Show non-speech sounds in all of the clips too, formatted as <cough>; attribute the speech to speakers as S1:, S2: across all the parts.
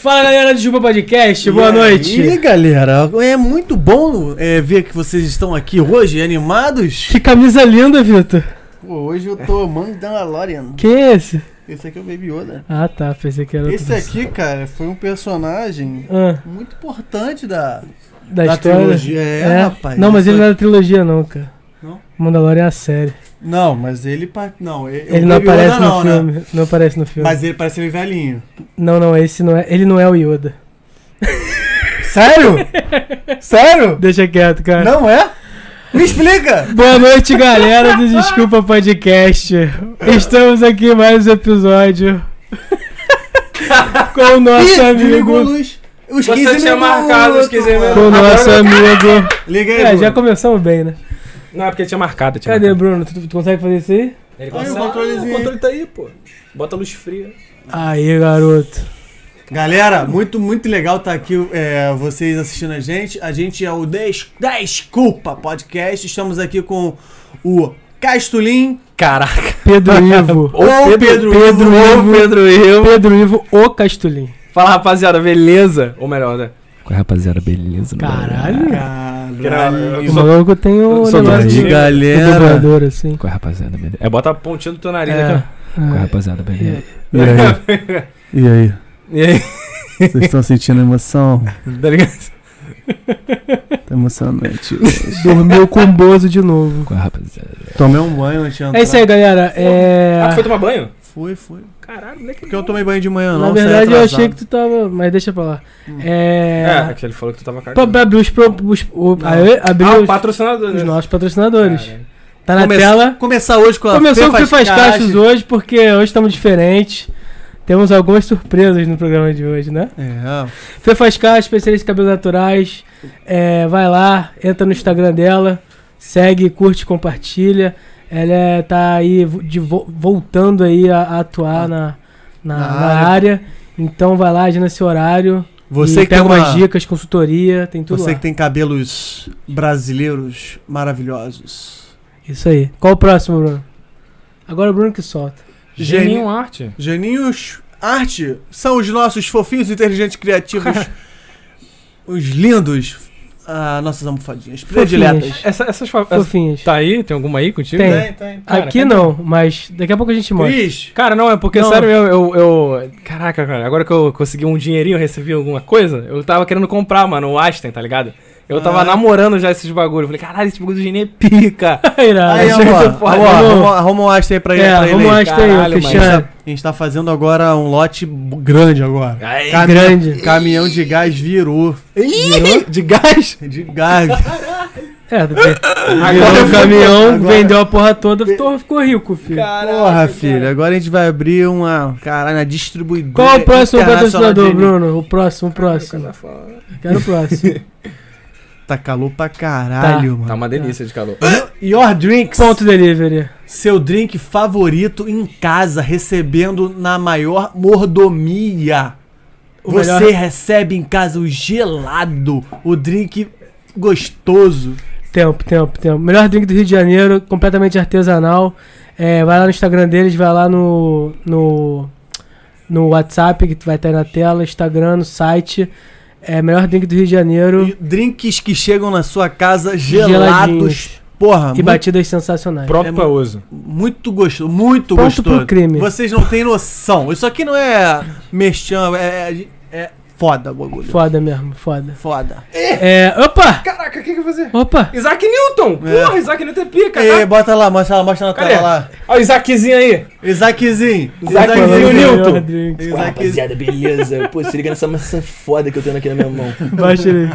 S1: Fala galera do Juba Podcast, boa noite.
S2: E aí, galera, é muito bom é, ver que vocês estão aqui hoje animados.
S1: Que camisa linda, Vitor.
S3: Pô, hoje eu tô amando Mandalorian.
S1: Que é esse?
S3: Esse aqui é o Baby Yoda.
S1: Ah tá, pensei que era
S3: Esse
S1: outro.
S3: aqui, cara, foi um personagem
S1: Ah,
S3: muito importante da.
S1: da,
S3: Da
S1: história.
S3: trilogia, é, rapaz.
S1: Não, mas ele
S3: Isso
S1: não é da trilogia não, cara.
S3: Não?
S1: Mandalorian é a série.
S3: Não, mas ele. par- Não, ele,
S1: ele
S3: o
S1: não
S3: Baby Yoda
S1: aparece no
S3: não, né?
S1: filme. Não aparece no filme.
S3: Mas ele parece ele velhinho.
S1: Não, não, esse não é. Ele não é o Yoda.
S3: Sério? <laughs> Sério?
S1: Deixa quieto, cara.
S3: Não é? Me explica!
S1: Boa noite, galera do Desculpa Podcast. Estamos aqui em mais
S3: <laughs>
S1: um episódio com o nosso
S3: Ih, desligou a
S1: amigo.
S3: luz. Os
S4: Você
S3: 15
S4: tinha
S3: minutos,
S4: marcado os 15
S3: mano.
S1: Com o nosso amigo.
S3: Liga aí,
S1: É, já
S3: Bruno.
S1: começamos bem, né?
S4: Não, é porque tinha marcado. Tinha
S1: Cadê,
S4: marcado.
S1: Bruno? Tu, tu consegue fazer isso aí?
S4: Ele
S3: Olha o
S4: consegue.
S3: controlezinho.
S4: Ah, o controle tá aí, pô. Bota a luz fria.
S1: Aí, garoto.
S3: Galera, muito, muito legal estar aqui é, vocês assistindo a gente. A gente é o Des... Desculpa Podcast. Estamos aqui com o Castulin
S4: Caraca.
S1: <laughs> Pedro Ivo.
S3: ou Pedro, Pedro,
S1: Pedro
S3: Ivo.
S1: Ivo.
S4: Pedro eu.
S1: Pedro Ivo, o Castulim.
S4: Fala, rapaziada, beleza? Ou melhor, né? Qual é, rapaziada, beleza?
S1: Caralho.
S3: Caralho.
S1: O maluco tem o
S4: sou
S1: negócio
S4: doido.
S1: de
S4: Aí,
S1: de dublador, assim.
S4: Qual é, rapaziada, beleza? É, bota a pontinha do teu nariz
S1: É,
S4: aqui, ó.
S1: é.
S4: rapaziada, beleza?
S2: E aí? E aí?
S4: E aí?
S2: Vocês estão sentindo emoção?
S4: Tá ligado?
S2: Tá emocionante.
S1: Dormiu com o Bozo de novo.
S4: Qual é, rapaziada?
S2: Tomei um banho antes de entrar.
S1: É isso aí, galera. É...
S4: Ah, tu foi tomar banho?
S2: Foi, foi.
S4: Caralho, moleque.
S2: Porque eu tomei banho de manhã,
S1: Na
S2: não.
S1: verdade, eu achei que tu tava... Mas deixa pra lá.
S4: É,
S1: É...
S4: que ele falou que tu tava
S1: Pra
S4: cagando.
S1: pra abrir os... pro- os- o- aí, abrir
S4: Ah, o
S1: os-
S4: patrocinador.
S1: os
S4: né?
S1: nossos patrocinadores.
S4: Caralho.
S1: Tá na
S3: Começa-
S1: tela.
S3: Começar hoje com a
S1: Começou
S3: Fê
S1: o Fê Faz
S3: Caixa.
S1: Caixas hoje, porque hoje estamos diferentes. Temos algumas surpresas no programa de hoje, né?
S2: É,
S1: Fê Faz Caixas, especialista em cabelos naturais. É, vai lá, entra no Instagram dela, segue, curte, compartilha. Ela é, tá aí vo- de vo- voltando aí a, a atuar na, na,
S2: Na
S1: na área. Então vai lá, agenda seu horário.
S2: Você
S1: e
S2: que tem
S1: pega
S2: uma...
S1: umas dicas, consultoria, tem tudo
S2: Você
S1: lá.
S2: que tem cabelos brasileiros maravilhosos.
S1: Isso aí. Qual o próximo, Bruno? Agora o Bruno que solta.
S4: Geninho Arte.
S2: Geninhos Arte são os nossos fofinhos, inteligentes, criativos, <laughs> os lindos, ah, nossas almofadinhas prediletas.
S4: Essa, essas fa- essa-
S1: Fofinhas.
S4: Tá aí? Tem alguma aí contigo?
S1: Tem.
S2: tem.
S4: Cara,
S1: Aqui
S4: cadê?
S1: não, mas daqui a pouco a gente mostra.
S2: Cris,
S4: Cara, não, é porque,
S1: Não.
S4: sério mesmo, eu, eu. Caraca, cara, agora que eu consegui um dinheirinho, eu recebi alguma coisa, eu tava querendo comprar, mano, o Aston, tá ligado? Eu tava
S2: Ah.
S4: namorando já esses bagulho. Eu Falei, caralho, esse bagulho do dinheiro é pica.
S1: Irado.
S2: aí,
S4: gente,
S2: amor,
S4: pô,
S2: amor,
S4: vamos-
S2: arruma, arruma um haste aí pra ele.
S1: É,
S2: pra ele
S1: arruma um
S2: aí.
S1: haste aí,
S4: Caralho,
S2: A gente,
S1: Cristiano.
S2: tá, a gente tá fazendo agora um lote b- grande agora.
S4: Ai,
S2: Cami-
S1: É grande.
S2: Caminhão de gás virou.
S4: de gás?
S2: De gás.
S1: É, virou
S4: Agora
S1: o caminhão,
S2: agora-
S1: vendeu a porra toda, ficou, ficou rico, filho.
S2: Porra, filho. Agora a gente vai abrir uma. Caralho, uma distribuidora.
S1: Qual o próximo
S2: internacional
S1: patrocinador,
S2: de-
S1: Bruno? O próximo, o próximo. Quero o próximo.
S2: Tá calor pra caralho,
S4: Tá
S2: mano.
S4: uma delícia de calor.
S2: É, Your drinks.
S1: Ponto delivery.
S2: Seu drink favorito em casa, recebendo na maior mordomia.
S1: O
S2: Você
S1: melhor-
S2: recebe em casa o gelado, o drink gostoso.
S1: Tempo, tempo, tempo. Melhor drink do Rio de Janeiro, completamente artesanal. É, vai lá no Instagram deles, vai lá no, no, no WhatsApp, que vai estar aí na tela, Instagram, no site. É, melhor drink do Rio de Janeiro.
S2: E Drinks que chegam na sua casa
S1: Geladinhos.
S2: gelados. Porra,
S1: E
S2: muito,
S1: batidas sensacionais.
S4: Pronto
S2: É
S4: pra uso.
S2: muito gostoso, muito
S1: Ponto
S2: gostoso.
S1: pro crime.
S2: Vocês não têm noção. Isso aqui não é merchan, é, é foda, bagulho.
S1: Foda mesmo, foda.
S2: Foda.
S1: É, opa!
S4: Caraca, o que que eu vou fazer?
S1: Opa!
S4: Isaac Newton!
S2: É.
S4: Porra, Isaac Newton é pica,
S2: Ei,
S4: né?
S2: bota lá, mostra lá, mostra na
S4: Cadê?
S2: tela lá.
S4: Olha o Isaaczinho aí.
S2: Isaaczinho.
S4: Isaac
S1: Falando
S4: Isaac
S1: do
S4: Newton.
S1: melhor drink.
S5: Pô,
S2: Isaaczinho.
S5: rapaziada, beleza? Pô, se liga nessa maçã foda que eu tenho aqui na minha mão.
S1: Baixa ele.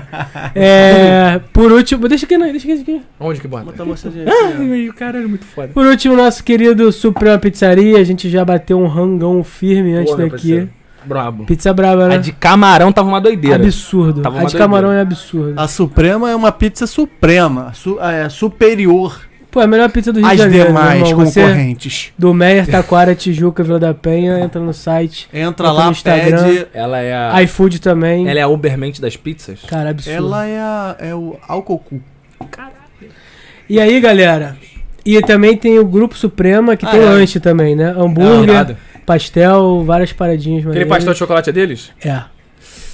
S1: É, por último, deixa aqui, não, deixa aqui, deixa aqui.
S4: Onde que bota?
S2: Bota a mostradinha aqui, ó.
S4: Ai, caralho, muito foda.
S1: Por último, nosso querido Suprema Pizzaria. A gente já bateu um rangão firme antes
S4: Porra, meu
S1: daqui.
S4: parceiro. Brabo.
S1: Pizza braba, né?
S4: A de camarão tava uma doideira.
S1: Absurdo.
S4: Tava
S1: a
S4: uma
S1: de camarão
S4: doideira.
S1: é absurdo.
S2: A Suprema é uma pizza suprema, su- é, superior
S1: Pô, é a melhor pizza do Rio de
S2: às
S1: Janeiro,
S2: demais
S1: meu irmão. Você,
S2: concorrentes.
S1: do Meyer, Taquara, Tijuca, Vila da Penha, entra no site.
S2: Entra
S1: Entra
S2: lá,
S1: no Instagram.
S2: pede.
S4: Ela é a.
S1: iFood também.
S4: Ela é a Ubermente das pizzas?
S1: Cara, absurdo.
S2: Ela é, a- é o álcool.
S1: E aí, galera? E também tem o Grupo Suprema, que
S2: Ah,
S1: tem
S2: é.
S1: lanche também, né? Hambúrguer,
S4: Irado.
S1: pastel, várias paradinhas.
S4: Aquele
S1: maneiras.
S4: pastel de chocolate é deles?
S1: É.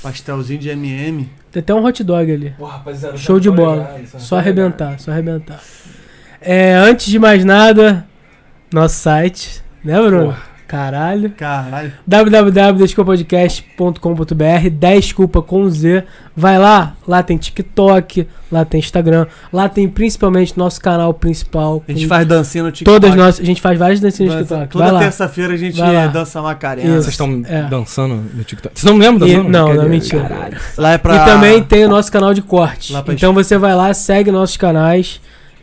S3: Pastelzinho de MM.
S1: Tem até um hot dog ali.
S4: Pô, rapaziada,
S1: Show
S4: tá
S1: de
S4: ligado,
S1: bola.
S4: tá
S1: Só
S4: ligado.
S1: arrebentar, só arrebentar. É, antes de mais nada, nosso site, né, Bruno? Caralho.
S3: Caralho.
S1: www.desculpapodcast.com.br 10 culpa com Z. Vai lá, lá tem TikTok, lá tem Instagram, lá tem principalmente nosso canal principal.
S3: A gente
S1: com
S3: faz dancinha no TikTok.
S1: todas nós, a gente faz várias dancinhas no
S3: Dança-
S1: TikTok. Vai
S3: Toda
S1: lá.
S3: terça-feira a gente
S1: Vai lá.
S3: dança Macarena.
S1: Isso.
S4: Vocês estão
S1: É.
S4: dançando no TikTok? Vocês não me lembram
S1: E-
S4: dançando?
S1: não, não,
S4: Cadê?
S1: mentira.
S4: Caralho.
S3: Lá é pra...
S1: E também tem o nosso canal de corte.
S3: Lá pra
S1: Então você vai lá, segue nossos canais,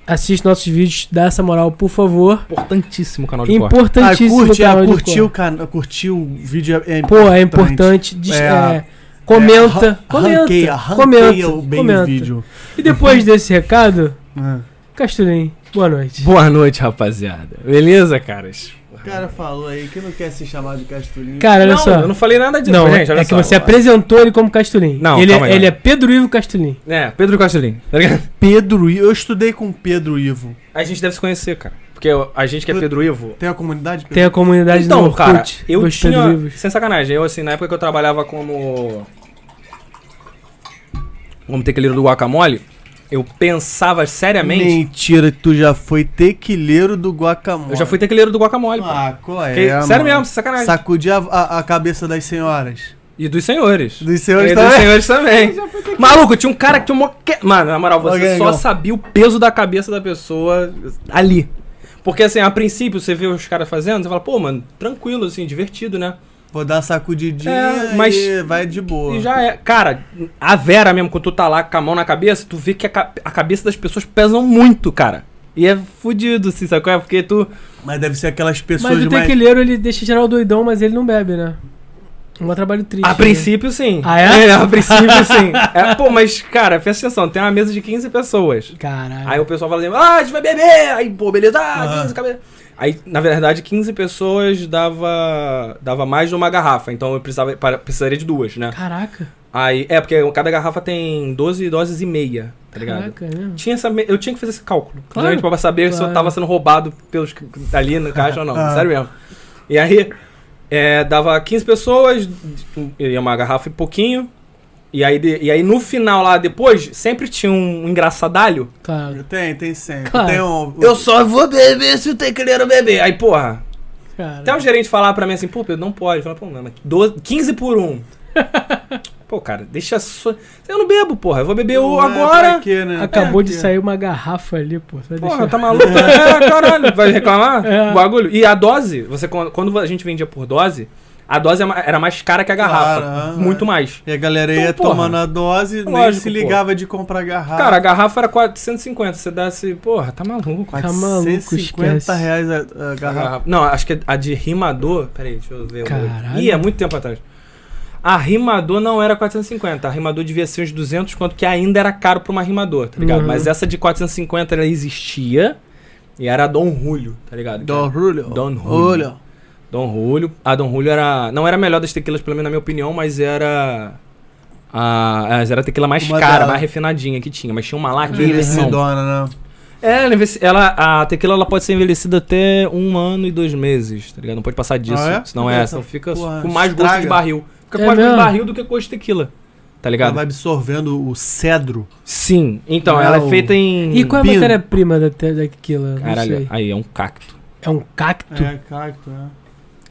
S1: assiste nossos vídeos, dá essa moral, por favor.
S4: Importantíssimo o canal de corte.
S3: Ah,
S1: Importantíssimo
S3: curte,
S4: é,
S1: canal
S3: ah,
S1: de
S3: curtiu, o
S1: corte.
S3: cana- curtiu o vídeo. É
S1: Pô, é importante. diz-
S3: É,
S1: é,
S3: arran-
S1: comenta,
S3: arran-
S1: comenta,
S3: arranqueia, arranqueia
S1: comenta,
S3: o bem
S1: comenta.
S3: o vídeo.
S1: E
S4: Uhum.
S1: depois desse recado,
S3: Ah.
S1: Casturim, boa noite.
S4: Boa noite, rapaziada. Beleza, caras?
S3: O cara falou aí que não quer se chamar de Castulinho.
S1: Cara, olha
S4: não,
S1: só.
S4: eu não falei nada disso,
S1: Não,
S4: gente.
S1: é,
S4: olha
S1: é que
S4: só.
S1: você apresentou ele como Castulim.
S4: Não,
S1: ele,
S4: calma aí,
S1: ele é
S4: não.
S1: Pedro Ivo Castulim.
S4: É, Pedro Costelin, tá ligado?
S3: Pedro Ivo. Eu estudei com Pedro Ivo.
S4: A gente deve se conhecer, cara. Porque eu- a gente que é Pedro Ivo.
S3: Tem a comunidade? Pedro?
S1: Tem a comunidade do
S4: Então,
S1: Orkut,
S4: cara, eu
S1: dos Pedro
S4: tinha.
S1: Ivos.
S4: Sem sacanagem, eu assim, na época que eu trabalhava como. Como tequeleiro do guacamole, eu pensava seriamente.
S3: Mentira, tu já foi tequileiro do guacamole.
S4: Eu já fui tequeleiro do guacamole, pô.
S3: Ah, qual é?
S4: Fiquei-
S3: mano?
S4: sério mesmo, sem sacanagem.
S3: Sacudir a, a- a cabeça das senhoras.
S4: E dos senhores.
S3: Dos
S4: E
S3: senhores
S4: É, dos
S3: também.
S4: senhores também. Maluco, tinha um cara que tinha um moque... Mano, na moral, você
S3: Alguém,
S4: só
S3: legal.
S4: sabia o peso da cabeça da pessoa ali. Porque assim, a princípio, você vê os caras fazendo, você fala, pô, mano, tranquilo, assim, divertido, né?
S3: Vou dar uma sacudidinha
S4: É, mas-
S3: e vai de boa.
S4: E já é. Cara, a Vera mesmo, quando tu tá lá com a mão na cabeça, tu vê que a, ca- a cabeça das pessoas pesam muito, cara. E é fudido, assim, sabe qual é? Porque tu.
S3: Mas deve ser aquelas pessoas
S1: Mas o
S3: de mais...
S1: tequileiro, ele deixa geral doidão, mas ele não bebe, né? Um trabalho triste.
S4: A
S1: né?
S4: princípio, sim.
S1: Ah, é?
S4: <laughs> a princípio, sim. É, pô, mas, cara, presta atenção, tem uma mesa de 15 pessoas.
S1: Caralho.
S4: Aí o pessoal fala assim, ah, a gente vai beber! Aí, pô, beleza, ah,
S3: Ah.
S4: 15 cabe- Aí, na verdade, 15 pessoas dava dava mais de uma garrafa, então eu precisava, para- precisaria de duas, né?
S1: Caraca.
S4: Aí, é, porque cada garrafa tem 12 doses e meia, tá ligado?
S1: Caraca, né?
S4: Tinha essa, me- eu tinha que fazer esse cálculo,
S1: Claro,
S4: justamente pra saber se eu
S1: claro. Ah.
S4: tava sendo roubado pelos que- ali no caixa ou não, sério mesmo. E aí, é, dava 15 pessoas, ia uma garrafa e pouquinho, e aí, de- e aí no final lá, depois, sempre tinha um engraçadalho
S1: Claro,
S3: Tem, tem sempre.
S1: Claro.
S3: Tem um...
S5: Eu só vou beber se o tecleiro beber.
S4: Aí, porra,
S1: cara.
S4: até o gerente falar pra mim assim, pô, Pedro, não pode. Fala, pô, não, mas 12, 15 por
S3: <laughs>
S4: 1. pô, cara, deixa só. Eu não bebo, porra. Eu vou beber o
S3: Não é pra
S4: agora.
S3: quê, né?
S1: Acabou
S3: É,
S1: de
S3: que-
S1: sair uma garrafa ali, pô. Você vai
S4: Porra,
S1: deixar-
S4: tá maluco? é, caralho, vai reclamar?
S3: <laughs>
S1: É.
S4: O bagulho. E a dose, você quan- quando a gente vendia por dose, a dose é ma- era mais cara que a garrafa.
S3: Claro, é.
S4: muito mais.
S3: E a galera
S4: Então,
S3: ia
S4: porra.
S3: tomando a dose, nem
S4: Lógico,
S3: se ligava de comprar garrafa.
S4: Cara, a garrafa era 450. Você desse. Porra, tá maluco.
S1: Tá maluco, esquece.
S3: reais a, a garrafa.
S4: Não, acho que a de rimador. Peraí, deixa eu ver. o-
S1: Caralho.
S4: Ih, é muito tempo atrás. A rimador não era 450. A rimador devia ser uns 200, quanto que ainda era caro pra uma rimador, tá ligado?
S1: Uhum.
S4: Mas essa de 450 ela existia e era a Dom Julio, tá ligado?
S3: Don Julio.
S4: Don Julio. Dom Julio. A Dom Julio era. Não era a melhor das tequilas, pelo menos na minha opinião, mas era. A, mas era a tequila mais
S3: Uma
S4: cara,
S3: da-
S4: mais refinadinha que tinha, mas tinha uma
S1: Uhum.
S4: lá que envelheceu.
S3: Envelhecidona, né?
S4: É, ela envelhece- ela, a tequila ela pode ser envelhecida até um ano e dois meses, tá ligado? Não pode passar disso.
S3: Ah, é?
S4: Senão é,
S3: Eita,
S4: senão fica
S3: porra,
S4: com mais gosto de
S3: estraga.
S4: barril. Fica com
S1: É
S4: mais gosto de
S1: mesmo?
S4: barril do que com gosto de tequila. Tá
S3: Ela
S4: ligado?
S3: Ah, vai absorvendo o cedro.
S4: Sim. Então,
S3: Não,
S4: ela
S3: o-
S4: é feita em.
S1: E qual é a
S3: Pino.
S1: matéria-prima da, te- daquilo? Não
S4: Caralho,
S1: sei.
S4: aí é um cacto.
S1: É um cacto?
S3: cacto, né?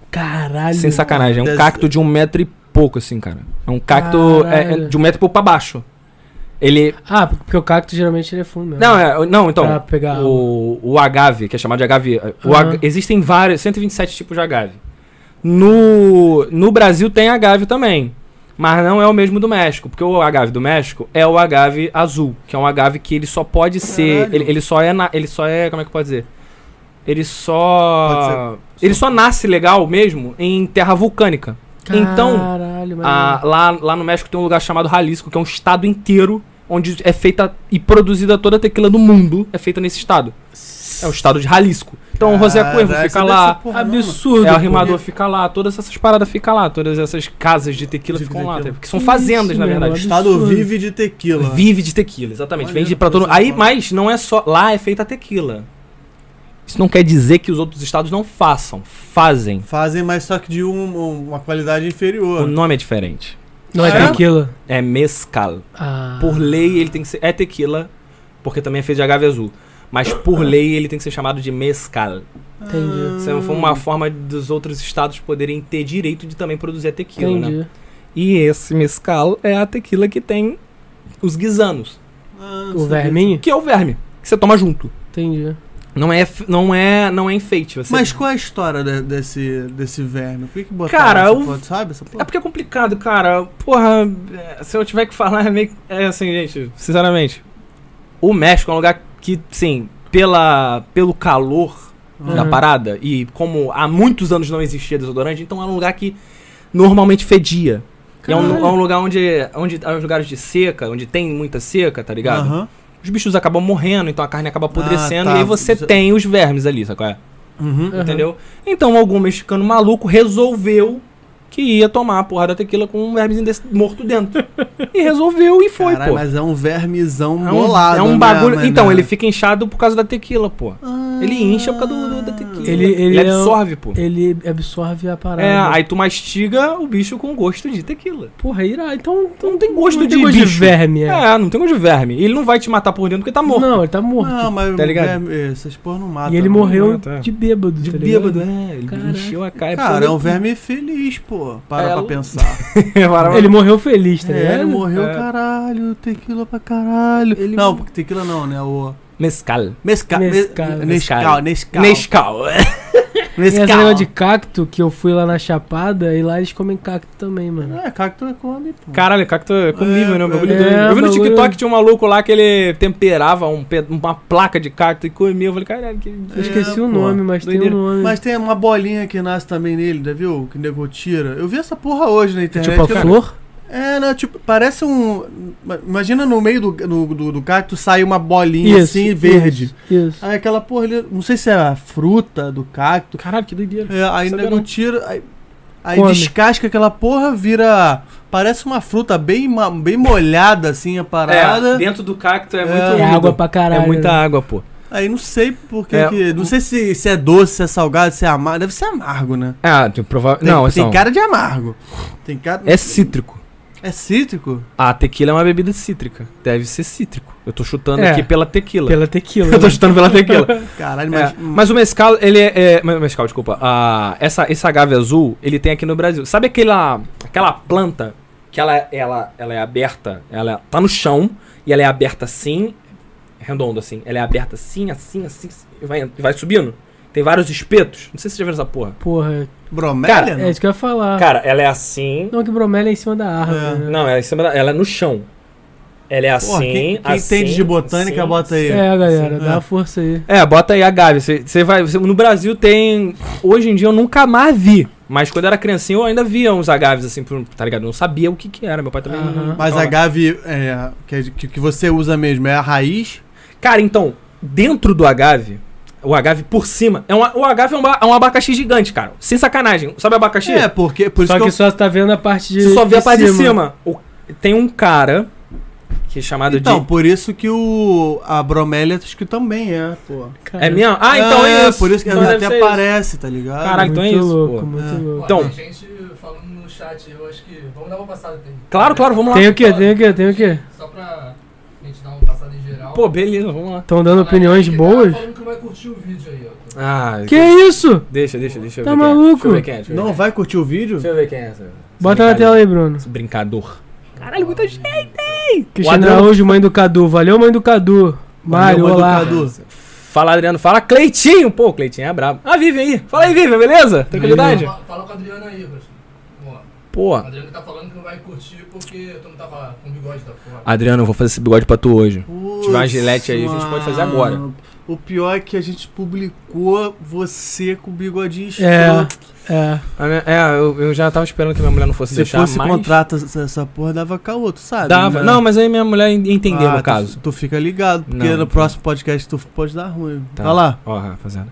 S1: Caralho.
S4: Sem sacanagem, é um
S3: Deve-
S4: cacto de um metro e pouco, assim, cara. É um cacto é- é
S1: Caralho.
S4: de um metro e pouco pra baixo. Ele.
S1: Ah, porque o cacto geralmente ele é fundo mesmo.
S4: Não, é, não então.
S1: Pra pegar
S4: o, o agave, que é chamado de agave. o
S1: Aham.
S4: aga- existem vários, 127 tipos de agave. No, no Brasil tem agave também. Mas não é o mesmo do México, porque o agave do México é o agave azul, que é um agave que ele só pode ser.
S3: Caralho.
S4: Ele, ele só é. na- ele só é. Como é que pode dizer? Ele só. Ele só nasce legal mesmo em terra vulcânica. Então,
S1: Caralho, mas...
S4: ah, lá, lá no México tem um lugar chamado Jalisco, que é um estado inteiro onde é feita e produzida toda a tequila do mundo, é feita nesse estado. É o estado de Jalisco. Então o
S3: Ah,
S4: José Cuervo fica lá,
S1: Absurdo.
S4: é, o
S1: pô.
S4: Rimador fica lá, todas essas paradas ficam lá, todas essas casas de tequila
S3: De
S4: ficam lá,
S3: tequila.
S4: tá? porque são fazendas,
S1: Isso
S4: na
S1: mesmo,
S4: verdade.
S3: O estado
S1: Absurdo.
S3: vive de tequila.
S4: Vive de tequila, exatamente.
S3: Maneiro,
S4: Vende pra todo mundo.
S3: coisa
S4: Aí,
S3: boa.
S4: mas não é só. Lá é feita a tequila. Isso não quer dizer que os outros estados não façam. Fazem.
S3: Fazem, mas só que de um- uma qualidade
S4: O
S3: inferior.
S4: nome é diferente.
S1: Não é,
S2: Ah, é?
S1: tequila?
S4: É mezcal.
S1: Ah.
S4: Por lei, ele tem que ser. É tequila, porque também é feito de agave azul. Mas por
S3: Ah.
S4: lei, ele tem que ser chamado de mezcal.
S2: Ah,
S1: Entendi.
S4: Isso foi uma forma dos outros estados poderem ter direito de também produzir a tequila, né?
S1: Entendi.
S4: E esse mezcal é a tequila que tem os guisanos,
S1: O verminho?
S4: que é o verme, que você toma junto.
S1: Entendi.
S4: Não é, f- não é, não é enfeite. Você...
S2: Mas qual é a história de- desse, desse verme? Por que, que botaram
S4: Cara,
S2: essa
S4: o-
S2: porra, sabe? Essa
S4: É
S2: porra?
S4: porque é complicado, cara. Porra, é, se eu tiver que falar, <laughs> é meio. que- É assim, gente, sinceramente. O México é um lugar que, sim, pela, pelo calor da
S1: Uhum.
S4: parada, e como há muitos anos não existia desodorante, então era um lugar que normalmente fedia. E É um,
S1: Caralho.
S4: é um lugar onde, onde há os lugares de seca, onde tem muita seca, tá ligado?
S2: Aham.
S4: Os bichos acabam morrendo, então a carne acaba apodrecendo,
S2: Ah, tá.
S4: e aí você
S2: Isso-
S4: tem os vermes ali, sabe qual é?
S2: Uhum.
S1: Aham.
S4: Entendeu? Então algum mexicano maluco resolveu que ia tomar a porra da tequila com um vermezinho desse morto dentro. e resolveu e foi,
S2: Caralho,
S4: pô.
S2: mas é um vermezão
S4: é um,
S2: bolado.
S4: é um
S2: né,
S4: bagulho.
S2: mano?
S4: então, ele fica inchado por causa da tequila, pô.
S2: Ah.
S4: Ele incha por causa do, do- da tequila.
S1: Ele- ele é um-
S4: absorve, pô.
S1: Ele absorve a parada.
S4: É, aí tu mastiga o bicho com gosto de tequila.
S1: Porra, irá. Então, então
S4: Não tem gosto
S1: não
S4: de
S1: tem gosto de
S4: bicho.
S1: verme, é.
S4: É, não tem gosto de verme. Ele não vai te matar por dentro porque tá morto.
S1: Não, ele tá morto.
S2: Não, mas
S4: Tá ligado?
S2: verme- eh, essas porra não matam.
S1: e ele
S2: não.
S1: morreu
S4: Ah, tá.
S1: de bêbado.
S4: De
S1: tá ligado?
S4: bêbado, é. Ele
S1: Caraca.
S4: encheu a cara.
S2: Cara, é um verme feliz, pô. Para
S4: É,
S2: pra
S1: <laughs>
S4: o-
S2: pensar.
S1: Ele morreu feliz, tá
S2: É,
S1: ligado?
S2: ele morreu,
S4: É.
S2: caralho. Tequila pra caralho.
S4: Ele
S2: não,
S4: morreu.
S2: porque tequila não, né? O.
S4: Mescal.
S2: Mesca...
S1: Mescal.
S2: Mescal. Nescal. Nescal.
S4: Nescau. é
S1: Tem essa
S2: Nescal.
S1: negócio de cacto que eu fui lá na Chapada e lá eles comem cacto também, mano.
S2: É, cacto é come, pô.
S4: Caralho, cacto é comível,
S2: É,
S4: né? Um bagulho
S1: é,
S4: doido. Eu vi no
S1: bagulho-
S4: TikTok que tinha um maluco lá que ele temperava um pe- uma placa de cacto e comia. Eu falei, caralho, que.
S1: Eu esqueci
S2: É,
S1: o
S2: pô,
S1: nome, mas tem
S4: doideira.
S1: o nome.
S2: Mas tem uma bolinha que nasce também nele, já viu? Que nego tira. Eu vi essa porra hoje na
S4: é,
S2: internet.
S1: tipo a
S2: Eu-
S1: flor?
S2: É, né? Tipo, parece um. Imagina no meio do, no- do, do cacto sai uma bolinha assim, verde.
S1: Isso.
S2: Aí aquela porra ali, não sei se é a fruta do cacto.
S4: Caralho, que doideira.
S2: É, aí
S4: Sabia
S2: nego
S4: não.
S2: tira. Aí, aí
S1: Come.
S2: descasca aquela porra, vira. Parece uma fruta bem, ma- bem molhada assim a parada.
S4: dentro do cacto
S2: É.
S1: É
S4: úmido.
S1: água pra caralho.
S4: É muita
S1: né?
S4: água, pô.
S2: Aí não sei por que
S4: É,
S2: que- Não sei se, se é doce, se é salgado, se é amargo. Deve ser amargo, né?
S4: Ah, tem provável.
S2: Tem,
S4: Não, é
S2: tem
S4: só.
S2: cara de amargo. Tem cara.
S4: É cítrico.
S2: É cítrico?
S4: A tequila é uma bebida cítrica. Deve ser cítrico. Eu tô chutando
S1: É.
S4: aqui pela <laughs> tequila.
S1: Pela tequila.
S4: Eu tô
S1: né?
S4: chutando pela tequila.
S2: Caralho,
S4: É,
S2: mas.
S4: mas o mescal, ele é. é mas- mescal, desculpa. Ah, essa, esse agave azul, ele tem aqui no Brasil. Sabe aquela, aquela planta que ela, ela, ela é aberta, ela tá no chão e ela é aberta assim, redonda assim. Ela é aberta assim, assim, assim, assim, e vai, vai subindo. Tem vários espetos. Não sei se você já viu essa porra.
S1: Porra,
S2: Bromélia?
S4: Cara,
S1: é isso que eu ia falar.
S4: Cara, ela é assim.
S1: Não, que bromélia é em cima da árvore. né?
S4: Não, ela é, em cima da- ela é no chão. Ela é assim.
S2: Porra, quem, quem
S4: assim,
S2: entende de botânica,
S4: assim,
S2: bota aí.
S1: É, galera, dá
S2: Sim, é.
S1: uma força aí.
S4: É, bota aí a Gavi. Você vai. cê- no Brasil tem. Hoje em dia eu nunca mais vi. Mas quando eu era criancinha eu ainda via uns agaves assim, por- tá ligado? Eu não sabia o que que era. Meu pai também.
S1: Aham.
S4: não- Então,
S2: Mas
S4: não-
S2: a Gavi, é, que, é de- que, que você usa mesmo, é a raiz?
S4: Cara, então, dentro do agave, o agave por cima. É uma, o agave é um, ba- é um abacaxi gigante, cara. Sem sacanagem. Sabe abacaxi?
S2: É, porque. Por
S1: só
S2: isso
S1: que,
S2: que,
S1: só tá vendo a parte de.
S4: Você só vê a
S1: de
S4: parte de cima. O- tem um cara. Que é chamado
S2: eu, então,
S4: de.
S2: por isso que o. A bromélia acho que também é, pô.
S1: Cara,
S4: É mesmo? Ah, então é, isso.
S2: Por isso que
S4: Então deve
S2: até
S4: ser isso.
S2: aparece, tá ligado?
S4: Caralho. então é
S1: muito
S4: isso,
S1: louco,
S4: pô.
S1: muito
S2: É.
S1: louco.
S4: Então-
S6: Então. Tem gente falando no chat, eu acho que. Vamos dar uma passada tem.
S4: Claro, claro, vamos lá.
S1: Tem o quê? Tem o quê? Tem o quê?
S6: Só pra gente dar uma passada em geral.
S4: Pô, beleza, vamos lá.
S1: Estão dando opiniões
S6: Galera,
S1: boas?
S6: Tá falando que não vai curtir o vídeo aí, ó.
S4: Ah,
S1: Que isso?
S4: Deixa, deixa, deixa. eu
S1: Tá
S4: ver quem é.
S1: maluco?
S4: Deixa eu ver quem é. Deixa eu ver
S2: Não
S4: quem é.
S2: vai curtir o vídeo?
S4: Deixa eu ver quem é essa.
S1: Bota na tela aí, Bruno.
S4: Esse brincador.
S6: Caralho, muita gente.
S1: Cristina
S4: Adriano-
S1: Araújo, mãe do Cadu. Valeu, mãe do Cadu. Mário,
S2: mãe do
S1: olá.
S2: Cadu.
S4: Fala, Adriano. Fala, Cleitinho. Pô, o Cleitinho é brabo. Ah, Vivian aí. Fala aí, Vivian, beleza? Tranquilidade?
S6: Fala, fala com a Adriana aí, Rocha. Ó,
S4: Pô.
S6: a Adriana tá falando que não vai curtir porque tu não tava com o bigode da fora.
S4: Adriano, eu vou fazer esse bigode pra tu hoje.
S2: Putz,
S4: tiver uma gilete aí, a gente pode fazer agora.
S2: mano. O pior é que a gente publicou você com o bigodinho
S1: É,
S2: escroto.
S1: é.
S4: A minha- É, eu, eu já tava esperando que minha mulher não fosse
S2: Se
S4: deixar,
S2: fosse
S4: mas...
S2: contrata essa essa porra, dava caô, tu sabe?
S4: Dava.
S2: né?
S4: Não, mas aí minha mulher en- entendeu,
S2: Ah,
S4: no
S2: tu-
S4: caso.
S2: Tu, fica ligado, porque
S4: Não,
S2: no
S4: tá.
S2: próximo podcast tu pode dar ruim.
S4: Tá.
S2: Vai lá.
S4: Ó, rapaziada.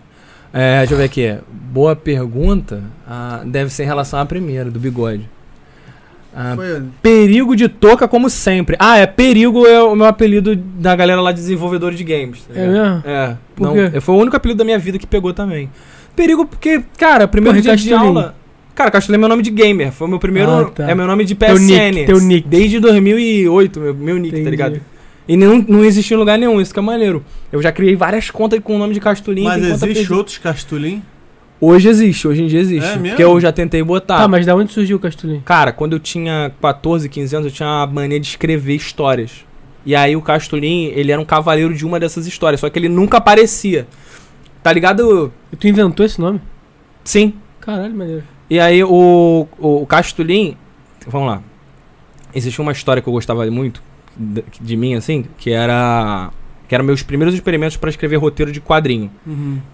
S4: É, deixa eu ver aqui. Boa pergunta. Ah, deve ser em relação à primeira, do bigode. Ah,
S2: Foi.
S4: Perigo de touca, como sempre. Ah, é perigo é o meu apelido da galera lá de desenvolvedor de games. tá
S1: É
S4: ligado?
S1: mesmo?
S4: É.
S1: Por
S4: não,
S1: quê?
S4: Foi o único apelido da minha vida que pegou também. Perigo porque, cara, primeiro
S1: Porra,
S4: dia de
S1: Castelinho.
S4: aula. Cara, Castulinho é meu nome de gamer. Foi meu primeiro.
S1: Ah, tá.
S4: É meu nome de PSN.
S1: Teu nick, teu nick.
S4: Desde 2008, meu, meu nick, tá
S1: Entendi.
S4: ligado? E não, não existe em lugar nenhum, isso que é maneiro. Eu já criei várias contas com o nome de Castulinho.
S2: Mas
S4: tem conta
S2: existe
S4: perdida.
S2: outros Castulim?
S4: Hoje existe, hoje em dia existe.
S2: É mesmo?
S4: Porque eu já tentei botar.
S1: Tá, mas da onde surgiu o Castulinho?
S4: Cara, quando eu tinha 14, 15 anos, eu tinha uma mania de escrever histórias. E aí o Castulim, ele era um cavaleiro de uma dessas histórias, só que ele nunca aparecia. Tá ligado?
S1: E Tu inventou esse nome?
S4: Sim.
S1: Caralho, maneiro.
S4: E aí o, o Castulim. Vamos lá. Existia uma história que eu gostava muito de, de mim, assim, que era. Que eram meus primeiros experimentos pra escrever roteiro de quadrinho.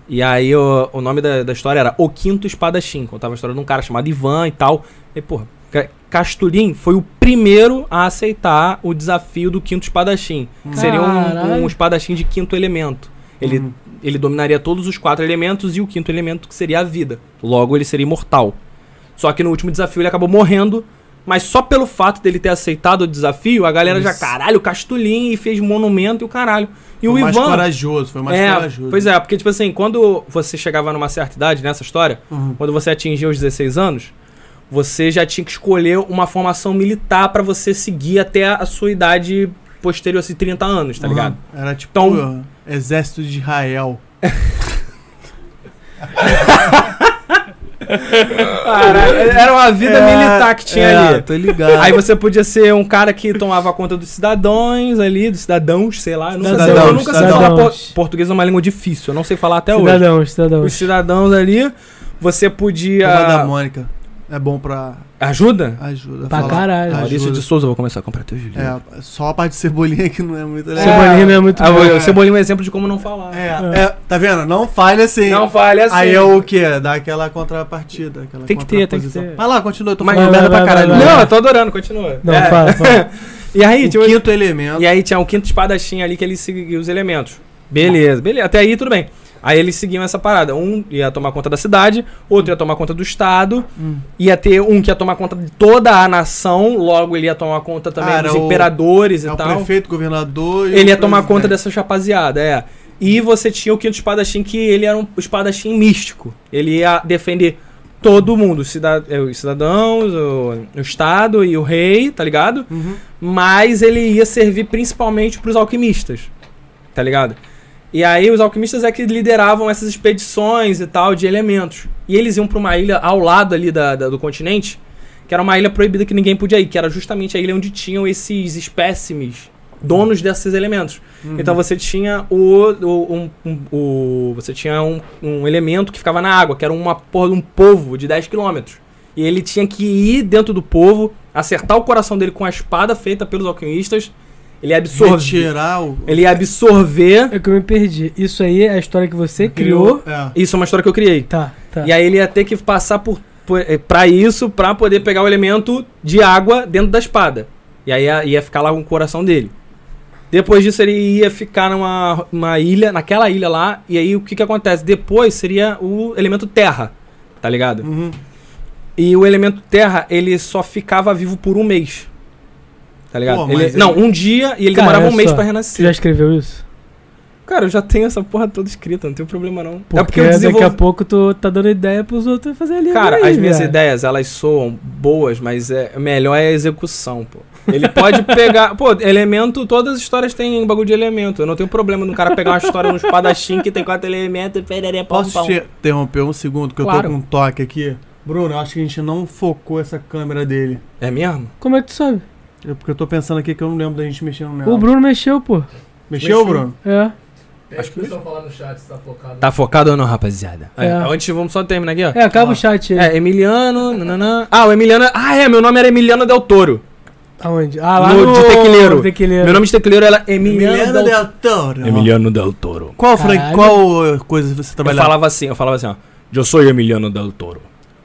S4: E aí o, o nome da, da história era O Quinto Espadachim. Contava a história de um cara chamado Ivan e tal. E, porra, Ca- Castulim foi o primeiro a aceitar o desafio do Quinto Espadachim. Que seria um,
S1: Caralho.
S4: um espadachim de quinto elemento. Ele,
S2: Uhum.
S4: ele dominaria todos os quatro elementos e o quinto elemento que seria a vida. Logo, ele seria imortal. Só que no último desafio ele acabou morrendo. Mas só pelo fato dele ter aceitado o desafio, a galera já, caralho, Castulim e fez monumento e o caralho. E o
S2: foi mais
S4: Ivan
S2: corajoso, foi mais corajoso.
S4: pois é, porque, tipo assim, quando você chegava numa certa idade nessa história,
S2: Uhum.
S4: quando você atingia os 16 anos, você já tinha que escolher uma formação militar pra você seguir até a sua idade posterior, assim, 30 anos, tá ligado?
S2: Era tipo
S4: Então-
S2: uh, Exército de Israel.
S4: Caralho, é, era uma vida militar que tinha
S2: Ah, né? é,
S4: ali.
S2: Tô ligado.
S4: Aí você podia ser um cara que tomava conta dos cidadãos ali, dos cidadãos, sei lá. Eu nunca, sei-
S2: Cidadãos,
S4: eu nunca sei falar
S1: cidadãos.
S4: por- português, é uma língua difícil, eu não sei falar até hoje.
S1: Cidadãos,
S4: Os
S1: cidadãos.
S4: cidadãos ali, você podia...
S2: Turma da Mônica. É bom pra
S4: Ajuda?
S2: ajuda.
S1: Pra
S2: falar.
S1: caralho.
S2: Ajuda.
S4: Maurício de Souza, eu vou começar a comprar teus livros.
S2: É, só a parte de cebolinha que não é muito legal.
S1: Cebolinha não é muito
S4: Ah,
S1: bom.
S4: o Cebolinha é um exemplo de como não falar.
S2: É, é, tá vendo? Não falha assim.
S4: Não falha assim.
S2: Aí é o quê? Dá aquela contrapartida. Aquela
S4: Tem que ter, tem que
S2: contraposição.
S4: ter.
S2: Vai lá, continua. Eu tô
S4: Mas-
S2: falando
S1: vai,
S2: merda pra
S1: vai,
S2: caralho.
S1: vai, vai.
S4: Não, eu tô adorando, continua.
S1: Não,
S4: É.
S1: fala,
S4: <laughs>
S1: fala.
S4: E aí,
S2: O
S4: tipo,
S2: quinto elemento.
S4: e aí tinha o quinto espadachim ali que ele seguia os elementos. Beleza, beleza. Até aí tudo bem. Aí eles seguiam essa parada. Um ia tomar conta da cidade, outro ia tomar conta do estado,
S1: Hum.
S4: ia ter um que ia tomar conta de toda a nação, logo ele ia tomar conta também
S2: Ah, era
S4: dos
S2: o-
S4: imperadores
S2: É
S4: e
S2: o
S4: tal.
S2: prefeito, governador. e
S4: então. Ele
S2: o
S4: ia tomar
S2: presidente.
S4: conta dessa rapaziada, é. E você tinha o quinto espadachim, que ele era um espadachim místico. Ele ia defender todo mundo, os cida- eh, os cidadãos, o, o Estado e o rei, tá ligado?
S2: Uhum,
S4: Mas ele ia servir principalmente pros alquimistas, tá ligado? E aí os alquimistas é que lideravam essas expedições e tal de elementos. E eles iam pra uma ilha ao lado ali da- da- do continente, que era uma ilha proibida que ninguém podia ir, que era justamente a ilha onde tinham esses espécimes, donos desses elementos.
S2: uhum.
S4: Então você tinha o, o- um, um- o- você tinha um, um elemento que ficava na água, que era uma porra de um povo de 10 quilômetros. E ele tinha que ir dentro do povo, acertar o coração dele com a espada feita pelos alquimistas. Ele ia absorver.
S2: Retirar o.
S4: Ele ia absorver.
S1: É que eu me perdi. Isso aí é a história que você criou.
S2: É.
S4: Isso é uma história que eu criei.
S1: Tá, tá.
S4: E aí ele ia ter que passar por, por eh, pra isso pra poder pegar o elemento de água dentro da espada. E aí ia, ia ficar lá com o coração dele. Depois disso ele ia ficar numa uma ilha, naquela ilha lá, e aí o que que acontece? Depois seria o elemento terra, tá ligado?
S2: Uhum.
S4: E o elemento terra, ele só ficava vivo por um mês. Tá ligado?
S2: Pô, mas
S4: Ele-
S2: ele-
S4: Não, um dia e ele
S1: Cara,
S4: demorava um
S1: olha
S4: mês
S1: só.
S4: pra
S1: Você
S4: renascer.
S1: já escreveu isso?
S4: Cara, eu já tenho essa porra toda escrita, não tem problema não. É
S1: Porque, daqui a pouco tu tá dando ideia pros outros fazer ali. né,
S4: Cara, as minhas ideias, elas soam boas, mas é melhor é a execução, pô. Ele pode pegar. Pô, elemento, todas as histórias têm um bagulho de elemento. Eu não tenho problema de um cara pegar uma história no espadachim que tem quatro elementos e pererê pau,
S2: Posso te interromper um segundo, que
S4: Claro.
S2: eu tô com um toque aqui? Bruno, eu acho que a gente não focou essa câmera dele.
S4: É mesmo?
S1: Como é que tu sabe?
S2: É porque eu tô pensando aqui que eu não lembro da gente mexendo nela.
S1: O Bruno mexeu, pô.
S2: Mexeu, Bruno?
S1: É.
S6: Acho que o pessoal falar no chat se tá focado.
S4: Tá focado ou não, rapaziada? É,
S1: É.
S4: Antes, vamos só terminar aqui, ó.
S1: É, acaba o chat aí.
S4: É, Emiliano. nananã. Ah, o Emiliano. Ah, é, meu nome era Emiliano Del Toro.
S1: Aonde? Ah, lá
S4: No-
S1: no,
S4: de tequileiro.
S1: no tequileiro.
S4: Meu nome de tecleiro era Emiliano,
S2: Emiliano
S4: Del
S2: Del Toro.
S4: Emiliano Del Toro.
S2: Qual, Frank,
S1: Caralho.
S2: qual uh, coisa você
S4: Eu
S2: trabalhava?
S4: falava assim, eu falava assim, ó. Eu sou Emiliano del Toro.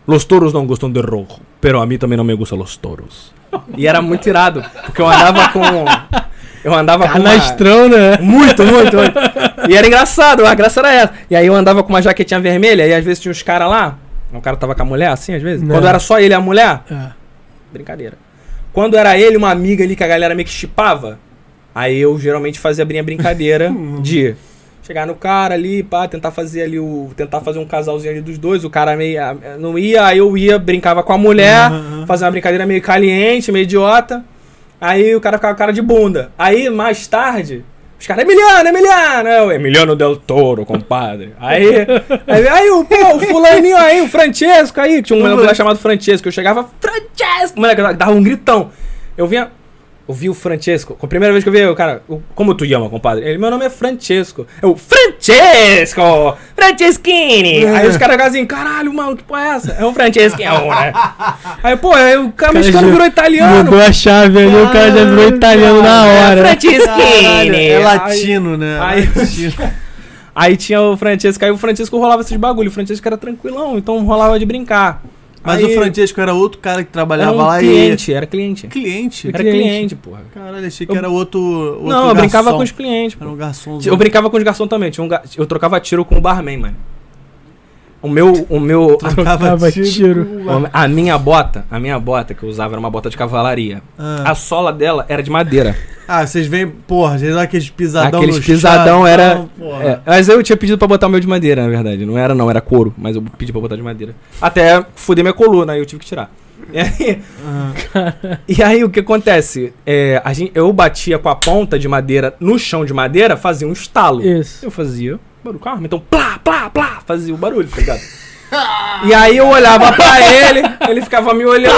S4: Los toros não gostam de rojo, pero a mim também não me gustam los toros. E era muito irado, porque eu andava com eu andava com uma...
S1: Canastrão, Tá né?
S4: muito, muito, muito. E era engraçado, a graça era essa. E aí eu andava com uma jaquetinha vermelha e às vezes tinha uns caras lá, o cara tava com a mulher assim às vezes.
S1: Não.
S4: Quando era só ele e a mulher,
S1: É.
S4: brincadeira. Quando era ele, uma amiga ali que a galera meio que chipava, aí eu geralmente fazia a minha brincadeira de
S7: Chegar no cara ali, pá, tentar fazer ali o. Tentar fazer um casalzinho ali dos dois. O cara meio. ah, Não ia, aí eu ia, brincava com a mulher, fazia uma brincadeira meio caliente, meio idiota. Aí o cara ficava com cara de bunda. Aí, mais tarde, os caras, Emiliano, Emiliano! Eu, Emiliano Del Toro, compadre. Aí, aí, aí o, pô, o fulaninho aí, o Francesco aí, tinha um moleque lá chamado Francesco. Eu chegava, Francesco! O moleque dava um gritão. Eu vinha, eu vi o Francesco. A primeira vez que eu vi, o cara, o- como tu chama, compadre? Ele, meu nome é Francesco. Eu, Francesco! Franceschini! Aí os caras ficavam assim, caralho, mano, que porra é essa?
S4: um
S7: É o Franceschini,
S4: <laughs>
S7: né? Aí, pô, aí o cara
S1: Cara,
S7: mexicano
S1: já
S7: virou italiano.
S1: Mudou a chave ali, o cara já virou italiano na
S7: É
S1: hora.
S7: Franceschini!
S2: É
S7: Aí-
S2: latino, né?
S7: Aí-
S2: Latino.
S7: <laughs> Aí tinha o Francesco, aí o Francesco rolava esses bagulho, o Francesco era tranquilão, então rolava de brincar.
S2: Mas
S7: Aí
S2: o Francesco era outro cara que
S7: era
S2: trabalhava
S7: um
S2: lá
S7: cliente, era cliente.
S2: e. Cliente?
S7: Era cliente, porra.
S2: Caralho, achei
S7: Eu-
S2: que era outro. outro
S7: não, eu brincava
S2: garçom.
S7: com os clientes.
S2: Era
S7: Porra.
S2: um garçom.
S7: Eu brincava com os garçom também, tinha um ga- eu trocava tiro com o barman, mano. O meu, o meu,
S1: Trocava tiro.
S7: a, a minha bota, a minha bota que eu usava era uma bota de cavalaria.
S2: Ah.
S7: A sola dela era de madeira.
S2: Ah, vocês veem, porra, vocês dão aqueles pisadão
S7: Aqueles
S2: no chão,
S7: pisadão era-
S2: porra.
S7: É, mas eu tinha pedido pra botar o meu de madeira, na verdade. Não era não, era couro, mas eu pedi pra botar de madeira. Até fuder minha coluna, aí eu tive que tirar. E aí,
S2: Ah,
S7: e aí o que acontece? É, a gente, eu batia com a ponta de madeira no chão de madeira, fazia um estalo.
S1: Isso.
S7: Eu fazia barulho com a arma, então plá, plá, plá, fazia o barulho, tá ligado? E aí eu olhava pra ele, ele ficava me olhando.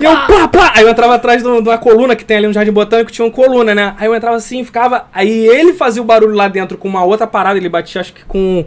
S7: E eu, plá, plá. Aí eu entrava atrás de um- de uma coluna que tem ali no Jardim Botânico, tinha uma coluna, né? Aí eu entrava assim, ficava. Aí ele fazia o barulho lá dentro com uma outra parada, ele batia, acho que com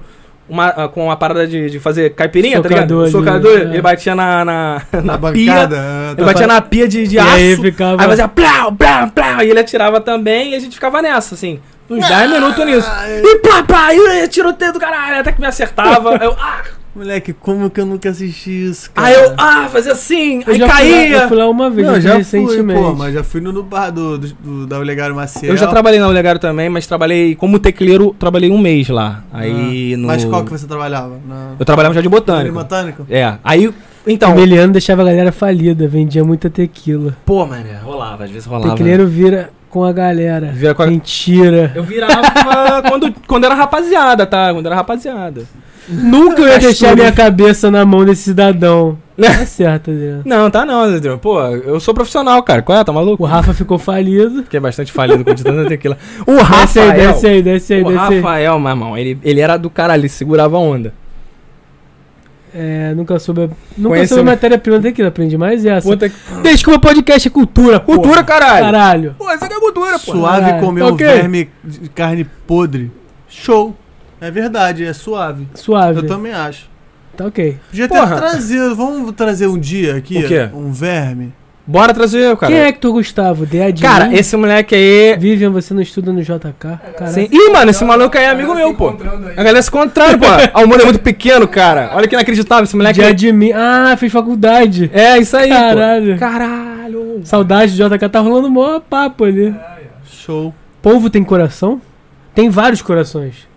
S7: uma, ah, com uma parada de, de fazer caipirinha,
S1: Socador
S7: tá ligado?
S1: ali,
S7: Socador.
S1: é.
S7: Ele batia na, na, na
S2: Na
S7: pia.
S2: bancada. ah,
S7: Ele
S2: tá-
S7: batia na pia de, de
S1: E
S7: aço.
S1: aí ficava-
S7: Aí fazia plau, plau, plau. Ah, E ele atirava também e a gente ficava nessa, assim. Uns 10 minutos nisso. E plá, plá, e tiroteio do caralho. Até que me <laughs> acertava. Eu, ah,
S2: Moleque, como que eu nunca assisti isso, cara?
S7: aí eu, ah, fazia assim.
S1: Eu
S7: aí
S1: já fui lá-
S7: caía.
S1: eu fui lá uma vez,
S2: Não, já fui,
S1: recentemente.
S2: pô, mas já fui no, no bar do, do, do, da Olegário Maciel.
S7: Eu já trabalhei na Olegário também, mas trabalhei como tecleiro, trabalhei um mês lá. Aí no.
S2: Mas qual que você trabalhava? Na...
S7: Eu trabalhava já de
S2: No
S7: botânico.
S2: botânico?
S7: É. Aí, então.
S1: Emiliano deixava a galera falida, vendia muita tequila.
S7: Pô, mano, rolava, às vezes rolava.
S4: né?
S1: Tequileiro vira com a galera.
S7: Vira com a-
S1: Mentira.
S7: Eu virava <laughs> quando, quando era rapaziada, tá? Quando era rapaziada.
S1: Nunca eu ia
S7: Castro.
S1: deixar minha cabeça na mão desse
S7: <laughs>
S1: cidadão. Tá certo, Adriano.
S7: Não, tá não, Adriano. Pô, eu sou profissional, cara. Qual é? Tá maluco?
S1: O Rafa ficou falido.
S7: Fiquei bastante falido com de tanta tequila. O
S1: Desce aí,
S7: Rafael.
S1: desce aí, desce aí,
S7: o
S1: desce aí.
S7: Rafael, meu irmão, ele, ele era do caralho, ele segurava a onda.
S1: É, nunca soube. Nunca
S7: Conhece-
S1: soube matéria-prima daquilo, aprendi mais é essa.
S7: Puta que.
S1: Desculpa, podcast é cultura, porra.
S7: Cultura, caralho!
S1: Caralho.
S7: Pô, isso aqui é cultura, pô.
S2: Suave
S1: Caralho.
S2: comeu
S1: Tá Ok.
S2: verme de carne podre. Show. É verdade, é suave.
S1: Suave.
S2: Eu também acho.
S1: Tá ok.
S2: Podia
S7: Porra.
S2: ter trazido. Vamos trazer um dia aqui
S7: O quê?
S2: um verme.
S7: Bora trazer, cara.
S1: Quem é Hector Gustavo? Dê a de
S7: Cara,
S1: mim?
S7: esse moleque aí.
S1: Vivian, você não estuda no JK? Caralho.
S7: Sim. Ih, mano, esse maluco aí é amigo meu, pô. A galera se encontrando,
S1: <laughs>
S7: pô. Ah, o mundo é muito pequeno, cara. Olha que inacreditável, esse moleque.
S1: Dia
S7: aí-
S1: de mim. Ah, fez faculdade.
S7: É, isso aí,
S1: Caralho.
S7: pô. Caralho.
S1: Saudade do JK, tá rolando mó papo ali.
S2: Show.
S1: Polvo tem coração? Tem vários corações.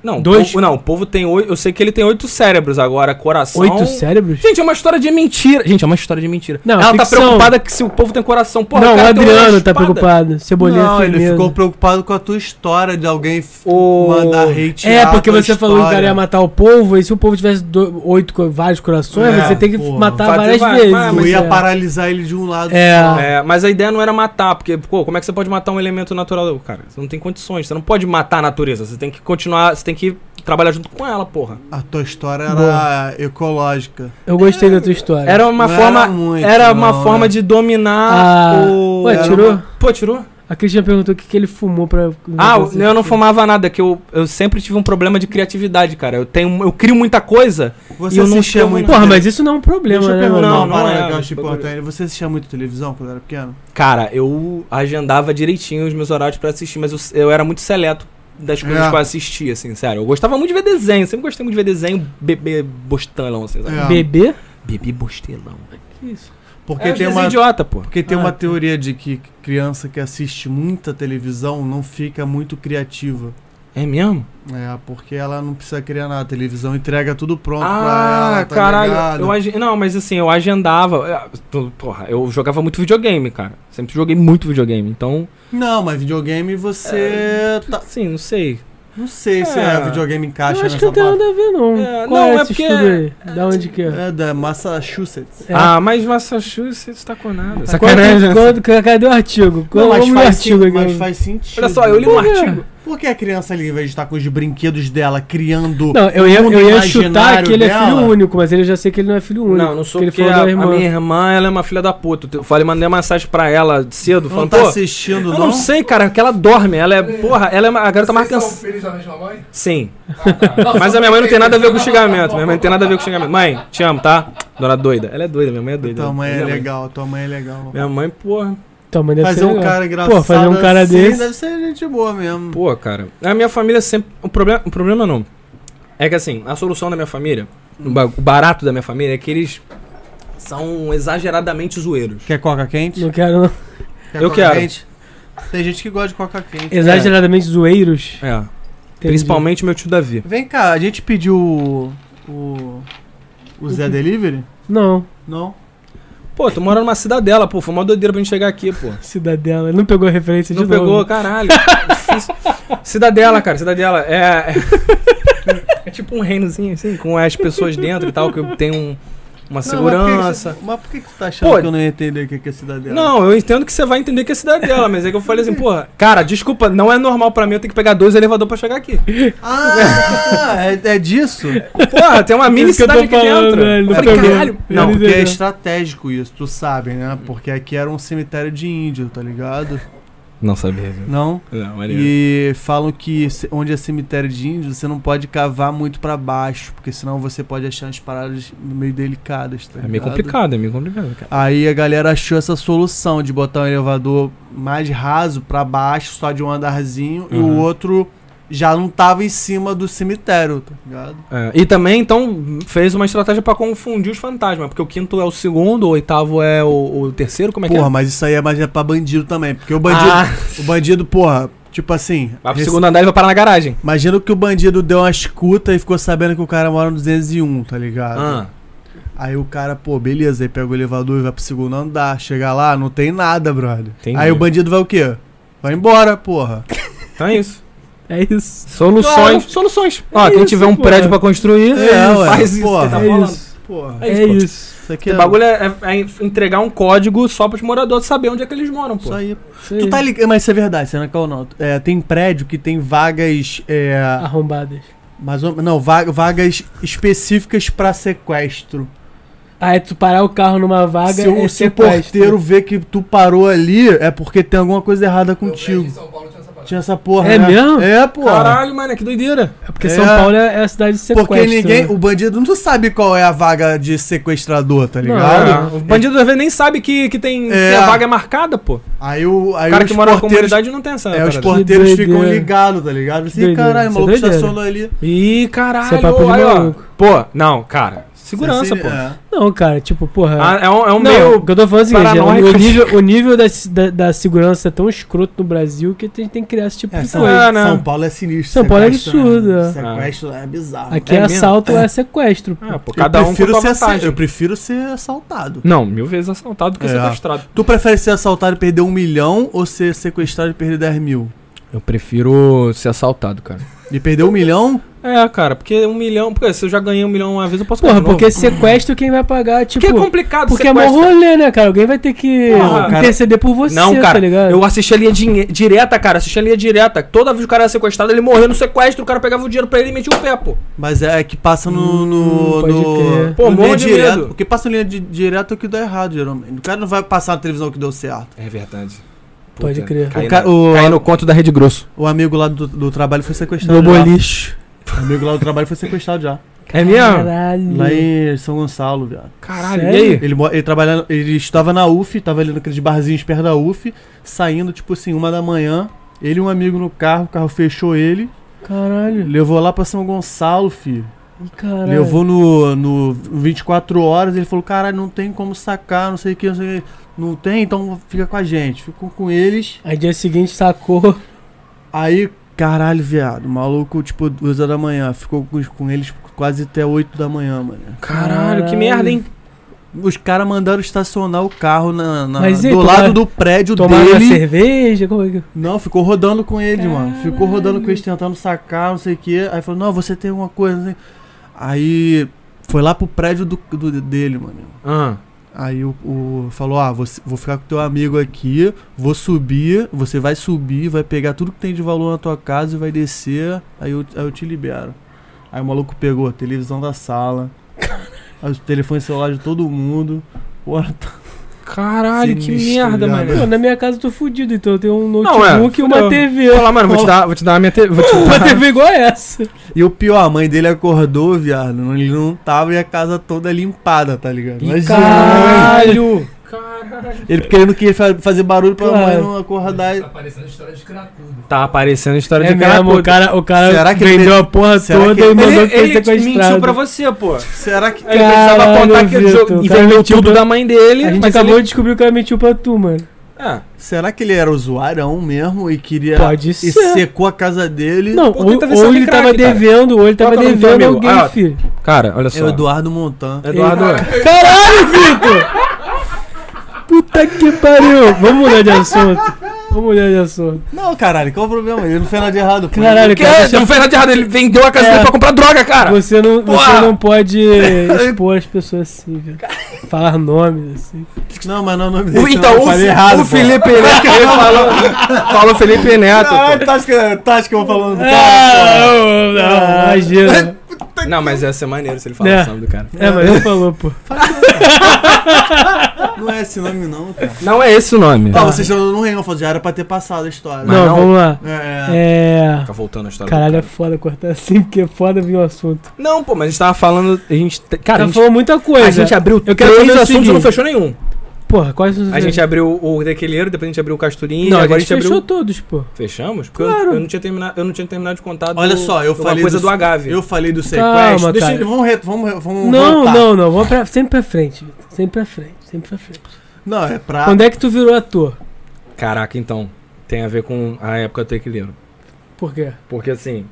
S7: Não,
S1: Dois-
S7: Povo, não, o povo tem oito. Eu sei que ele tem oito cérebros agora, coração.
S1: Oito cérebros?
S7: Gente, é uma história de mentira. Gente, é uma história de mentira.
S1: Não,
S7: Ela tá
S1: ficção.
S7: preocupada que se o povo tem coração, porra.
S1: não, o
S7: cara tem uma
S1: Adriano tá
S7: espada.
S1: preocupado. Cebolinha
S2: Não, ele
S1: firmeza.
S2: ficou preocupado com a tua história de alguém f-
S7: Ô,
S2: mandar hate.
S1: É,
S2: à
S1: porque
S2: tua
S1: você falou que o cara ia
S2: história.
S1: matar o povo, e se o povo tivesse do- oito, co- vários corações,
S2: É,
S1: você tem que
S2: porra.
S1: matar
S7: Fazer
S1: várias
S7: vários,
S1: vezes.
S7: mas-
S2: Tu ia
S1: É.
S2: paralisar ele de um lado
S1: É.
S2: só.
S7: É, mas a ideia não era matar, porque, pô, como é que você pode matar um elemento natural? Cara, você não tem condições, você não pode matar a natureza, você tem que continuar, você tem que trabalhar junto com ela, porra.
S2: A tua história era
S1: Boa.
S2: ecológica.
S1: Eu gostei da tua história.
S7: Era uma
S2: É. Não era
S7: forma. Era,
S2: muito,
S7: uma
S2: não,
S7: forma
S2: né?
S7: de dominar
S1: Ah,
S7: o.
S1: ué,
S7: era
S1: tirou?
S7: uma- Pô, tirou?
S1: A Cristina perguntou o que, que ele fumou pra.
S7: Ah, eu, eu não fumava nada, que eu, eu sempre tive um problema de criatividade, cara. Eu tenho. Eu crio muita coisa. E
S2: Você
S7: eu não
S2: assistia
S7: chamo
S2: muito.
S1: Porra,
S2: tele-
S1: mas isso não é um problema,
S2: Deixa eu
S1: né,
S2: perguntar
S1: mano?
S7: Não,
S2: uma
S7: não
S2: parada
S7: é,
S2: que eu acho
S7: esse bagulho.
S2: importante. Você assistia muito televisão quando era pequeno?
S7: Cara, eu agendava direitinho os meus horários pra assistir, mas eu, eu era muito seleto das coisas
S2: É.
S7: que eu assistia, assim, sério. Eu gostava muito de ver desenho, sempre gostei muito de ver desenho bebê bostelão, assim, sabe?
S2: É.
S1: Bebê?
S7: Bebê bostelão.
S1: Que isso?
S2: Porque
S7: Porque é
S2: tem uma
S7: idiota, pô.
S2: porque tem
S1: Ah,
S2: uma
S1: tá.
S2: teoria de que criança que assiste muita televisão não fica muito criativa.
S7: É mesmo?
S2: É, porque ela não precisa criar nada. A televisão entrega tudo pronto pra
S7: ah,
S2: ela. Tá
S7: caralho.
S2: ligado?
S7: Eu ag- Não, mas assim, eu agendava. eu- Porra, eu jogava muito videogame, cara. Sempre joguei muito videogame, então.
S2: Não, mas videogame você. tá-
S7: Sim, não sei.
S2: Não sei se
S4: É.
S2: é videogame encaixa
S1: Eu acho
S2: nessa
S1: que não tem
S2: parte.
S1: nada a ver, não.
S4: É,
S1: Qual
S4: não,
S1: é
S4: é
S1: esse
S4: porque-
S1: estudo aí? Da onde que é?
S2: É da Massachusetts.
S1: É.
S4: Ah, né? mas Massachusetts tá com nada.
S1: Sacanagem.
S8: né?
S1: Quando, quando- cadê o artigo? Qual
S2: Não,
S1: o
S2: mas,
S1: nome do
S2: faz
S1: artigo
S2: sentido,
S1: aqui? É.
S2: mas faz sentido.
S4: Olha só, eu li um
S1: Por quê?
S4: artigo.
S2: Por que a criança ali, em vez de estar com os brinquedos dela,
S4: Tipo,
S2: criando.
S1: Não, eu ia,
S2: o mundo
S1: eu ia chutar
S2: imaginário
S1: que ele é
S2: dela?
S1: filho único, mas ele já sei que ele não é filho único.
S4: Não, não sou
S1: que ele
S4: porque
S1: falou
S4: a,
S1: da
S4: a
S1: irmã.
S4: minha irmã, ela é uma filha da puta. Eu falei, mandei uma mensagem pra ela cedo,
S2: Não
S4: falando,
S2: tá
S4: pô,
S2: assistindo,
S4: eu
S2: não?
S4: não sei, cara, porque ela dorme. Ela é, porra, ela é uma- a garota mais
S8: Vocês são
S4: cansada.
S8: filhos da mesma mãe? Ah, tá.
S4: Sim. Mas a minha mãe não tem nada a ver com xingamento. Minha mãe não tem nada a ver com xingamento. Mãe, te amo, tá? Dona doida. Ela é doida, minha mãe é doida.
S2: Tua mãe é
S4: Minha
S2: legal, tua mãe é legal.
S4: Minha mãe, porra.
S1: Tua mãe deve
S2: Fazer
S1: ser
S2: um
S1: legal.
S2: cara engraçado.
S1: Pô, fazer um cara
S2: assim,
S1: desse.
S2: Deve ser gente boa mesmo.
S4: Pô, cara. A minha família sempre. O problema, o problema não. É que assim, a solução da minha família, o ba- o barato da minha família, é que eles são exageradamente zoeiros.
S2: Quer coca quente?
S1: Não
S4: <laughs>
S1: quero,
S4: É.
S1: não.
S4: Eu quero.
S2: quente? Tem gente que gosta de coca quente.
S1: Exageradamente zoeiros.
S4: É.
S1: Entendi.
S4: Principalmente meu tio Davi.
S2: Vem cá, a gente pediu o. O, o Zé Delivery?
S1: Não,
S2: Não?
S4: Pô, tu mora numa cidadela, pô. Foi uma doideira pra gente chegar aqui, pô.
S1: cidadela. Não pegou a referência
S4: Não
S1: de novo.
S4: pegou, caralho. Difícil. Cidadela, cara, cidadela. É, é, <laughs> é tipo um reinozinho, assim, com as pessoas dentro e tal, que tem um- uma segurança.
S2: Não, mas por que, que você- mas por que que tu tá achando
S4: Pô,
S2: que eu não ia entender o que que é cidadela?
S4: Não, eu entendo que você vai entender que é cidadela, mas é que eu falei assim, porra, cara, desculpa, não é normal pra mim eu ter que pegar dois elevadores pra chegar aqui.
S2: Ah, é, é disso?
S1: <laughs>
S4: Porra, <laughs> tem uma mini
S1: É isso que eu tô
S4: cidade aqui
S1: falando,
S4: dentro.
S1: velho,
S4: Eu
S1: não
S4: falei,
S1: pegou.
S4: caralho.
S1: Eu
S2: Não,
S1: não
S2: porque é
S1: entendi.
S2: estratégico isso, tu sabe, né? Porque aqui era um cemitério de índio, tá ligado?
S4: Não sabia.
S2: Não?
S4: Não, é
S2: E falam que se- onde é cemitério de índio, você não pode cavar muito pra baixo, porque senão você pode achar umas paradas meio delicadas, tá
S4: É meio
S2: ligado?
S4: complicado, é meio complicado, cara.
S2: Aí a galera achou essa solução de botar um elevador mais raso pra baixo, só de um andarzinho, e o
S4: Uhum.
S2: outro já não tava em cima do cemitério, tá ligado?
S4: É, e também, então, fez uma estratégia pra confundir os fantasmas, porque o quinto é o segundo, o oitavo é o, o terceiro, como é
S2: Porra, mas isso aí é mais é pra bandido também, porque o
S4: que é?
S2: bandido,
S4: Ah,
S2: o bandido, porra, tipo assim,
S4: vai pro
S2: rece-
S4: segundo andar e vai parar na garagem.
S2: imagina que o bandido deu uma escuta e ficou sabendo que o cara mora no 201, tá ligado?
S7: Ah.
S4: Ah.
S2: Aí o cara, pô, beleza, aí pega o elevador e vai pro segundo andar, chega lá, não tem nada, brother.
S4: Entendi.
S2: Aí o bandido vai o quê? Vai embora,
S4: <laughs>
S2: porra.
S4: Então é isso.
S1: É isso.
S4: Soluções. soluções. Ó,
S1: É
S4: quem
S1: isso,
S4: tiver um
S1: pô.
S4: prédio pra construir,
S2: É, ué,
S4: faz isso.
S2: porra.
S4: que tá
S1: é
S4: falando.
S1: isso.
S2: Porra.
S1: É
S4: É isso, pô.
S1: isso.
S2: Isso aqui
S4: Esse
S2: é
S4: bagulho é, é- é entregar um código só pros moradores saber onde é que eles moram, pô.
S2: Isso aí.
S1: Isso aí.
S2: Tu tá ligado? Mas isso é verdade, você não é cal- não. É, tem prédio que tem vagas. É,
S1: Arrombadas.
S2: mais ou- não, va- vagas específicas pra sequestro.
S1: Ah, é tu parar o carro numa vaga
S2: se o
S1: é
S2: se o
S1: sequestro.
S2: porteiro vê que tu parou ali, é porque tem alguma coisa errada
S8: Meu prédio em
S2: contigo.
S8: São Paulo tinha essa parada.
S2: Tinha essa porra.
S1: É
S2: né?
S1: mesmo?
S2: É, porra.
S4: Caralho, mano, que doideira.
S1: É porque São
S2: É.
S1: Paulo é é a cidade de sequestro.
S2: Porque ninguém.
S1: né?
S2: O bandido não sabe qual é a vaga de sequestrador, tá
S1: Não,
S2: ligado?
S1: é.
S4: Ah, o bandido às vezes nem sabe que, que, tem,
S2: É.
S4: que a vaga é marcada, pô.
S2: Aí o. Aí
S4: o cara
S2: os
S4: que mora na
S2: porteiros-
S4: comunidade não tem essa.
S2: É, os
S4: parada.
S2: porteiros
S1: Que
S2: ficam
S1: doideira.
S2: ligados, tá ligado? Assim,
S1: doideira.
S2: caralho, o
S1: Isso é
S2: maluco
S1: doideira.
S2: estacionou ali.
S4: Ih,
S1: Isso é
S4: caralho.
S1: papo de
S4: aí, ó.
S1: maluco.
S4: Pô, não, cara. Segurança,
S2: Assim,
S4: pô.
S2: é.
S1: Não, cara, tipo, porra.
S4: Ah, é um, é um
S1: não,
S4: meio.
S1: o que eu tô falando é o seguinte, é,
S4: paranoico.
S1: o nível, o nível da, da, da segurança é tão escroto no Brasil que a gente tem que criar esse tipo
S2: É,
S1: de
S2: São,
S1: coisa.
S4: é, né?
S2: São Paulo é sinistro.
S1: São Paulo é
S2: sequestro,
S1: absurdo,
S2: né?
S1: é.
S2: Sequestro é bizarro.
S1: Aqui
S4: é mesmo?
S1: assalto é sequestro. pô.
S4: Ah, pô,
S2: Eu
S4: cada um com a
S2: prefiro
S4: sua
S2: ser assa-
S4: vantagem.
S2: Eu prefiro ser assaltado.
S4: Não, mil vezes assaltado do que
S2: É.
S4: sequestrado.
S2: Tu prefere ser assaltado e perder um milhão ou ser sequestrado e perder 10 mil?
S4: Eu prefiro ser assaltado, cara.
S2: E perder um milhão?
S4: É, cara, porque um milhão. Porque se eu já ganhei um milhão uma vez, eu posso
S1: Porra,
S4: ganhar de novo.
S1: porque sequestro quem vai pagar, tipo.
S4: Porque é complicado,
S1: Porque é mó
S4: sequestro.
S1: rolê, né, cara? Alguém vai ter que
S4: Porra, cara.
S1: interceder por você,
S4: Não,
S1: tá
S4: cara,
S1: ligado?
S4: eu assisti a linha dinhe- direta, cara, assisti a linha direta. Toda vez que o cara era sequestrado, ele morreu no sequestro, o cara pegava o dinheiro pra ele e metia o pé, pô.
S2: Mas é que passa no. no,
S1: Hum, pode
S2: no-
S1: crer.
S2: no
S4: Pô, morro
S2: linha
S4: de
S2: direta.
S4: medo.
S2: O que passa na linha de, direta é o que dá errado, geralmente. O cara não vai passar na televisão que deu certo.
S4: É verdade.
S1: Pode crer.
S4: Cai,
S2: O ca-
S4: na-
S2: o-
S4: cai no conto da Rede Grosso.
S2: O amigo lá do, do trabalho foi sequestrado.
S1: Globo
S2: já.
S1: lixo.
S2: O amigo lá do trabalho foi sequestrado já.
S4: É mesmo?
S1: Caralho.
S2: Lá em São Gonçalo, viado.
S4: Caralho,
S1: Sério?
S4: e aí?
S2: Ele, mo- ele trabalha, ele estava na UF, estava ali naqueles barzinhos perto da UF, saindo tipo assim, uma da manhã. Ele e um amigo no carro, o carro fechou ele,
S1: Caralho.
S2: levou lá pra São Gonçalo, filho.
S1: Ih, Caralho.
S2: Levou no, no 24 horas, ele falou, caralho, não tem como sacar, não sei o que, não sei o que. Não tem, então fica com a gente. Ficou com eles.
S1: Aí dia seguinte sacou.
S2: Aí, caralho, viado, o maluco, tipo, 2 horas da manhã. Ficou com, com eles quase até 8 da manhã, mano.
S4: Caralho, que merda, hein?
S2: Os caras mandaram estacionar o carro na, na-
S1: Mas e aí,
S2: do
S1: tomaram-
S2: lado do prédio
S1: Tomar uma
S2: dele.
S1: cerveja, como é que...
S2: Não, ficou rodando com ele, mano. Ficou rodando com ele, tentando sacar, não sei o quê. Aí falou, não, você tem alguma coisa, né? Aí foi lá pro prédio do, do- dele, mano.
S4: Aham.
S2: Aí o, o- falou, ah, você, vou ficar com teu amigo aqui, vou subir, você vai subir, vai pegar tudo que tem de valor na tua casa e vai descer, aí eu, aí eu te libero. Aí o maluco pegou a televisão da sala, aí o telefone celular de todo mundo. Porra, tá-
S4: Caralho, que
S2: Sinistro,
S4: merda,
S2: né,
S4: mano.
S1: Pô, na minha casa eu tô fudido, então. Eu tenho um
S4: Não, é,
S1: notebook e uma
S4: fudeu.
S1: TV.
S4: Fala, mano, vou te dar, vou te dar a minha TV. Vou te
S1: Uma
S4: dar...
S1: TV igual essa.
S2: E o pior, a mãe dele acordou, viado, ele não tava e a casa toda limpada, tá ligado? Imagina,
S1: Caralho!
S2: ele querendo que ia fa- fazer barulho pra
S1: Claro.
S2: mãe não acordar.
S6: Tá parecendo história de cracudo.
S4: Tá aparecendo a história
S1: É
S4: de
S1: mesmo,
S4: cracudo.
S1: o cara, o cara
S2: Será que ele
S1: vendeu a porra
S2: será
S1: toda
S2: que
S1: e
S2: ele-
S1: mandou que ele
S4: Ele, ele mentiu
S1: sequestrado.
S4: pra você, pô. Ele
S2: Será que...
S4: precisava
S1: Caralho,
S4: apontar que ele
S1: Vitor,
S4: jogou-
S1: o
S4: e
S1: cara
S4: vendeu
S1: mentiu
S4: tudo
S1: pra-
S4: da mãe dele.
S1: A gente
S4: mas
S1: acabou
S4: ele-
S1: de descobrir que ela mentiu pra tu, mano.
S4: Ah,
S2: Será que ele era usuário mesmo e queria.
S1: Pode
S2: E
S1: ser.
S2: secou a casa dele.
S1: Não,
S4: Pô,
S1: ou,
S4: quem tá
S1: ou
S4: viciado em
S1: ele
S4: crack,
S1: tava
S4: cara?
S1: devendo, ou ele tava
S4: Qual que é o nome do
S1: devendo
S4: amigo?
S1: alguém,
S4: Ah,
S1: filho.
S4: cara, olha
S2: É
S4: só.
S2: o Eduardo Montan.
S4: Eduardo.
S1: Caralho, Vitor! Puta que pariu! Vamos mudar de assunto. Vamos mudar de assunto.
S2: Não, caralho, qual o problema? Ele não fez nada de errado. pô.
S1: Caralho,
S4: Que?
S1: cara,
S4: Não fez nada de errado, ele vendeu a casa
S1: É.
S4: dele pra comprar droga, cara.
S1: você não, você
S4: Porra!
S1: não pode expor as pessoas assim, velho. Falar nomes assim.
S2: Não, mas não é o nome
S4: O-
S2: dele.
S4: então,
S2: não, eu
S4: o,
S2: falei
S4: Fi-
S2: errado,
S4: o
S2: pô.
S4: Felipe Neto, ele falou, falou Felipe Neto.
S2: Caralho, é tática, tática eu falando do
S1: Ah,
S2: cara.
S1: não, não, Ah, imagina.
S4: pô. Não, mas ia ser maneiro se ele
S1: É.
S4: falasse o nome do cara.
S1: É, mas ele falou, pô.
S2: pô. Não é esse nome, não, cara.
S4: Não é esse o nome.
S2: Tá, vocês estão no reino, já era pra ter passado a história.
S4: Mas
S1: Não,
S4: não-
S1: vamos lá.
S2: É.
S1: É.
S4: Tá voltando a história. do
S1: Caralho, é
S4: cara.
S1: foda cortar assim, porque é foda vir o assunto.
S4: Não, pô, mas a gente tava falando. A gente. te- Cara, a
S1: Já
S4: gente,
S1: falou muita Tá coisa.
S4: a gente abriu
S1: Eu quero
S4: três
S1: saber o
S4: assuntos e não
S1: seguinte.
S4: fechou nenhum.
S1: Porra, quais são os
S4: A gente abriu o Dequilheiro, depois a gente abriu o Casturinho.
S1: Não,
S4: e
S1: a
S4: agora
S1: gente fechou
S4: abriu.
S1: todos, pô.
S4: Fechamos? Porque eu-
S1: Claro.
S4: eu, não tinha terminado, eu não tinha terminado de contar. é do-
S2: Olha só, eu
S4: uma
S2: falei.
S4: coisa do, Agave.
S2: Eu falei do
S1: Calma,
S2: sequestro.
S1: cara.
S2: Deixa, vamos, re, vamos, re- vamos
S1: Não,
S2: voltar.
S1: não, não. Vamos pra, sempre pra frente, Vitor. Sempre pra frente, sempre pra frente.
S2: Não, é pra.
S1: Quando é que tu virou ator?
S4: Caraca, então. Tem a ver com a época do Tequileiro.
S1: Por quê?
S4: Porque assim.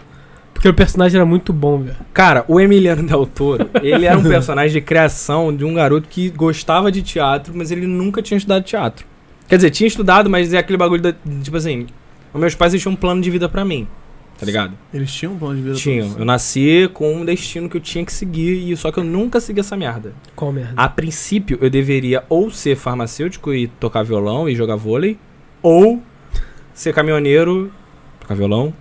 S1: Porque o personagem era muito bom, velho.
S4: Cara, o Emiliano Del Toro, ele
S1: <laughs>
S4: era um personagem de criação de um garoto que gostava de teatro, mas ele nunca tinha estudado teatro. Quer dizer, tinha estudado, mas é aquele bagulho da. Tipo assim, os meus pais tinham um plano de vida pra mim. Tá ligado?
S2: Eles tinham um plano de vida pra
S4: Tinham.
S2: você?
S4: Eu nasci com um destino que eu tinha que seguir, e só que eu nunca segui essa merda.
S1: Qual merda?
S4: A princípio, eu deveria ou ser farmacêutico e tocar violão e jogar vôlei, ou ser caminhoneiro, tocar violão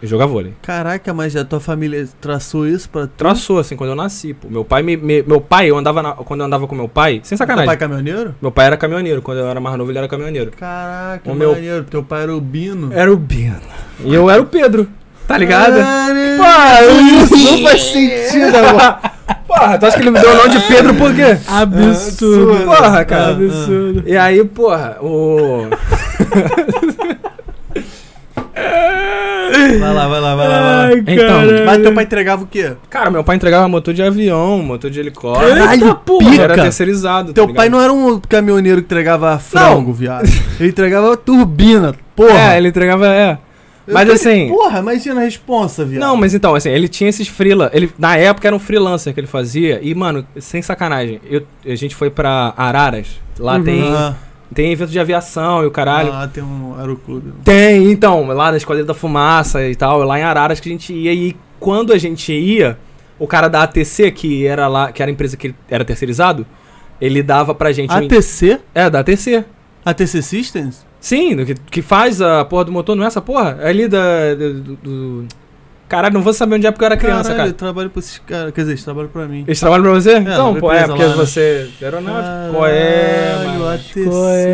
S4: e jogar vôlei.
S2: Caraca, mas a tua família traçou isso pra tu?
S4: Traçou, assim, quando eu nasci, pô. Meu pai, me, me- meu pai, eu andava na- quando eu andava com meu pai, sem
S2: Teu
S4: sacanagem.
S2: pai é caminhoneiro?
S4: Meu pai era caminhoneiro, quando eu era mais novo ele era caminhoneiro.
S2: Caraca,
S4: O meu-
S2: maneiro. Teu pai era o Bino.
S4: Era o Bino. E eu era o Pedro, tá ligado?
S2: Caralho.
S4: Pô,
S2: Isso não faz sentido
S4: é um
S2: agora.
S4: porra, tu acha que ele me deu o nome de Pedro por quê?
S1: Absurdo. Ah,
S4: Porra,
S2: Ah.
S4: cara.
S1: Absurdo.
S4: E aí, porra, o.
S2: Vai lá, vai lá, vai lá, vai lá.
S1: Ai,
S4: Então,
S1: caralho.
S2: Mas teu pai entregava o quê?
S4: Cara, meu pai entregava motor de avião, motor de helicóptero.
S2: Caralho,
S4: porra! Era
S2: pica.
S4: terceirizado. tá
S2: Teu pai não era um caminhoneiro que entregava frango, viado. Ele
S4: <laughs>
S2: entregava turbina, porra.
S4: É, ele entregava. É.
S2: Eu
S4: Mas
S2: falei,
S4: assim.
S2: Porra, imagina a responsa, viado.
S4: Não, mas então, assim, ele tinha esses freela. Ele, na época era um freelancer que ele fazia. E, mano, sem sacanagem, eu, a gente foi pra Araras. Lá
S1: Uhum.
S4: tem,
S2: Ah,
S4: tem evento de aviação e o caralho.
S2: ah, tem um aeroclube.
S4: Tem, então, lá na Esquadrilha da Fumaça e tal, lá em Araras que a gente ia e quando a gente ia, o cara da ATC, que era lá, que era a empresa que ele era terceirizado, ele dava pra gente. um-
S2: ATC?
S4: É, da ATC.
S2: ATC Systems?
S4: Sim, do que, que faz a porra do motor, não é essa porra? É ali da. Do, do- do- Caralho, não vou saber onde é porque eu era criança,
S2: Caralho,
S4: cara.
S2: eu trabalho pra esses caras. Quer dizer, eles trabalham pra mim.
S4: Eles trabalham pra você?
S2: na
S4: então, pô, é,
S2: empresa
S4: porque
S2: lá, né?
S4: você. é Aeronáutico. Qual é,
S2: Caralho,
S4: mano?
S2: ATC,
S1: Qual é,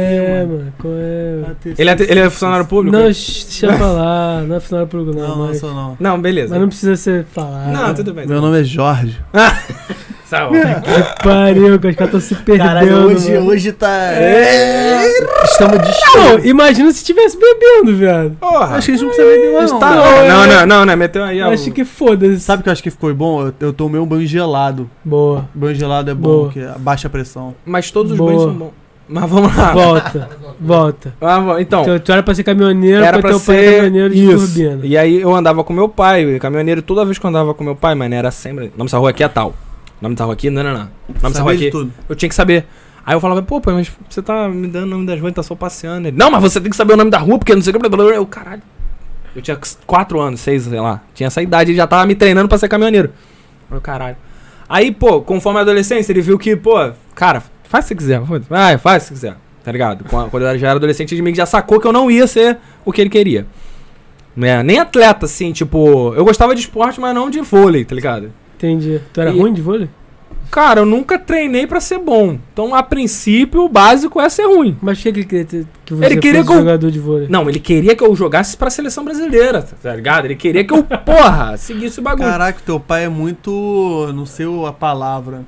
S2: mano. Ah,
S1: mano? Qual é?
S2: ATC
S4: Ele é, ele é funcionário público?
S1: Não, sh- deixa eu falar. Não é funcionário público, não.
S2: Não, não
S1: mas,
S2: sou não.
S4: Não, beleza.
S1: mas não precisa ser falado.
S4: Não, tudo bem.
S2: Meu nome é Jorge.
S4: Tá bom.
S1: Pariu, que os caras estão se perdendo. mano.
S2: hoje tá.
S1: Estamos de show. Imagina se tivesse bebendo, viado.
S4: Porra.
S2: Acho que a gente não precisa vender mais, não.
S4: Tá, não, não, não, não, meteu aí,
S1: Eu
S4: ó.
S1: acho que foda-se.
S2: Sabe o que eu acho que ficou bom? Eu, eu tomei um banho gelado.
S1: Boa.
S2: Banho gelado é bom,
S1: Boa.
S2: porque abaixa a pressão.
S4: Mas todos os
S1: Boa.
S4: banhos são bons. Mas vamos lá.
S1: Volta, volta.
S4: Ah, bom, então,
S1: Então, tu era pra ser caminhoneiro,
S4: era pra
S1: teu pai
S4: ser
S1: caminhoneiro de
S4: isso.
S1: turbina.
S4: E aí eu andava com meu pai, o caminhoneiro, toda vez que eu andava com meu pai, mano, era sempre... Nossa, rua aqui é tal. Nome dessa rua aqui, não, não, não. Nome dessa rua
S3: Saber de
S4: aqui.
S3: tudo.
S4: Eu tinha que saber. Aí eu falava, pô, pai, mas você tá me dando o nome das ruas, tá só passeando. Ele, não, mas você tem que saber o nome da rua, porque não sei o que. blá, blá, blá." Eu, caralho. Eu tinha 4 anos, 6, sei lá. Tinha essa idade, ele já tava me treinando pra ser caminhoneiro. Eu, caralho. Aí, pô, conforme a adolescência, ele viu que, pô, cara, faz se quiser, foda-se. vai, faz se quiser, tá ligado? Quando quando eu já era adolescente, ele meio que já sacou que eu não ia ser o que ele queria. Né? Nem atleta, assim, tipo, eu gostava de esporte, mas não de vôlei, tá ligado?
S1: Entendi. Tu era
S4: E-
S1: ruim de vôlei?
S4: Cara, eu nunca treinei pra ser bom. Então, a princípio, o básico é ser ruim.
S1: Mas o que que ele queria ter- que você
S4: Ele queria
S1: fosse
S4: que eu-
S1: jogador de vôlei?
S4: Não, ele queria que eu jogasse pra seleção brasileira, tá ligado? Ele queria que eu, porra, seguisse o bagulho.
S3: Caraca, teu pai é muito. Não sei a palavra.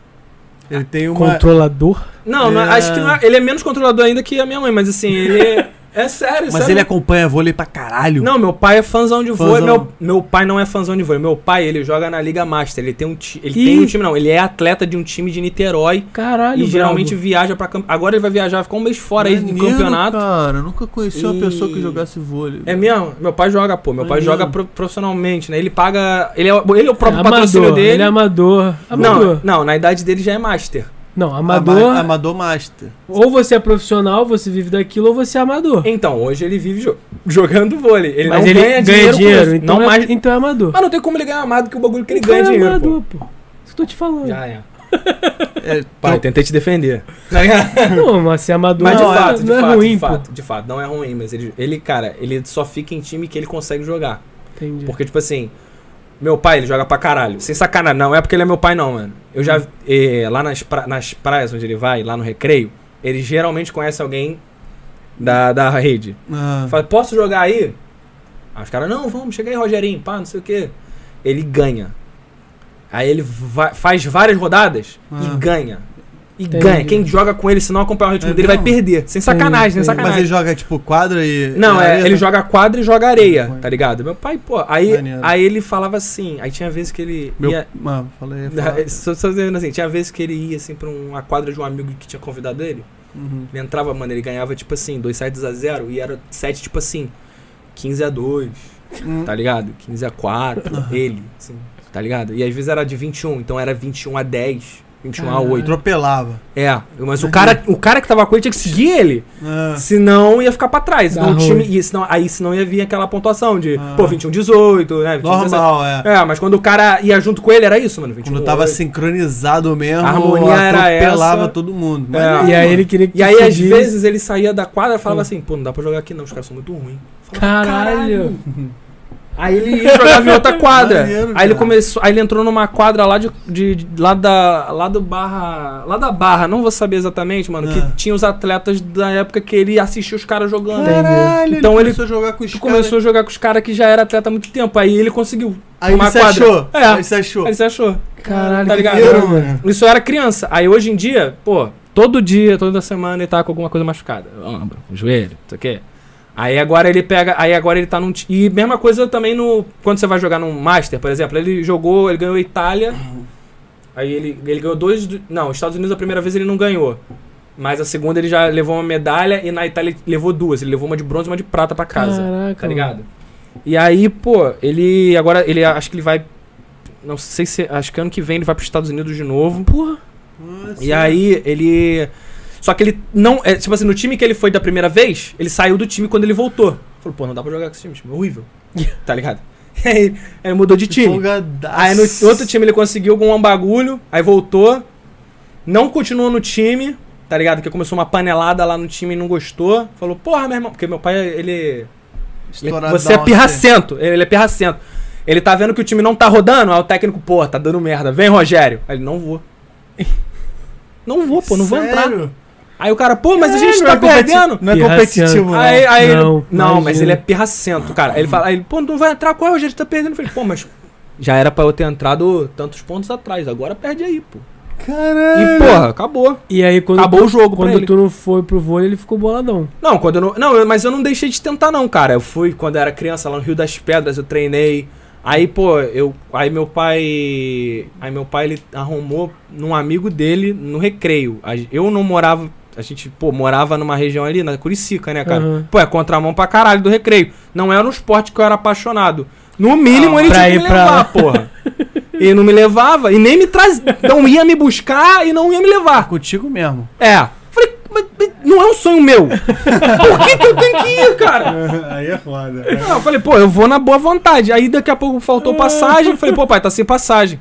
S3: Ele tem uma.
S1: Controlador?
S4: Não, não,
S3: É.
S4: acho que não é- ele é menos controlador ainda que a minha mãe, mas assim, ele. É sério,
S3: Mas
S4: sério.
S3: ele acompanha vôlei pra caralho.
S4: Não, meu pai é fãzão de vôlei.
S3: Fãzão.
S4: Meu, meu pai não é fãzão de vôlei. Meu pai, ele joga na Liga Master. Ele tem um, ti- ele
S1: Ih.
S4: tem um time, não. Ele é atleta de um time de Niterói.
S1: Caralho, É
S4: e geralmente
S1: brabo.
S4: viaja pra. camp- Agora ele vai viajar, ficar um mês fora aí de
S2: Maneiro,
S4: campeonato.
S2: Cara, eu nunca conheci uma
S4: E-
S2: pessoa que jogasse vôlei.
S4: É mesmo? Meu pai joga, pô. Meu pai
S2: Maneiro.
S4: joga pro- profissionalmente, né? Ele paga. Ele é, o- ele é o próprio patrocínio
S1: amador.
S4: dele.
S1: Ele é amador.
S4: não,
S1: Amador.
S4: não, na idade dele já é master.
S1: Não,
S3: Ama-
S1: amador.
S3: Amador Master.
S1: Ou você é profissional, você vive daquilo, ou você é amador.
S4: Então, hoje ele vive jo- jogando vôlei. Ele
S1: Mas
S4: não
S1: ele
S4: ganha, dinheiro, com isso.
S1: então,
S4: não
S1: é,
S4: mais-
S1: então é amador.
S4: Mas não tem como ele ganhar amado que o bagulho que ele
S1: Então
S4: ganha
S1: é
S4: dinheiro. Pô.
S1: amador, pô. Isso que eu tô te falando.
S4: Já é.
S3: É,
S4: Pai,
S3: teu-
S4: tentei te defender. Tá ligado?
S1: Não, mas ser amador
S4: Mas de
S1: não, é-
S4: fato, de
S1: não é
S4: fato,
S1: ruim,
S4: de
S1: pô.
S4: fato, de fato, não é ruim, mas ele, ele, cara, ele só fica em time que ele consegue jogar.
S1: Entendi.
S4: Porque, tipo assim, meu pai, ele joga pra caralho. Sem sacanagem, não é porque ele é meu pai, não, mano. Eu já. eh, lá nas, pra- nas praias onde ele vai, lá no recreio, ele geralmente conhece alguém da, da rede.
S3: Ah,
S4: Fala, posso jogar aí? Aí os caras, não, vamos, chega aí, Rogerinho, pá, não sei o quê. Ele ganha. Aí ele va- faz várias rodadas
S3: Ah.
S4: e ganha. E
S1: Entendi.
S4: ganha. Quem joga com ele, se não acompanhar o ritmo
S3: É
S4: dele, vai
S3: mesmo?
S4: perder. Sem sacanagem, sem
S3: mas
S1: entendi.
S4: sacanagem.
S3: ele joga tipo quadra e.
S4: Não,
S3: e
S4: é,
S3: areia,
S4: ele
S3: tá?
S4: joga quadra e joga areia,
S3: Maneiro.
S4: tá ligado? Meu pai, pô. Aí,
S3: Maneiro.
S4: aí ele falava assim, aí tinha vezes que ele
S3: Meu.
S4: ia.
S3: Mano, falei.
S4: <laughs> Tá.
S3: ia falar.
S4: Só, só dizendo assim, tinha vezes que ele ia assim pra uma quadra de um amigo que tinha convidado ele.
S3: Uhum.
S4: Ele entrava, mano, ele ganhava tipo assim, dois sets a zero e era sete tipo assim, 15 a 2,
S3: Hum.
S4: tá ligado? 15 a 4, ele, assim, tá ligado? E às vezes era de 21, então era 21 a 10, 21 a
S1: Caralho.
S4: 8.
S3: Atropelava.
S4: É, mas o cara, o cara que tava com ele tinha que seguir ele.
S3: Ah,
S4: Senão ia ficar pra trás.
S1: Dá
S4: Senão o time,
S1: ruim.
S4: e senão, aí senão ia vir aquela pontuação de,
S3: Ah.
S4: pô, 21, 18, né? 21, 17.
S3: normal, é.
S4: É, mas quando o cara ia junto com ele, era isso, mano. 21,
S3: Quando tava
S4: 8.
S3: sincronizado mesmo,
S4: A harmonia era
S3: atropelava
S4: essa.
S3: todo mundo.
S4: É.
S2: Ah,
S3: Mas-
S1: E aí ele queria que
S4: E aí, às
S1: seguisse-
S4: vezes, ele saía da quadra e falava
S1: Hum.
S4: assim, pô, não dá pra jogar aqui não, os caras são muito ruins.
S1: Caralho.
S4: Aí ele <laughs> ia jogar em outra quadra.
S3: Maneiro,
S4: aí
S3: cara.
S4: ele começou, aí ele entrou numa quadra lá de, de- de- lá da lá do barra, lá da barra, não vou saber exatamente, mano,
S3: Ah.
S4: que tinha os atletas da época que ele assistia os caras jogando.
S3: Caralho,
S4: Então ele
S3: começou a jogar com né? os
S4: Tu
S3: caras.
S4: começou a jogar com os caras que já era atleta há muito tempo. Aí ele conseguiu.
S3: Aí ele
S4: tomar
S3: se
S4: quadra.
S3: achou.
S4: É.
S3: Aí ele se achou.
S4: Aí ele se achou.
S1: Caralho,
S4: Tá
S1: que
S4: ligado?
S1: foda,
S2: né,
S3: Maneiro,
S1: mano.
S3: mano.
S4: Isso eu era criança. Aí hoje em dia, pô, todo dia, toda semana ele tá com alguma coisa machucada. Ombro, joelho, não sei o quê. Aí agora ele pega. Aí agora ele tá num. ti- E mesma coisa também no. Quando você vai jogar num Master, por exemplo, ele jogou, ele ganhou a Itália. Aí ele, ele ganhou dois. do- Não, Estados Unidos a primeira vez ele não ganhou. Mas a segunda ele já levou uma medalha e na Itália ele levou duas. Ele levou uma de bronze e uma de prata pra casa
S1: Caraca,
S4: tá ligado? E aí, pô, ele agora, ele acho que ele vai, não sei se, acho que ano que vem ele vai pros Estados Unidos de novo. Porra. E aí, ele, só que ele não, é, tipo assim, no time que ele foi da primeira vez, ele saiu do time quando ele voltou. Falou, pô, não dá pra jogar com esse time, esse time é horrível, tá ligado? <laughs> E aí, ele mudou de time.
S3: Folgadaço.
S4: Aí no outro time ele conseguiu algum bagulho, aí voltou, não continuou no time, tá ligado? Porque começou uma panelada lá no time e não gostou. Falou, porra, meu irmão, porque meu pai, ele... Ele-
S3: Estouradão,
S4: Você é
S3: assim.
S4: pirracento. Ele, ele é pirracento. Ele tá vendo que o time não tá rodando, aí o técnico, pô, tá dando merda. Vem, Rogério. Aí ele, não vou. Não vou, pô, não vou entrar.
S3: Sério?
S4: Aí o cara, pô, mas a gente
S3: não
S4: tá
S3: é competi-
S4: perdendo.
S3: Não é
S1: Pirracento.
S3: competitivo, não.
S4: Aí, aí ele,
S1: Não,
S4: não, mas
S1: imagina.
S4: ele é pirracento, cara. Aí ele fala, aí ele, pô, não vai entrar qual, Rogério, tá perdendo. Eu falei, pô, mas já era pra eu ter entrado tantos pontos atrás, agora perde aí, pô.
S3: Caralho.
S2: É.
S4: E, porra, acabou.
S1: E aí quando,
S4: Acabou o jogo pra
S1: quando
S4: ele.
S1: tu não foi pro vôlei, ele ficou boladão.
S4: Não, quando eu não. Não, eu- mas eu não deixei de tentar, não, cara. Eu fui quando eu era criança lá no Rio das Pedras, eu treinei. Aí, pô, eu. Aí meu pai. Aí meu pai ele arrumou num amigo dele no recreio. A gen- Eu não morava. A gente, pô, morava numa região ali, na Curicica, né, cara?
S1: Aham.
S4: Pô, é contramão pra caralho do recreio. Não era um esporte que eu era apaixonado. No mínimo ele
S1: Ah, pra
S4: tinha que
S1: ir
S4: me
S1: pra <laughs>
S4: levar,
S1: lá.
S4: porra.
S7: e não me levava, e nem me traz, não ia me buscar e não ia me levar.
S2: Contigo mesmo.
S7: É. Falei, mas, mas não é um sonho meu. Por que, que eu tenho que ir, cara?
S4: <laughs> Aí é foda. É.
S7: Não, eu falei, pô, eu vou na boa vontade. Aí daqui a pouco
S1: É.
S7: faltou passagem. Eu Falei, pô, pai, tá sem passagem.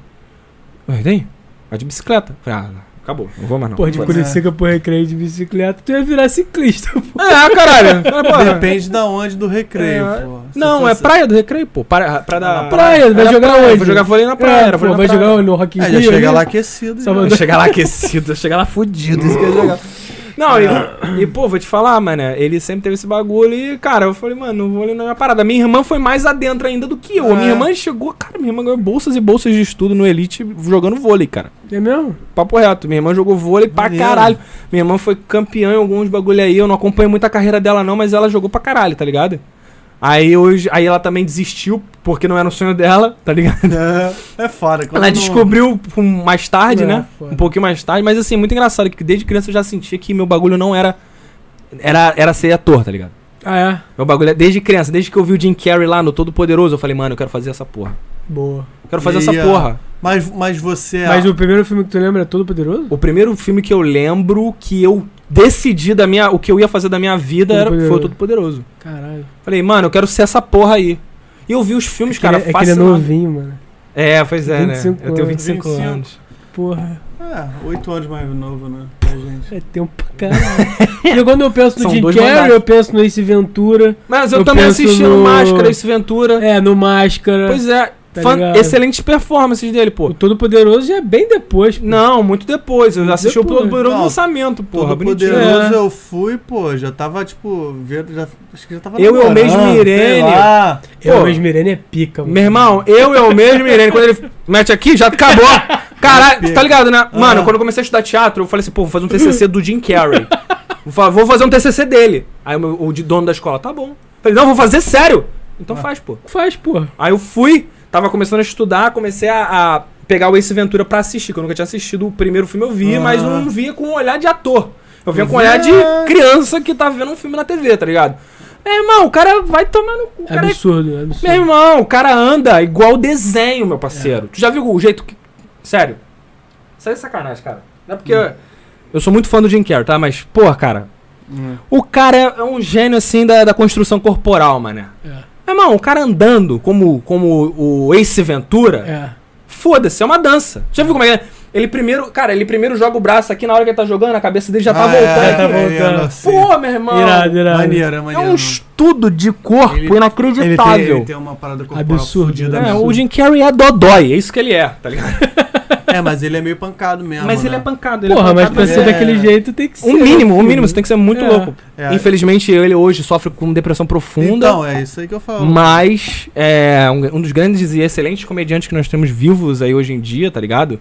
S7: Ué, e daí? Vai de bicicleta. Falei, ah, acabou, não vou mais <laughs> não.
S1: Porra, de Curicica pro recreio de bicicleta, tu ia virar ciclista, pô.
S7: É, caralho. Falei, pô,
S2: Depende da onde do recreio,
S7: É.
S2: pô. Se
S7: Não, é
S2: fosse-
S7: praia do recreio, pô. Praia,
S4: Ah,
S7: praia da...
S1: Na praia, vai
S7: Era
S1: jogar
S7: praia,
S1: onde?
S7: Vou jogar vôlei na praia.
S1: É,
S7: era
S1: pô,
S7: vôlei na
S1: vai
S7: praia.
S1: jogar no Rock in
S2: É,
S1: Rio né?
S2: já chega
S1: ali?
S2: lá aquecido.
S1: Só
S2: já.
S1: mandou-
S7: Chegar lá aquecido, chegar lá fudido. isso que eu ia jogar. Não, e, e, pô, vou te falar, mano, ele sempre teve esse bagulho e, cara, eu falei, mano, não vou ali na minha parada. Minha irmã foi mais adentro ainda do que eu. A Minha
S2: É.
S7: irmã chegou, cara, minha irmã ganhou bolsas e bolsas de estudo no Elite jogando vôlei, cara.
S1: É mesmo?
S7: Papo reto, minha irmã jogou vôlei pra
S2: Maneiro.
S7: caralho. Minha irmã foi campeã em alguns bagulho aí, eu não acompanho muito a carreira dela não, mas ela jogou pra caralho, tá ligado? Aí hoje, aí ela também desistiu, porque não era o sonho dela, tá ligado?
S2: É, é foda. quando
S7: Ela
S2: não-
S7: descobriu um- mais tarde,
S1: É,
S7: né?
S1: foda.
S7: Um pouquinho mais tarde, mas assim, muito engraçado, que desde criança eu já sentia que meu bagulho não era. Era, era ser ator, tá ligado?
S1: Ah, é?
S7: Meu bagulho é desde criança, desde que eu vi o Jim Carrey lá no Todo Poderoso, eu falei, mano, eu quero fazer essa porra.
S1: Boa.
S7: Eu quero fazer
S2: E,
S7: essa
S2: ah,
S7: porra.
S2: Mas, mas você.
S1: Mas o primeiro filme que tu lembra é Todo Poderoso?
S7: O primeiro filme que eu lembro que eu decidi da minha, o que eu ia fazer da minha vida
S1: Todo
S7: era, foi o
S1: Poderoso.
S7: Todo Poderoso.
S1: Caralho.
S7: Falei, mano, eu quero ser essa porra aí. E eu vi os filmes, cara,
S1: é que ele- é que ele é
S7: fascinado.
S1: novinho, mano.
S7: É, pois é, né?
S1: 25
S7: Eu tenho
S1: anos.
S7: 25,
S2: 25.
S7: anos.
S1: Porra,
S2: É, oito anos mais novo, né? pra gente.
S1: é tempo pra caralho. e quando eu penso no
S7: São
S1: Jim
S7: dois
S1: Carrey,
S7: mandatos.
S1: eu penso no Ace Ventura.
S7: Mas eu,
S1: Eu
S7: também
S1: penso
S7: assisti no
S1: no-
S7: Máscara, Ace Ventura.
S1: É, no Máscara.
S7: Pois é,
S1: Tá
S7: fan-
S1: ligado?
S7: excelentes performances dele, pô.
S1: O Todo Poderoso já é bem depois. pô.
S7: Não, muito depois. Eu assisti
S1: depois.
S7: o Poderoso
S2: Não,
S7: no lançamento, porra.
S2: Todo
S7: bonitinho.
S2: poderoso
S1: É.
S2: eu fui, pô. Já tava, tipo, vendo. Já, acho que já tava
S7: Eu e o
S2: namorando,
S7: mesmo
S2: sei
S7: Irene.
S2: lá.
S1: Eu,
S7: Pô.
S1: mas Mirene é pica, mano.
S7: Meu irmão, eu, eu mesmo, Irene, quando ele mete aqui, já acabou. Caralho, tá ligado, né? Mano,
S2: Ah.
S7: quando eu comecei a estudar teatro, eu falei assim, pô, vou fazer um TCC do Jim Carrey. Vou fa- Vou fazer um TCC dele. Aí o, meu- o de dono da escola, tá bom. Falei, não, vou fazer sério. Então
S2: Ah.
S7: faz, pô.
S1: Faz, porra.
S7: Aí eu fui, tava começando a estudar, comecei a, a pegar o Ace Ventura pra assistir, que eu nunca tinha assistido o primeiro filme, eu vi,
S2: Ah.
S7: mas eu não via com um olhar de ator. Eu via com um olhar de criança que tá vendo um filme na TV, tá ligado? Meu irmão, o cara vai tomando. O
S1: É
S7: cara é-
S1: absurdo, é absurdo.
S7: Meu irmão, o cara anda igual desenho, meu parceiro. Tu já viu o jeito que. Sério. Sério é sacanagem, cara. Não é porque. Eu sou muito fã do Jim Carrey, tá? Mas, porra, cara.
S2: Hum.
S7: O cara é um gênio, assim, da, da construção corporal, mané.
S1: É.
S7: Meu irmão, o cara andando como, como o Ace Ventura,
S1: É.
S7: foda-se, é uma dança. Já viu como é que é? Ele primeiro, cara, ele primeiro joga o braço aqui na hora que ele tá jogando, a cabeça dele já tá
S2: Ah, é,
S7: voltando.
S2: é,
S7: aqui.
S1: tá voltando.
S2: é, eu não sei.
S7: Pô, meu irmão.
S1: Irado, irado.
S2: Maneiro, é
S7: É
S2: maneiro.
S7: um estudo de corpo
S2: Ele- ele, tem,
S7: inacreditável.
S2: ele tem uma parada corporal
S1: Absurdo,
S2: fudida,
S1: né?
S7: É,
S2: absurda.
S7: o Jim Carrey é dodói, é isso que ele é, tá ligado?
S2: É, mas ele é meio pancado mesmo.
S7: mas ele
S2: né?
S7: é pancado, ele
S1: Porra,
S7: é
S1: mas
S7: pancado.
S1: pra
S2: mas
S1: ser
S2: é-
S1: daquele jeito tem que ser.
S7: Um mínimo, um
S1: filho.
S7: mínimo, você tem que ser muito
S1: É.
S7: louco.
S2: É,
S7: Infelizmente, ele hoje sofre com depressão profunda,
S2: Então, é isso aí que eu falo.
S7: mas é um, um dos grandes e excelentes comediantes que nós temos vivos aí hoje em dia, tá ligado?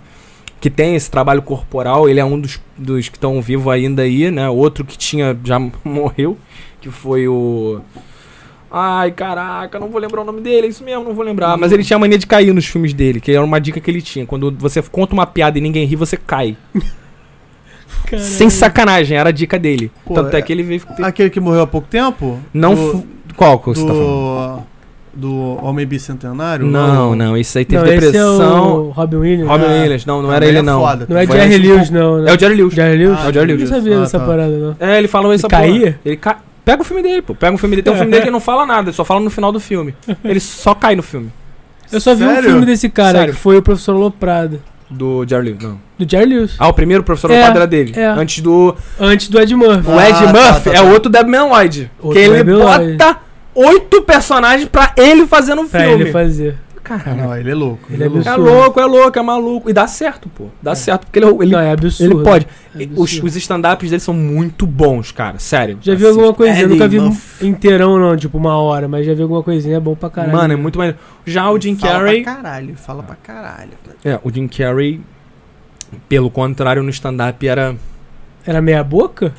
S7: Que tem esse trabalho corporal, ele é um dos, dos que estão vivos ainda aí, né? Outro que tinha, já <laughs> morreu, que foi o... Ai, caraca, não vou lembrar o nome dele, é isso mesmo, não vou lembrar. Mas ele tinha a mania de cair nos filmes dele, que era uma dica que ele tinha. Quando você conta uma piada e ninguém ri, você cai.
S1: Caralho.
S7: Sem sacanagem, era a dica dele.
S2: Pô,
S7: Tanto é,
S2: é-
S7: que ele veio. ter-
S2: Aquele que morreu há pouco tempo?
S7: Não.
S2: Do,
S7: fu- Qual que você tá falando?
S2: do, do Homem Bicentenário?
S7: Não, não, isso aí teve
S1: Não, esse é
S7: depressão.
S1: o Robin Williams.
S7: Robin
S1: né?
S2: Ah,
S7: Williams, não, não
S2: Também
S7: era ele, não.
S2: foda.
S1: Não é
S7: Foi
S1: Jerry
S7: esse
S1: Lewis, não, né?
S7: É o Jerry Lewis.
S1: Jerry Lewis?
S2: Ah,
S7: é o Jerry
S1: Eu não
S7: Lewis.
S1: sabia
S2: Ah,
S1: dessa
S2: tá.
S1: parada, não.
S7: É, ele falou essa porra.
S1: caía?
S7: Ele ca... Pega o filme dele, pô. Pega o filme dele. <laughs> Tem um filme dele que não fala nada, ele só fala no final do filme. Ele só cai no filme.
S1: Eu só vi um
S2: Sério?
S1: filme desse cara,
S7: Sério.
S1: que foi o Professor Loprado.
S7: Do Jerry Lewis, não.
S1: Do Jerry Lewis.
S7: Ah, o primeiro professor
S1: É,
S7: do padre era dele.
S1: é.
S7: Antes do.
S1: Antes do Ed Murphy.
S7: O Ed
S2: Ah, tá,
S7: Murphy
S2: tá, tá.
S7: é o outro Deadman Lloyd.
S1: Outro
S7: que ele
S1: Deadman Lloyd.
S7: bota oito personagens pra ele fazer no
S1: Pra
S7: filme.
S1: ele fazer.
S2: Ah,
S7: Caralho.
S2: não, ele é louco.
S1: Ele é
S2: louco.
S7: É
S1: Absurdo.
S7: louco, é louco, é maluco. E dá certo, pô. Dá certo, porque ele, ele,
S1: não, é absurdo.
S7: ele pode.
S1: É absurdo.
S7: Os, os stand-ups dele são muito bons, cara. Sério.
S1: Já vi
S7: Assim,
S1: alguma coisinha, eu nunca vi
S2: Eddie
S1: inteirão, não, tipo uma hora, mas já vi alguma coisinha, é bom pra caralho.
S7: Mano, é muito mais. Já o Jim
S2: fala
S7: Carrey.
S2: pra caralho, fala pra caralho.
S7: É, o Jim Carrey, pelo contrário, no stand-up era.
S1: Era meia boca?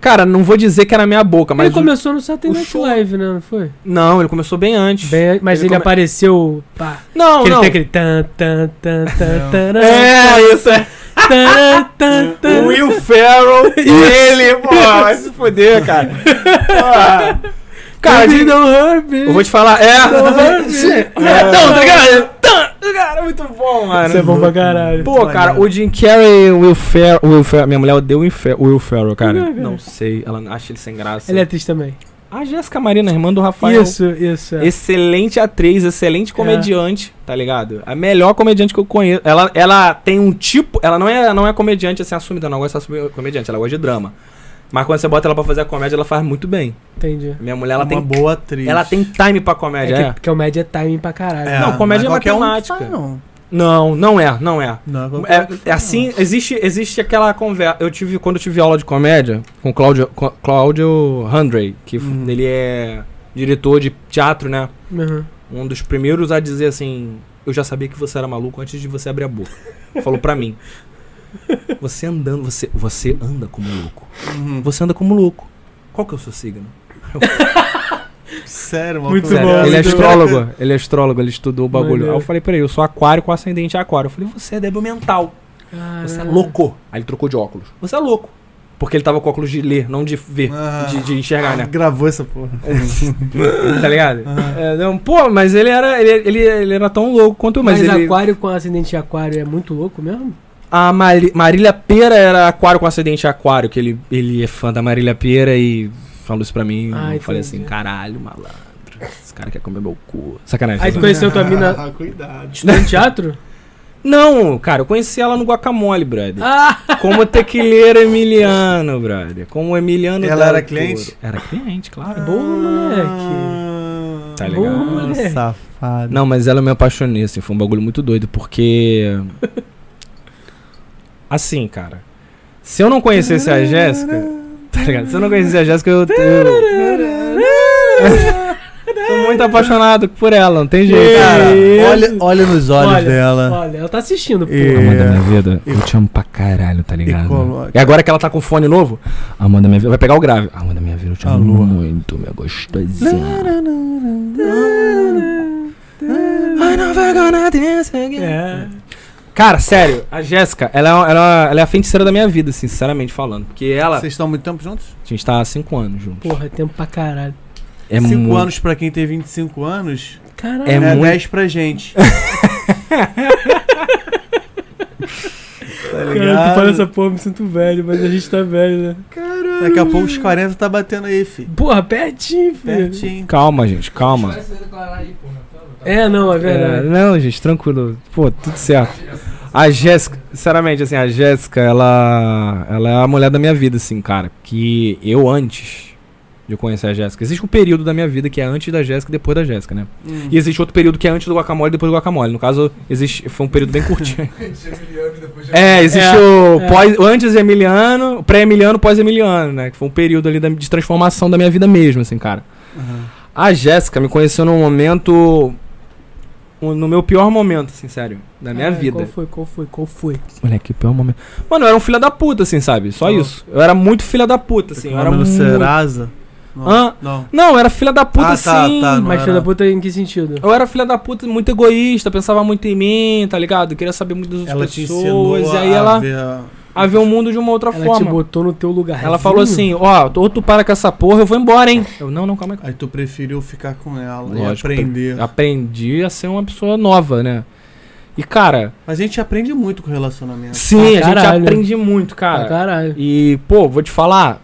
S7: Cara, não vou dizer que era minha boca, Ah, mas.
S1: ele
S7: o-
S1: começou no Saturday
S7: o
S1: Night
S7: show-
S1: Live, né? Não foi?
S7: Não, ele começou bem antes.
S1: Bem, mas ele,
S7: Ele come-
S1: apareceu. Pá,
S7: Não,
S1: que ele
S7: não.
S1: tem aquele. Tan, tan, tan, tan,
S2: Não.
S1: taran,
S7: É, isso <laughs> é.
S1: Tan, tan, tan.
S7: Will Ferrell e ele, pô, vai se foder, <laughs> cara. Pô. Cara,
S1: Baby,
S7: Jim- é.
S1: don't hurt me.
S7: <laughs> eu vou te falar, é. Não, tá ligado? Tum, cara, muito bom, mano.
S1: Isso é bom pra caralho.
S7: Pô, cara, o Jim Carrey e o Will Ferrell, Will Ferrell- Minha mulher odeia o Will Fer- Will Ferrell, cara.
S1: Não, cara.
S7: Não sei, ela acha ele sem graça.
S1: Ele é atriz também.
S7: A Jéssica Marina, irmã do Rafael.
S1: Isso, isso. é.
S7: Excelente atriz, excelente comediante, tá ligado? A melhor comediante que eu conheço. Ela, ela tem um tipo. Ela não é, não é comediante assim assumida, ela não gosta de assumir comediante, ela gosta de drama. Mas quando você bota ela pra fazer a comédia, ela faz muito bem.
S1: Entendi.
S7: Minha mulher, ela
S2: É uma
S7: tem.
S2: boa atriz.
S7: Ela tem time pra comédia.
S1: É
S7: É
S1: que, que o média é timing pra caralho.
S2: É,
S7: Não, comédia é
S2: mas qualquer um
S7: matemática.
S2: faz, não.
S7: Não, não é, não é.
S2: Não é qualquer um que
S7: É, é
S2: faz,
S7: assim, existe, existe aquela conversa. Eu tive, quando eu tive aula de comédia com Cláudio com Cláudio Handrey, que f-
S1: Hum.
S2: Uhum.
S7: ele é diretor de teatro, né?
S1: Uhum.
S7: Um dos primeiros a dizer assim: Eu já sabia que você era maluco antes de você abrir a boca. Falou pra mim: Você andando, você, você anda como louco.
S2: Uhum.
S7: Você anda como louco. Qual que é o seu signo?
S2: Sério, mano.
S1: Muito
S7: Sério,
S1: bom,
S7: ele é
S1: muito bom.
S7: astrólogo, ele é astrólogo, ele estudou o bagulho.
S1: Maneiro.
S7: Aí eu falei pra ele, eu sou aquário com ascendente em aquário. Eu falei, você é débil mental, você é
S1: Caralho.
S7: louco. Aí ele trocou de óculos. Você é louco. Porque ele tava com óculos de ler, não de ver,
S2: Ah.
S7: de, de enxergar, né?
S2: <laughs>
S7: É.
S2: Gravou essa porra. Ah.
S7: tá ligado? É, não, pô, mas ele era, ele, ele, ele era tão louco quanto eu, mas,
S1: Mas,
S7: ele...
S1: aquário com ascendente de aquário é muito louco mesmo?
S7: A Mari- Marília Pera era aquário com ascendente em aquário, que ele, ele é fã da Marília Pera e falou isso pra mim.
S1: Ah,
S7: eu falei
S1: entendi.
S7: assim, caralho, malandro, esse cara quer comer meu cu. Sacanagem.
S1: Aí tu conheceu tua <laughs> mina
S2: Ah, cuidado.
S1: estudando teatro?
S7: Não, cara, eu conheci ela no Guacamole, brother.
S1: Ah! <laughs>
S7: Como tequileiro Emiliano, brother. Como Emiliano
S2: Ela
S7: Del
S2: era
S7: Toro.
S2: cliente?
S7: Era cliente, claro.
S1: Boa, moleque.
S7: Tá
S1: Boa,
S7: ligado.
S1: moleque.
S2: Ah. Safado.
S7: Não, mas ela me apaixonei, assim, foi um bagulho muito doido, porque. <laughs> Assim, cara. Se eu não conhecesse a Jéssica. Tá ligado? Se eu não conhecesse a Jéssica, eu. eu... Tô muito apaixonado por ela, não tem jeito.
S2: Cara,
S7: cara.
S2: olha, olha nos olhos
S1: Olha,
S2: dela.
S1: Olha, ela tá assistindo, pô.
S2: É. E-
S7: Amor da minha vida, eu te amo pra caralho, tá ligado?
S2: coloca.
S7: E agora que ela tá com fone novo, amor da minha vida, vai pegar o grave. Amor da minha vida, eu te amo
S2: Alô.
S7: muito, minha gostosinha. I never gonna
S2: né,
S7: dance again.
S1: É.
S7: Cara, sério, a Jéssica, ela, é- ela, ela é a feiticeira da minha vida, sinceramente falando. Porque ela.
S2: Vocês estão muito tempo juntos?
S7: A gente tá há 5 anos juntos.
S1: Porra, é tempo pra caralho.
S7: é
S2: 5
S7: muito.
S2: anos pra quem tem 25 anos
S1: Caralho.
S7: É
S2: é,
S7: muito.
S2: 10 pra
S7: <laughs>
S2: gente.
S1: Cara, tu
S2: tá
S1: fala essa
S2: ligado?
S1: porra, me sinto velho, mas a gente tá velho, né?
S2: Daqui a pouco os 40 tá batendo aí, fi.
S1: Porra, pertinho, filho.
S2: Pertinho.
S7: Calma, gente, calma.
S9: Parece que declarar aí, porra.
S1: É, não, é
S7: É,
S1: verdade.
S7: não, gente, tranquilo. Pô, tudo certo. A Jéssica, sinceramente, assim, a Jéssica, ela, ela é a mulher da minha vida, assim, cara. Que eu antes de eu conhecer a Jéssica, existe um período da minha vida que é antes da Jéssica e depois da Jéssica, né? E existe outro período que é antes do guacamole e depois do guacamole. No caso, existe, foi um período bem curtinho. é, existe
S1: É,
S7: o,
S1: é.
S7: pós, o antes Emiliano, o pré-Emiliano, pós-Emiliano, né? Que foi um período ali da- de transformação da minha vida mesmo, assim, cara. A Jéssica me conheceu num momento. um- No meu pior momento, assim, sério. Da minha
S1: Caralho,
S7: vida.
S1: É, Qual foi, qual foi, qual foi?
S7: Moleque, o pior momento. Mano, eu era um filho da puta, assim, sabe? Só
S2: Ah.
S7: isso. Eu era muito filha da puta, assim. Eu era
S2: no
S7: muito...
S2: Serasa? Não.
S7: Hã?
S2: Não.
S7: Não, eu era filha da puta,
S2: Ah, tá,
S7: sim.
S2: tá, não.
S1: Mas filho da puta em que sentido?
S7: Eu era filha da puta, muito egoísta, pensava muito em mim, tá ligado? Queria saber muito das
S2: Ela
S7: outras
S2: te ensinou
S7: pessoas. E aí
S2: a
S7: ela
S2: ver a-
S7: a ver o mundo de uma outra
S1: Ela te
S7: forma.
S1: botou no teu lugar.
S7: Ela falou assim, ó, ou tu para com essa porra, eu vou embora, hein? Eu, não, não, calma aí.
S2: Aí tu preferiu ficar com ela
S7: Lógico,
S2: e aprender.
S7: Aprendi a ser uma pessoa nova, né? E, cara,
S2: Mas a gente aprende muito com relacionamento.
S7: sim,
S1: pra
S7: a gente
S1: caralho.
S7: aprende muito, cara.
S1: Ah, caralho.
S7: E, pô, vou te falar,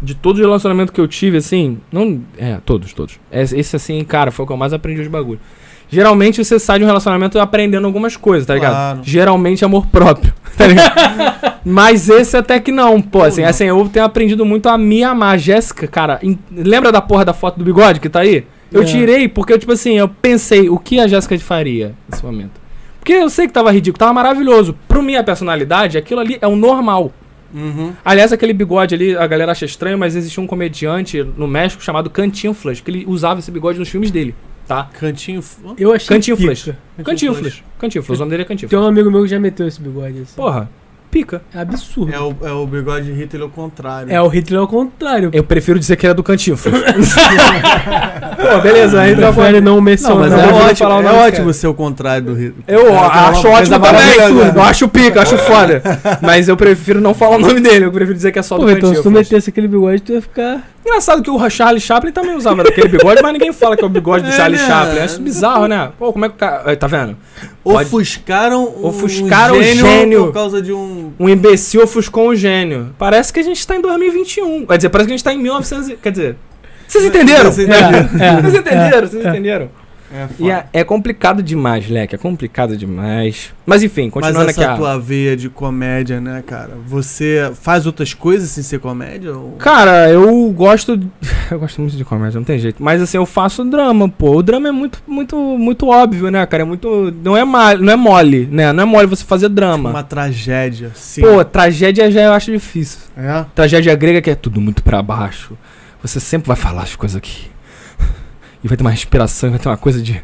S7: de todos os relacionamentos que eu tive, assim, não. É, todos, todos. Esse, esse, assim, cara, foi o que eu mais aprendi de bagulho. Geralmente você sai de um relacionamento aprendendo algumas coisas, tá ligado?
S2: Claro.
S7: Geralmente amor próprio, tá ligado? Mas esse até que não, pô. Assim,
S2: não.
S7: assim, eu tenho aprendido muito a me amar. Jéssica, cara, em- lembra da porra da foto do bigode que tá aí? Eu
S1: É.
S7: tirei porque, tipo assim, eu pensei o que a Jéssica faria nesse momento. Porque eu sei que tava ridículo, tava maravilhoso. Pro minha personalidade, aquilo ali é o normal.
S2: Uhum.
S7: Aliás, aquele bigode ali, a galera acha estranho, mas existia um comediante no México chamado Cantinflas, que ele usava esse bigode nos filmes dele, tá?
S2: Cantinho. f-
S1: Eu achei
S7: Cantinflas.
S1: pica.
S7: Cantinflas. Cantinflas, o nome dele é Cantinflas.
S1: Tem um amigo meu que já meteu esse bigode assim.
S7: Porra, pica.
S1: É absurdo.
S2: É o, é o bigode de Hitler ao contrário.
S1: É o Hitler ao contrário.
S7: Eu prefiro dizer que era do <laughs> Cantinflas. Pô, beleza, aí tá
S1: prefere
S7: bom.
S1: não
S2: Não,
S1: mencionar.
S2: mas
S7: Não,
S2: é
S7: eu vou
S2: ótimo,
S7: falar o
S2: é
S7: nome,
S2: ótimo
S7: cara.
S2: ser o contrário do Hitler.
S7: Eu ó, acho ótimo também.
S2: maravilhosa.
S7: Eu acho pica, eu acho foda. Mas eu prefiro não falar o nome dele, eu prefiro dizer que é só do
S1: Pô, então se tu
S7: Cantinflas.
S1: metesse aquele bigode, tu ia ficar.
S7: Engraçado que o Charlie Chaplin também <laughs> usava daquele bigode, mas ninguém fala que é o bigode do
S2: É,
S7: Charlie
S2: né?
S7: Chaplin. Eu Acho bizarro, né? Pô, como é que o cara. Tá vendo? Pode-
S4: Ofuscaram um
S7: Ofuscaram o gênio.
S4: por causa de um.
S7: Um imbecil ofuscou um gênio. Parece que a gente tá em 2021. Quer dizer, parece que a gente tá em 1900. e- Quer dizer. né? Vocês entenderam?
S4: Vocês
S1: É, é,
S7: Vocês entenderam?
S1: é.
S7: Vocês entenderam?
S4: É,
S7: E é, é complicado demais, Leque. É complicado demais. Mas enfim,
S2: Mas
S7: continuando aqui. ah.
S2: essa
S7: a-
S2: tua veia de comédia, né, cara? Você faz outras coisas sem ser comédia? Ou...
S7: Cara, eu gosto. <laughs> Eu gosto muito de comédia, não tem jeito. Mas assim, eu faço drama, pô. O drama é muito, muito, muito óbvio, né, cara? É muito. Não é, ma... não é mole, né? Não é mole você fazer drama.
S2: Uma tragédia, sim.
S7: Pô, tragédia já eu acho difícil.
S2: É?
S7: Tragédia grega que é tudo muito pra baixo. Você sempre vai falar as coisas aqui. <laughs> E vai ter uma respiração, vai ter uma coisa de.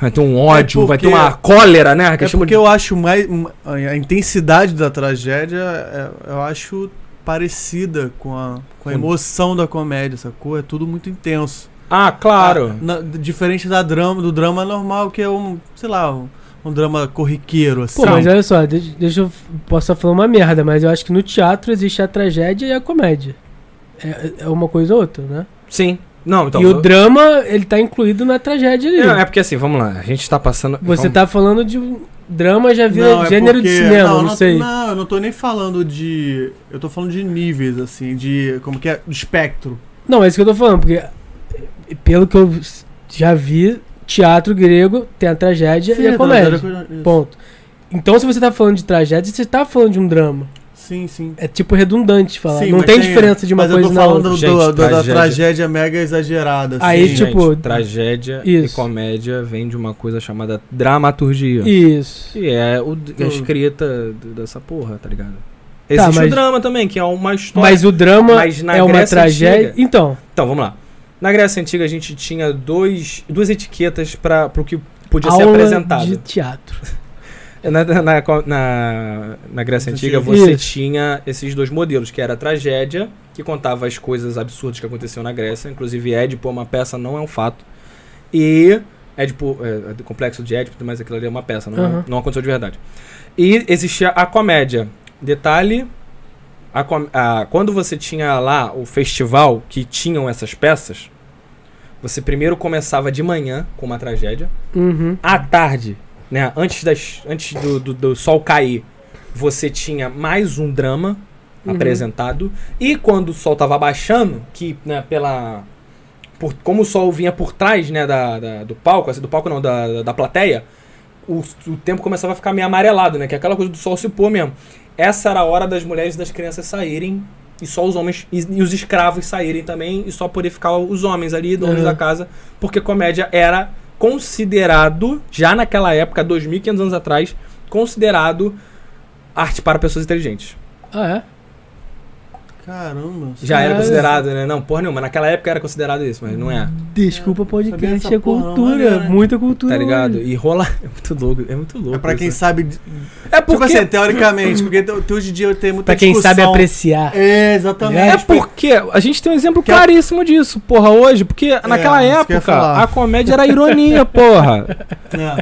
S7: Vai ter um ódio, vai ter
S2: É porque-
S7: uma cólera, né? Que
S2: É
S7: chama
S2: porque
S7: de...
S2: eu acho mais. A intensidade da tragédia, é, eu acho parecida com a, com a
S7: Com-
S2: emoção da comédia, sacou? É tudo muito intenso.
S7: Ah, claro.
S2: Na- diferente da drama, do drama normal, que é um, sei lá, um, um drama corriqueiro, assim.
S1: Pô, mas é olha só, de- deixa eu. Posso estar falando uma merda, mas eu acho que no teatro existe a tragédia e a comédia. É, é uma coisa ou outra, né?
S2: Ah.
S7: Sim. Não, então.
S1: e
S7: eu-
S1: o drama, ele tá incluído na tragédia ali.
S7: Não, é porque assim, vamos lá. A gente tá passando.
S1: Você
S7: vamos-
S1: tá falando de um drama já vira
S2: é
S1: gênero de
S2: porque-
S1: cinema, não,
S2: tô-
S1: sei.
S2: Não, eu não tô nem falando de. Eu tô falando de níveis, assim, de. Como que é? Do espectro.
S1: Não, é isso que eu tô falando, porque eh, pelo que eu s- já vi, teatro grego tem a tragédia e a comédia.
S2: é Isso.
S1: Ponto. Então, se você tá falando de tragédia, você tá falando de um drama.
S2: Sim, sim.
S1: É tipo redundante falar.
S2: Sim,
S1: não
S2: mas
S1: tem
S2: tem-
S1: diferença de uma
S2: Mas eu
S1: coisa
S2: tô
S1: na
S2: falando
S1: outra.
S2: do-
S7: Gente,
S2: do- da
S7: tragédia.
S2: tragédia mega exagerada, assim.
S1: Aí,
S7: Gente,
S1: tipo-
S7: Tragédia
S1: Isso.
S7: e comédia vem de uma coisa chamada dramaturgia.
S1: Isso.
S7: Que é o, a escrita d- dessa porra, tá ligado?
S1: Tá,
S7: Existe o
S1: mas-
S7: drama também, que é uma história.
S1: Mas o drama
S7: Mas na
S1: é uma
S7: Grécia
S1: tragédia.
S7: Antiga-
S1: Então,
S7: Então, vamos lá. Na Grécia Antiga a gente tinha dois, duas etiquetas para o que podia ser
S1: aula
S7: apresentado.
S1: de teatro.
S7: Na, na, na, na- na Grécia Antiga
S1: Antiga.
S7: você
S1: Isso.
S7: tinha esses dois modelos, que era a tragédia, que contava as coisas absurdas que aconteciam na Grécia, inclusive Édipo é uma peça, não é um fato. E Édipo, é, o complexo de Édipo, mas aquilo ali é uma peça, não, é-
S1: Aham.
S7: não aconteceu de verdade. E existia a comédia. Detalhe, a com- a- quando você tinha lá o festival que tinham essas peças, você primeiro começava de manhã com uma tragédia,
S1: Uhum.
S7: à tarde, né? Antes, das, antes do, do, do sol cair, você tinha mais um drama
S1: Uhum.
S7: apresentado. E quando o sol tava baixando, que, né, pela. Por, como o sol vinha por trás, né, da, da- do palco, assim, do palco não, da, da, da plateia, o, o tempo começava a ficar meio amarelado, né? Que é aquela coisa do sol se pôr mesmo. Essa era a hora das mulheres e das crianças saírem. E só os homens. E, e os escravos saírem também. E só poder ficar os homens ali, donos
S1: Uhum.
S7: da casa. Porque comédia era considerado, já naquela época, 2.500 anos atrás, considerado arte para pessoas inteligentes.
S1: Ah, é?
S2: né? Caramba. É.
S7: Já era
S1: Ah,
S7: considerado, né? Não, porra nenhuma. Naquela época era considerado isso, mas não é.
S1: Desculpa,
S2: sabia
S1: podcast
S2: essa
S1: é
S2: porra, não,
S1: cultura.
S2: maneiro, né?
S1: Muita cultura.
S7: Tá ligado?
S1: hoje.
S7: E rola. <laughs> É muito louco. É muito louco.
S2: É pra quem
S7: isso.
S2: sabe.
S7: É
S2: Tipo
S7: porque.
S2: assim, teoricamente, porque te- te- hoje em dia tem muita
S1: Pra quem sabe
S2: discussão.
S1: apreciar.
S2: É, exatamente.
S7: é porque a gente tem um exemplo
S2: é-
S7: claríssimo disso, porra, hoje, porque naquela
S2: isso que eu ia
S7: época
S2: falar.
S7: a comédia era ironia, porra.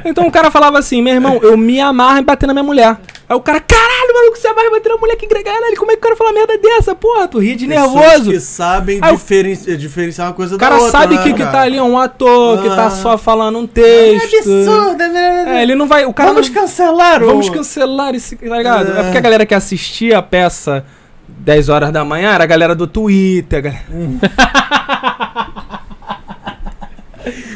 S2: É.
S7: Então o cara falava assim, meu irmão, eu me amarro em bater na minha mulher. Aí o cara, caralho, maluco, você amarra em bater na mulher que gregário, ele, como é que o cara fala merda dessa, porra? Tu ri de
S2: Pessoas
S7: nervoso.
S2: que sabem
S7: Aí o-
S2: diferen- eh, diferenciar uma coisa
S7: O cara
S2: da outra.
S7: sabe
S2: né,
S7: que, que
S2: cara?
S7: tá ali é um ator, que tá
S2: Ah.
S7: só falando um texto.
S2: né?
S7: É, ele não vai. O cara
S2: Vamos
S7: não-
S2: cancelar o-
S7: Vamos cancelar esse. Tá ligado? É.
S2: É.
S7: porque a galera que assistia a peça 10 horas da manhã era a galera do
S1: <laughs>
S7: Twitter. a galera-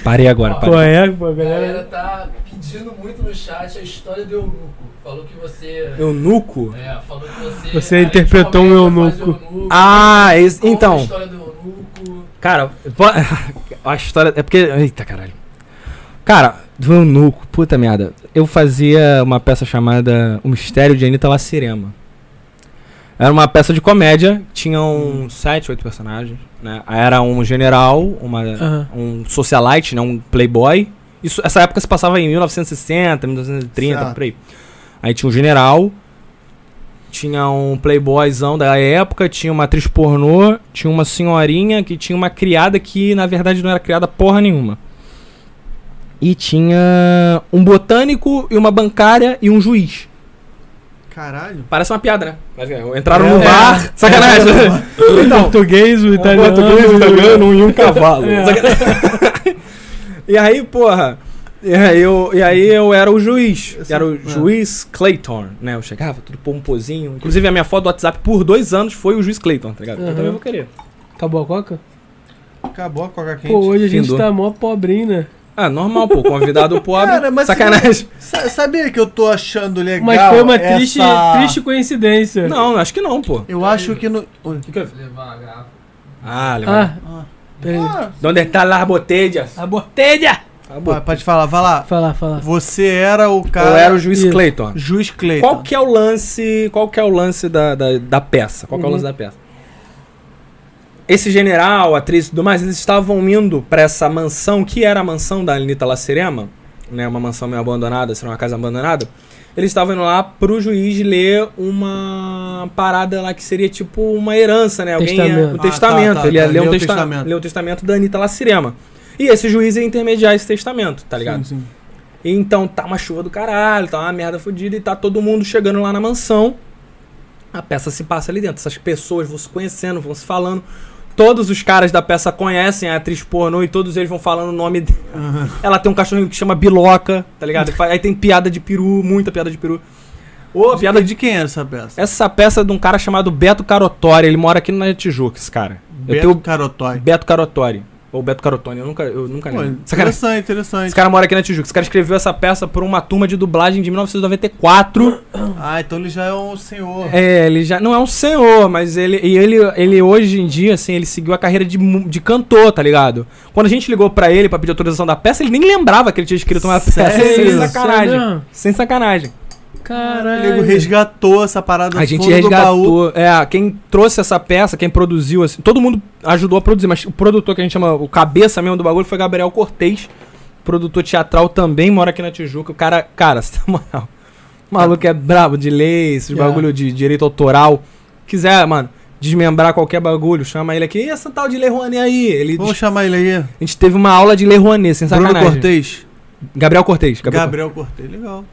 S7: parei agora,
S1: Qual
S7: parei.
S1: é, pô,
S10: A
S1: galera?
S10: galera tá pedindo muito no chat a história do Eunuco. Falou que você.
S7: Eunuco?
S10: É, falou que você.
S1: Você
S10: a gente
S1: interpretou um
S10: comenta, faz
S1: eunuco.
S7: Ah, esse-
S10: conta A
S7: então.
S10: história do Eunuco.
S7: Cara, po- <laughs> a história. É porque. Eita caralho. Cara, do eunuco, puta merda. Eu fazia uma peça chamada O Mistério de Anitta Lacirema. Era uma peça de comédia, tinham sete, oito personagens, né? Aí Era um general, uma,
S1: Aham.
S7: um socialite, né? um playboy. Isso, essa época se passava em 1960, 1930,
S2: Certo.
S7: por aí. Aí tinha um general, tinha um playboyzão da época, tinha uma atriz pornô, tinha uma senhorinha que tinha uma criada que, na verdade, não era criada porra nenhuma. E tinha um botânico e uma bancária e um juiz.
S2: Caralho.
S7: Parece uma piada, né? Então, Mas, é, entraram no
S1: É.
S7: bar. <laughs> Sacanagem.
S1: O português, o italiano.
S4: <laughs>
S7: um <laughs> É. Português, italiano e um cavalo. Sacanagem. e aí, porra.
S4: E aí eu, e aí eu era o juiz.
S2: Eu sei-
S4: Era o
S2: é.
S4: juiz Clayton, né? Eu chegava, tudo pomposinho. Inclusive, a minha foto do WhatsApp por dois anos foi o juiz Clayton, tá ligado?
S1: Uhum.
S4: Eu também vou querer.
S1: Acabou a coca?
S2: Acabou a coca quente.
S1: Pô, hoje a gente
S4: findou.
S1: tá mó pobrinho, né?
S4: Ah, normal, pô. Convidado
S1: é
S4: pobre.
S2: Cara, mas
S4: sacanagem.
S2: Sa-
S3: Sabia que eu tô achando legal.
S1: Mas foi uma
S3: essa-
S1: triste, triste coincidência.
S4: Não, acho que não, pô.
S2: Eu acho que no. Oi.
S6: Levar uma garrafa.
S4: Ah, legal.
S1: Ah, peraí.
S4: Onde é tá está las botellas?
S1: A bortelha!
S4: Ah,
S2: Vai, pode falar, vai lá.
S1: Falar, falar.
S2: Você era o cara.
S4: Eu era o juiz
S1: isso.
S4: Clayton.
S2: Juiz Cleiton.
S4: Qual que é o lance? Qual que é o lance da, da, da peça?
S2: Uhum.
S4: Qual que é o lance da peça? Esse general, atriz e tudo mais, eles estavam indo pra essa mansão, que era a mansão da Anitta Lacerema, né? Uma mansão meio abandonada, assim, uma casa abandonada. Eles estavam indo lá pro juiz ler uma parada lá que seria tipo uma herança, né? Alguém ia-
S1: Testamento.
S4: um testamento.
S2: Ah, tá, tá,
S4: Ele ia
S2: tá.
S4: ler um
S2: Leu o
S4: testa-
S2: testamento.
S4: ler o testamento da Anitta Lacerema. E esse juiz ia intermediar esse testamento, tá ligado?
S2: Sim, sim.
S4: Então tá uma chuva do caralho, tá uma merda fodida e tá todo mundo chegando lá na mansão. A peça se passa ali dentro. Essas pessoas vão se conhecendo, vão se falando. Todos os caras da peça conhecem a atriz pornô e todos eles vão falando o nome dela. Ela tem um cachorrinho que chama Biloca, tá ligado? Aí tem piada de peru, muita piada de peru. Ô, piada de.
S2: de quem é essa peça?
S4: Essa peça é de um cara chamado Beto Carotori. Ele mora aqui na Tijuca, esse cara.
S2: Beto
S4: eu
S2: Carotói.
S4: tenho Beto Carotori. Ou Beto Carotoni, eu nunca, eu nunca
S2: Pô, é
S4: lembro. Essa cara-
S2: interessante, interessante.
S4: esse cara mora aqui na Tijuca. Esse cara escreveu essa peça por uma turma de dublagem de 1994.
S2: Ah, então ele já é um senhor.
S4: É, ele já não é um senhor, mas ele e ele, ele hoje em dia assim, ele seguiu a carreira de, mu- de cantor, tá ligado? Quando a gente ligou pra ele pra pedir autorização da peça, ele nem lembrava que ele tinha escrito uma peça.
S2: Sério?
S4: Sem sacanagem.
S1: Sério?
S4: Sem sacanagem.
S2: O nego
S1: Caralho.
S2: resgatou essa parada
S4: É, A
S2: do
S4: gente
S2: fundo do baú.
S4: resgatou. É, quem trouxe essa peça, quem produziu, assim, todo mundo ajudou a produzir, mas o produtor que a gente chama, o cabeça mesmo do bagulho, foi Gabriel Cortez, produtor teatral também, mora aqui na Tijuca. O cara, cara, <laughs> na moral, o maluco é brabo de lei, esses
S1: É.
S4: bagulho de direito autoral. Quiser, mano, desmembrar qualquer bagulho, chama ele aqui. E essa tal de Lei Rouanet aí? Ele,
S2: Vamos chamar ele aí.
S4: A gente teve uma aula de Lei Rouanet, sem
S2: Bruno
S4: sacanagem.
S2: Cortez.
S4: Gabriel Cortez.
S2: Gabriel Cortez, legal.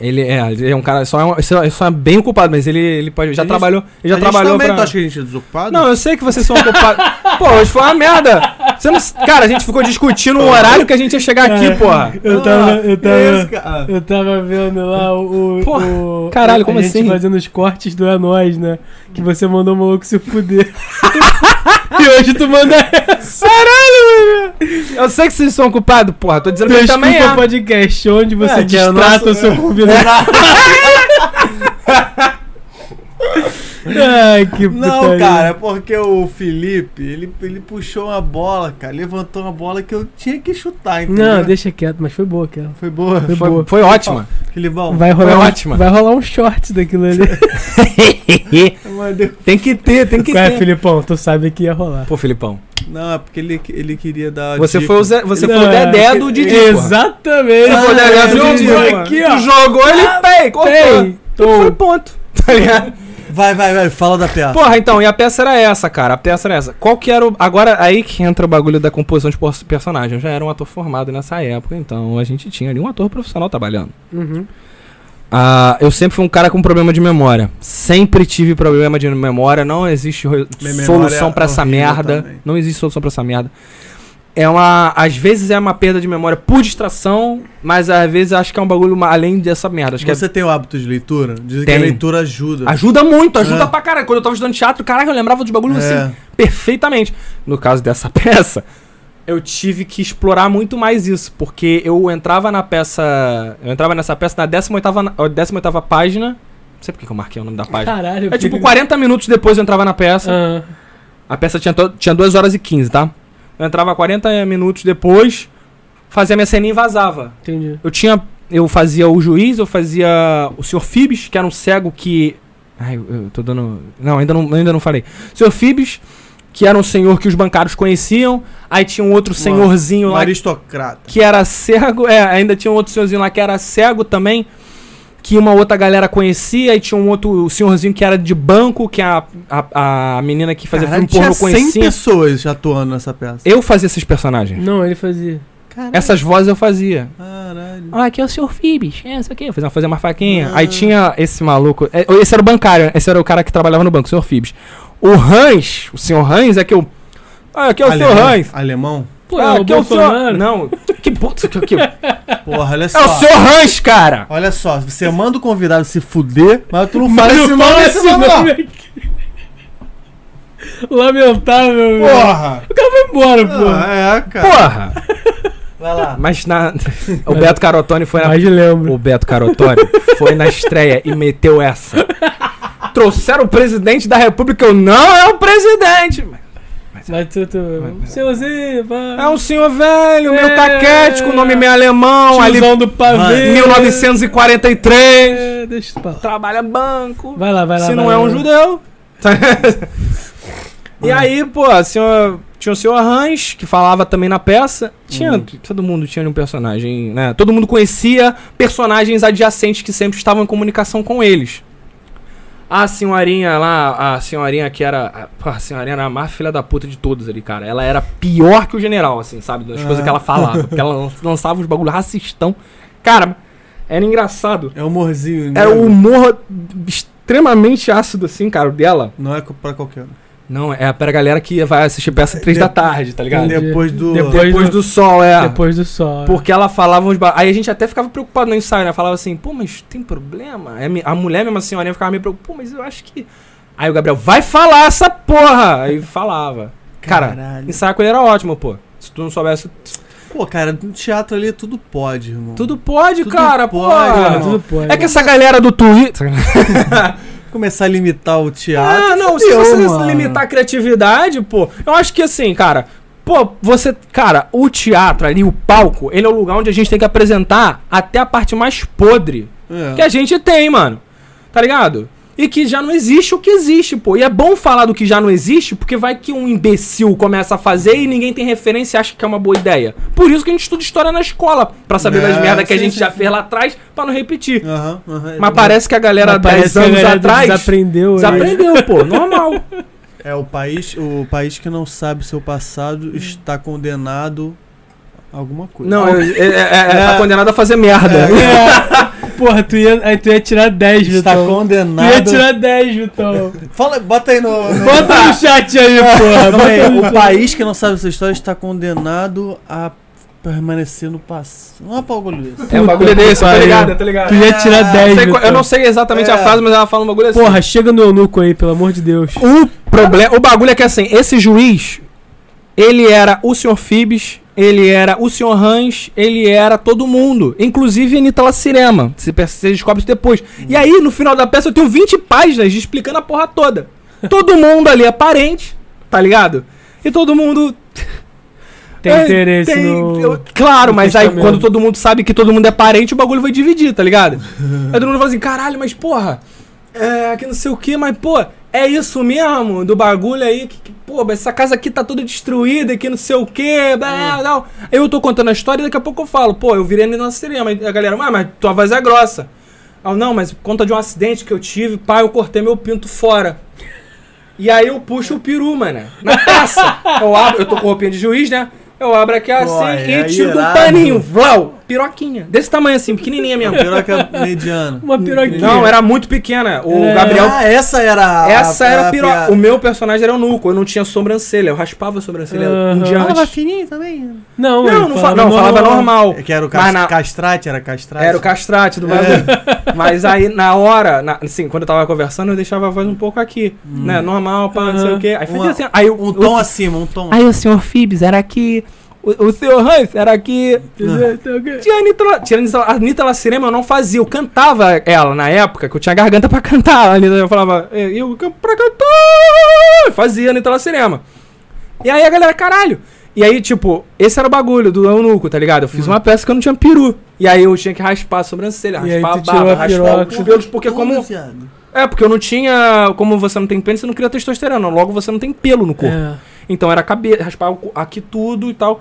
S4: Ele é, ele é um cara, só é, um- só é- só é bem ocupado, mas ele, ele pode, já
S2: A gente-
S4: trabalhou, ele já
S2: a gente
S4: trabalhou
S2: também,
S4: pra...
S2: tu acha que a gente é desocupado?
S4: Não, eu sei que vocês são <laughs> ocupados. Pô, hoje foi uma merda. Você não... Cara, a gente ficou discutindo o horário que a gente ia chegar aqui,
S1: Cara.
S4: porra.
S2: Ah,
S1: Eu tava, eu
S2: Que isso,
S1: tava,
S2: cara? <laughs>
S1: eu tava vendo lá o. o-
S4: Porra,
S1: o-
S4: caralho, como
S1: a gente
S4: assim?
S1: fazendo os cortes do É Nós, né? Que você mandou o maluco se fuder. e hoje tu manda essa.
S4: Caralho, velho. Eu sei que vocês são ocupados, porra. Tô dizendo que eu também
S1: Desculpa o
S4: é.
S1: podcast, onde você
S4: É, que é o
S1: destrata o
S4: nosso-
S1: seu
S2: <laughs>
S1: convidado. Ai, que
S2: Não,
S1: putaria.
S2: cara, é porque o Felipe, ele, ele puxou uma bola, cara. Levantou uma bola que eu tinha que chutar, entendeu?
S1: Não, deixa quieto, mas foi boa aquela.
S2: Foi boa.
S1: Foi
S4: Foi,
S1: boa.
S4: foi ótima.
S2: Filipão,
S1: Vai rolar, um-
S4: ótima.
S1: vai rolar um short daquilo ali.
S4: <laughs>
S2: eu mandei-
S4: tem que ter, tem que
S1: Qual é,
S4: ter.
S1: Filipão? Tu sabe que ia rolar.
S4: Pô, Filipão.
S2: Não, é porque ele, ele queria dar.
S4: Você
S2: dica.
S4: foi o, Zé, você foi o
S1: Não, é,
S4: Dedé do Didi. porra.
S1: Exatamente.
S4: Você foi o Dedé do Didi.
S1: Jogou
S4: porra.
S1: aqui,
S4: Tu
S1: ó.
S4: jogou, ele pei, cortou.
S1: Ei,
S4: Foi ponto. <laughs> Tá ligado?
S2: Vai, vai, vai, fala da peça.
S4: Porra, então, e a peça era essa, cara. A peça era essa. Qual que era o. Agora, aí que entra o bagulho da composição de pos- personagem. Eu já era um ator formado nessa época, então a gente tinha ali um ator profissional trabalhando.
S1: Uhum.
S4: Ah, eu sempre fui um cara com problema de memória. Sempre tive problema de memória. Não existe re-
S2: Minha memória
S4: solução
S2: é
S4: pra essa
S2: horrível
S4: merda.
S2: também.
S4: Não existe solução pra essa merda. É uma. Às vezes é uma perda de memória por distração, mas às vezes acho que é um bagulho ma- além dessa merda. Acho que é
S2: Você tem o hábito de leitura? Dizem que
S4: Tenho.
S2: a leitura ajuda.
S4: Ajuda muito, ajuda
S2: É.
S4: pra caralho. Quando eu tava estudando teatro, caralho, eu lembrava dos bagulhos
S2: É.
S4: assim perfeitamente. No caso dessa <laughs> peça, eu tive que explorar muito mais isso, porque eu entrava na peça, eu entrava nessa peça na 18ª, na- ó, 18ª página. Não sei por que que eu marquei o nome da
S1: <laughs>
S4: página.
S1: Caralho.
S4: É tipo 40 minutos depois eu entrava na peça.
S1: Ah,
S4: A peça tinha, to- tinha 2 horas e 15, tá? Eu entrava 40 minutos depois, fazia minha ceninha e vazava.
S1: entendi.
S4: Eu tinha. Eu fazia o juiz, eu fazia o Sr. Fibes, que era um cego que. Ai, eu- eu tô dando. Não, ainda não, ainda não falei. Sr. Fibes, que era um senhor que os bancários conheciam. Aí tinha um outro senhorzinho
S2: Um
S4: lá
S2: aristocrata.
S4: que era cego. É, ainda tinha um outro senhorzinho lá que era cego também. Que uma outra galera conhecia, e tinha um outro senhorzinho que era de banco, que a, a, a menina que fazia
S2: Caralho,
S4: filme pornô
S2: tinha 100
S4: conhecia.
S2: pessoas atuando nessa peça.
S4: Eu fazia esses personagens.
S1: Não, ele fazia.
S2: Caralho.
S4: Essas vozes eu fazia.
S2: Caralho.
S4: Ah, aqui é o senhor Fibes. É, isso aqui. Fazia, fazia uma faquinha. Aí tinha esse maluco. é, Esse era o bancário. Esse era o cara que trabalhava no banco, o senhor Fibes. O Hans, o senhor Hans é que eu. Ah, aqui é o senhor Hans.
S2: Alemão?
S1: Pô,
S4: ah,
S1: é o
S4: aqui é o senhor.
S1: <laughs> Bolsonaro.
S4: Não, Que puto que. que... <laughs> É
S3: Porra, olha só.
S4: o seu Hans, cara!
S3: Olha só, você manda o convidado se fuder, mas tu não fala
S1: Mas
S3: esse
S1: não
S3: nome,
S1: fala
S3: esse nome, não.
S1: é aqui. Lamentável, meu.
S3: Porra!
S1: O cara vai embora, pô.
S3: Ah, é, cara.
S4: Tipo, Porra!
S3: Vai lá.
S4: Mas na. O Beto
S1: <laughs>
S4: Carotone foi na
S1: Mas lembro.
S4: O Beto Carotone foi na estreia e meteu <laughs> essa. Trouxeram o presidente da República. Eu não é o presidente.
S1: Mas tu, tu. Senhorzinho, vai.
S4: É um senhor velho,
S1: É.
S4: meio caquete, com nome meio alemão, ali
S1: tiozão do pavê.
S4: 1943.
S1: É, deixa isso pra lá.
S4: Trabalha banco.
S1: Vai lá, vai lá.
S4: Se
S1: vai
S4: não
S1: lá,
S4: é um
S1: vai lá. <laughs>
S4: judeu. e aí, pô, a senhora- tinha o senhor Hans, que falava também na peça. Tinha,
S1: Uhum.
S4: todo mundo tinha um personagem, né? Todo mundo conhecia personagens adjacentes que sempre estavam em comunicação com eles. A senhorinha lá, a senhorinha que era. A, pô, a senhorinha era a mais filha da puta de todos ali, cara. Ela era pior que o general, assim, sabe? Das coisas que
S1: Ah.
S4: ela falava.
S1: <laughs>
S4: Porque ela lan- lançava os bagulho racistão. Cara, era engraçado.
S3: É o humorzinho. né?
S4: Era um humor extremamente ácido, assim, cara, o dela.
S3: Não é co- pra qualquer um.
S4: Não, é pra galera que vai assistir peça 3 da tarde, tá ligado?
S1: Entendi.
S3: Depois do.
S1: Depois-
S4: Depois do sol, é.
S1: Depois do sol.
S4: Porque ela falava uns ba... Aí a gente até ficava preocupado no ensaio, né? Falava assim, pô, mas tem problema? Aí a mi- A mulher, mesmo assim, a senhorinha, ficava meio preocupada, pô, mas eu acho que. Aí o Gabriel, vai falar essa porra! Aí falava. Cara,
S3: Caralho.
S4: ensaio com ele era ótimo, pô. Se tu não soubesse.
S3: Pô, cara, no teatro ali tudo pode, irmão.
S4: Tudo pode,
S3: Tudo
S4: cara,
S3: pode,
S1: Ah,
S4: porra.
S3: mano.
S1: tudo pode.
S4: É que essa galera do Twitter.
S3: Começar a limitar o teatro.
S4: Ah, não, se
S3: fudeu,
S4: você
S3: mano.
S4: limitar a criatividade, pô, eu acho que assim, cara, pô, você, cara, o teatro ali, o palco, ele é o lugar onde a gente tem que apresentar até a parte mais podre
S3: É.
S4: que a gente tem, mano. Tá ligado? E que já não existe o que existe, pô. E é bom falar do que já não existe, porque vai que um imbecil começa a fazer e ninguém tem referência e acha que é uma boa ideia. Por isso que a gente estuda história na escola, pra saber
S3: É,
S4: das merdas que a
S3: sim,
S4: gente
S3: sim,
S4: já
S3: sim.
S4: fez lá atrás, pra não repetir.
S2: Uhum.
S3: Aham, aham. é
S4: Mas
S3: verdade.
S4: parece que a galera há
S1: Mas parece
S4: 10
S1: que a
S4: anos
S1: galera
S4: atrás
S1: Desaprendeu, né?
S4: desaprendeu, pô. Normal.
S3: É o país, o país que não sabe seu passado está condenado a alguma coisa.
S4: Não, é, é, é- é-
S3: É.
S4: tá condenado a fazer merda. <laughs>
S1: É. Porra, tu ia, aí tu ia tirar 10,
S4: tá
S3: está
S1: Vitão. Tu ia
S3: condenado.
S1: tirar 10, Vitão.
S3: Fala, bota aí no.
S4: <laughs>
S3: no-
S1: Bota no chat aí, porra.
S3: Calma aí,
S1: Bota no
S3: o
S1: chat.
S3: país que não sabe sua história está condenado a permanecer no passado. Não é bagulho isso.
S4: É um bagulho
S1: Puta
S4: desse,
S1: que
S4: tá
S1: pariu.
S4: ligado? Tá ligado?
S1: Tu ia
S3: Ah,
S1: tirar
S4: Não
S1: 10,
S4: sei qual- eu
S1: Vitão.
S4: não sei exatamente a
S3: É.
S4: frase, mas ela fala um bagulho assim.
S1: Porra, chega no eunuco aí, pelo amor de Deus.
S4: o problema, o bagulho é que assim, esse juiz, ele era o senhor Fibes, ele era o senhor Hans, ele era todo mundo, inclusive Anitta Lacirema. Você perce- você descobre isso depois. E aí, no final da peça, eu tenho 20 páginas explicando a porra toda. Todo mundo ali é parente, tá ligado? E todo mundo
S1: Tem
S4: É,
S1: interesse
S4: tem-
S1: no...
S4: eu- claro,
S1: no
S4: mas aí
S1: testamento.
S4: quando todo mundo sabe que todo mundo é parente, o bagulho vai dividir, tá ligado? aí todo mundo fala assim, caralho, mas porra, é que não sei o que, mas pô, é isso mesmo do bagulho aí, que, que, pô, mas essa casa aqui tá toda destruída, que não sei o que,
S1: É.
S4: blá, blá, blá. Aí eu tô contando a história e daqui a pouco eu falo, pô, eu virei na cinema, aí a galera, mas, mas tua voz é grossa. Ah, não, mas por conta de um acidente que eu tive, pai, eu cortei meu pinto fora. E aí eu puxo o peru, mano. Na taça. Eu abro, eu tô com roupinha de juiz, né? Eu abro aqui assim
S3: Pô, é
S4: e tiro do
S3: irado.
S4: paninho. Vlau! Piroquinha. Desse tamanho assim, pequenininha mesmo.
S3: Piroca mediana.
S1: Uma piroquinha.
S4: Não, era muito pequena. O Gabriel.
S3: Ah, essa era a-
S4: É. Essa era
S3: a
S4: a piroca. O meu personagem era o nuco. Eu não tinha sobrancelha. Eu raspava a sobrancelha um
S1: Aham.
S4: dia
S1: Falava
S4: antes.
S3: fininho também.
S1: Não,
S4: Não,
S1: ele
S4: não, fa- não, falava normal.
S3: É que era o
S4: Mas
S3: cas
S4: na-
S3: castrate, era castrate.
S4: Era o castrate do bagulho.
S1: É.
S4: <laughs> Mas aí, na hora, na, assim, quando eu tava conversando, eu deixava a voz um pouco aqui.
S1: Hum.
S4: Né? Normal, pá, não sei
S1: Aham.
S4: o quê. Aí fazia
S3: Uma-
S4: assim. Aí o,
S3: Um
S4: o
S3: tom acima, um tom.
S4: Aí o senhor Fibes era aqui. O, o senhor Hans era aqui. Tinha a Anitta, La- tinha a Anitta- a Anitta Lacirema, eu não fazia. Eu cantava ela na época, que eu tinha garganta pra cantar. A Anitta, eu falava, "É, eu canto pra cantar. Eu Fazia a Anitta Lacirema. E aí a galera, caralho. E aí, tipo, esse era o bagulho do eunuco, tá ligado? Eu fiz uma peça que eu não tinha peru. E aí eu tinha que raspar a sobrancelha,
S1: Hum. E aí
S4: raspar a
S1: tu tirou
S4: barba,
S1: a
S4: raspar
S1: piroca.
S4: os cabelos, porque como... É, porque eu não tinha... Como você não tem pênis, você não cria testosterona. Logo, você não tem pelo no corpo.
S1: É.
S4: Então era cabeça, raspar o cu- aqui tudo e tal.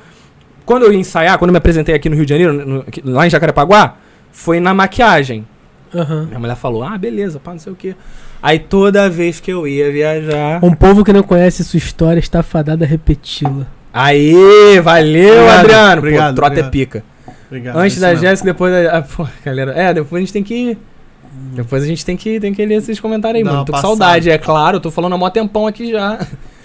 S4: Quando eu ia ensaiar, quando eu me apresentei aqui no Rio de Janeiro, no- aqui- lá em Jacarepaguá, foi na maquiagem.
S1: Aham.
S4: Minha mulher falou, ah, beleza, pá, não sei o quê. Aí toda vez que eu ia viajar.
S1: Um povo que não conhece sua história está fadado a repeti-la.
S4: Aê, valeu,
S3: Obrigado,
S4: Adriano.
S3: obrigado,
S4: Pô, trota
S3: obrigado.
S4: é pica.
S3: Obrigado.
S4: Antes
S3: isso
S4: da
S3: mesmo.
S4: Jéssica, depois da. Ah, pô, galera. É, depois a gente tem que. Depois a gente tem que, tem que ler esses comentários aí,
S3: Dá
S4: mano.
S3: uma
S4: Tô
S3: passada.
S4: com saudade, é claro. Tô falando há mó tempão aqui já.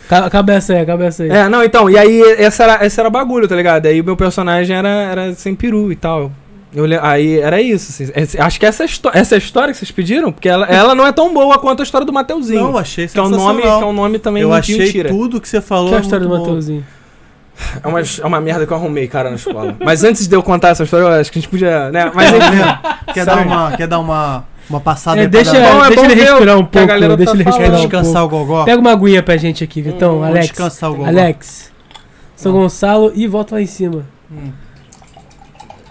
S1: Ca- Acaba essa aí, acaba essa aí.
S4: É, não, então, e aí esse era, esse era o bagulho, tá ligado? Aí o meu personagem era, era sem peru e tal. Eu, le- aí era isso, assim. Esse- acho que essa, é a histó- essa é a história que vocês pediram, porque ela, ela não é tão boa quanto a história do Mateuzinho.
S2: Não, achei
S4: que é um nome, que é um nome também
S2: Eu
S4: de
S2: achei
S4: mentira.
S2: tudo que você falou.
S1: que é a história do
S2: muito bom.
S1: Mateuzinho?
S4: É uma, é uma merda que eu arrumei, cara, na escola. Mas antes de eu contar essa história, eu acho que a gente podia, né?
S2: <laughs>
S4: Mas enfim,
S2: Tá Quer dar uma, quer dar uma, uma passada
S1: É,
S2: aí pra
S1: deixa,
S2: galera?
S4: bom, é
S1: deixa
S4: bom
S1: ele
S4: ver
S1: respirar
S4: o
S1: um
S4: que a
S1: pouco,
S4: galera
S1: deixa
S4: tá
S1: ele
S4: falando. Hum,
S2: Quer
S1: respirar um pouco.
S2: descansar o gogó?
S1: Pega uma aguinha pra gente aqui, Vitão,
S2: Vou
S1: Alex.
S2: descansar o
S4: um
S2: gogó.
S1: Alex, São Gonçalo e volta lá em cima.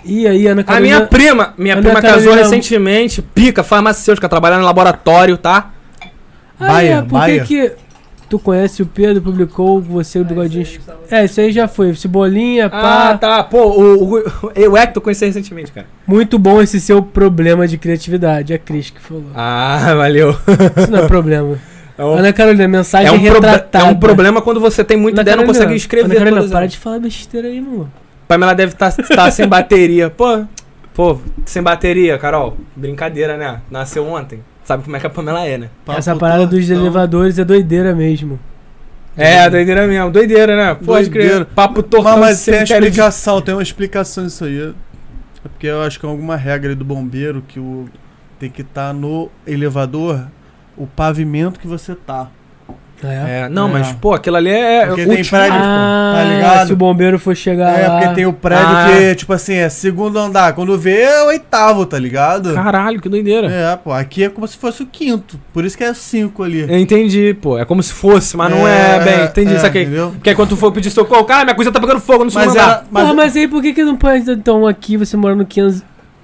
S1: E aí, Ana
S4: Hum. a
S1: Carolina...
S4: minha prima, minha
S1: Ana
S4: prima casou
S1: Carolina-
S4: recentemente, pica, farmacêutica, trabalhando em laboratório, tá?
S1: Ah, é,
S2: Baia,
S1: por
S2: Baia.
S1: que que... Tu conhece o Pedro, publicou você, o bigodinho... É, isso aí já foi. Cebolinha, pá...
S4: Ah, tá. Pô, o, <laughs> o, o Hector eu conheci recentemente, cara.
S1: Muito bom esse seu problema de criatividade, a Cris que falou.
S4: Ah, valeu.
S1: Isso não é
S4: <laughs>
S1: problema.
S4: É um-
S1: Ana Carolina, mensagem
S4: é um, proble-
S1: retratada.
S4: é um problema quando você tem
S1: Ana
S4: muita ideia e não
S1: Carolina,
S4: consegue escrever
S1: Ana Carolina,
S4: todas
S1: para
S4: elas.
S1: de falar besteira aí, mano.
S4: Pamela deve estar sem bateria. <laughs> Pô, pô, sem bateria, Carol. Brincadeira, né? Nasceu ontem. Sabe como é que a Pamela é, né?
S2: Papo então.
S1: Essa parada
S2: tortão.
S1: dos elevadores é doideira mesmo.
S4: É, doideira mesmo. Doideira, né? Pode
S2: Doideira.
S4: crer. Papo
S2: Mas,
S4: tortão
S2: mas
S4: de
S2: tem a
S4: cemitério de-
S2: explicação, tem uma explicação isso aí. É porque eu acho que é alguma regra aí do bombeiro que o tem que estar no elevador o pavimento que você tá.
S1: É.
S4: É, não,
S2: É.
S4: mas, pô, aquilo ali é...
S2: Porque
S4: o
S2: tem
S4: último-
S2: prédio,
S1: Ah,
S2: pô, tá ligado?
S1: se o bombeiro for chegar
S2: é,
S1: lá...
S2: porque tem o prédio
S4: Ah.
S2: que, tipo assim, é segundo andar. Quando vê, é o oitavo, tá ligado?
S4: Caralho, que doideira.
S2: É, pô, aqui é como se fosse o quinto. Por isso que é cinco ali.
S4: Eu entendi, pô. É como se fosse, mas não é bem. Entendi,
S2: é,
S4: isso aqui.
S2: Entendeu?
S4: Porque aí quando tu for pedir socorro, cara, minha coisa tá pegando fogo, não sei
S2: Mas
S4: mandar.
S2: era,
S1: Mas,
S2: mas,
S1: mas aí por que que não pode, então, aqui você mora no 500...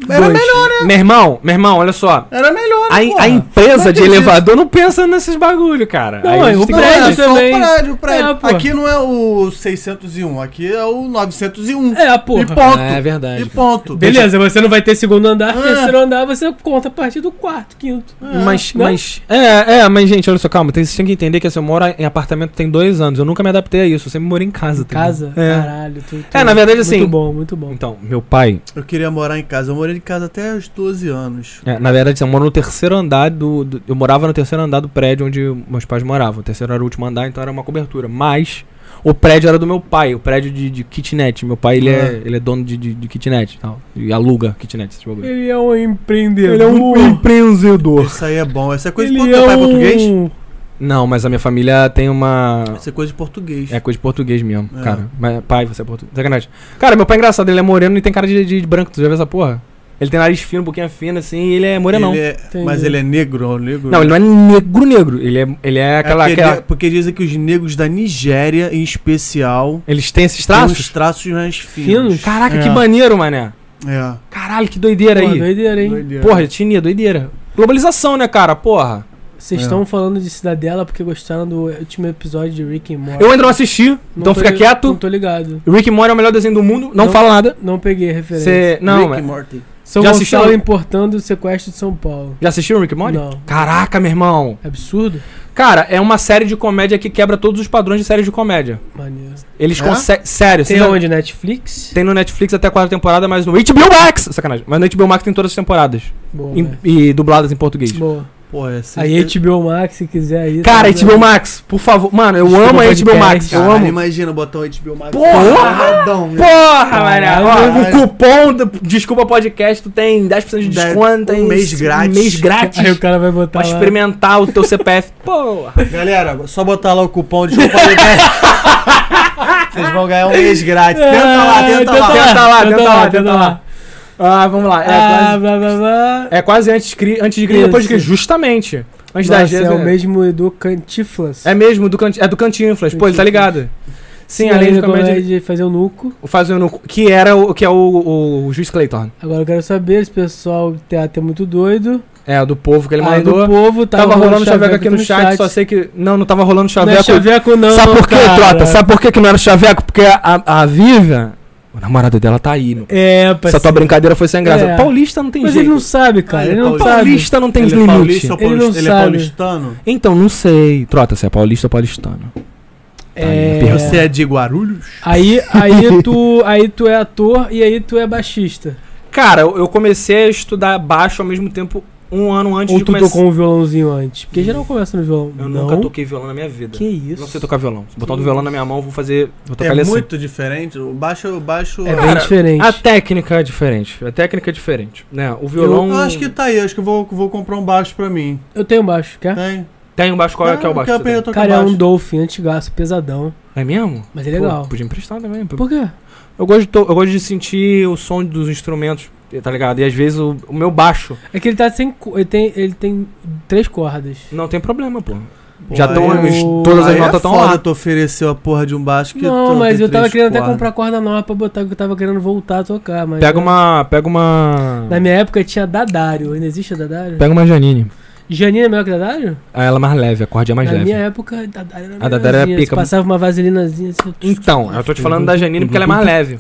S2: Era né?
S1: melhor,
S4: Meu irmão, meu irmão, olha só.
S2: era melhor,
S4: A,
S2: né,
S4: a
S2: porra?
S4: empresa
S2: Mas
S4: de
S2: tem
S4: elevador não pensa nesses bagulho, cara.
S1: Não,
S4: Aí a
S1: é,
S4: gente
S1: o
S4: tem que-
S2: Não,
S1: prédio
S2: é só o
S1: também.
S2: prédio, o prédio.
S1: É, pô.
S2: aqui não é o 601, aqui é o 901.
S1: É, porra.
S2: E ponto.
S4: É verdade.
S2: E ponto.
S1: Beleza, você não vai ter segundo andar,
S2: Ah.
S1: terceiro andar, você conta a partir do quarto, quinto.
S4: Mas,
S1: Não?
S4: mas. É, é, mas, gente, olha só, calma. Tem, vocês têm que entender que assim, eu moro em apartamento tem dois anos. Eu nunca me adaptei a isso. Eu sempre morei em casa. tá
S1: Casa?
S4: ligado? É.
S1: Caralho. tu- tu-
S4: É, na verdade, assim-
S1: Muito bom, muito bom.
S4: Então, meu pai.
S2: Eu queria morar em casa. Eu morei em casa até os 12 anos.
S4: é, na verdade, assim, eu moro no terceiro andar do, do- Eu morava no terceiro andar do prédio onde meus pais moravam. O terceiro era o último andar, então era uma cobertura. Mas. O prédio era do meu pai, o prédio de, de kitnet. Meu pai, ele é,
S2: Ah.
S4: ele é dono de, de, de kitnet e tal. E aluga kitnet, esses bagulho.
S1: Ele um é um empreendedor.
S4: Uh! empreendedor.
S2: Isso aí é bom. Essa é coisa
S1: Ele
S2: de
S1: é
S2: teu pai é
S1: um-
S2: português?
S4: Não, mas a minha família tem uma.
S2: Essa é coisa de português.
S4: É coisa de português mesmo,
S2: É.
S4: cara. Mas, pai, você é português. Sacanagem. Cara, meu pai é engraçado, ele é moreno e tem cara de, de branco, tu já viu essa porra? Ele tem nariz fino, boquinha fina, assim, e ele é morenão.
S2: Ele é-
S1: Entendi.
S2: Mas ele é negro, ó, negro.
S4: Não, ele não é negro negro. Ele é, ele é aquela.
S2: porque,
S4: aquela-
S2: de- porque dizem que os negros da Nigéria, em especial,
S4: Eles têm esses
S2: têm
S4: traços?
S2: os traços mais finos.
S1: Finos?
S4: Caraca,
S2: É.
S4: que maneiro, mané.
S2: É.
S4: Caralho, que doideira
S1: Pô,
S4: aí.
S1: doideira, hein?
S2: Doideira.
S4: Porra, tinha doideira. Globalização, né, cara? Porra.
S1: Vocês
S2: É.
S1: estão falando de Cidadela porque gostaram do último episódio de Rick and Morty.
S4: Eu ainda não assisti,
S1: tô
S4: então fica
S1: li- Não
S4: quieto.
S1: tô ligado.
S4: Rick Mori é o melhor desenho do mundo, não,
S1: Não-
S4: fala nada.
S1: Não peguei a referência.
S4: Você. Não,
S2: Rick
S4: mas-
S2: and Morty.
S1: São
S4: Já
S1: Gonçalo
S4: assistiu?
S1: importando o sequestro de São Paulo.
S4: Já assistiu Rick Mori?
S1: Não. É
S4: Caraca, meu irmão.
S1: Absurdo?
S4: Cara, é uma série de comédia que quebra todos os padrões de séries de comédia.
S1: Maneiro.
S4: Eles
S2: É?
S4: conseguem. Sério,
S1: Tem
S4: vocês-
S1: onde? Netflix?
S4: tem no Netflix até a quarta temporada, mas no HBO Max! Sacanagem. Mas no HBO Max tem todas as temporadas.
S1: Boa.
S4: Em-
S1: velho.
S4: e dubladas em português.
S1: Boa.
S2: Pô, essa é
S1: Aí
S4: é
S1: HBO Max, se quiser aí.
S4: Cara,
S1: tá,
S4: HBO
S1: né?
S4: Max, por favor. Mano, eu
S1: Desculpa
S4: amo a
S1: o
S4: HBO Max.
S1: podcast.
S4: Eu
S2: Caralho,
S4: amo.
S2: imagina botar o HBO Max.
S4: Porra!
S2: Porradão, né?
S4: Porra,
S1: Caralho.
S4: mano. O cupom do Desculpa Podcast, tu tem 10% de
S2: Dez-
S4: desconto. tem
S2: um mês grátis.
S4: mês grátis.
S1: Aí o cara vai botar
S4: Pra
S1: lá.
S4: experimentar o
S1: <laughs>
S4: teu CPF. Porra.
S2: Galera, só botar lá o cupom de desculpa podcast.
S1: <laughs>
S2: Vocês vão ganhar um mês grátis. Tenta lá,
S1: Ah,
S2: tenta,
S1: tenta
S2: lá.
S1: lá.
S4: Tenta lá,
S1: tenta
S4: tenta
S1: lá,
S4: lá,
S1: tenta
S4: tenta lá. Ah, vamos lá. É quase-
S1: ah, blá, blá, blá.
S4: É quase antes de Cristo, antes de Cristo, depois de
S1: Isso.
S4: Cristo, justamente. Antes da
S1: Nossa,
S4: Jesus,
S1: é o
S4: né?
S1: mesmo Edu Cantiflas.
S4: É mesmo, do canti, é do Cantinflas, pô, ele tá ligado. Sim,
S1: é
S4: além de comédia,
S1: de fazer o nuco.
S4: fazendo que era o que é o, o, o Juiz Clayton.
S1: Agora eu quero saber, esse pessoal do teatro é muito doido.
S4: É, o do povo que ele
S1: Aí
S4: mandou.
S1: do povo, tá
S4: Tava,
S1: tava,
S4: rolando chaveco aqui no chat, só sei que não, não tava rolando
S1: Né,
S4: chaveco. Sabe por quê, trota? Sabe por quê que não era chaveco? Porque a, a Vivian, o namorado dela tá aí. Meu.
S1: É,
S4: Essa tua
S1: parceiro.
S4: brincadeira foi sem graça.
S1: É.
S4: Paulista não tem
S1: Mas ele
S4: jeito.
S1: não sabe, cara.
S2: Ah, ele
S1: Ele
S2: é
S1: não sabe.
S4: Paulista não tem
S2: Ele é
S4: limite.
S2: paulista ou
S1: Ele não
S2: paulista? Ele, é
S1: sabe.
S2: paulistano?
S4: Então, não sei. Trota, se é paulista ou paulistano?
S1: É,
S4: Tá aí,
S2: Você é de Guarulhos?
S1: Aí, aí, tu, aí tu é ator e aí tu é baixista.
S4: Cara, eu eu comecei a estudar baixo ao mesmo tempo um ano antes
S1: Ou
S4: de
S1: tu
S4: começar.
S1: tocou um violãozinho antes? Porque geral começa no violão.
S4: Eu
S1: não.
S4: nunca toquei violão na minha vida.
S1: Que isso?
S4: Não sei tocar violão. Se botar um violão na minha mão, eu vou fazer. Vou tocar ele
S3: É
S4: assim.
S3: muito diferente. O baixo, o baixo.
S1: É bem
S4: Cara,
S1: diferente.
S4: A técnica é diferente. A técnica é diferente. Né? O violão.
S3: Eu acho que tá aí, acho que eu vou, vou comprar um baixo pra mim.
S1: Eu tenho um baixo, quer?
S3: Tem?
S4: Tem um baixo. Qual é que é o baixo?
S3: Ah, Eu
S4: que você
S3: aprender a tocar
S1: Cara, é um
S3: baixo.
S1: Dolphin, antigaço, pesadão.
S4: tem? É mesmo?
S1: Mas é legal.
S4: Pô, podia emprestar também.
S1: Por quê?
S4: Eu gosto, de to- eu gosto de sentir o som dos instrumentos, tá ligado? E às vezes o, o meu baixo.
S1: É que ele tá sem. co- Ele tem, ele tem três cordas.
S4: Não tem problema, pô.
S3: Pô,
S4: Já
S3: aí
S4: estão.
S3: é-
S4: Todas as
S3: aí
S4: notas
S3: é
S4: estão
S3: foda
S4: lá.
S3: tu ofereceu a porra de um baixo que tu
S1: Não,
S3: tem
S1: mas eu tava
S3: três
S1: querendo até
S3: cordas.
S1: comprar corda nova pra botar, que eu tava querendo voltar a tocar. Mas
S4: Pega uma. Pega uma.
S1: Na minha época tinha Dadário. Ainda existe a Dadário?
S4: Pega uma Janine.
S1: Janine é melhor que Dadário?
S4: Ah, ela é mais leve, a corda é mais
S1: Na
S4: leve.
S1: minha época, Dadário era
S4: A Dadário era
S1: melhorzinha,
S4: pica.
S1: você Passava uma vaselinazinha assim.
S4: Então, eu tô te falando da Janine porque ela é mais leve.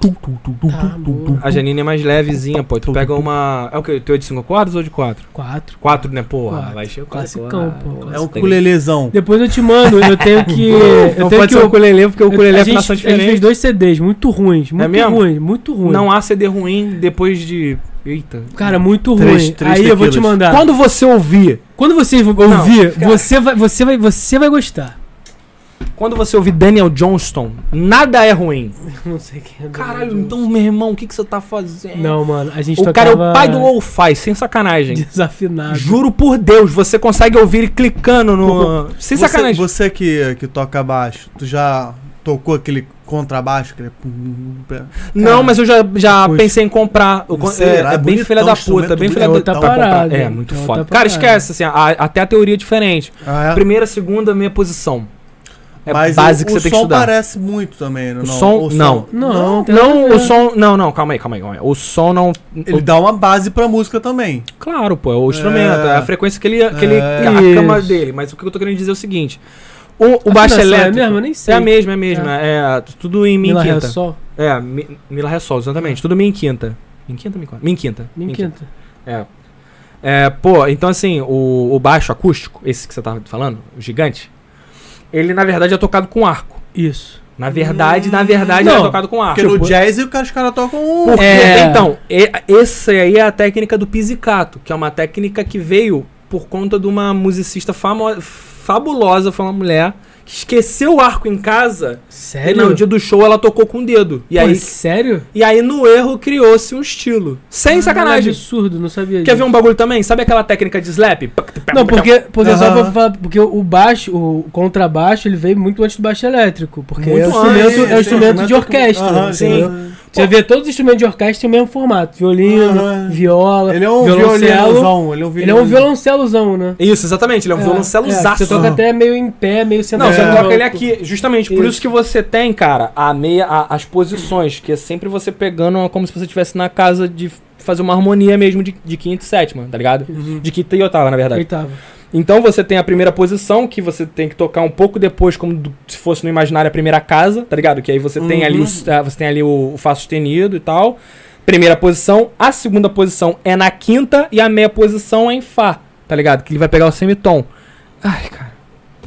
S1: Tá, boa.
S4: A Janine é mais levezinha, pô. Tu pega uma. É o que? Tu é de 5 quadros ou de 4?
S1: Quatro.
S4: 4, né? Porra,
S1: Quatro.
S4: vai encher o né?
S1: Classicão, pô.
S3: É um culelezão.
S1: Depois eu te mando, eu tenho que. eu
S4: <laughs> Não
S1: tenho que
S4: pode ser o
S1: eu-
S4: ukulele, porque o
S1: eu-
S4: ukulele
S1: a
S4: é
S1: gente,
S4: afinação
S1: a gente fez
S4: diferente. É
S1: dois CDs muito ruins, muito
S4: mesmo?
S1: ruins, muito ruins.
S4: Não há CD ruim depois de. Eita.
S1: Cara, muito
S2: Três-
S1: ruim.
S2: três
S1: Aí eu vou te
S2: tequilas.
S1: mandar.
S4: Quando você ouvir.
S1: Quando você
S4: Não,
S1: ouvir, você, vai, você, vai, você vai gostar. <laughs>
S4: Quando você ouvir Daniel Johnston, nada é ruim.
S1: Não sei quem é.
S4: Caralho, então, meu irmão, o que, que você tá fazendo?
S1: Não, mano, a gente
S4: O cara é
S1: tocava
S4: o pai do lo-fi, sem sacanagem.
S1: Desafinado.
S4: Juro por Deus, você consegue ouvir ele clicando no.
S3: Você,
S4: Sem sacanagem.
S3: você que, que toca baixo, tu já tocou aquele contrabaixo? Aquele... pum, pum, pum, pum?
S4: Não, mas eu já, já
S1: Puxa.
S4: pensei em comprar. Eu con-
S3: Será?
S4: é, é bem
S3: Bonitão,
S4: filha da puta,
S3: instrumento
S4: bem
S3: bonito.
S4: filha
S1: É
S4: da
S1: outra
S4: pra comprar.
S1: parada,
S4: É,
S1: hein?
S4: muito
S1: É outra
S4: foda. Cara,
S1: parada.
S4: esquece, assim, a- até a teoria é diferente.
S3: Ah, é?
S4: Primeira, segunda, meia posição. É
S3: Mas
S4: base que
S3: o,
S4: você
S3: o
S4: tem que
S3: som
S4: estudar.
S3: parece muito também, não?
S4: O som- não.
S1: Não, não, tem nada a
S4: Não,
S1: ver.
S4: o som. Não, não, calma aí, calma aí, calma aí. O som não.
S3: Ele
S4: o-
S3: dá uma base pra música também.
S4: claro, pô, é o instrumento, é, a frequência que ele. Que ele
S3: É.
S4: a cama dele. Mas o que eu tô querendo dizer é o seguinte: o, o baixo
S1: Afinação
S4: elétrico.
S1: É mesmo? Eu nem sei.
S4: É a mesma, é a mesma. É, tudo em mi em
S1: Mila Ré
S4: quinta.
S1: Sol.
S4: É, mi, Mila Ré Sol, exatamente. Tudo mi em quinta. Mi em quinta, mi em quarta? Mi em quinta.
S1: Mi em quinta.
S4: É. É, pô, então assim, o, o baixo acústico, esse que você tava falando, o gigante, ele na verdade é tocado com arco.
S1: Isso.
S4: Na verdade, na verdade,
S1: Não,
S4: ele é tocado com arco.
S3: Porque no jazz o cara- os caras tocam um.
S4: Porque,
S1: É.
S4: Então, e- essa aí é a técnica do pizzicato, que é uma técnica que veio por conta de uma musicista famo- fabulosa, foi uma mulher, que esqueceu o arco em casa e
S1: Sério?
S4: no dia do show ela tocou com o dedo. E
S1: Pô,
S4: aí,
S1: sério?
S4: e aí no erro, criou-se um estilo.
S1: Ah,
S4: Sem sacanagem.
S1: absurdo, não sabia
S4: Quer ver
S1: disso.
S4: um bagulho também? Sabe aquela técnica de slap?
S1: Não, porque, porque só
S3: Aham.
S1: pra falar, porque o baixo, o contrabaixo, ele veio muito antes do baixo elétrico, porque
S4: Muito
S1: é um instrumento,
S3: antes,
S1: é um
S3: sim,
S1: instrumento de
S3: instrumento com-
S1: orquestra,
S3: Aham,
S4: sim.
S1: entendeu? Você vê todos os instrumentos de orquestra têm o mesmo formato, violino,
S3: Aham.
S1: viola,
S3: Ele é um
S1: violoncelo.
S3: violonozão. Ele é um
S1: Ele é um violoncelozão, né?
S4: Isso, exatamente. Ele é um violoncelo
S1: é, Você toca
S3: Aham.
S1: até meio em pé, meio
S4: Não,
S1: sentado.
S4: você
S1: no
S4: coloca
S1: banco.
S4: ele aqui. Justamente por
S1: É. Isso.
S4: isso. que você tem, cara, a meia, a- as posições, que é sempre você pegando uma- como se você estivesse na casa de fazer uma harmonia mesmo de, de quinta e sétima, tá ligado? De quinta e oitava, na verdade.
S1: Oitavo.
S4: Então você tem a primeira posição, que você tem que tocar um pouco depois, como do- se fosse no imaginário a primeira casa, tá ligado? Que aí você tem ali o, ah, você tem ali o, o Fá sustenido e tal. Primeira posição, a segunda posição é na quinta e a meia posição é em Fá, tá ligado? Que ele vai pegar o semitom. Ai, cara.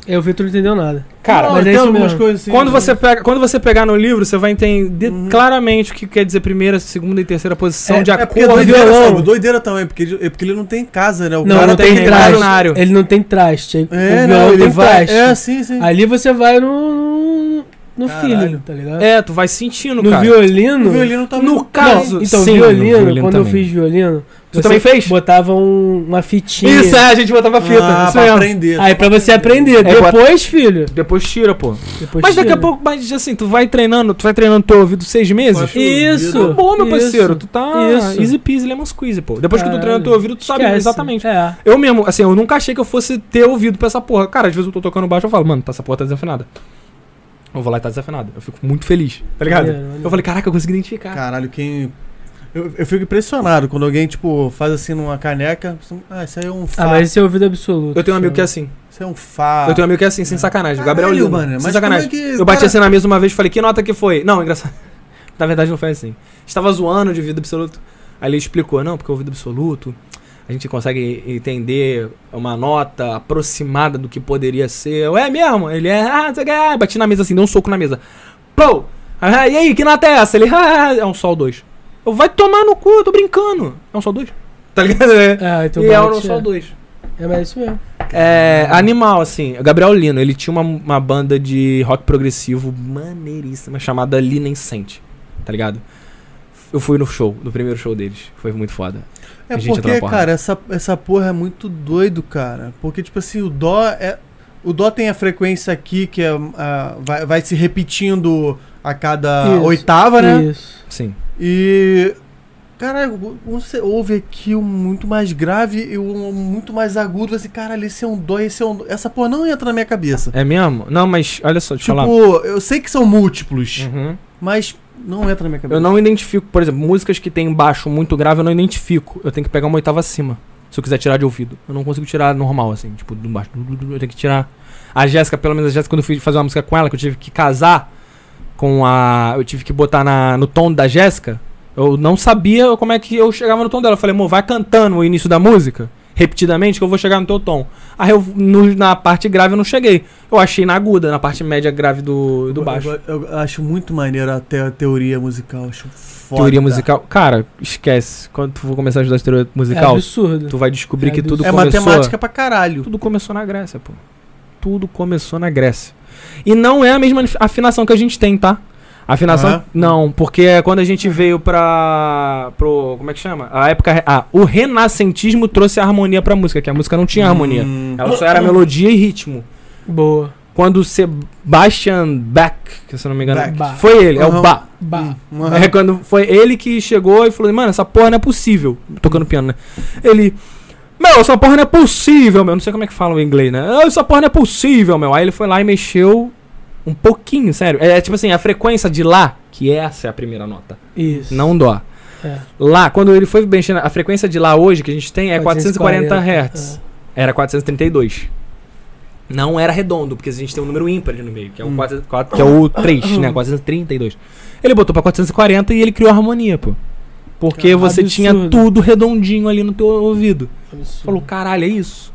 S1: É, o Vitor não entendeu nada.
S4: Cara,
S1: mas é
S3: tem
S1: isso
S3: algumas
S1: mesmo.
S3: coisas assim.
S4: quando, você pega, quando você pegar no livro, você vai entender claramente o que quer dizer primeira, segunda e terceira posição de
S3: É porque
S4: acordo.
S3: doideira,
S1: violão.
S3: sabe? Doideira também, porque ele, é porque ele não tem casa, né? O
S1: Não,
S3: cara
S1: não
S4: tem
S1: tem É. traste.
S4: imaginário.
S1: Ele não tem traste.
S3: É, não,
S1: o violão
S3: ele
S1: tem
S3: vai.
S1: traste.
S3: É, sim, sim.
S1: Ali você vai no. no, no
S3: Caralho.
S1: feeling, tá ligado?
S4: É, tu vai sentindo,
S1: no
S4: cara.
S1: violino.
S3: O violino
S2: tá
S3: também.
S4: No caso,
S1: Não, então,
S4: sim, no
S1: violino, quando eu
S4: também.
S1: fiz violino.
S4: Tu também fez?
S1: Botava um- uma fitinha.
S4: Isso, é, a gente botava fita.
S3: Ah,
S4: isso
S3: pra
S4: mesmo.
S3: aprender.
S1: Aí
S2: tá?
S1: pra você aprender.
S4: É, bota-
S1: Depois, filho.
S4: Depois tira, pô.
S1: Depois
S4: Mas daqui a
S1: tira.
S4: pouco, mas assim, tu vai treinando, tu vai treinando teu ouvido seis meses.
S3: Acho
S1: Isso.
S4: Tá bom, meu
S1: isso.
S4: parceiro, tu tá
S1: Isso.
S4: easy peasy, lemon squeeze, pô. Depois que tu
S1: Caralho.
S4: treina teu ouvido, tu sabe
S1: Esquece.
S4: exatamente.
S1: É.
S4: Eu mesmo, assim, eu nunca achei que eu fosse ter ouvido pra essa porra. Cara, às vezes eu tô tocando baixo, eu falo, mano, tá, essa porra tá desafinada. Eu vou lá e tá desafinada. Eu fico muito feliz, tá ligado?
S1: Maneiro, maneiro.
S4: Eu falei, caraca, eu consegui identificar.
S3: Caralho, quem. Eu, eu fico impressionado quando alguém, tipo, faz assim numa caneca. assim, Ah, isso aí é um Fá.
S1: Ah, mas esse é ouvido absoluto.
S4: eu tenho um amigo que é
S1: sabe?
S4: assim.
S3: Isso aí é um Fá.
S4: Eu tenho um amigo que é assim, sem sacanagem. Gabriel
S3: Ah. Caralho,
S4: Lima.
S3: mano,
S4: sem
S3: mas
S4: sacanagem.
S3: como é que-
S4: eu bati
S3: cara-
S4: assim na mesa uma vez e falei, que nota que foi? Não, engraçado. <laughs> na verdade não foi assim. Estava zoando de ouvido absoluto. Aí ele explicou, não, porque o ouvido absoluto, a gente consegue entender uma nota aproximada do que poderia ser. Eu, é mesmo? Ele é, ah, não sei o que, ah, bati na mesa assim, dei um soco na mesa. Pô! Ah, e <laughs> aí, que nota é essa? Ele, ah, é um sol 2. Eu, vai tomar no cu, eu tô brincando. É um sol 2. Tá tá <laughs> ligado? É.
S1: É, então
S4: e é o
S1: Bart,
S4: Sol 2.
S1: É, mas é isso mesmo.
S4: É, animal, assim. O Gabriel Lino, ele tinha uma, uma banda de rock progressivo maneiríssima chamada Linencente, tá ligado? Eu fui no show, no primeiro show deles. Foi muito foda.
S2: É
S4: A gente entra
S2: porque,
S4: na porrada.
S2: cara, essa, essa porra é muito doido, cara. Porque, tipo assim, o dó é. O dó tem a frequência aqui que é, ah, vai, vai se repetindo a cada
S1: Isso.
S2: oitava, né?
S1: Isso.
S4: Sim.
S2: E. Caralho, quando você ouve aqui um muito mais grave e um muito mais agudo, assim, caralho, esse é um dó, esse é um. dó. Essa porra não entra na minha cabeça.
S4: É mesmo? Não, mas olha só, deixa
S2: tipo,
S4: eu falar.
S2: eu sei que são múltiplos,
S4: Uhum.
S2: mas não entra na minha cabeça.
S4: Eu não identifico, por exemplo, músicas que tem baixo muito grave, eu não identifico. Eu tenho que pegar uma oitava acima. Se eu quiser tirar de ouvido. Eu não consigo tirar normal, assim, tipo, do baixo. Eu tenho que tirar. A Jéssica, pelo menos a Jéssica, quando eu fui fazer uma música com ela, que eu tive que casar com a. Eu tive que botar na, no tom da Jéssica. Eu não sabia como é que eu chegava no tom dela. Eu falei, amor, vai cantando o início da música, repetidamente, que eu vou chegar no teu tom. Aí eu, no- na parte grave, eu não cheguei. Eu achei na aguda, na parte média grave do, do baixo.
S2: Eu, eu- eu acho muito maneiro até a teoria musical, acho foda.
S4: Teoria musical. Cara, esquece. Quando tu for começar a estudar teoria
S1: É
S4: musical,
S1: absurdo.
S4: tu vai descobrir
S1: É
S4: que tudo
S2: É
S4: começou.
S2: matemática pra caralho.
S4: Tudo começou na Grécia, pô. Tudo começou na Grécia. E não é a mesma afinação que a gente tem, tá? A Afinação.
S2: Ah, é?
S4: Não, porque é quando a gente veio pra. pro. como é que chama? A época. re- Ah, o renascentismo trouxe a harmonia pra música, que a música não tinha harmonia.
S2: Hum.
S4: Ela só era melodia e ritmo.
S1: Boa.
S4: Quando Sebastian Bach, que se eu não me engano.
S2: Bach.
S1: Bah.
S4: Foi ele, é
S2: Aham.
S4: o Bach.
S1: Bah.
S2: Uhum.
S4: É quando foi ele que chegou e falou: Mano, essa porra não é possível. Tocando piano, né? Ele. Meu, essa porra não é possível, meu. Não sei como é que fala o inglês, né? "Ah, Essa porra não é possível, meu. Aí ele foi lá e mexeu um pouquinho, sério. É, tipo assim, a frequência de lá, que essa é a primeira nota,
S1: Isso.
S4: não dó.
S1: É.
S4: Lá, quando ele foi mexendo, a frequência de lá hoje que a gente tem é
S1: 440,
S4: 440
S1: É,
S4: Hz. Era 432. Não era redondo, porque a gente tem um número ímpar ali no meio, que é o,
S2: Hum.
S4: 4, que é o 3, né? 432. Ele botou pra 440 e ele criou a harmonia, pô. Porque
S1: Cara,
S4: você
S1: absurdo.
S4: tinha tudo redondinho ali no teu ouvido.
S1: Absurdo.
S4: Falou, caralho, é isso.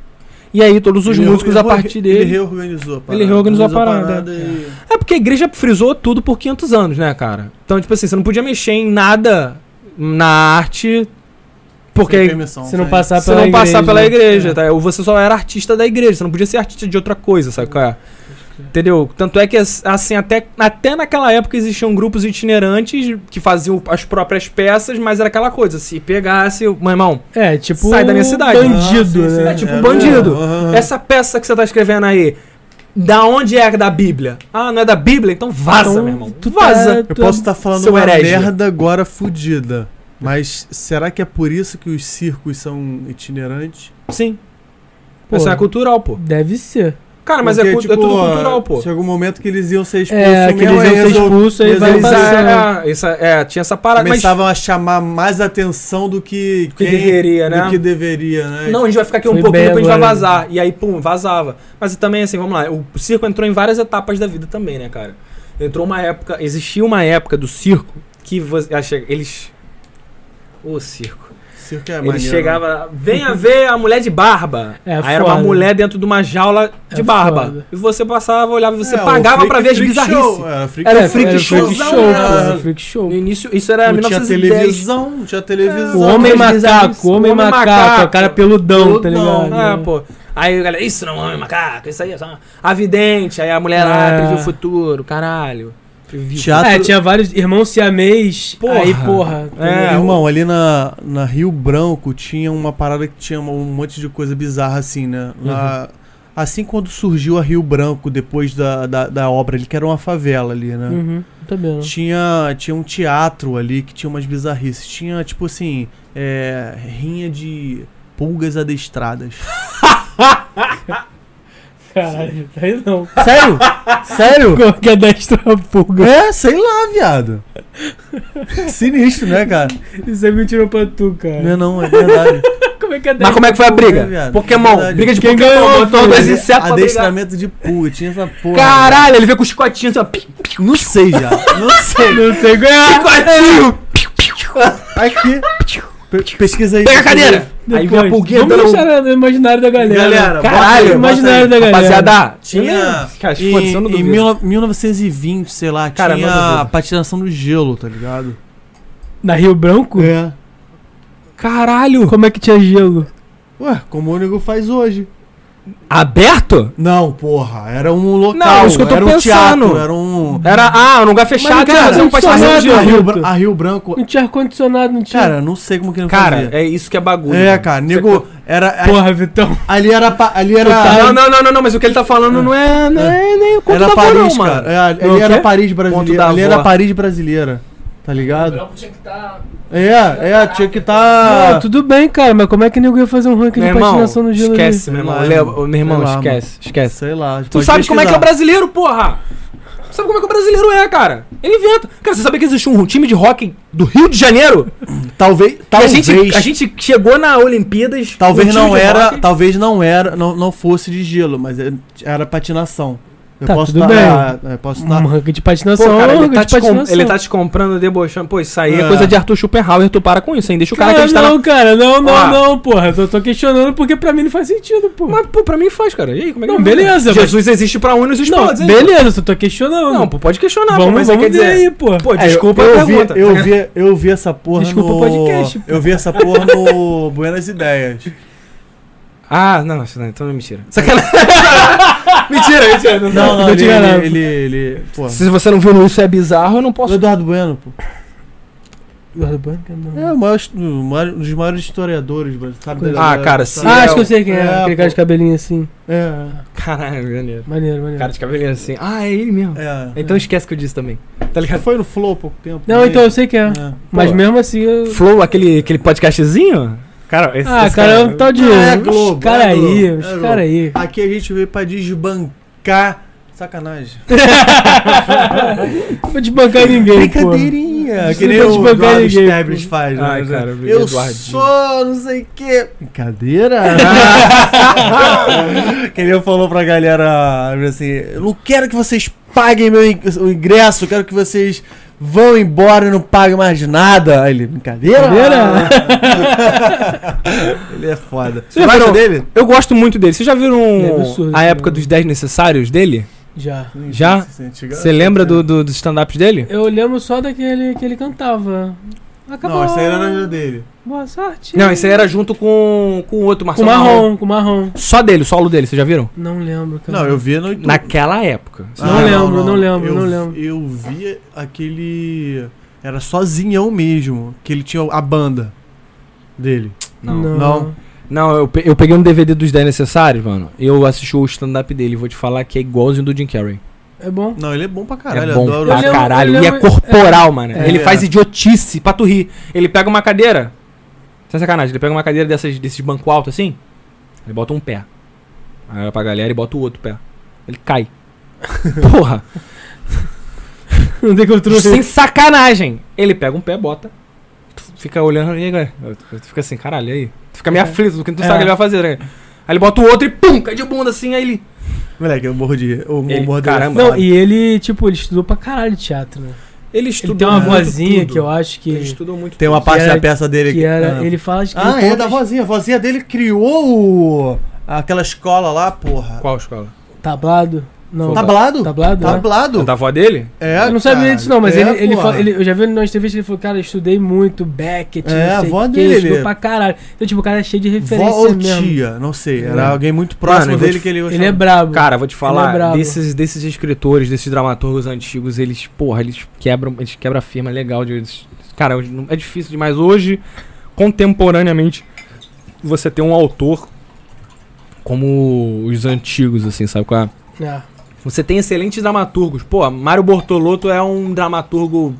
S4: E aí todos os
S2: Ele
S4: músicos
S2: re-
S4: a partir
S2: ele
S4: dele.
S2: reorganizou a parada.
S4: Ele reorganizou a
S2: Organizou
S4: parada.
S2: e-
S4: É porque a igreja frisou tudo por 500 anos, né, cara? Então, tipo assim, você não podia mexer em nada na arte
S2: Sem
S4: porque
S2: permissão,
S1: Se não
S2: sem-
S1: passar
S4: você
S1: pela
S4: não passar pela
S1: né?
S4: igreja, tá? Ou você só era artista da igreja, você não podia ser artista de outra coisa, sabe qual é? Entendeu? Tanto é que, assim, até, até naquela época existiam grupos itinerantes que faziam as próprias peças, mas era aquela coisa, se pegasse... Meu irmão,
S1: É, tipo.
S4: Sai da minha cidade.
S1: Bandido,
S2: Ah, sim, sim.
S1: né?
S4: É tipo
S2: É,
S4: bandido.
S2: aham.
S1: Ah.
S4: Essa peça que você tá escrevendo aí, da onde é da Bíblia? Ah, não é da Bíblia? Então vaza,
S1: Então,
S4: meu irmão.
S1: tu tá-
S4: vaza.
S2: Eu
S1: tu
S2: posso estar falando
S4: seu
S2: uma
S4: herege.
S2: merda agora fudida. Mas será que é por isso que os circos são itinerantes?
S4: Sim.
S1: Pô. tipo,
S4: Isso é cultural, pô.
S1: Deve ser.
S4: Cara, mas é,
S2: Porque,
S4: cu- é tudo
S2: ah,
S4: cultural, pô.
S2: Chegou um momento que eles iam ser expulsos.
S1: É, que eles
S2: mesmo,
S1: iam
S2: aí
S1: ser
S2: resol-
S1: expulsos aí vai
S4: Mas
S2: resolve-
S1: passar.
S4: é, essa- é, tinha essa parada, mas
S2: Começavam a chamar mais atenção do que,
S4: que
S2: quem-
S4: deveria, né?
S2: do que deveria, né?
S4: Não, a gente vai ficar aqui um
S1: Foi
S4: pouco,
S1: bem
S4: depois a gente vai
S1: agora.
S4: vazar. E aí, pum, vazava. Mas também, assim, vamos lá, o circo entrou em várias etapas da vida também, né, cara? Entrou uma época, existia uma época do circo que você, ah, chega- eles... O circo.
S2: Circo é
S4: Ele
S2: maneiro.
S4: chegava, venha ver a mulher de barba.
S1: É,
S4: aí era uma
S1: foda.
S4: mulher dentro de uma jaula de
S1: É
S4: barba.
S1: foda.
S4: E você passava, olhava, e você
S2: É, o
S4: pagava
S2: freak-
S4: pra ver as
S2: freak
S4: bizarrices.
S2: show, né? Era freak
S4: Era
S2: show.
S4: É, um freak
S1: Era um
S4: showzão,
S1: freak show,
S4: né?
S1: pô, era freak show.
S4: No início, isso era
S2: Não tinha
S4: 1910.
S2: televisão, não tinha televisão.
S1: O homem
S4: Mas
S1: macaco,
S4: bizarro,
S1: o homem
S4: o homem
S1: macaco,
S4: macaco.
S1: a cara peludão, tá
S2: Peludão,
S1: ligado?
S4: Ah, pô. Aí a galera, isso não é homem macaco, isso aí é só a vidente, aí a mulher lá,
S1: É.
S4: previu o futuro, caralho. Previu.
S2: Teatro.
S1: É, tinha vários irmãos siamês.
S4: Porra.
S1: Aí, porra. tá
S4: É,
S1: ligado?
S2: um Irmão, ali na, na Rio Branco tinha uma parada que tinha um monte de coisa bizarra assim, né? Lá- Assim quando surgiu a Rio Branco, depois da, da, da obra ali, que era uma favela ali, né?
S1: Uhum, tá vendo.
S2: Tinha, tinha um teatro ali que tinha umas bizarrices. Tinha, tipo assim, é, rinha de pulgas adestradas.
S1: Caralho, tá aí não.
S2: Sério? Sério?
S1: Qual que é destro a pulga?
S2: É, sei lá, viado. Sinistro, né, cara?
S1: Isso é mentira pra tu,
S2: Não
S1: cara.
S2: é não, é verdade.
S1: Como é que é
S4: Mas como é que foi a
S2: É,
S4: briga?
S2: viado,
S4: Pokémon,
S2: verdade.
S4: briga de
S1: Quem ganhou,
S4: Pokémon,
S1: filho?
S4: todos os
S7: é
S4: insetos pra brigar.
S2: Adestramento de pulga, tinha essa porra.
S4: Caralho, ele veio com o chicotinho assim, ó. piu,
S2: Não sei já. Não sei.
S1: Não tem ganhar.
S4: Chicotinho!
S2: Aqui. Pe- pesquisa aí.
S4: Pega a cadeira! Aí vem a
S1: Depois,
S4: pulguinha
S1: Vamos
S7: então,
S4: dando...
S1: deixar no imaginário da galera.
S2: Galera,
S4: Caralho,
S1: Caralho,
S7: né,
S1: imaginário da galera.
S4: Rapaziada,
S2: Tinha.
S4: Cara,
S2: em,
S4: foda-se, eu não
S2: em
S4: duvido.
S2: 19- 1920, sei lá,
S4: Cara, não
S2: tinha
S4: duvido.
S2: a patinação do gelo, tá ligado?
S1: Na Rio Branco?
S2: É.
S7: Caralho!
S1: Como é que tinha gelo?
S2: Ué, como o nego faz hoje.
S7: Aberto?
S2: Não, porra, era um local,
S7: Não, isso que eu tô
S2: era um
S7: pensando.
S2: teatro, era um...
S7: Era, ah, num lugar
S2: cara,
S7: fechado, tinha fazer um
S1: não tinha
S7: pastel
S1: nada. Ah,
S7: de gelo.
S2: a, Rio,
S1: Hilton.
S2: Bran- a Rio Branco...
S1: Não tinha ar-condicionado, não tinha.
S2: Cara, não sei como que não
S7: Cara, é isso que é bagulho.
S2: é,
S7: mano.
S2: cara, nego, era...
S1: Porra, Vitão.
S2: Ali era... pa- Ali era...
S7: Não, não, não, não, não, mas o que ele tá
S2: Ah.
S7: falando não é, não é nem o conto
S2: Era
S7: da avó, não,
S2: Paris,
S7: mano.
S2: cara. É, ali
S7: Não, o
S2: era
S7: quê?
S2: Paris
S7: Ponto da
S2: brasileira. Ali
S7: avó.
S2: era Paris brasileira. Tá
S11: O
S2: ligado?
S11: branco tinha que tá- estar.
S2: É, é, tinha que
S1: Não,
S2: tá.
S1: tudo bem, cara, mas como é que ninguém ia fazer um ranking
S7: Ah. Meu
S1: de
S7: irmão,
S1: patinação no gelo? ali?
S7: esquece, meu irmão.
S2: Sei lá,
S7: Leva- Meu irmão,
S2: sei lá,
S7: esquece, esquece.
S2: É, Sei lá.
S7: Tu sabe como é que é o brasileiro, porra? Tu sabe como é que o brasileiro é, cara? Ele inventa. Cara, você sabia que existe um time de hockey do Rio de Janeiro?
S2: Talvez.
S7: E a
S2: Talvez.
S7: gente, a gente chegou na Olimpíadas. um
S2: Talvez
S7: time
S2: não
S7: de
S2: era.
S7: hockey.
S2: Talvez não era. Não, não fosse de gelo, mas é- era patinação. Eu
S1: Tá,
S2: posso
S1: tudo
S2: tá-
S1: bem.
S2: é, é, posso
S7: Hum,
S2: tá-
S1: Um ranking de patinação,
S7: Pô, cara,
S1: um
S7: ele
S1: ranking
S7: tá,
S1: de
S7: te com-
S1: patinação.
S7: ele tá te comprando, debochando. Pô, isso aí
S4: Ah.
S7: é,
S2: É.
S7: coisa de Arthur Schopenhauer, tu para com isso, hein? Deixa o cara
S1: Cara,
S7: acreditar
S1: É, não,
S7: tá na...
S1: cara, não, não,
S7: Ó.
S1: não, porra. Eu tô, tô questionando porque pra mim não faz sentido, porra.
S7: Mas, pô, pra mim faz, cara. E aí, como é que
S1: Não,
S7: é?
S1: beleza, mas-
S7: Jesus existe pra uns e os
S1: não,
S7: todos, hein?
S1: beleza, eu só tô questionando.
S7: Não, pô, pode questionar, pô,
S1: vamos,
S7: mas aí
S1: vamos
S7: quer
S1: ver
S7: dizer...
S1: aí, porra.
S7: Pô,
S2: É,
S7: desculpa
S2: eu,
S7: a
S2: eu vi,
S7: pergunta. Tá
S2: eu vi, eu vi essa porra
S1: Desculpa o
S2: no
S1: podcast, pô.
S2: Eu vi essa porra no Buenas Ideias.
S7: Ah, não, isso não, então é mentira. <laughs> Sacanagem. mentira, mentira. Não,
S2: Não, não,
S1: Eu
S2: ele,
S1: te
S2: ele,
S1: garanto.
S2: ele, ele- porra.
S7: Se você não viu isso é bizarro, eu não
S2: O
S7: posso.
S2: Eduardo Bueno, pô.
S1: Eduardo Banca,
S2: É
S1: não.
S2: o maior, o maior- um dos maiores historiadores, sabe? da-
S7: Ah,
S2: da-
S7: cara,
S2: sabe?
S7: sim.
S1: Ah, acho que eu sei quem é.
S2: É,
S1: Aquele cara
S2: pô.
S1: de cabelinho assim.
S2: É.
S7: Caralho, Ah, maneiro.
S1: Maneiro, maneiro.
S7: Cara de cabelinho assim. Ah, é ele mesmo.
S2: É.
S7: Então esquece que eu disse também. Tá
S2: Já
S7: ligado?
S2: foi no Flow há pouco tempo.
S1: não,
S2: né?
S1: então eu sei quem é.
S2: É.
S1: Mas
S7: Pô.
S1: mesmo assim eu.
S7: Flow, aquele, aquele podcastzinho? Cara, esse,
S1: Ah,
S7: esse
S1: cara, eu tal de. um,
S2: Ah, é
S1: os
S2: Globo,
S1: cara
S2: é Globo,
S1: aí,
S2: é
S1: os
S2: Globo.
S1: cara aí.
S2: Aqui a gente veio pra desbancar. Sacanagem.
S1: Não <laughs> vou desbancar ninguém, pô.
S2: É Brincadeirinha.
S1: Isso
S2: Que nem
S1: não
S2: o
S1: pode bancar
S2: Eduardo
S1: ninguém,
S2: Stabris faz, né?
S4: Ah,
S7: Ai, cara, é, eu vi
S2: eu
S7: Eduardo.
S2: sou, não sei o quê. <laughs> Brincadeira? que nem eu falou pra galera assim: eu não quero que vocês paguem meu in- o ingresso, eu quero que vocês vão embora e não paguem mais nada. Aí ele, brincadeira? <laughs> ele é foda.
S7: Você já viram-
S2: dele?
S7: Eu gosto muito dele. Vocês já viram
S1: Ele é absurdo,
S7: a
S1: esse
S7: época
S1: cara.
S7: dos 10 necessários dele?
S1: Já.
S7: Já? Você lembra
S2: é.
S7: do, do- dos stand-ups dele?
S1: Eu lembro só daquele que ele cantava. Acabou.
S2: Não, essa aí era a dele.
S1: Boa sorte.
S7: Não, esse aí era junto com com o outro,
S1: Com
S7: Marcelo Marrom.
S1: marrom, com marrom.
S7: Só dele, o solo dele, vocês já viram?
S1: Não lembro, cara.
S2: Não, eu vi no YouTube.
S7: Naquela época.
S1: Não lembro, não lembro,
S2: Ah, eu,
S1: não lembro.
S2: Eu vi aquele. Era sozinhão mesmo, que ele tinha a banda dele.
S1: Não.
S2: Não.
S7: Não, eu, pe- eu peguei um DVD dos 10 necessários, mano. Eu assisti o stand-up dele. Vou te falar que é igualzinho do Jim Carrey.
S1: É bom.
S2: Não, ele é bom pra caralho.
S7: é bom
S2: adoro.
S7: pra
S1: Eu lembro-
S7: caralho.
S1: eu
S7: Ele é
S1: lembro-
S7: corporal, mano.
S1: É.
S7: ele
S2: É.
S7: faz idiotice pra tu rir. Ele pega uma cadeira. Sem sacanagem, ele pega uma cadeira dessas, desses banco alto assim. Ele bota um pé. Aí olha pra galera e bota o outro pé. Ele
S1: <laughs>
S7: cai. Porra.
S1: Não tem como trouxe.
S7: Sem sacanagem. Ele pega um pé, bota. Tu fica olhando e aí, tu fica assim, caralho, e aí? Tu fica meio aflito, porque tu
S1: É.
S7: sabe o que ele vai fazer, né? Aí ele bota o outro e pum, cai de bunda assim, aí ele.
S2: Moleque, eu morro de. Eu
S7: Ele-
S2: morro de.
S7: caramba.
S1: Não, e ele, tipo, ele estudou pra caralho teatro, né?
S7: Ele estuda.
S1: ele tem
S2: é,
S1: uma vozinha que eu acho
S7: Ele
S1: que.
S7: estudou muito.
S2: Tem uma
S1: Que
S2: parte
S1: era-
S2: da peça dele
S1: Que era.
S2: Ah,
S1: Ele fala de.
S2: ah é da vozinha. A vozinha dele criou o- aquela escola lá, porra.
S7: Qual escola?
S1: Tablado? Não.
S2: Tablado?
S1: Tablado? né?
S2: Tablado.
S7: é. Da avó dele?
S2: É,
S1: Eu não sabia
S2: caralho.
S1: disso, não, mas
S2: É,
S1: ele, ele,
S2: porra.
S1: fa- ele- eu já vi numa entrevista ele falou, cara, eu estudei muito Beckett,
S2: É,
S1: não
S2: a
S1: sei
S2: avó
S1: o quê,
S2: dele.
S1: estudou pra caralho. Então, tipo, o cara é cheio de referência
S2: Vó ou
S1: mesmo.
S2: tia, não sei. Era
S1: É.
S2: alguém muito próximo
S7: Mano, eu vou
S2: dele
S7: te-
S2: que ele
S1: Ele é brabo.
S7: Cara, vou te
S1: Ele é
S7: falar,
S1: brabo.
S7: desses, desses escritores, desses dramaturgos antigos, eles, porra, eles quebram, eles quebram a firma legal de. eles- Cara, hoje não- é difícil demais. Hoje, contemporaneamente, você ter um autor como os antigos, assim, sabe? qual é?
S1: É.
S7: Você tem excelentes dramaturgos. Pô, Mário Bortolotto é um dramaturgo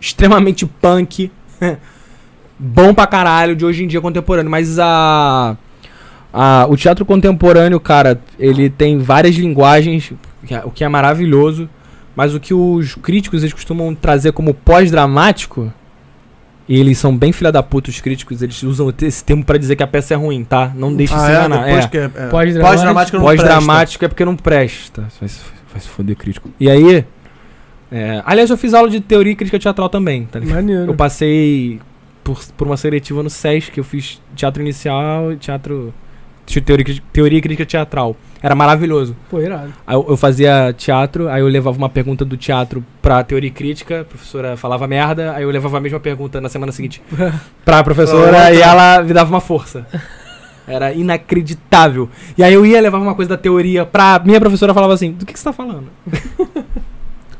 S7: extremamente punk. <laughs> bom pra caralho de hoje em dia contemporâneo. Mas a, a- o teatro contemporâneo, cara, ele tem várias linguagens, o que é- o que é maravilhoso. Mas o que os críticos eles costumam trazer como pós-dramático. E eles são bem filha da puta, os críticos. Eles usam esse termo pra dizer que a peça é ruim, tá? Não deixe se
S2: Ah, é,
S7: enganar.
S2: depois
S7: é.
S2: que é, é.
S1: Pós-dramático.
S2: Pós-dramático não tá? presta.
S7: Pós-dramático é porque não presta. Vai, se- vai se foder crítico. E aí. é, aliás, eu fiz aula de teoria e crítica teatral também, tá ligado?
S1: Maneiro.
S7: Eu passei por, por uma seletiva no SESC, eu fiz teatro inicial e teatro
S4: de teoria, teoria e crítica teatral. Era maravilhoso.
S1: Pô, irado.
S4: Aí eu, eu fazia teatro, aí eu levava uma pergunta do teatro pra teoria e crítica, a professora falava merda, aí eu levava a mesma pergunta na semana seguinte pra professora
S3: Pra outra.
S4: e ela me dava uma força. Era inacreditável. E aí eu ia levar uma coisa da teoria pra minha professora falava assim: do que, que você tá falando?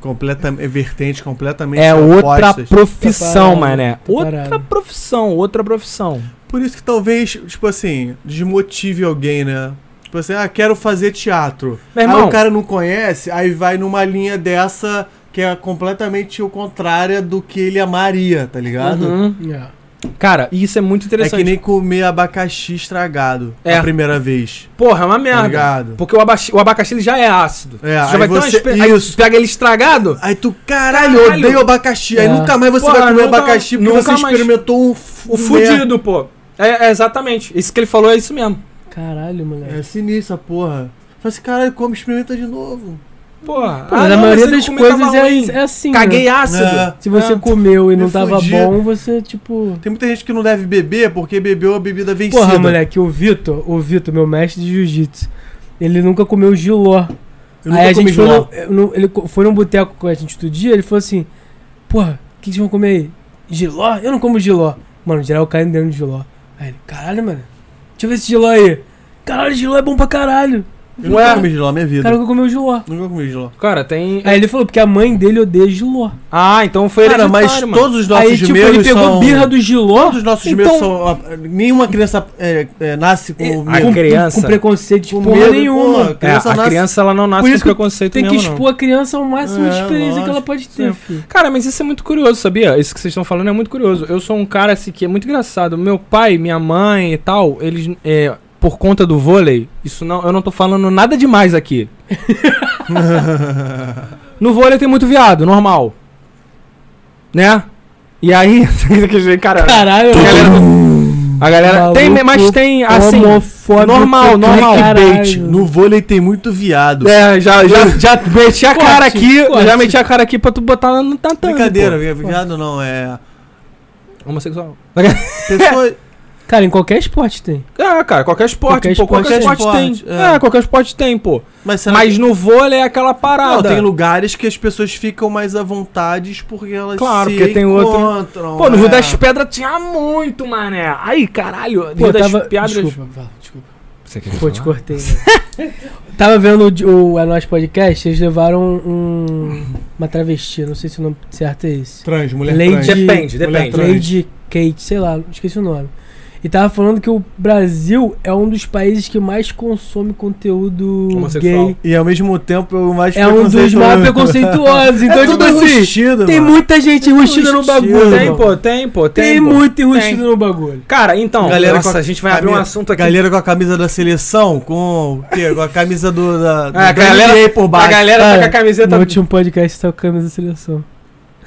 S2: Completam- é vertente completamente
S4: É outra
S2: opostas.
S4: profissão,
S1: Tá parado,
S7: né,
S4: mané.
S1: tá
S4: Outra
S1: parado.
S4: profissão, outra profissão.
S2: Por isso que talvez, tipo assim, desmotive alguém, né? Tipo assim, ah, quero fazer teatro.
S4: Meu
S2: aí
S4: irmão,
S2: o cara não conhece, aí vai numa linha dessa que é completamente o contrária do que ele amaria, tá ligado?
S4: uhum.
S1: Yeah.
S4: cara, isso é muito
S2: É
S4: interessante.
S2: que nem comer abacaxi estragado
S4: É.
S2: a primeira vez.
S4: Porra, é uma
S2: Tá
S4: merda.
S2: ligado?
S4: Porque o abacaxi, o abacaxi ele já é ácido.
S2: É, aí
S4: você já vai
S2: você-
S4: ter uma
S2: isso.
S4: Isso. Hum. Pega ele estragado.
S2: Aí tu, caralho, eu
S4: Caralho.
S2: odeio abacaxi. Aí
S1: É.
S2: nunca mais você
S4: Porra,
S2: vai comer
S4: nunca-
S2: abacaxi porque
S4: nunca
S2: você
S4: mais.
S2: experimentou um, f-
S4: O
S2: um merda.
S4: fudido, pô. É, é exatamente. Isso que ele falou é isso mesmo.
S1: Caralho, moleque.
S2: É sinistra, porra. Fala assim, caralho, come, experimenta de novo. Ah,
S4: Porra.
S1: Pô, mas a
S4: ah, não,
S1: maioria
S4: mas ele tá
S1: das
S4: comeu,
S1: coisas
S4: tava ruim.
S1: é, é assim. né?
S4: Caguei ácido.
S2: É.
S1: Se você
S4: É.
S1: comeu e não
S2: Me
S1: tava
S2: fudi.
S1: bom, você, tipo.
S2: Tem muita gente que não deve beber porque bebeu a bebida vencida.
S1: Porra, moleque, o Vitor, o Vitor, meu mestre de jiu-jitsu, ele nunca comeu giló.
S2: Eu
S1: Aí a
S2: nunca comi
S1: gente foi,
S2: giló.
S1: no, no- ele co- foi num boteco com a gente do dia, ele falou assim: Porra, o que, que vocês vão comer aí? Giló? Eu não como giló. Mano, geral caindo dentro de giló. Aí ele, caralho, mano, deixa eu ver esse giló aí. Caralho, giló é bom pra caralho.
S2: Eu nunca comi giló na é minha vida.
S1: O cara nunca comeu giló.
S2: Nunca comi giló.
S4: Cara, tem. é
S1: Aí ele falou, porque a mãe dele odeia giló.
S4: Ah, então foi
S2: Cara, mas
S4: hereditário, mano.
S2: todos os nossos
S1: Aí, tipo,
S2: gemelos
S1: ele pegou
S2: são...
S1: birra do giló
S2: Todos os nossos
S1: Então-
S2: gemelos são... ah, Nenhuma criança é, é, nasce com
S1: e-
S2: medo.
S4: A
S1: com,
S4: criança-
S1: com preconceito de
S2: Com
S1: porra
S2: medo,
S1: nenhuma.
S2: porra.
S4: É,
S2: criança
S4: a
S2: nasce-
S4: criança ela não nasce
S1: Por isso
S4: com
S1: que
S4: preconceito
S1: Tem que
S4: mesmo, não.
S1: expor a criança ao máximo de
S2: É,
S1: experiência que ela
S2: lógico.
S1: pode ter, filho.
S4: Cara, mas isso é muito curioso, sabia? Isso que vocês estão falando é muito curioso. Eu sou um cara assim que é muito engraçado. Meu pai, minha mãe e tal, eles. é, por conta do vôlei, isso não. Eu não tô falando nada demais aqui. no vôlei tem muito viado, normal. Né? E aí. <laughs> cara,
S1: Caralho,
S4: a galera. A galera tem,
S1: Maluco
S4: mas tem assim.
S1: homofóbico
S4: normal,
S1: do
S4: normal.
S1: caralho.
S2: Bait. No vôlei tem muito viado.
S4: É, já, já, já <laughs> meti a cara aqui.
S1: corte.
S4: Já meti a cara aqui pra tu botar no tatame.
S2: Brincadeira, viado não, é...
S4: pô. Homossexual.
S1: <laughs>
S2: Pessoa...
S1: Cara, em qualquer esporte tem.
S4: É, cara, qualquer esporte,
S1: Qualquer
S4: pô, qualquer
S2: esporte.
S4: esporte, tem.
S2: É.
S4: É. qualquer esporte tem, pô.
S2: Mas, será
S4: Mas
S2: que-
S4: no vôlei é aquela parada.
S2: Não, Ah, tem lugares que as pessoas ficam mais à vontade porque elas
S4: Claro,
S2: se
S4: porque tem outro-
S2: encontram.
S4: Pô, no Rio
S2: é.
S4: das Pedras tinha muito, mané. Ai, caralho.
S1: Pô,
S4: Rio
S1: eu tava...
S4: das Pedras.
S1: Desculpa, fala, desculpa.
S4: Você quer
S1: Pô, te cortei. né? <laughs> tava vendo o, o É Nós Podcast, eles levaram um, uma travesti, não sei se o nome certo é esse.
S2: Trans, mulher
S1: Lady-
S2: trans.
S4: Depende,
S2: Mulher
S4: depende.
S2: trans.
S1: Lady Kate, sei lá, esqueci o nome. E tava falando que o Brasil é um dos países que mais consome conteúdo
S4: Homossexual.
S1: gay.
S2: E ao mesmo tempo o mais
S1: É um dos mais
S2: <laughs>
S1: preconceituosos. Então,
S2: né? É
S1: tipo
S2: tudo
S1: assim,
S2: assistido,
S1: tem
S2: mano.
S1: muita gente enrustida no bagulho.
S2: Tem,
S4: Tem,
S1: irmão.
S4: pô, tem, pô, tem.
S1: Tem
S4: pô.
S1: muito enrustido
S4: Tem.
S1: no bagulho.
S4: Cara, então,
S2: Galera,
S4: nossa,
S2: com a-
S4: a gente vai abrir um
S2: camisa-
S4: assunto aqui.
S2: Galera com a camisa da seleção, com o quê? Com a camisa do. Da, do
S4: É, a galera-
S2: NBA por
S4: a
S2: baixo.
S4: galera tá
S1: Cara,
S4: com a camiseta.
S1: No último podcast tá o camisa da seleção.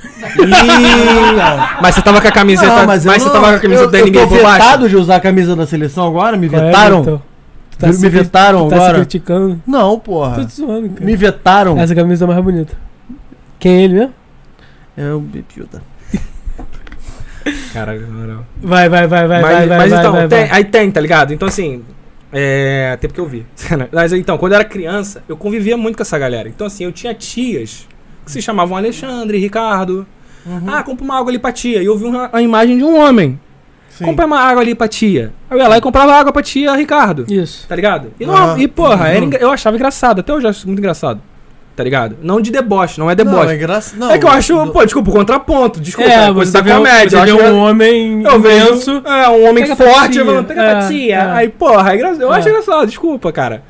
S2: Ih, cara.
S4: Mas você tava com a camiseta.
S2: Não,
S4: mas
S2: eu
S4: você
S2: não-
S4: tava com a camiseta
S2: eu-
S4: da NBA
S2: Eu tô
S4: por baixo? então,
S2: vetado de usar a camisa da seleção agora? Me
S1: Qual é,
S2: vetaram?
S1: Vitão? Tu tá
S2: Me-
S1: se
S2: me
S1: cri-
S2: vetaram
S1: tu tá se
S2: agora?
S1: criticando?
S2: Não,
S1: Tô
S2: porra.
S1: te zoando, cara.
S2: Me vetaram.
S1: Essa camisa é mais bonita. Quem é ele mesmo?
S2: É o Bipiuta.
S4: Caralho, na moral.
S1: Vai, vai, vai, vai,
S4: mas,
S1: vai, vai,
S4: mas
S1: vai,
S4: então,
S1: vai,
S4: tem-
S1: vai.
S4: aí tem, tá ligado? Então assim, é, até porque eu vi. <laughs> mas então, quando eu era criança, eu convivia muito com essa galera. Então assim, eu tinha tias que se chamavam Alexandre, Ricardo.
S2: Uhum.
S4: Ah, compra uma água ali pra tia. E eu vi uma, a imagem de um homem. Compra uma água ali pra tia. Aí eu ia lá e comprava água pra tia Ricardo.
S1: Isso.
S4: Tá ligado? E, não-
S2: Ah.
S4: e, porra, era engra- eu achava engraçado. Até hoje eu acho muito engraçado. Tá ligado? Não de deboche, não é
S2: Não, é
S4: deboche.
S2: graça. Não,
S4: é, que eu acho,
S2: do-
S4: pô, desculpa, o contraponto. Desculpa, é, coisa da
S1: vê um-
S4: comédia. eu
S1: você
S4: acho
S1: vê
S4: que-
S1: um homem
S4: eu
S1: imenso.
S4: venço. É, um homem
S1: Pega pra
S4: forte.
S1: tia.
S4: Eu falo, pega pra
S1: É,
S4: tia.
S1: é.
S4: Aí, porra, é engraçado. Eu acho
S1: É.
S4: engraçado, desculpa, cara.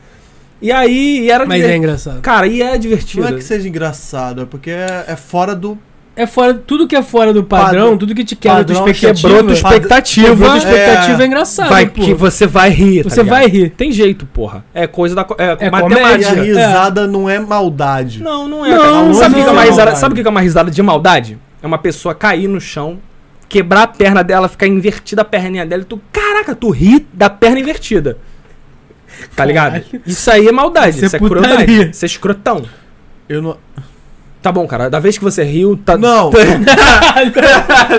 S4: E aí, e era
S1: Mas é
S4: divertido.
S1: engraçado.
S4: Cara, e é divertido.
S2: Não é que seja engraçado, é porque é, é fora do.
S1: É fora, tudo que é fora do padrão,
S2: Padrão.
S1: tudo que te quebra
S2: Padrão,
S1: tua expectativa,
S7: é
S2: quebrou
S1: tua
S2: tua
S1: expectativa,
S2: expectativa.
S1: tua expectativa é,
S2: É.
S1: engraçado,
S4: vai
S1: pô.
S4: que você vai rir. tá
S1: Você
S4: ligado?
S1: vai rir.
S4: Tem jeito, porra. É coisa da. co- É,
S1: É
S2: E a
S1: comédia.
S4: matemática.
S2: risada não é maldade.
S4: Não, não é.
S1: Não,
S4: cara.
S1: não
S4: sabe o que,
S1: é
S4: é uma risada?
S2: maldade.
S4: Sabe o que é uma risada de maldade? É uma pessoa cair no chão, quebrar a perna dela, ficar invertida a perninha dela e tu, caraca, tu ri da perna invertida. Tá ligado? Isso aí é maldade,
S1: Isso é
S4: isso é crueldade,
S1: putaria.
S4: isso é escrotão.
S2: Eu não.
S4: Tá bom, cara. Da vez que você riu, tá. <laughs>
S2: Não.
S4: não,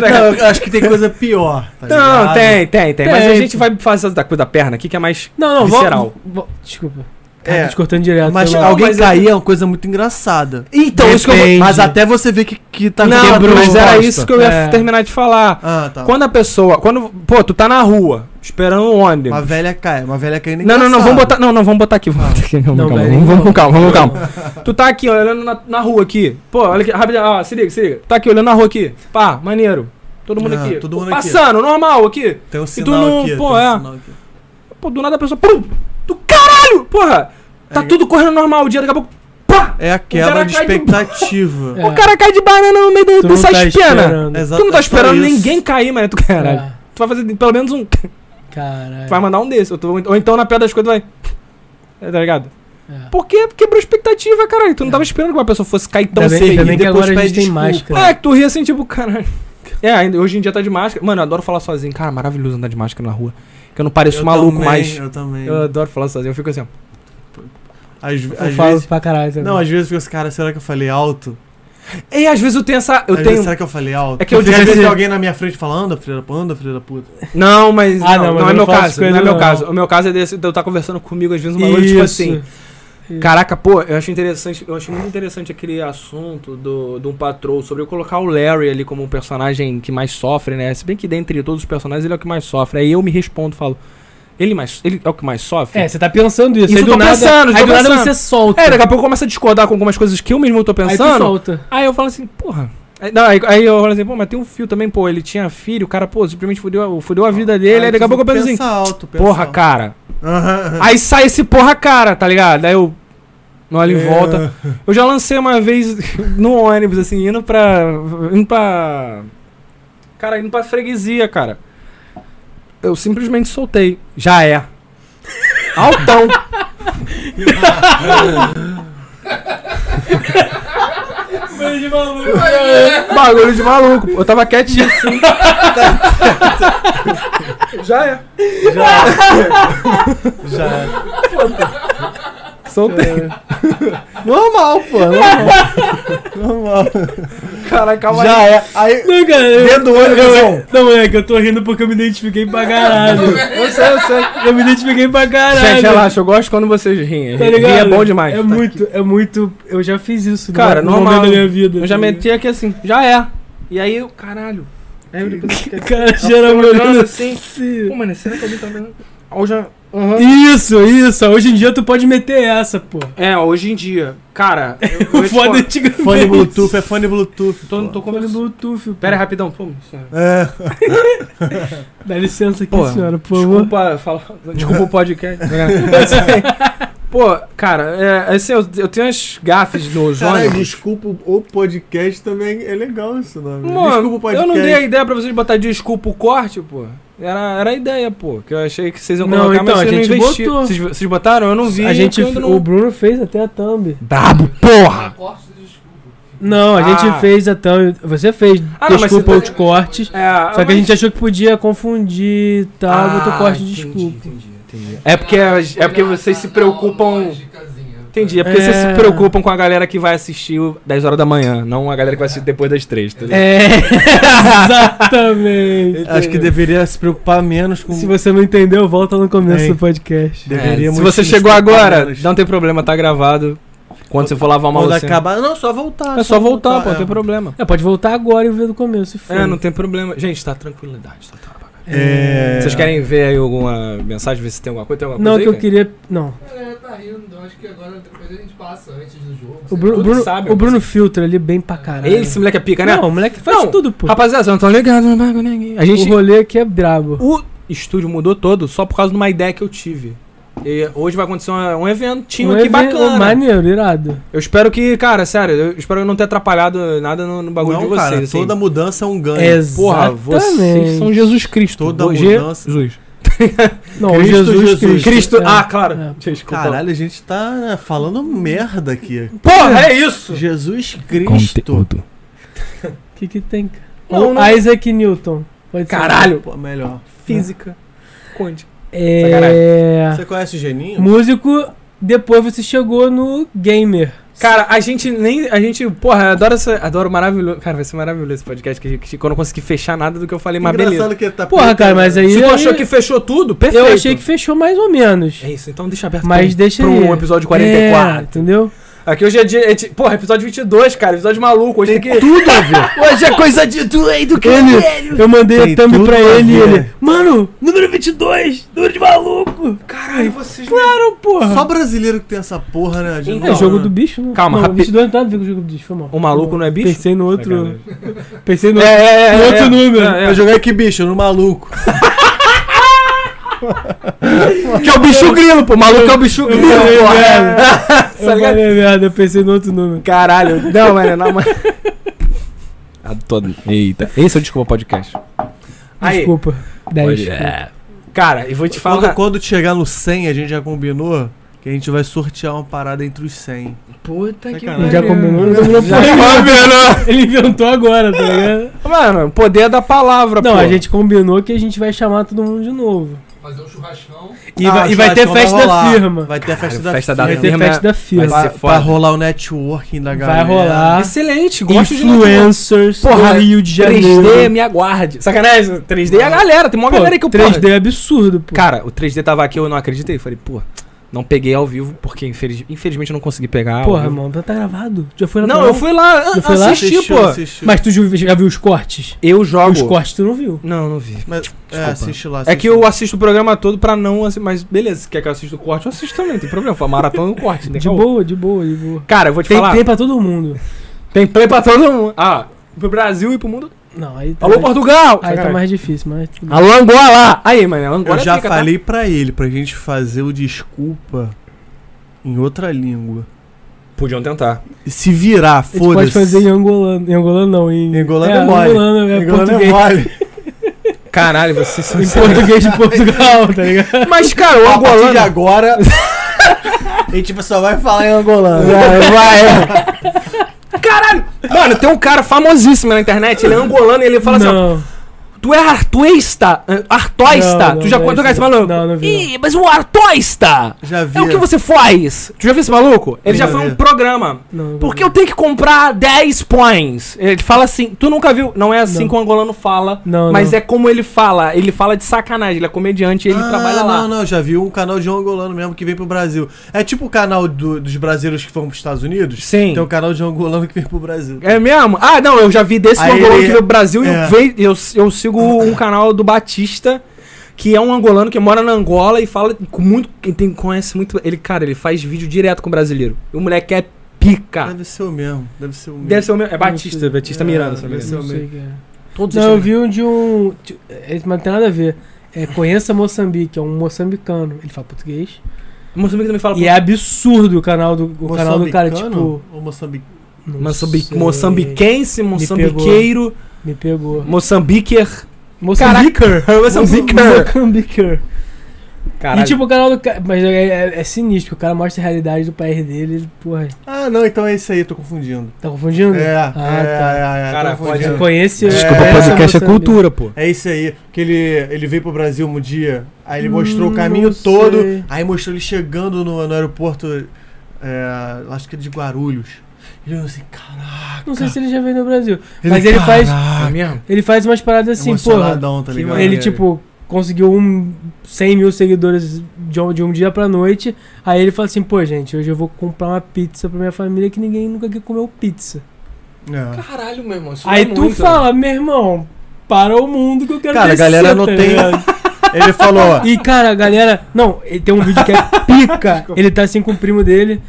S3: Não, eu acho que tem coisa pior. tá
S4: não
S3: ligado?
S4: tem, tem, tem. Mas a
S1: Tem.
S4: gente vai fazer da coisa da perna aqui que é mais.
S1: Não, não,
S4: Visceral.
S1: vamos. vo- Desculpa. Cara,
S2: É.
S1: tô te cortando direto.
S2: Mas
S1: sei lá.
S2: alguém
S4: mas é-
S2: cair é uma coisa muito engraçada.
S4: Então, isso que eu vou.
S1: Depende.
S2: Mas até você ver que, que tá
S4: não,
S2: quebrou
S4: mas
S2: a
S4: era
S2: costa.
S4: isso que eu ia
S1: É.
S4: terminar de falar.
S2: Ah, tá.
S4: Quando a pessoa. Quando. Pô, tu tá na rua, esperando um ônibus.
S2: Uma velha cai, uma velha cai nem
S4: É. Não, não, não, vamos botar. Não, não, vamos botar aqui. Vamos botar aqui. Vamos,
S1: Não,
S4: calma,
S1: velho,
S4: vamos, vamos
S1: não.
S4: com calma, vamos com
S1: É.
S4: calma. tu tá aqui ó, olhando na, na rua aqui. Pô, olha aqui, rapidinho, ó, se liga, se liga. Tá aqui olhando na rua aqui. Pá, maneiro. Todo mundo
S2: Ah,
S4: aqui.
S2: todo
S4: Pô,
S2: mundo aqui.
S4: Passando, normal aqui.
S2: Tem um
S4: tu não- pô, é.
S2: aqui.
S4: Pô, do nada a pessoa. Pum! Do caralho! Porra! Tá tudo correndo normal o dia, daqui a pouco. Pá!
S2: É a quebra
S4: cara
S2: de
S4: cai de- um- <laughs>
S2: expectativa.
S1: É.
S4: O cara cai de banana no meio
S1: Tu
S4: do-
S1: não
S4: dessas
S1: tá
S4: penas.
S1: esperando.
S2: Exato,
S4: Tu não tá
S2: é só
S4: esperando
S2: isso.
S4: ninguém cair, mano. Tu, caralho. Tu vai fazer pelo menos um.
S1: É, Caralho.
S4: Tu vai mandar um desse. Ou, tu- ou então na pior das coisas vai. É, tá ligado?
S1: É.
S4: Porque quebrou expectativa, caralho. Tu não tava esperando que uma pessoa fosse cair tão
S1: Ainda bem-
S4: cedo.
S1: ainda bem que
S2: depois
S1: agora a gente
S2: pede
S1: tem máscara.
S4: É, que tu ria assim, tipo, caralho. É, ainda- hoje em dia tá de máscara. Mano, eu adoro falar sozinho. Cara, maravilhoso andar de máscara na rua. Que eu não pareço maluco
S2: também,
S4: mais.
S2: Eu também.
S4: Eu adoro falar sozinho. Eu fico assim, ó.
S2: Às,
S1: Eu
S2: às
S1: falo
S2: vezes.
S1: pra caralho também.
S2: Não, às vezes eu fico assim, cara, será que eu falei alto?
S4: E às vezes eu tenho essa. Eu
S2: Às vezes,
S4: tenho.
S2: será que eu falei alto?
S4: É que eu
S2: Porque às
S4: devia
S2: vezes
S4: ser-
S2: tem alguém na minha frente fala, anda, filha da puta, anda, filha da puta.
S4: Não, mas.
S1: Ah,
S4: não,
S1: não, mas
S4: não é
S1: eu
S4: meu
S1: não faço
S4: caso.
S1: essas
S4: Não
S1: coisas,
S4: é meu
S1: não.
S4: caso. O meu caso é desse. Eu tá conversando comigo, às vezes, um bagulho,
S1: Isso.
S4: tipo assim.
S1: Isso.
S4: Caraca, pô, eu acho interessante, eu acho muito interessante aquele assunto do, de um patrão sobre eu colocar o Larry ali como um personagem que mais sofre, né? Se bem que dentre todos os personagens ele é o que mais sofre. Aí eu me respondo, falo, ele mais, ele é o que mais sofre?
S1: É, você tá pensando isso.
S4: Isso
S1: aí
S4: eu
S1: do
S4: tô
S1: nada,
S4: pensando,
S1: aí
S4: tô
S1: do nada
S4: pensando.
S1: você solta.
S4: É, daqui a pouco começa a discordar com algumas coisas que eu mesmo tô
S1: aí tu
S4: pensando. Aí,
S1: solta.
S4: eu falo assim, porra. Aí, não, aí- aí eu falo assim, pô, mas tem um fio também, pô, ele tinha filho, o cara, pô, simplesmente fudeu, fudeu a vida dele. Aí daqui a pouco eu penso assim,
S2: pensa alto, pensa
S4: porra,
S2: alto.
S4: cara.
S2: Aham,
S4: <laughs> Aí sai esse porra cara, tá ligado? Aí eu não olho em
S2: É.
S4: volta. Eu já lancei uma vez <laughs> no ônibus, assim, indo pra. indo pra. Cara, indo pra freguesia, cara. Eu simplesmente soltei. Já é. Altão. Bagulho de maluco. Eu tava quietinho assim. Já é.
S2: Já é.
S4: Soltei.
S2: É.
S4: <laughs>
S2: Normal, pô. Normal.
S4: Cara, calma aí.
S2: Já é. Aí,
S1: Não, cara, eu-
S2: dentro do
S1: eu-
S2: olho,
S1: eu- não, é que eu tô rindo porque eu me identifiquei pra caralho.
S4: Eu sei, eu sei.
S1: Eu me identifiquei pra caralho.
S4: Gente, relaxa, eu gosto quando vocês riem.
S1: Tá
S4: Rir
S1: ligado?
S4: é bom demais.
S1: É muito, é muito. Eu já fiz isso no-
S4: Cara,
S1: no
S4: normal.
S1: momento da minha vida.
S4: Eu já
S1: tá ligado?
S4: meti aqui assim, já é. E aí eu, caralho. Aí É, eu depois fiquei
S1: O cara geralmente
S4: olhando
S1: olhando
S4: Tá assim.
S1: assim.
S4: Pô, mano, será que alguém tá vendo? Aí eu já. Aham.
S1: Isso, isso. Hoje em dia tu pode meter essa, pô.
S4: É, hoje em dia. Cara, eu, eu
S1: O
S4: <laughs> ia
S1: foda
S4: te falar,
S1: antigamente.
S2: fone Bluetooth, é fone Bluetooth.
S4: tô, tô
S1: Fone
S4: conversando.
S1: Bluetooth. pô.
S4: Pera aí, rapidão. Pô, senhora.
S2: É.
S1: Dá licença aqui,
S4: Pô,
S1: senhora, por favor.
S4: desculpa, falar, desculpa o <laughs> podcast. Mas, assim, Pô, cara, é, assim, eu, eu tenho as gafes nos
S2: Caralho,
S4: ônibus.
S2: desculpa o podcast também. É legal isso, nome.
S4: Mano,
S2: desculpa o podcast.
S4: Eu não dei a ideia pra vocês botar desculpa o corte, pô. Era, era a ideia, pô. Que eu achei que vocês iam
S1: Não,
S4: colocar,
S1: então,
S4: mas
S1: a
S4: vocês não
S1: gente
S4: investiram.
S1: botou.
S4: Vocês, vocês botaram? Eu não vi.
S1: A gente,
S4: porque eu ainda
S1: o Bruno fez até a thumb.
S4: Brabo, porra!
S6: Corte do desculpa.
S1: Não, a
S4: Ah.
S1: gente fez a thumb. Você fez,
S4: Ah, não, mas
S1: desculpa
S4: você-
S1: os cortes. Só
S4: É,
S1: que a
S4: mas- Ah,
S1: gente achou que podia confundir e tal, botou corte de
S4: entendi,
S1: desculpa.
S4: entendi, entendi. É porque, é porque vocês se preocupam. Entendi, é porque
S1: É.
S4: vocês se preocupam com a galera que vai assistir o 10 horas da manhã, não a galera que vai assistir depois das 3, tá ligado?
S1: É, <laughs> exatamente.
S2: Acho que deveria se preocupar menos com.
S1: Se você não entendeu, volta no começo
S4: É.
S2: Hein.
S1: do podcast.
S2: Deveria
S4: se
S2: muito
S4: você
S2: nos
S4: chegou
S2: preocupar
S4: agora,
S2: menos.
S4: não tem problema, tá gravado. Quando você for lavar uma
S2: Quando
S4: loucinha.
S2: acabar. Não, só voltar.
S4: assim. É só voltar, pô, não tem
S2: é.
S4: problema.
S1: É, pode voltar agora e ver do começo, se for.
S4: É, não tem problema. Gente, tá tranquilidade, tá tá-
S2: É.
S4: Vocês querem ver aí alguma mensagem, ver se tem alguma coisa? Tem alguma
S1: Não,
S4: coisa
S1: que eu
S4: aí, cara?
S1: queria. Não.
S6: A galera tá rindo, então acho que agora depois a gente passa antes do jogo.
S1: O Bruno, o
S4: Tudo
S1: Bruno,
S4: sabe,
S1: o Bruno filtra ali bem pra caralho.
S4: Ele, esse moleque é pica, né?
S1: Não, o moleque faz
S4: Não,
S1: tudo, pô.
S4: Rapaziada, vocês não estão ligados, não bagulho ninguém. A gente.
S1: O rolê aqui é brabo.
S4: O estúdio mudou todo só por causa de uma ideia que eu tive. E hoje vai acontecer uma- um eventinho
S1: Um
S4: aqui
S1: evento
S4: bacana.
S1: Maneiro, irado.
S4: Eu espero que, cara, sério, eu espero não ter atrapalhado nada no, no bagulho de
S2: Não,
S4: vocês.
S2: cara,
S4: assim.
S2: toda mudança é um ganho.
S4: Porra,
S1: Exatamente.
S4: vocês são Jesus Cristo.
S2: Toda
S4: Bo-
S2: mudança-
S4: Jesus.
S1: Não,
S2: Cristo,
S1: Jesus,
S2: Jesus.
S1: Cristo.
S4: Cristo.
S1: É.
S4: Ah, claro.
S1: É.
S4: Desculpa.
S2: Caralho, a gente tá né, falando merda aqui.
S4: Porra, é isso!
S2: Jesus Cristo.
S1: O que que tem? cara?
S4: Não,
S1: Ou
S4: não-
S1: Isaac Newton. Pode ser.
S4: Caralho!
S2: Pô, melhor.
S4: Física. Conte.
S1: É...
S2: Você conhece o Geninho?
S1: Músico, depois você chegou no gamer.
S4: Cara, a gente nem. A gente, porra, eu adoro essa. Adoro maravilhoso. Cara, vai ser maravilhoso esse podcast. Que, que quando eu não consegui fechar nada do que eu falei, mas beleza.
S3: que tá
S1: Porra, cara,
S2: né?
S1: mas aí.
S4: Se tu
S1: aí-
S4: achou que fechou tudo, perfeito.
S1: Eu achei que fechou mais ou menos.
S4: É isso, então deixa aberto
S1: Mas
S4: pra, um-
S1: deixa
S4: pra um
S1: aí.
S4: episódio
S1: É,
S4: 44.
S1: entendeu?
S4: Aqui hoje é dia. é ti- Porra, episódio 22, cara. Episódio maluco. Hoje tem, que.
S1: Tudo a ver.
S5: Hoje é coisa de do, aí do
S1: Ele, eu mandei
S2: Tem
S1: a thumb
S2: tudo
S1: pra
S2: a
S1: ele e
S2: ver.
S1: ele. Mano, número 22, número de maluco.
S4: Caralho, vocês.
S1: Claro, porra.
S3: Só brasileiro que tem essa porra, né? gente?
S1: é
S4: Então,
S1: jogo
S4: né?
S1: do bicho, né?
S4: Calma,
S1: não,
S4: rapi-
S1: 22 não tem nada a ver com o jogo do bicho, foi mal.
S4: O maluco não é bicho?
S1: Pensei no outro.
S4: Sacanagem.
S1: <laughs> Pensei no
S4: É, é, é.
S1: no outro
S4: é.
S1: número.
S4: É,
S3: Eu joguei que bicho, no maluco.
S4: é. Que é o bicho grilo, pô. O maluco é o bicho grilo.
S1: falei
S4: porra.
S1: merda.
S4: Tá
S1: Eu
S4: ligado?
S1: falei merda, eu pensei no outro número.
S4: <laughs> Caralho, não, mano, não, mano. Eita, esse é o Desculpa Podcast. Aí,
S1: Desculpa. 10.
S4: Pode- é. Cara, e vou te falar.
S2: Quando, quando chegar no 100, a gente já combinou que a gente vai sortear uma parada entre os 100.
S6: Puta que
S2: Sacanagem.
S1: Não
S6: pariu.
S1: já combinou, não combinou porra nenhuma. Ele inventou agora, tá
S4: <laughs>
S1: ligado?
S4: Mano, o poder da palavra,
S1: Não,
S4: pô.
S1: a gente combinou que a gente vai chamar todo mundo de novo.
S6: Fazer um churrascão.
S4: Ah,
S1: E, vai, e vai ter festa da firma. Vai,
S2: Vai ter a festa
S4: Cara,
S2: da
S4: festa
S2: festa
S4: da
S2: firma.
S1: ter
S4: firma
S1: festa da firma.
S4: vai
S1: Vai,
S4: ser
S2: Pra,
S4: foda.
S2: pra rolar o networking da galera.
S1: rolar
S4: é Excelente, gosto de
S1: influencers
S4: Porra,
S1: do Rio de Janeiro.
S4: 3D, me aguarde. Sacanagem, 3D é a galera, tem uma
S1: Pô,
S4: galera aí que eu porra.
S1: 3D é absurdo, pô.
S4: Cara, o 3D tava aqui, eu não acreditei. Falei, pô, não peguei ao vivo, porque infeliz- infelizmente eu não consegui pegar. ao
S1: Porra,
S4: vivo.
S1: mano, tá gravado. Já foi na
S4: Não,
S1: Paral?
S4: eu fui lá,
S1: Já
S4: eu
S1: foi lá?
S4: assisti,
S2: Assistiu,
S4: pô.
S2: assistiu.
S1: Mas tu ju- já viu os cortes?
S4: Eu jogo.
S1: Os cortes tu não viu.
S4: Não, não vi.
S2: Mas- é,
S4: Desculpa.
S2: assiste lá.
S4: É
S2: assiste
S4: que
S2: lá.
S4: eu assisto o programa todo pra não. assi- Mas beleza, se quer que eu assista o corte, eu assisto também, não tem problema. Foi maratona no corte, né?
S1: De boa, de boa, de boa.
S4: Cara, eu vou te
S1: Tem
S4: falar.
S1: play pra todo mundo.
S4: Tem play pra todo mundo. Ah, pro Brasil e pro mundo.
S1: Não, aí tá
S4: Alô,
S1: mais,
S4: Portugal!
S1: Aí tá
S4: Sacanagem.
S1: mais difícil, mas... tudo
S2: Ah,
S1: bem.
S4: Alô, Angola! Aí, mano, Angola
S2: Eu
S4: é
S2: já
S4: pica, tá?
S2: falei pra ele, pra gente fazer o desculpa em outra língua.
S4: Podiam tentar.
S2: E se virar,
S1: A gente pode fazer em
S2: <laughs> foda-se.
S1: angolano. Em angolano não, em...
S2: Em angolano é mole.
S1: angolano é
S2: Engolando é
S1: português.
S4: tá
S2: mole.
S4: Caralho, vocês são.
S1: Em português de Portugal, tá
S2: <laughs>
S1: ligado?
S4: Mas, cara, o
S3: A partir de
S4: angolano. <laughs>
S3: agora. a gente só vai
S2: Ah, é
S3: falar em angolano.
S4: é, Caralho! Mano, tem um cara famosíssimo na internet, ele é angolano e ele fala assim:
S1: não,
S4: ó, Tu é artuista? eh, Artoista?
S1: Não,
S4: tu já
S1: não,
S4: contou
S1: não,
S4: esse maluco?
S1: não, não vi, não.
S4: Ih, mas o artoista!
S2: Já vi.
S4: É o que você faz! Tu já viu esse maluco? Ele já
S2: Já
S4: foi
S2: vi.
S4: um programa.
S1: não, não.
S4: Porque eu tenho que comprar 10 points. Ele fala assim, tu nunca viu. Não é assim
S1: Não.
S4: que o angolano fala,
S1: Não,
S4: mas
S1: não.
S4: é como ele fala. Ele fala de sacanagem, ele é comediante, ele
S2: Ah,
S4: trabalha lá.
S2: Não, não, já vi um canal de um angolano mesmo que vem pro Brasil. É tipo o canal do- dos brasileiros que vão pros Estados Unidos?
S4: Sim.
S2: Tem um canal de um angolano que vem pro Brasil.
S4: É mesmo? Ah, não, eu já vi desse
S2: Aí
S4: angolano
S2: ele-
S4: que veio pro Brasil e
S2: é.
S4: veio- eu, eu sigo um canal do Batista, que é um angolano que mora na Angola e fala com muito. Quem tem- conhece muito. Ele, cara, ele faz vídeo direto com o brasileiro. E o moleque é pica.
S2: Deve ser o mesmo. Deve ser o mesmo.
S4: Deve ser o meu. É Batista,
S1: sei.
S4: Batista
S2: É,
S4: Miranda, se não me
S2: deve
S4: engano.
S1: Não sei o que é.
S4: Todos
S1: Não, eu
S4: eles-
S1: vi um de um. de- é, Mas não tem nada a ver. É, conheça Moçambique, é um moçambicano. Ele fala português.
S4: Moçambique também fala.
S1: E é absurdo o canal do, o canal do cara,
S2: Moçambicano?
S1: tipo.
S2: Ou Moçambique.
S1: não
S4: Moçambi-
S1: sei.
S4: Moçambiquense, moçambiqueiro,
S1: Me pegou.
S4: moçambiquer.
S1: Moçambiquer.
S4: Moçambiquer.
S1: Moçambiquer. E
S4: Caralho.
S1: um tipo, o canal do cara. Mas é, é- é sinistro, o cara mostra a realidade do país dele. Ele, porra,
S2: Ah, não, então é esse aí, eu tô confundindo.
S1: tá confundindo?
S2: É,
S1: Ah, tá.
S2: é, é, é,
S4: Cara,
S2: tô confundindo.
S1: Eu conheço.
S2: Desculpa,
S1: é,
S4: podcast é
S1: Moçambique.
S4: cultura, pô.
S2: É isso aí, que ele, ele veio pro Brasil um dia, aí ele
S1: Hum,
S2: mostrou o
S1: não
S2: caminho todo,
S1: sei.
S2: aí mostrou ele chegando no, no aeroporto, é, acho que é de Guarulhos. Ele olhou assim, caraca.
S1: Não sei se ele já veio no Brasil. mas ele faz-
S4: É
S2: Caraca,
S4: mesmo?
S1: Ele faz umas paradas assim, porra.
S2: emocionadão, tá
S4: que
S2: ligado?
S4: maneiro.
S1: Ele, tipo, conseguiu um 100 mil seguidores de um, de um dia pra noite. Aí ele fala assim: pô, gente, hoje eu vou comprar uma pizza pra minha família que ninguém nunca aqui comeu pizza.
S2: É.
S5: Caralho, meu irmão.
S1: aí
S4: é
S1: tu
S4: né?
S1: fala, meu irmão, para o mundo que eu quero
S2: Cara, a
S1: descer,
S2: galera não
S1: tá
S2: tem-
S1: ligado?
S2: Ele falou, ó,
S1: E, cara, a galera. Não, ele tem um vídeo que é pica. ele tá assim com o primo dele.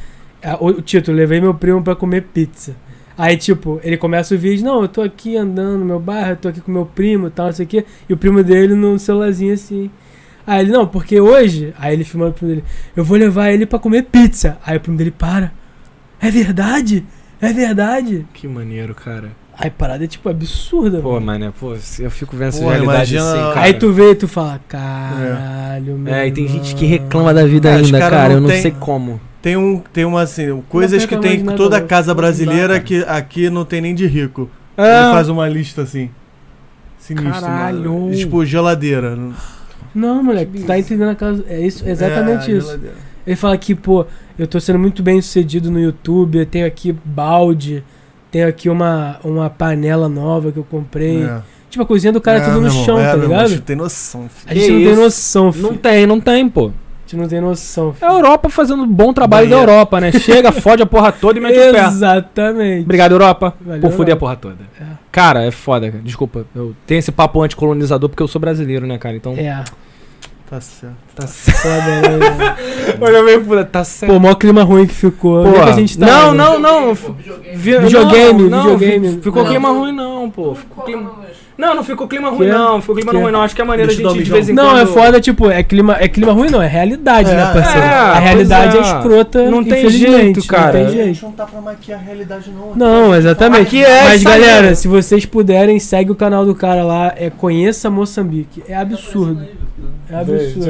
S1: Ah, O o título, levei meu primo pra comer pizza. Aí, tipo, ele começa o vídeo, não, eu tô aqui andando no meu bairro, eu tô aqui com meu primo e tal, não sei o quê. E o primo dele no celularzinho assim. Aí ele, não, porque hoje. Aí ele filmando o primo dele, eu vou levar ele pra comer pizza. Aí o primo dele para. É verdade? É verdade?
S4: Que maneiro, cara.
S1: Aí a parada é tipo absurda,
S4: Pô,
S1: mano.
S4: mano, pô, eu fico vendo essa
S2: Pô,
S4: realidade
S2: imagina-
S4: assim, cara.
S1: Aí tu vê e tu fala, caralho, meu.
S4: É, e tem gente que
S1: irmão."
S4: reclama da vida
S2: É, os
S4: ainda, cara.
S2: cara não
S4: eu não
S2: tem-
S4: sei como.
S2: tem, um, tem uma assim, coisas
S1: pega
S2: que
S1: mais
S2: tem
S1: nada,
S2: em toda
S1: não.
S2: casa
S1: Não dá,
S2: brasileira
S1: cara.
S2: que aqui não tem nem de rico.
S7: É,
S2: Ele
S4: Ah,
S2: faz uma lista assim. Sinistro,
S4: Caralho.
S2: mano. Tipo, geladeira.
S7: Tipo
S1: Não, moleque, tu tá entendendo a causa. É isso, exatamente
S2: É,
S1: isso.
S2: geladeira.
S1: Ele fala que, pô, eu tô sendo muito bem sucedido no YouTube, eu tenho aqui balde, tenho aqui uma, uma panela nova que eu comprei.
S2: É.
S1: Tipo, a cozinha do cara é, tudo
S2: meu
S1: no
S2: irmão,
S1: chão,
S2: é,
S1: tá
S2: meu irmão,
S1: ligado?
S2: A gente tem noção, filho.
S1: a gente
S4: Que
S1: não tem
S4: isso?
S1: noção, filho.
S7: Não tem, não tem, pô.
S1: A gente não tem noção,
S7: É
S1: filho.
S7: a Europa fazendo um bom trabalho da Europa, né? Chega, fode a porra toda e mete o é pé.
S1: Exatamente.
S7: Obrigado, Europa,
S1: Valeu,
S7: por foder a
S1: Europa.
S7: porra toda.
S1: É.
S7: Cara, é foda, cara. Desculpa. Eu tenho esse papo anticolonizador porque eu sou brasileiro, né, cara? Então.
S1: É,
S2: Tá certo.
S7: Tá certo.
S1: foda,
S7: <laughs>
S1: né?
S7: Olha meio puta, tá certo.
S1: Pô, o maior clima ruim que ficou. Onde é que a gente tá,
S7: não,
S1: né?
S7: não, não,
S6: Pô, videogame.
S7: Vi-
S1: Videogame,
S7: não, não,
S1: videogame.
S7: fi- Ficou
S1: Não.
S7: clima ruim, não, pô. Ficou
S6: Qual
S7: clima...
S6: não, mas-
S7: Não, não ficou clima ruim,
S1: Que?
S7: não. Ficou clima
S1: Que?
S7: maneiro, não. Acho que é maneiro a
S2: Deixa eu
S7: gente
S2: dar um
S7: de vez em quando.
S1: Não, é foda, tipo, é clima, é clima ruim não, é realidade,
S2: É,
S1: né, parceiro?
S7: é,
S1: a
S7: pois
S1: realidade é.
S7: é.
S1: escrota,
S7: Não tem
S1: infelizmente,
S7: jeito, cara.
S1: Não tem jeito.
S2: não tá pra maquiar a realidade, não.
S1: Não, exatamente.
S7: Aqui é
S1: Mas
S7: isso aí,
S1: galera,
S7: né?
S1: se vocês puderem, segue o canal do cara lá, é Conheça Moçambique. É absurdo. É absurdo.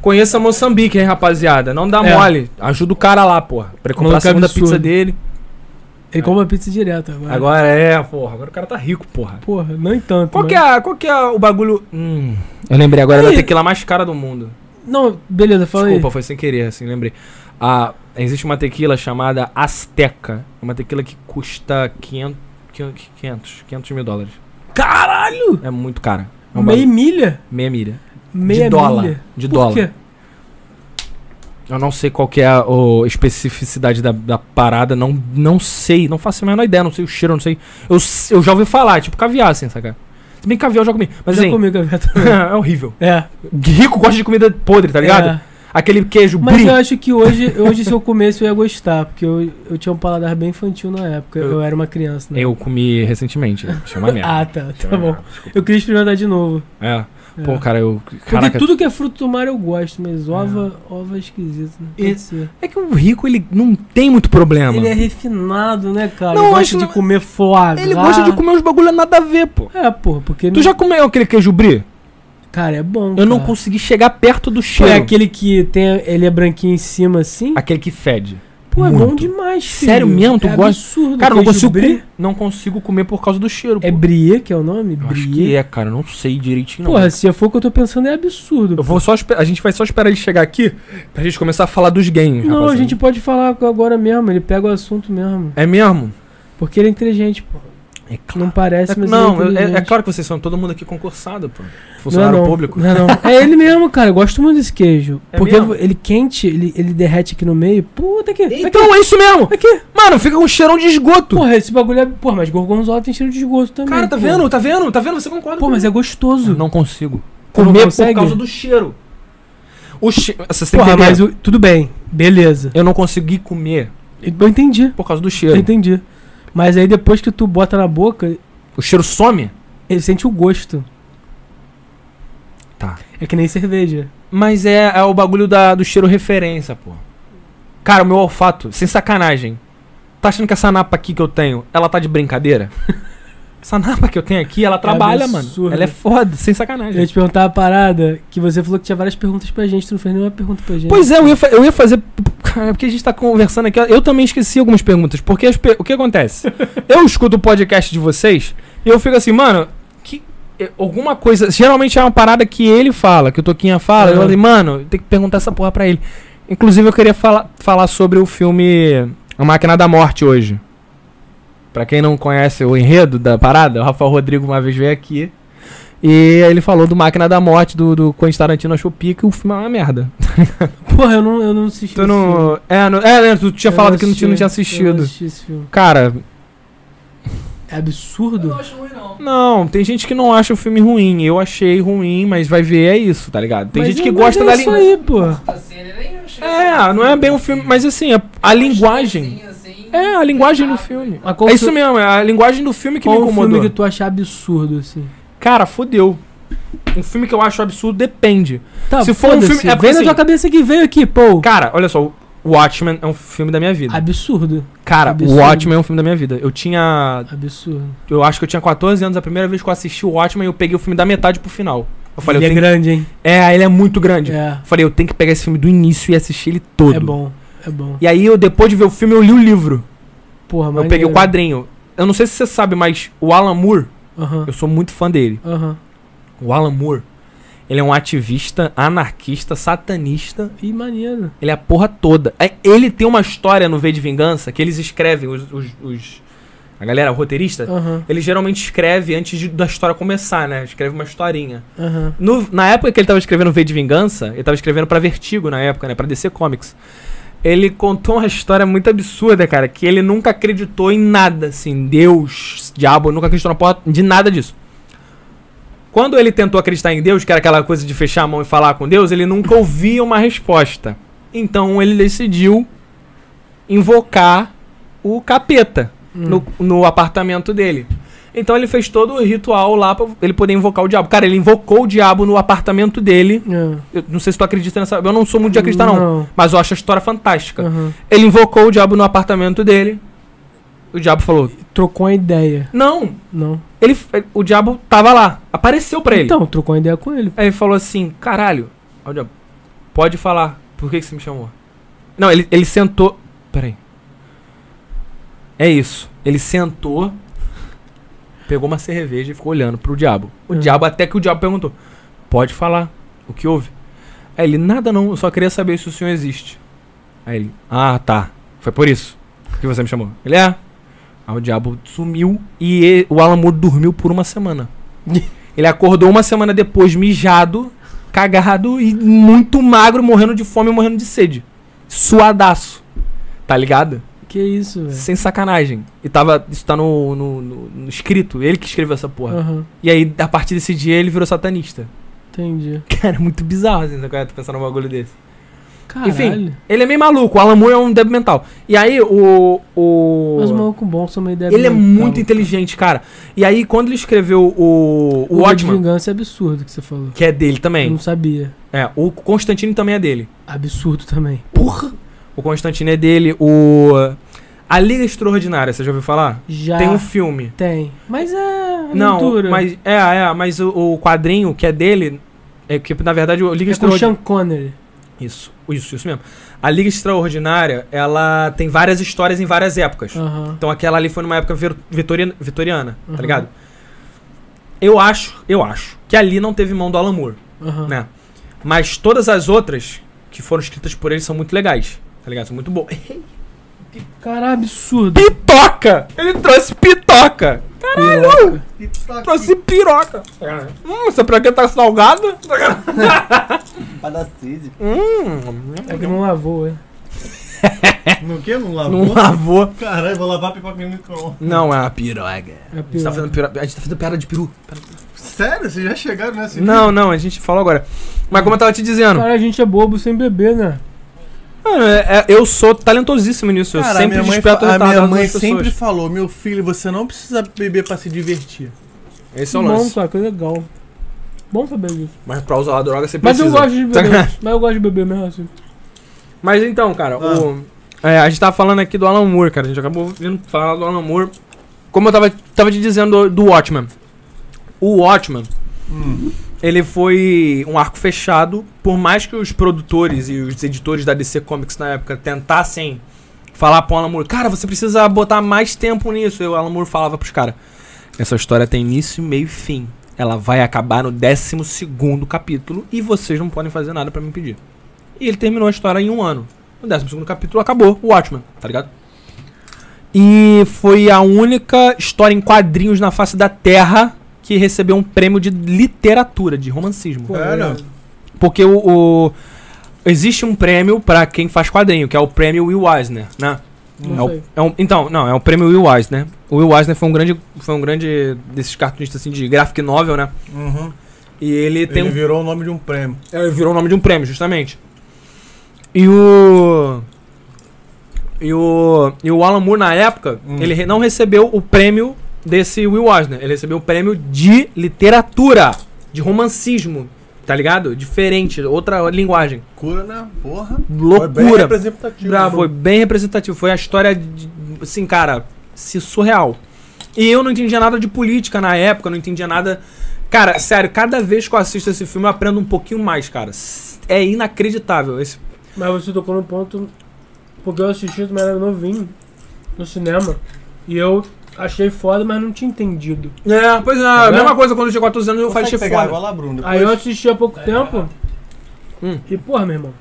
S7: Conheça Moçambique, hein, rapaziada. Não dá
S1: É.
S7: mole. Ajuda o cara lá, porra. Pra ele comprar a
S1: Maluco
S7: segunda
S1: absurdo.
S7: pizza dele.
S1: Ele compra pizza direto agora.
S7: Agora é, porra. Agora o cara tá rico, porra.
S1: Porra, não em tanto.
S7: Qual
S1: mas-
S7: que é, qual que é o bagulho. Hum. Eu lembrei agora da
S1: Aí.
S7: tequila mais cara do mundo.
S1: Não, beleza, fala
S7: Desculpa,
S1: aí.
S7: foi sem querer, assim, lembrei. Ah, existe uma tequila chamada Azteca. É uma tequila que custa 500, 500, 500 mil dólares.
S1: Caralho!
S7: É muito cara. É um
S1: Meia
S7: bagulho-
S1: milha?
S7: meia milha.
S1: Meia
S7: de dólar.
S1: milha.
S7: De
S1: Por
S7: dólar.
S1: quê?
S7: Eu não sei qual que é a o- especificidade da, da parada, não, não sei, não faço a menor ideia, não sei o cheiro, não sei. Eu, s- eu já ouvi falar, é tipo caviar, assim, saca? Se bem que caviar eu já comi, mas
S1: Já
S7: assim,
S1: comi, Gabriel, <laughs> também.
S7: <laughs> é horrível.
S1: É.
S7: Rico gosta de comida podre, tá ligado?
S1: É.
S7: Aquele queijo
S1: Mas
S7: brie.
S1: eu acho que hoje, hoje se eu comesse, eu ia gostar, porque eu, eu tinha um paladar bem infantil na época. Eu,
S7: Eu-
S1: era uma criança, né?
S7: Eu comi recentemente, né? chama
S1: <laughs>
S7: merda.
S1: Ah, tá,
S7: Isso é
S1: tá
S7: uma
S1: bom. Eu queria experimentar de novo.
S7: É.
S1: É.
S7: Pô, cara, eu.
S1: Porque
S7: Caraca.
S1: tudo que é fruto do mar eu gosto, mas ova, ova é esquisito, né? Pode ser.
S7: É que o rico, ele não tem muito problema.
S1: Ele
S7: Ele,
S1: é refinado, né, cara?
S7: Não,
S1: ele
S7: acho
S1: gosta de
S7: que não- é-
S1: comer foie gras.
S7: gosta de comer uns bagulho nada a ver, pô.
S1: É, porra, porque...
S7: Tu
S1: não-
S7: já comeu aquele queijo brie?
S1: Cara, é bom,
S7: Eu não
S1: cara.
S7: consegui chegar perto do
S1: É
S7: cheiro.
S1: aquele que tem... Ele é branquinho em cima, assim.
S7: Aquele que fede.
S1: Pô, é bom
S7: Ah, muito.
S1: demais, filho.
S7: Sério mesmo? Tu
S1: é
S7: gosta?
S1: absurdo.
S7: Cara, eu não
S1: Queijo
S7: consigo,
S1: brie.
S7: com- não consigo comer por causa do cheiro,
S1: É
S7: pô.
S1: brie que é o nome?
S7: Eu acho
S1: Brie.
S7: que é, cara. eu Não sei direitinho, não.
S1: Porra, se for o que eu tô pensando, é absurdo.
S7: eu vou só espe- A gente vai só esperar ele chegar aqui pra gente começar a falar dos games,
S1: Não, a
S7: rapaziada.
S1: gente pode falar agora mesmo, ele pega o assunto mesmo.
S7: É mesmo?
S1: Porque ele é inteligente, pô.
S7: É
S1: Não parece, mas
S7: não,
S1: ele é
S7: é, é
S1: inteligente.
S7: claro que vocês são todo mundo aqui concursado, pô.
S1: Não é
S7: Funcionário
S1: não,
S7: público.
S1: Não é, não. É ele mesmo, cara. Eu gosto muito desse queijo.
S7: É
S1: porque
S7: mesmo?
S1: ele quente, ele, ele derrete aqui no meio. Puta que.
S7: Então é isso mesmo.
S1: Aqui.
S7: Mano, fica com cheirão de esgoto.
S1: Porra, esse bagulho é. Porra, mas gorgonzola tem cheiro de esgoto também.
S7: Cara, tá
S1: pô.
S7: vendo? Tá vendo? Tá vendo? Você concorda?
S1: Pô, mas é gostoso.
S7: Não consigo.
S1: Tu não
S7: Comer
S1: consegue?
S7: por causa do cheiro. O che... Vocês têm que
S1: Porra,
S7: entender.
S1: mas o- tudo bem. Beleza.
S7: Eu não consegui comer
S1: Eu entendi.
S7: por causa do
S1: Eu
S7: cheiro.
S1: entendi. Mas aí depois que tu bota na boca,
S7: O cheiro some?
S1: ele sente o gosto.
S7: Tá.
S1: É que nem cerveja.
S7: Mas é, é o bagulho da, do cheiro referência, pô. Cara, o meu olfato, sem sacanagem. Tá achando que essa napa aqui que eu tenho, ela tá de brincadeira? <laughs> essa napa que eu tenho aqui, ela trabalha, mano.
S1: absurdo.
S7: Ela é foda, sem
S1: Eu
S7: sacanagem.
S1: ia te perguntar uma parada que você falou que tinha várias perguntas pra gente, tu não fez nenhuma pergunta pra gente.
S7: Pois é, eu ia, fa- eu ia fazer. Cara, porque a gente tá conversando aqui. Eu também esqueci algumas perguntas. Porque as pe- o
S1: <laughs>
S7: que acontece? eu escuto o podcast de vocês e eu fico assim, mano, que. é, Alguma coisa. Geralmente é uma parada que ele fala, que o Toquinha fala. Eu
S1: Aham.
S7: falei, mano, tem que perguntar essa porra pra ele. Inclusive, eu queria fala, falar sobre o filme A Máquina da Morte hoje. Pra quem não conhece o enredo da parada, o Rafael Rodrigo uma vez veio aqui. E ele falou do Máquina da Morte, do, do Quentin Tarantino achou pica, e o filme é uma merda.
S1: Porra, eu não, eu não assisti.
S7: Tu
S1: esse filme.
S7: não. É, não- é, né, tu tinha
S1: Eu não
S7: falado que não tinha, não tinha
S1: assisti, eu
S7: assistido.
S1: não assisti esse filme.
S7: Cara,
S1: É
S6: Eu não
S1: absurdo?
S6: acho ruim, não.
S7: não, tem gente que não acha o filme ruim. Eu achei ruim, mas vai ver, é isso, tá ligado? Tem
S1: Mas
S7: gente
S1: é-
S7: que
S1: mas
S7: gosta
S1: é
S7: da
S1: isso
S7: linguagem.
S1: aí, pô.
S6: Assim, ele nem eu achei
S7: É, não é bem um filme, mas assim, a, a linguagem. É, a linguagem do filme.
S1: Mas qual
S7: É
S1: o
S7: isso
S1: filme-
S7: mesmo, é a linguagem do filme que me
S1: Qual o filme
S7: incomodou.
S1: que tu acha absurdo, assim?
S7: Cara, fodeu. Um filme que eu acho absurdo depende.
S1: Tá,
S7: Se for um
S1: foda-se,
S7: filme- é porque
S1: Vem na
S7: assim-
S1: tua cabeça que veio aqui, pô.
S7: Cara, olha só, o Watchmen é um filme da minha vida.
S1: Absurdo.
S7: Cara, o
S1: absurdo.
S7: Watchmen é um filme da minha vida. Eu tinha
S1: Absurdo.
S7: Eu acho que eu tinha 14 anos, a primeira vez que eu assisti o Watchmen, eu peguei o filme da metade pro final. Eu falei,
S1: ele
S7: eu
S1: é
S7: tenho...
S1: grande, hein?
S7: é, ele é muito grande.
S1: É.
S7: Eu falei, eu tenho que pegar esse filme do início e assistir ele todo.
S1: É bom, é bom.
S7: E aí eu depois de ver o filme eu li o livro.
S1: Porra,
S7: eu peguei o quadrinho. Eu não sei se você sabe, mas o Alan Moore,
S1: Aham,
S7: eu sou muito fã dele.
S1: aham.
S7: O Alan Moore, Ele é um ativista, anarquista, satanista.
S1: Ih, maneiro.
S7: Ele é a porra toda. É, Ele tem uma história no V de Vingança que eles escrevem, os. os- os- a galera roteirista.
S1: Aham,
S7: Ele geralmente escreve antes de- da história começar, né? Escreve uma historinha.
S1: aham.
S7: No- na época que ele tava escrevendo V de Vingança, ele tava escrevendo pra Vertigo na época, né? Pra DC Comics. Ele contou uma história muito absurda, cara, que ele nunca acreditou em nada, assim, Deus, diabo, nunca acreditou na porra de nada disso. Quando ele tentou acreditar em Deus, que era aquela coisa de fechar a mão e falar com Deus, ele nunca ouvia uma resposta. Então ele decidiu invocar o capeta
S1: Hum.
S7: no, no apartamento dele. Então ele fez todo o ritual lá pra ele poder invocar o diabo. Cara, ele invocou o diabo no apartamento dele.
S1: É. Hum,
S7: Eu não sei se tu acredita nessa. Eu não sou muito de acreditar, não. Mas eu acho a história fantástica.
S1: Aham.
S7: Ele invocou o diabo no apartamento dele. O diabo falou:
S1: Trocou a ideia.
S7: Não!
S1: Não.
S7: Ele, o diabo tava lá. Apareceu pra ele.
S1: Então, trocou a ideia com ele.
S7: Aí ele falou assim: Caralho, Aí o diabo, pode falar. Por que, que você me chamou? Não, ele, ele sentou. Peraí. É isso. Ele sentou, pegou uma cerveja e ficou olhando pro diabo. O
S1: Hum.
S7: diabo, até que o diabo perguntou: Pode falar. O que houve? Aí ele: Nada não, eu só queria saber se o senhor existe. Aí ele: Ah, tá. Foi por isso que você me chamou. Ele é. Aí o diabo sumiu e e- o Alamo dormiu por uma semana. ele acordou uma semana depois, mijado, cagado e muito magro, morrendo de fome, morrendo de sede. Suadaço. Tá ligado?
S1: Que isso, velho.
S7: Sem sacanagem. E tava. Isso tá no, no- no- no escrito. Ele que escreveu essa porra.
S1: Aham,
S7: E aí, a partir desse dia, ele virou satanista.
S1: entendi.
S7: <laughs> Cara, é muito bizarro, assim, sabe? Tu pensar num bagulho desse.
S1: Caralho.
S7: Enfim, Ele é meio maluco. O Alan Moore é um débil mental. E aí, o. o...
S1: Mas o maluco bom são uma ideia
S7: Ele é
S1: mental.
S7: muito inteligente, cara. E aí, quando ele escreveu o, o
S1: O de
S7: Watchman,
S1: vingança é absurdo que você falou.
S7: que é dele
S1: Eu
S7: também,
S1: não sabia.
S7: é, o Constantino também é dele.
S1: Absurdo também.
S7: O Constantino é dele, o. A Liga Extraordinária, você já ouviu falar?
S1: Já
S7: Tem
S1: tem.
S7: um filme.
S1: Mas é
S7: Não,
S1: aventura.
S7: mas. É, é, mas o, o quadrinho que é dele. É que, na verdade, o Liga
S1: É com o
S7: Extraordinária.
S1: Sean Connery.
S7: Isso, isso, isso mesmo. A Liga Extraordinária, ela tem várias histórias em várias épocas.
S1: Aham.
S7: Então aquela ali foi numa época vir- vitoriana, vitoriana
S1: Uhum.
S7: tá ligado? Eu acho, eu acho, que ali não teve mão do Alan Moore,
S1: Aham.
S7: né? Mas todas as outras que foram escritas por ele são muito legais, tá ligado? São muito boas.
S1: Caralho, absurdo.
S7: Pitoca! Ele trouxe pitoca! Caralho!
S2: tá
S7: Trouxe piroca! Hum, essa piroca
S3: <laughs>
S7: tá salgada?
S5: Padacise.
S7: Hum,
S1: É que não lavou, é.
S3: No que? Não
S7: não
S3: lavou?
S7: lavou.
S3: Caralho, vou lavar pipoca no micro
S7: Não é uma piroca.
S1: É
S7: A gente tá
S1: pior.
S7: fazendo piroca. A gente tá fazendo piada de peru.
S3: Sério? Vocês já chegaram nessa?
S7: Não, não, a gente falou agora. Mas como eu tava te dizendo,
S1: Cara, a gente é bobo sem beber, né?
S7: Mano, é- é- eu sou talentosíssimo nisso. eu
S3: Cara,
S7: sempre
S3: a minha mãe,
S7: desperto o
S3: a minha
S7: retardado
S3: mãe
S7: nas pessoas.
S3: sempre falou, meu filho, você não precisa beber pra se divertir.
S7: Esse é o
S1: Bom,
S7: lance.
S1: cara, que legal. Bom saber disso.
S7: Mas pra usar a droga você
S1: Mas
S7: precisa.
S1: eu gosto de beber.
S7: <laughs>
S1: mas eu gosto de beber mesmo assim.
S7: Mas então, cara, o- é, a gente tava falando aqui do Alan Moore, cara. A gente acabou vindo falar do Alan Moore. Como eu tava, tava te dizendo do, do Watchman. O Watchman,
S2: Hum,
S7: ele foi um arco fechado. Por mais que os produtores e os editores da DC Comics na época tentassem falar pro Alan Moore, cara, você precisa botar mais tempo nisso. E o Alan Moore falava pros caras, essa história tem início, meio e fim. Ela vai acabar no 12 capítulo e vocês não podem fazer nada pra me impedir. E ele terminou a história em um ano. No 12 capítulo acabou o Watchman, tá ligado? E foi a única história em quadrinhos na face da Terra que recebeu um prêmio de literatura, de romancismo.
S1: é,
S3: Cara,
S7: Porque o, o- existe um prêmio pra quem faz quadrinho, que é o prêmio Will Eisner, né?
S1: Não
S7: É o-
S1: sei.
S7: é um- então, não, é o prêmio Will Eisner. O Will Eisner foi um grande, foi um grande desses cartunistas assim de graphic novel, né?
S3: uhum.
S7: E ele tem
S3: ele
S7: um
S3: virou o nome de um prêmio.
S7: é, virou o nome de um prêmio, justamente. E o. E o. E o Alan Moore, na época,
S3: Hum.
S7: ele re- não recebeu o prêmio desse Will Eisner. Ele recebeu o prêmio de literatura, de romancismo, tá ligado? Diferente, outra linguagem.
S3: Cura, né? Porra. Foi bem
S7: Loucura.
S3: representativo.
S7: Bravo, foi bem representativo. Foi a história, de, assim, cara, se surreal. E eu não entendia nada de política na época, não entendia nada. Cara, sério, cada vez que eu assisto esse filme eu aprendo um pouquinho mais, cara. S- É inacreditável. Esse...
S1: Mas você tocou num ponto. Porque eu assisti também era novinho no cinema. E eu Achei foda, mas não tinha entendido.
S7: É, pois é, a mesma coisa quando eu tinha 14 anos eu falei
S12: Consegue
S7: achei
S12: pegar água
S7: foda.
S12: lá, Bruno?
S1: Aí eu assisti há pouco tempo.
S7: Hum. Ah.
S1: E porra, meu irmão.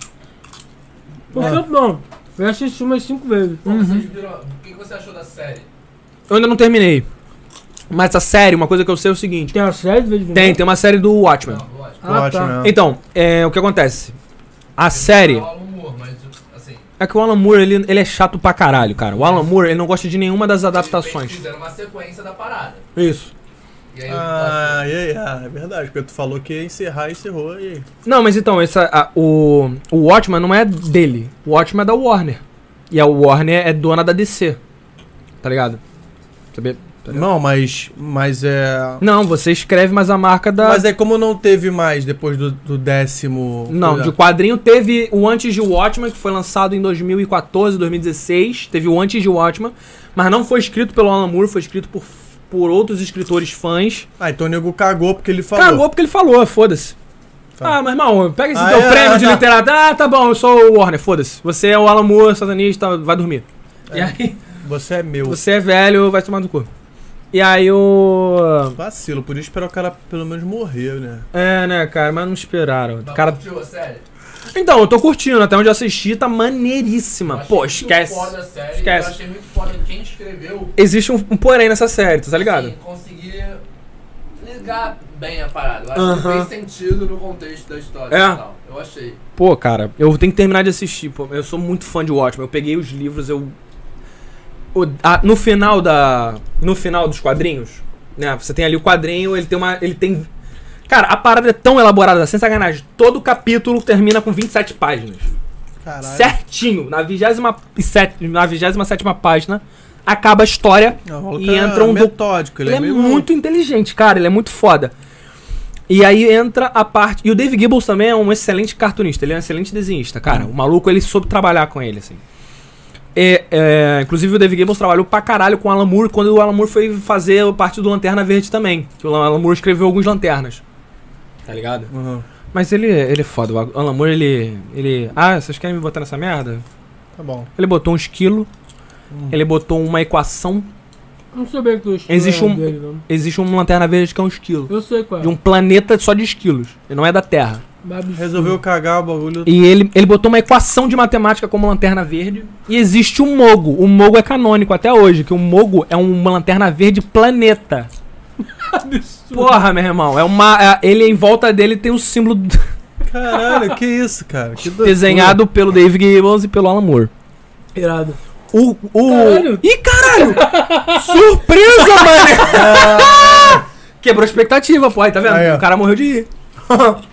S1: Por tempo não. Eu assisti umas cinco vezes.
S4: Bom,
S7: Uhum.
S4: vocês viram. O que que você achou da série?
S7: Eu ainda não terminei. Mas a série, uma coisa que eu sei é o seguinte.
S1: Tem a série de vez em
S7: Tem, tem uma série do Watchmen.
S4: Não, lógico.
S1: Ah, tá.
S7: Então, é, o que acontece? A série...
S4: Rola um humor, mas assim.
S7: É que o Alan Moore, ele, ele é chato pra caralho, cara. O Alan Moore, ele não gosta de nenhuma das
S4: Eles
S7: adaptações.
S4: fizeram uma sequência da parada.
S7: Isso.
S4: E aí eu
S2: Ah, e aí, ah, é verdade, porque tu falou que ia encerrar, encerrou e aí.
S7: Não, mas então, essa, a- o, o Watchmen não é dele. O Watchmen é da Warner. E a Warner é dona da DC. Tá ligado? Sabe?
S2: Não, mas. Mas é.
S7: Não, você escreve, mas a marca da...
S2: Mas é como não teve mais depois do, do décimo. tá
S7: Não, de quadrinho teve o Antes de Watchmen, que foi lançado em 2014, 2016. Teve o Antes de Watchmen, mas não foi escrito pelo Alan Moore, foi escrito por, por outros escritores fãs.
S2: Ah, então o nego cagou porque ele falou.
S7: Cagou porque ele falou, foda-se.
S2: Tá.
S7: Ah, mas irmão, pega esse
S2: Ah,
S7: teu
S2: é,
S7: prêmio
S2: é,
S7: de
S2: tá.
S7: literatura. Ah, tá bom, eu sou o Warner, foda-se. Você é o Alan Moore, satanista, vai dormir. E aí,
S2: Você é meu.
S7: você é velho, vai tomar no cu. E aí o.
S2: Vacilo, podia esperar o cara pelo menos morrer, né?
S7: É, né, cara, mas não esperaram. O
S4: Mas
S7: cara...
S4: curtiu a série?
S7: Então, eu tô curtindo, até onde eu assisti, tá maneiríssima.
S4: Eu
S7: Pô,
S4: achei muito
S7: esquece.
S4: Foda a série,
S7: Esquece.
S4: Eu achei muito foda quem escreveu.
S7: existe um, um porém nessa série, tu tá ligado?
S4: Assim, conseguir ligar bem a parada. Eu acho
S7: Aham.
S4: que fez sentido no contexto da história
S7: É.
S4: e tal. Eu achei.
S7: Pô, cara, eu tenho que terminar de assistir, pô. Eu sou muito fã de Watchmen. Eu peguei os livros, eu. o- a- no final da. No final dos quadrinhos, né? Você tem ali o quadrinho, ele tem uma. Ele tem. Cara, a parada é tão elaborada, sem sacanagem. Todo capítulo termina com 27 páginas.
S2: Caralho.
S7: Certinho. Na 27, na 27 página, acaba a história.
S2: Ah, o maluco
S7: E
S2: é
S7: entra um do-
S2: metódico, ele,
S7: Ele, é,
S2: meio-
S7: muito inteligente, cara. Ele é muito foda. E aí entra a parte. E o Dave Gibbons também é um excelente cartunista. Ele é um excelente desenhista, cara. O maluco, ele soube trabalhar com ele, assim. É, é, inclusive, o Dave Gibbons trabalhou pra caralho com o Alan Moore quando o Alan Moore foi fazer parte do Lanterna Verde também. Que o Alan Moore escreveu alguns lanternas. Tá ligado?
S2: Uhum.
S7: Mas ele, ele é foda. O Alan Moore, ele, ele. Ah, vocês querem me botar nessa merda?
S2: Tá bom.
S7: Ele botou um esquilo.
S2: Hum.
S7: Ele botou uma equação.
S1: Não sabia que tu esquilo
S7: Existe
S1: era
S7: um-
S1: dele, não.
S7: Existe um lanterna verde que é um esquilo
S1: Eu sei qual é.
S7: de um planeta só de esquilos. E não é da Terra.
S1: Mas absurdo.
S2: Resolveu cagar o bagulho.
S7: E ele, ele botou uma equação de matemática como lanterna verde. E existe o Mogo. O Mogo é canônico até hoje, que o Mogo é uma lanterna verde planeta. Porra, meu irmão. É uma, é- ele em volta dele tem o símbolo <laughs> d-
S2: Caralho, que isso, cara? Que doido.
S7: desenhado pelo David Gibbons e pelo Alan Moore.
S1: Irado.
S7: O. o...
S1: Caralho.
S7: Ih, caralho! Surpresa, mano! <laughs> Quebrou a expectativa, pô. Aí, tá vendo?
S2: Aí, ó.
S7: o cara morreu de ir.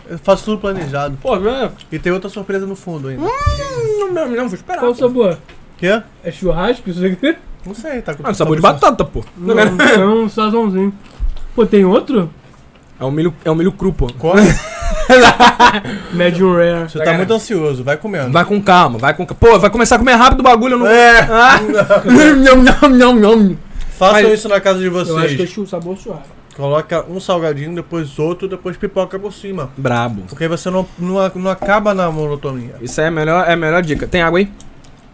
S2: Eu faço tudo planejado.
S7: Pô, não,
S2: E tem outra surpresa no fundo ainda.
S7: Hum? não, não vou esperar.
S1: Qual o sabor?
S2: Quê?
S1: É churrasco? Isso aqui?
S2: Não sei, tá com
S7: Ah, sabor de batata, pô.
S1: Não, é um sazãozinho. Pô, tem outro?
S7: É um milho, é um milho cru, pô. <laughs>
S2: Come.
S1: Medium Rare.
S2: Você tá muito ansioso, vai comendo.
S7: Vai com calma, vai com calma. Pô, vai começar a comer rápido o bagulho, eu não.
S2: É,
S7: Ah! Nham, nham, nham, nham.
S2: <laughs> façam
S7: Mas-
S2: isso na casa de
S1: Eu acho que é
S2: vocês.
S1: chu- sabor churrasco.
S2: Coloca um salgadinho, depois outro, depois pipoca por cima.
S7: <laughs> Brabo.
S2: Porque aí você não, não, a- não acaba na monotonia.
S7: Isso aí é a melhor, é a melhor dica. Tem água aí?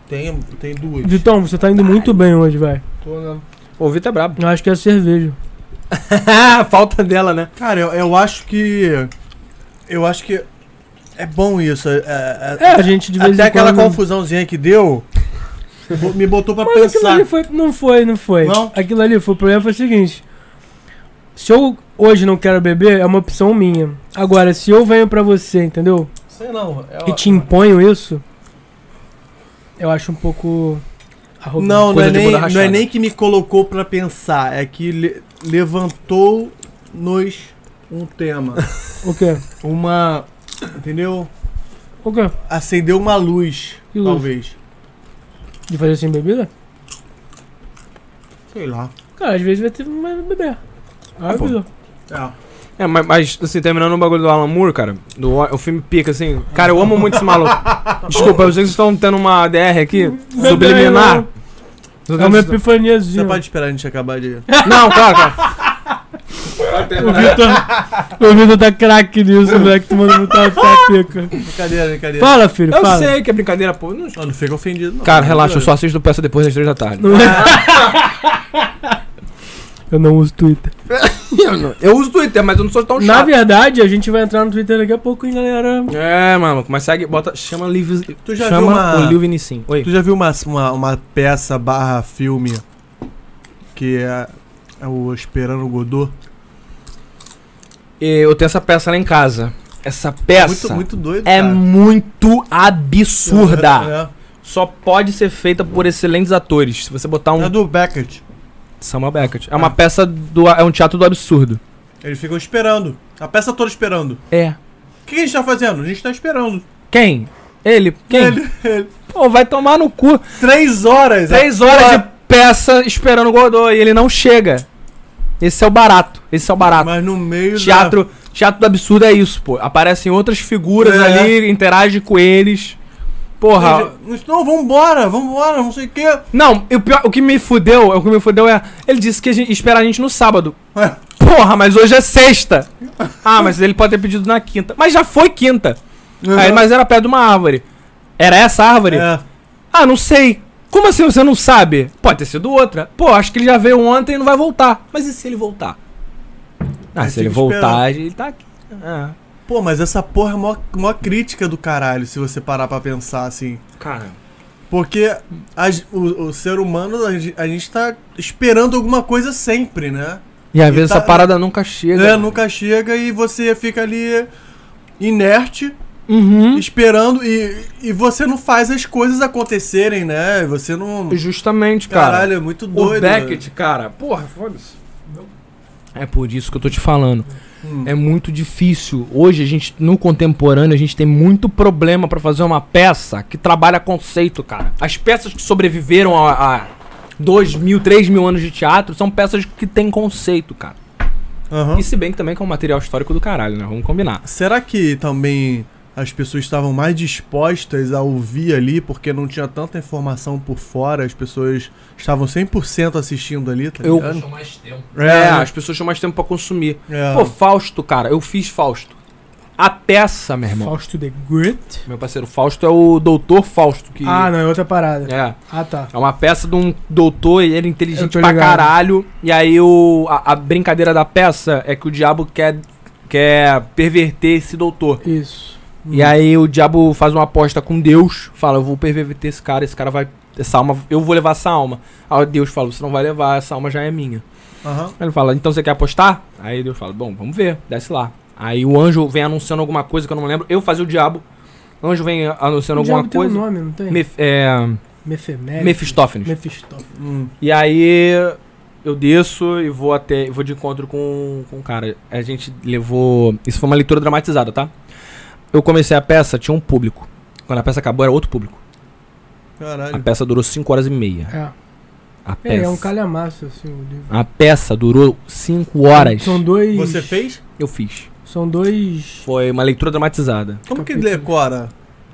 S2: Tem, tem duas.
S1: Vitão, você tá indo muito bem hoje, velho.
S2: Tô, né?
S7: O Vitor é brabo.
S1: Eu acho que é cerveja.
S7: <laughs> Falta dela, né?
S2: Cara, eu, eu acho que. Eu acho que. É bom isso. É, é-
S1: É, a gente de vez
S2: até
S1: em
S2: aquela
S1: quando...
S2: confusãozinha que deu. bo- me botou pra
S1: <laughs> Mas aquilo
S2: pensar.
S1: ali é foi. Não foi, não foi.
S2: Não?
S1: Aquilo ali foi. O problema foi o seguinte. Se eu hoje não quero beber, é uma opção minha. Agora, se eu venho pra você, entendeu?
S2: Sei não. é
S1: E
S2: uma-
S1: te imponho isso, eu acho um pouco. arrogante.
S2: Não, não
S7: Coisa
S2: é,
S7: de
S2: nem,
S7: bunda
S2: não é
S7: rachada.
S2: nem que me colocou pra pensar, é que le- levantou nos um tema.
S1: <laughs> O quê?
S2: uma. Entendeu?
S1: O quê?
S2: Acendeu uma luz,
S1: Que luz?
S2: talvez.
S1: De fazer sem bebida?
S2: Sei lá.
S1: Cara, às vezes vai ter mais beber.
S2: Tá
S1: Ah,
S7: pô.
S1: avisou.
S2: É.
S7: É, mas, mas, assim, terminando o bagulho do Alan Moore, cara, do, o filme pica, assim. Cara, eu amo muito esse <laughs> maluco. Desculpa, eu sei que vocês estão tendo uma DR aqui subliminar.
S1: É uma epifaniazinha.
S2: Você pode esperar a gente acabar de.
S7: Não, claro, cara.
S1: O Vitor. o Vitor tá craque nisso, moleque. Tu manda muito a pica.
S2: Brincadeira, brincadeira.
S1: Fala, filho,
S7: Eu
S1: fala.
S7: sei que é brincadeira, pô. Não-
S2: Não, não fica ofendido, não.
S7: Cara, relaxa, eu só assisto peça depois das três da tarde.
S1: Não é? Eu não uso Twitter.
S4: Eu uso Twitter, mas eu não sou tão
S1: Na
S4: chato.
S1: verdade, a gente vai entrar no Twitter daqui a pouco, hein, galera.
S4: É, maluco, mas segue, bota, chama Liv,
S2: Tu já viu
S4: chama
S2: uma-
S4: o Liv Nissim. Oi.
S2: Tu já viu uma, uma, uma peça barra filme que é, é o Esperando Godot?
S7: E Eu tenho essa peça lá em casa. Essa peça
S2: Muito, muito doido,
S7: é
S2: cara.
S7: muito
S2: É,
S7: absurda. Só pode ser feita por excelentes atores. Se você botar
S2: É,
S7: um
S2: é do Beckett.
S7: Samuel Beckett. É uma peça do. É um teatro do absurdo.
S2: Eles ficam esperando. A peça toda esperando.
S7: É.
S2: O que a gente tá fazendo? A gente tá esperando.
S7: Quem? Ele? Quem?
S2: Ele- ele-
S7: Pô, vai tomar no cu.
S2: Três horas. é,
S7: Três horas de peça esperando o Godot e ele não chega. Esse é o barato. Esse é o barato.
S2: Mas no meio
S7: Teatro, teatro do absurdo é isso, pô. Aparecem outras figuras
S2: É.
S7: ali, interage com eles. Porra.
S2: da... Não, vambora, vambora, não sei o quê. <laughs>
S7: Não, e o, pior, o que me fudeu, o que me fudeu é. Ele disse que ia gente, esperar a gente no sábado. Porra, mas hoje é sexta. Ah, mas ele pode ter pedido na quinta. Mas já foi quinta. Aí, mas era perto de uma árvore. Era essa árvore?
S2: É.
S7: Ah, não sei. Como assim você não sabe? Pode ter sido outra. Pô, acho que ele já veio ontem e não vai voltar. Mas e se ele voltar? Ah,
S2: Aí
S7: se ele
S2: fica
S7: voltar, ele tá aqui. Ah,
S2: Pô, mas essa porra é mó, mó crítica do caralho, se você parar pra pensar assim.
S4: Cara,
S2: Porque as- o, o ser humano, a, gente- a gente tá esperando alguma coisa sempre, né?
S7: E às vezes
S2: tá-
S7: essa parada nunca chega.
S2: É,
S7: mano.
S2: nunca chega e você fica ali inerte,
S7: Uhum.
S2: esperando e, e você não faz as coisas acontecerem, né? Você não.
S7: Justamente, cara.
S2: Caralho, é muito doido.
S4: o
S7: né?
S4: Beckett, cara, porra, foda-se.
S7: É por isso que eu tô te falando.
S2: Hum.
S7: É muito difícil. Hoje a gente no contemporâneo a gente tem muito problema pra fazer uma peça que trabalha conceito, cara. As peças que sobreviveram a, a dois mil, três mil anos de teatro são peças que têm conceito, cara.
S2: Aham.
S7: E se bem que também que é um material histórico do caralho, né? Vamos combinar.
S2: Será que também as pessoas estavam mais dispostas a ouvir ali porque não tinha tanta informação por fora? As pessoas estavam 100% assistindo ali, tá
S7: Eu-
S2: ligado?
S6: Deixou mais tempo.
S2: É,
S7: É, Ah.
S2: né?
S7: as pessoas tinham mais tempo pra consumir.
S2: É.
S7: Pô, Fausto, cara, eu fiz Fausto. A peça, meu irmão.
S1: Fausto the Great.
S7: Meu parceiro Fausto é o doutor Fausto que
S1: Ah, não, é outra parada.
S7: é.
S1: Ah, tá.
S7: É uma peça de um doutor e ele é
S1: Eu
S7: inteligente
S1: tô
S7: pra
S1: ligado.
S7: caralho. E aí o, a, a brincadeira da peça é que o diabo quer, quer perverter esse doutor.
S1: Isso.
S7: E aí o diabo faz uma aposta com Deus, fala, eu vou perverter esse cara, esse cara vai. Essa alma, eu vou levar essa alma. Aí Deus fala, você não vai levar, essa alma já é minha.
S2: Aham.
S7: Aí Ele fala, então você quer apostar? Aí Deus fala, bom, vamos ver, desce lá. Aí o anjo vem anunciando alguma coisa que eu não lembro. Eu fazia o diabo. O anjo vem anunciando
S1: O diabo
S7: alguma
S1: tem um
S7: coisa.
S1: nome, não tem?
S7: Mef, é,
S1: Mefemérico.
S7: Mefistófeles.
S1: Mephistófeles.
S2: Hum.
S7: E aí eu desço e vou até. vou de encontro com, com o cara. A gente levou. Isso foi uma leitura dramatizada, tá? Eu comecei a peça, tinha um público. Quando a peça acabou, era outro público. A
S2: Caralho.
S7: peça durou 5 horas e meia.
S1: É.
S7: A
S1: É,
S7: peça.
S1: é um calhamaço, assim, o livro.
S7: A peça durou 5 horas.
S1: São dois.
S2: Você fez?
S7: Eu fiz.
S1: São dois.
S7: Foi uma leitura dramatizada.
S2: Como que decora?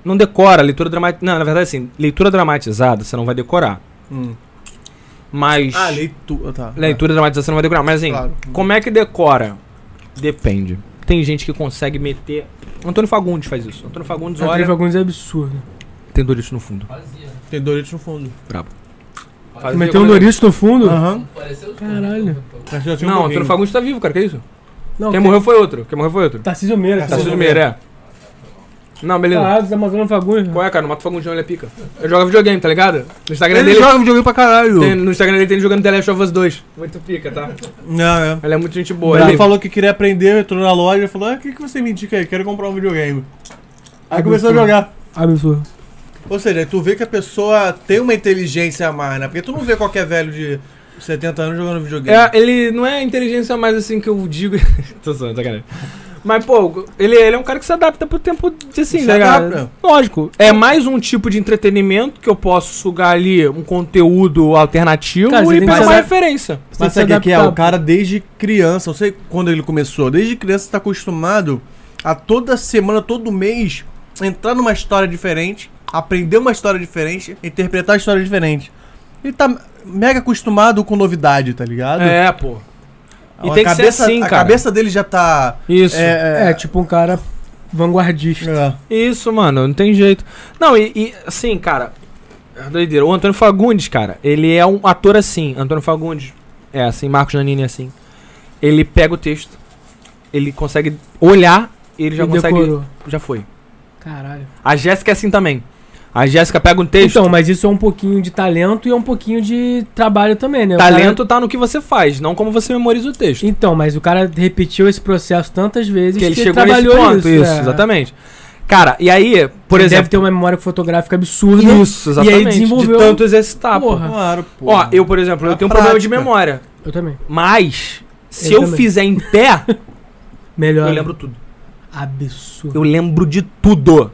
S7: Não decora, leitura dramatizada. Não, na verdade, assim, leitura dramatizada você não vai decorar.
S2: Hum.
S7: Mas.
S2: Ah, leitura. Tá. Ah,
S7: leitura dramatizada você não vai decorar. Mas, assim,
S2: Claro.
S7: Como é que decora? Depende. Tem gente que consegue meter. Antônio Fagundes faz isso. Antônio Fagundes
S1: Olha...
S7: olha.
S1: alguns absurdos.
S7: Tem Doritos no fundo.
S6: Fazia.
S2: Tem Doritos no fundo.
S7: Fazia
S1: Meteu um
S7: quando-
S1: Doritos no fundo?
S2: Aham.
S6: Pareceu
S1: Caralho.
S2: Mas já tinha um
S7: Não,
S2: pouquinho.
S7: Antônio Fagundes tá vivo, cara. Que isso?
S1: Não,
S7: Quem morreu foi outro. Quem morreu foi outro.
S1: Tarcísio Meira.
S7: Tarcísio do Meira, é. Não, beleza.
S1: Ah, da Amazônia Fagundes.
S7: Qual é, cara? Não mata o Fagundinho, ele é pica. Ele joga videogame, tá ligado? No Instagram
S2: Ele
S7: dele.
S2: joga videogame pra caralho.
S7: tem- no Instagram dele tem ele jogando The Last of Us 2. Muito pica, tá?
S2: Não, é.
S7: Ele é muito gente boa.
S2: Ele
S7: Ele...
S2: falou que queria aprender, entrou na loja e falou: ah, o que, que você me indica aí? Quero comprar um videogame. Aí começou a jogar.
S1: Absurdo.
S2: Ou seja, tu vê que a pessoa tem uma inteligência a mais, né? Porque tu não vê qualquer velho de 70 anos jogando videogame.
S7: É, ele não é inteligência mais assim que eu digo. <laughs> Tô zoando, sacanagem. Mas, pô, ele, ele é um cara que se adapta pro tempo de assim,
S2: Se
S7: né, cara?
S2: adapta.
S7: Lógico. É mais um tipo de entretenimento que eu posso sugar ali um conteúdo alternativo
S1: Cara, você
S7: e
S1: tem que
S7: pegar uma
S1: saber-
S7: referência.
S2: Mas sabe o que que é? O cara desde criança, não sei quando ele começou, desde criança tá acostumado a toda semana, todo mês, entrar numa história diferente, aprender uma história diferente, interpretar a história diferente. Ele tá mega acostumado com novidade, tá ligado?
S7: É, pô. E
S2: A
S7: tem que ser
S2: cabeça-
S7: assim,
S2: A
S7: cara.
S2: cabeça dele já tá...
S7: Isso.
S1: É, tipo um cara vanguardista.
S2: é.
S7: Isso, mano, não tem jeito. Não, e, e, assim, cara, é doideira. O Antônio Fagundes, cara, ele é um ator assim. Antônio Fagundes, É, assim, Marcos Nanini, assim. Ele pega o texto, ele consegue olhar e ele já
S1: E
S7: consegue.
S1: decorou.
S7: Já foi.
S1: Caralho.
S7: A Jéssica é assim também. A Jéssica pega um texto.
S1: Então, mas isso é um pouquinho de talento e é um pouquinho de trabalho também, né? O cara-
S7: talento tá no que você faz, não como você memoriza o texto.
S1: Então, mas o cara repetiu esse processo tantas vezes
S7: que ele chegou nesse ponto, isso,
S1: é.
S7: exatamente. Cara, e aí, por
S1: Ele
S7: exemplo,
S1: deve ter uma memória fotográfica absurda.
S7: isso,
S1: aí
S7: exatamente,
S1: desenvolveu-
S7: de tanto exercitar, pô.
S1: Porra.
S2: Claro, pô.
S7: Ó, eu, por exemplo, eu
S2: Na
S7: tenho um problema de
S2: prática.
S7: memória,
S1: Eu também.
S7: mas se
S1: Eu
S7: eu,
S1: também.
S7: fizer em
S1: <laughs>
S7: pé,
S1: Melhor.
S7: eu lembro tudo.
S1: Absurdo.
S7: Eu lembro de tudo.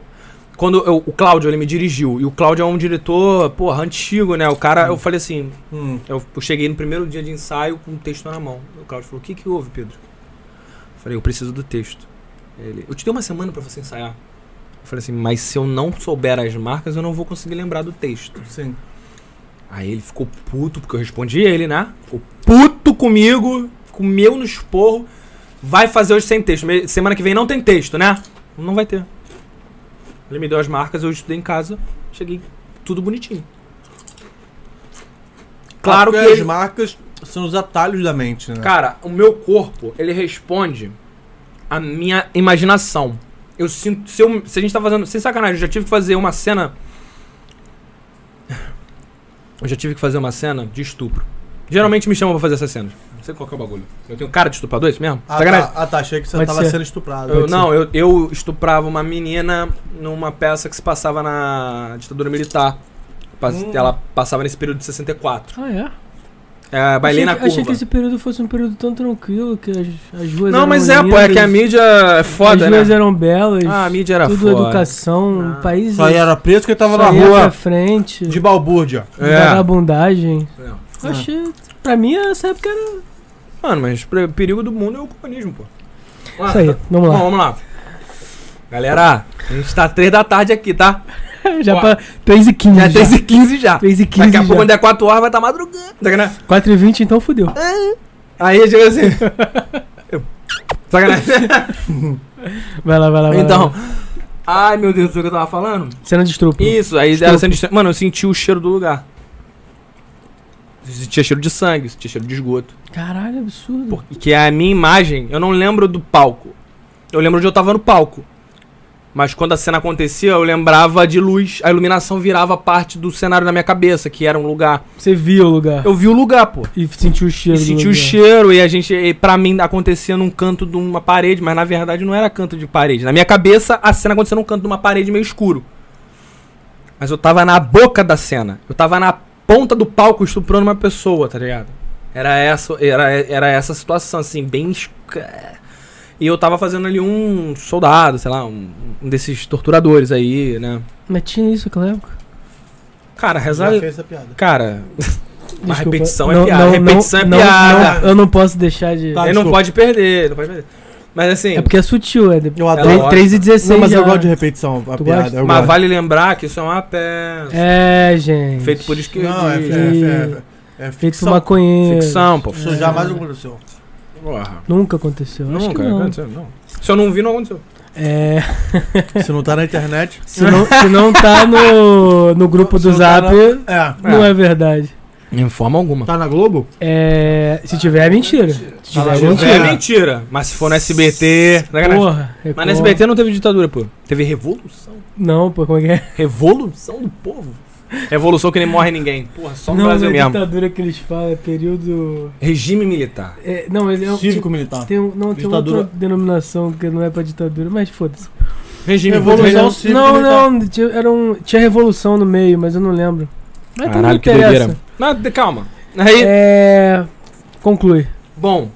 S7: Quando eu- o Cláudio, ele me dirigiu, e o Cláudio é um diretor, porra, antigo, né? O cara, eu falei assim,
S2: Hum.
S7: eu, eu cheguei no primeiro dia de ensaio com o texto na mão. O Cláudio falou: "O que que houve, Pedro?" Eu falei: "Eu preciso do texto." Ele: "Eu te dei uma semana pra você ensaiar." Eu falei assim: "Mas se eu não souber as marcas, eu não vou conseguir lembrar do texto."
S2: Sim.
S7: Aí ele ficou puto, porque eu respondi ele, né? Ficou puto comigo, comeu no esporro. Vai fazer hoje sem texto. Me- Semana que vem não tem texto, né? Não vai ter. Ele me deu as marcas, eu estudei em casa, cheguei tudo bonitinho. Claro que
S2: Porque as
S7: ele,
S2: marcas são os atalhos da mente, né?
S7: É. Cara, o meu corpo, ele responde à minha imaginação. Eu sinto. Se, eu- se a gente tá fazendo. Sem sacanagem, eu já tive que fazer uma cena. Eu já tive que fazer uma cena de estupro. Geralmente me chamam pra fazer essas cenas. Não sei qual que é o bagulho. Eu tenho cara de estuprador, é isso mesmo?
S2: Ah,
S7: sacanagem?
S2: tá, ah, tá, achei que você
S1: Pode
S2: tava
S1: ser.
S2: sendo estuprado.
S7: Eu- não, eu, eu estuprava uma menina numa peça que se passava na ditadura militar. Pas-
S2: Hum.
S7: Ela passava nesse período de 64.
S1: Ah, é?
S7: É, bailei
S1: achei,
S7: na
S1: que-
S7: curva.
S1: achei que esse período fosse um período tão tranquilo que as, as ruas
S7: Não,
S1: eram
S7: mas é, pô, é que a
S1: lindas,
S7: mídia é foda,
S1: As
S7: né?
S1: ruas eram belas.
S7: Ah, a mídia era
S1: tudo
S7: foda.
S1: educação,
S7: Ah.
S1: o país.
S2: Só era preto que tava
S1: só
S2: na
S1: ia
S2: rua
S1: pra frente.
S2: é de balbúrdia.
S7: É.
S1: Vagabundagem.
S7: É.
S1: Eu Achei. Pra mim, essa época era.
S7: Mano, mas o perigo do mundo é o comunismo, pô.
S1: Isso aí, vamos
S7: Bom,
S1: lá.
S7: vamos lá. Galera, a gente tá 3 da tarde aqui, tá?
S1: <laughs> já
S7: ó.
S1: pra 3 e 15.
S7: Já
S1: Já,
S7: é 3 e 15 já.
S1: 3 e
S7: Daqui
S1: 15.
S7: a
S1: Já.
S7: pouco, quando é 4 horas, vai estar tá madrugando. Tá ligado?
S1: 4 e 20, então fudeu.
S7: É. Aí, tipo assim... eu- assim. <laughs> Sacanagem.
S1: Vai lá, vai lá, vai lá.
S7: Então... Ai, meu Deus, do céu, o que eu tava falando?
S1: Cena de estupro.
S7: Isso, aí
S1: Estupro.
S7: era sendo... distra- Mano, eu senti o cheiro do lugar. Eu sentia cheiro de sangue, eu sentia cheiro de esgoto.
S1: Caralho, absurdo.
S7: Por- que é a minha imagem, eu não lembro do palco. Eu lembro onde eu tava no palco. Mas quando a cena acontecia, eu lembrava de luz. A iluminação virava parte do cenário na minha cabeça, que era um lugar.
S1: Você viu o lugar.
S7: Eu vi o lugar, pô.
S1: E sentiu o cheiro.
S7: E
S1: do
S7: senti o
S1: lugar.
S7: cheiro, e a gente, e pra mim, acontecia num canto de uma parede, mas na verdade não era canto de parede. Na minha cabeça, a cena acontecia num canto de uma parede meio escuro. Mas eu tava na boca da cena. Eu tava na ponta do palco estuprando uma pessoa, tá ligado? Era essa, era, era essa situação, assim, bem. esc- E eu tava fazendo ali um soldado, sei lá, um, um desses torturadores aí, né?
S1: Mas tinha isso naquela época.
S7: Cara,
S2: Já
S7: reza.
S2: fez essa piada.
S7: Cara, Mas
S1: Desculpa.
S7: repetição é piada, repetição é
S1: não,
S7: piada.
S1: não, eu não posso deixar de.
S2: Tá.
S7: ele não
S2: desculpa.
S7: pode perder, não pode perder. Mas assim.
S1: É porque é sutil, é.
S2: Eu
S7: Ela
S2: adoro.
S7: gosta.
S1: 3 e 16.
S2: Não, mas eu
S1: já-
S2: gosto de repetição, a
S1: Tu
S2: piada.
S1: gosta?
S2: Eu
S7: Mas
S2: gosto.
S7: vale lembrar que isso é uma peça.
S1: É, gente.
S7: Feito por esquerda.
S2: Não, é, é, é, é, é
S1: Feito
S2: ficção.
S1: por maconheiro.
S7: Ficção, pô.
S2: Isso jamais aconteceu.
S7: Porra.
S1: Nunca aconteceu. Acho
S7: Nunca,
S1: que não.
S7: aconteceu, não. Se eu não vi, não aconteceu. <laughs>
S1: É,
S2: Se não tá na internet.
S1: se, não, se não tá no, no grupo
S2: Se
S1: do
S2: não tá
S1: Zap,
S2: na- É.
S1: não é verdade.
S7: Em forma alguma.
S2: Tá na Globo?
S1: É, se tiver, é mentira. Se
S2: Tá
S1: tiver, é
S2: lá,
S1: mentira.
S7: É,
S2: É.
S7: mentira. Mas se for no SBT. sacanagem.
S1: Porra.
S7: É
S1: Record.
S7: Mas no SBT não teve ditadura, pô. Teve revolução.
S1: Não, pô, como é que é?
S7: Revolução do povo. Revolução que nem morre ninguém. Porra, só no
S1: não,
S7: Brasil
S1: não é
S7: mesmo.
S1: ditadura que eles falam, é período.
S7: Regime militar.
S1: É, não, ele é um.
S7: Tá.
S2: militar.
S1: Tem um, não, tem
S2: Ditadura.
S1: outra denominação que não é pra ditadura, mas foda-se.
S7: Regime
S2: Revolução
S7: militar.
S2: cívico
S1: Não,
S7: né,
S2: militar.
S1: não, tinha, era um, tinha revolução no meio, mas eu não lembro. Mas também
S7: Caralho,
S1: não
S7: que
S1: interessa.
S7: doideira. Não, calma. Aí,
S1: É. Conclui.
S7: bom.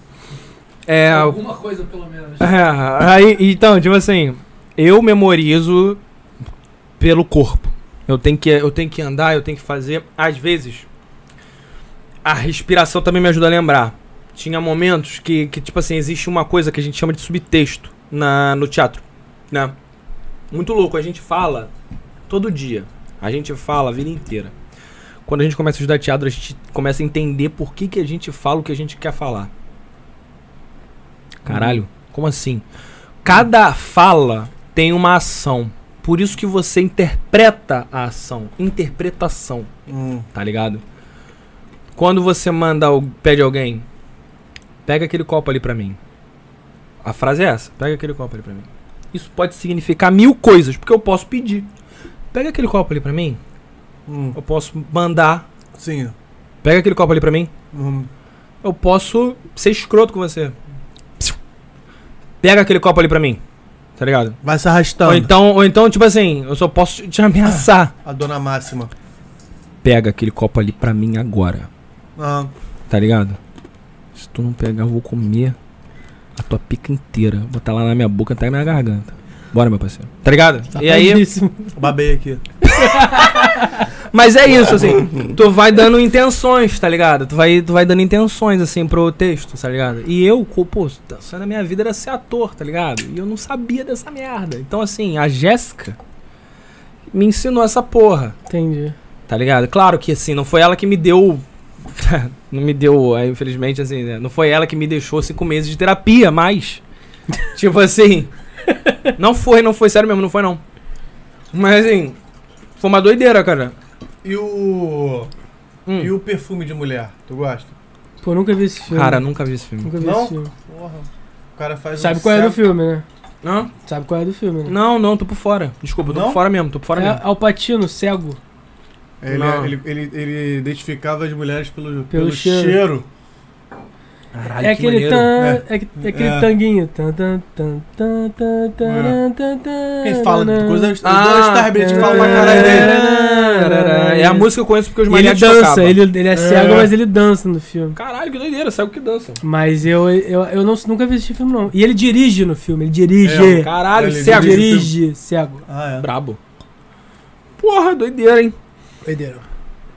S7: É,
S6: Alguma coisa, pelo menos.
S7: É, aí, então, tipo assim, eu memorizo pelo corpo. Eu tenho que, eu tenho que andar, eu tenho que fazer. Às vezes, a respiração também me ajuda a lembrar. Tinha momentos que, que tipo assim, existe uma coisa que a gente chama de subtexto na, no teatro, né? Muito louco, a gente fala todo dia. A gente fala a vida inteira. Quando a gente começa a estudar teatro, a gente começa a entender por que, que a gente fala o que a gente quer falar. Caralho, como assim? Cada fala tem uma ação. Por isso que você interpreta a ação. Interpretação,
S2: Hum.
S7: tá ligado? Quando você manda, al- pede alguém, pega aquele copo ali pra mim. A frase é essa, pega aquele copo ali pra mim. Isso pode significar mil coisas, porque eu posso pedir. Pega aquele copo ali pra mim.
S2: hum.
S7: Eu posso mandar.
S2: Sim.
S7: Pega aquele copo ali pra mim.
S2: Hum.
S7: Eu posso ser escroto com você. Psiu. Pega aquele copo ali pra mim. Tá ligado?
S2: Vai se
S7: Ou
S2: arrastando.
S7: então, ou então, tipo assim, eu só posso te- te ameaçar.
S2: A dona máxima.
S7: Pega aquele copo ali pra mim agora.
S2: Ah,
S7: Tá ligado? Se tu não pegar, eu vou comer a tua pica inteira. Vou botar lá na minha boca até na minha garganta. Bora, meu parceiro. Tá ligado? e aí.
S2: babei aqui.
S7: Mas é isso, assim. tu vai dando intenções, tá ligado? Tu vai, tu vai dando intenções, assim, pro texto, tá ligado? E eu, co- pô, só na minha vida era ser ator, tá ligado? E eu não sabia dessa merda. Então, assim, a Jéssica me ensinou essa porra.
S1: Entendi.
S7: Tá ligado? Claro que assim, não foi ela que me deu. <laughs> não me deu, é, infelizmente, assim, né? Não foi ela que me deixou cinco meses de terapia, mas. tipo assim. Não foi, não foi, sério mesmo, não foi não. Mas assim, foi uma doideira, cara.
S2: E o.
S7: Hum.
S2: E o perfume de mulher? Tu gosta?
S1: Pô, nunca vi esse filme.
S7: Cara, nunca vi esse filme.
S1: nunca vi
S2: Não?
S1: esse filme.
S2: Porra. O cara faz
S1: Sabe
S2: um
S1: qual é do
S2: certo-
S1: filme, né?
S7: Hã?
S1: Sabe qual é do filme, né?
S7: Não, não, tô por fora. Desculpa, tô
S2: Não?
S7: por fora mesmo, tô por fora
S1: é
S7: mesmo.
S1: Alpatino, cego.
S7: Não.
S2: Ele, ele, ele, ele identificava as mulheres pelo, pelo,
S1: cheiro.
S2: cheiro.
S7: Caralho,
S1: é aquele
S7: maneiro.
S1: tan, é, que- é aquele
S2: É.
S1: tanguinho. Tan, tan, tan, tan, tan, tan, tan, tan,
S2: Quem fala de
S1: tan,
S2: coisa, os
S7: Ah,
S2: dois Starbreed
S1: é.
S2: falam pra caralho dele.
S7: É a música que eu conheço porque os
S1: E ele
S7: maníacos
S1: dança,
S7: tocavam.
S1: ele, ele é cego, mas ele dança no filme.
S7: Caralho, que doideira, sabe o que dança.
S1: Mas eu, eu, eu não, nunca vi esse filme, não. E ele dirige no filme, ele dirige.
S2: É,
S7: Caralho,
S2: Ele
S7: cego.
S2: dirige.
S1: dirige, cego.
S2: Ah, é.
S7: Brabo. Porra, doideira, hein?
S1: Doideiro.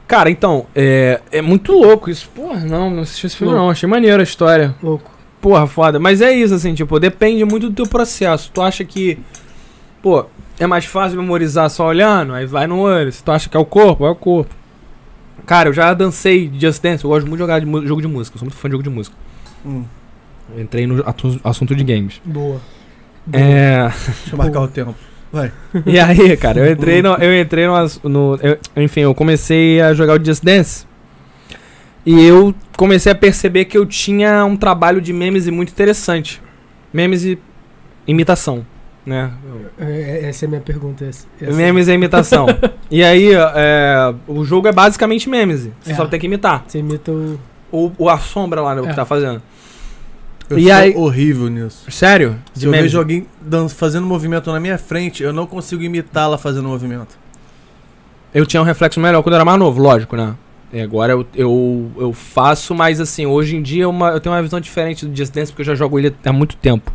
S7: Cara, então, é, é muito louco isso. Porra, não, não assisti esse filme
S1: Louco.
S7: não. Achei maneiro a história.
S1: Louco.
S7: Porra, foda. Mas é isso, assim, tipo, depende muito do teu processo. Tu acha que, pô, é mais fácil memorizar só olhando? Aí vai no olho. Se tu acha que é o corpo, é o corpo. Cara, eu já dancei Just Dance. Eu gosto muito de jogar de mu- jogo de música. Eu sou muito fã de jogo de música.
S2: Hum.
S7: Eu Entrei no atu- assunto de games.
S1: Boa.
S7: É...
S2: Deixa eu marcar o tempo.
S7: E aí, cara, eu entrei no. Eu entrei no. ass- no- eu- enfim, eu comecei a jogar o Just Dance. E eu comecei a perceber que eu tinha um trabalho de memes muito interessante. Memes e imitação, né?
S1: É, é- Essa é a minha pergunta. Essa, essa.
S7: Memes
S1: <laughs>
S7: e imitação. e aí, é, o jogo é basicamente memes. Você
S1: É.
S7: só tem que imitar.
S1: Você imita o.
S7: O, o a sombra lá né, o
S1: É.
S7: que tá fazendo.
S2: Eu
S7: E
S2: sou
S7: aí-
S2: horrível nisso.
S7: Sério?
S2: Se eu vejo alguém dan- fazendo movimento na minha frente, eu não consigo imitá-la fazendo movimento.
S7: Eu tinha um reflexo melhor quando eu era mais novo, lógico, né? E agora eu, eu, eu faço, mas assim, hoje em dia uma- eu tenho uma visão diferente do Just Dance, porque eu já jogo ele há muito tempo.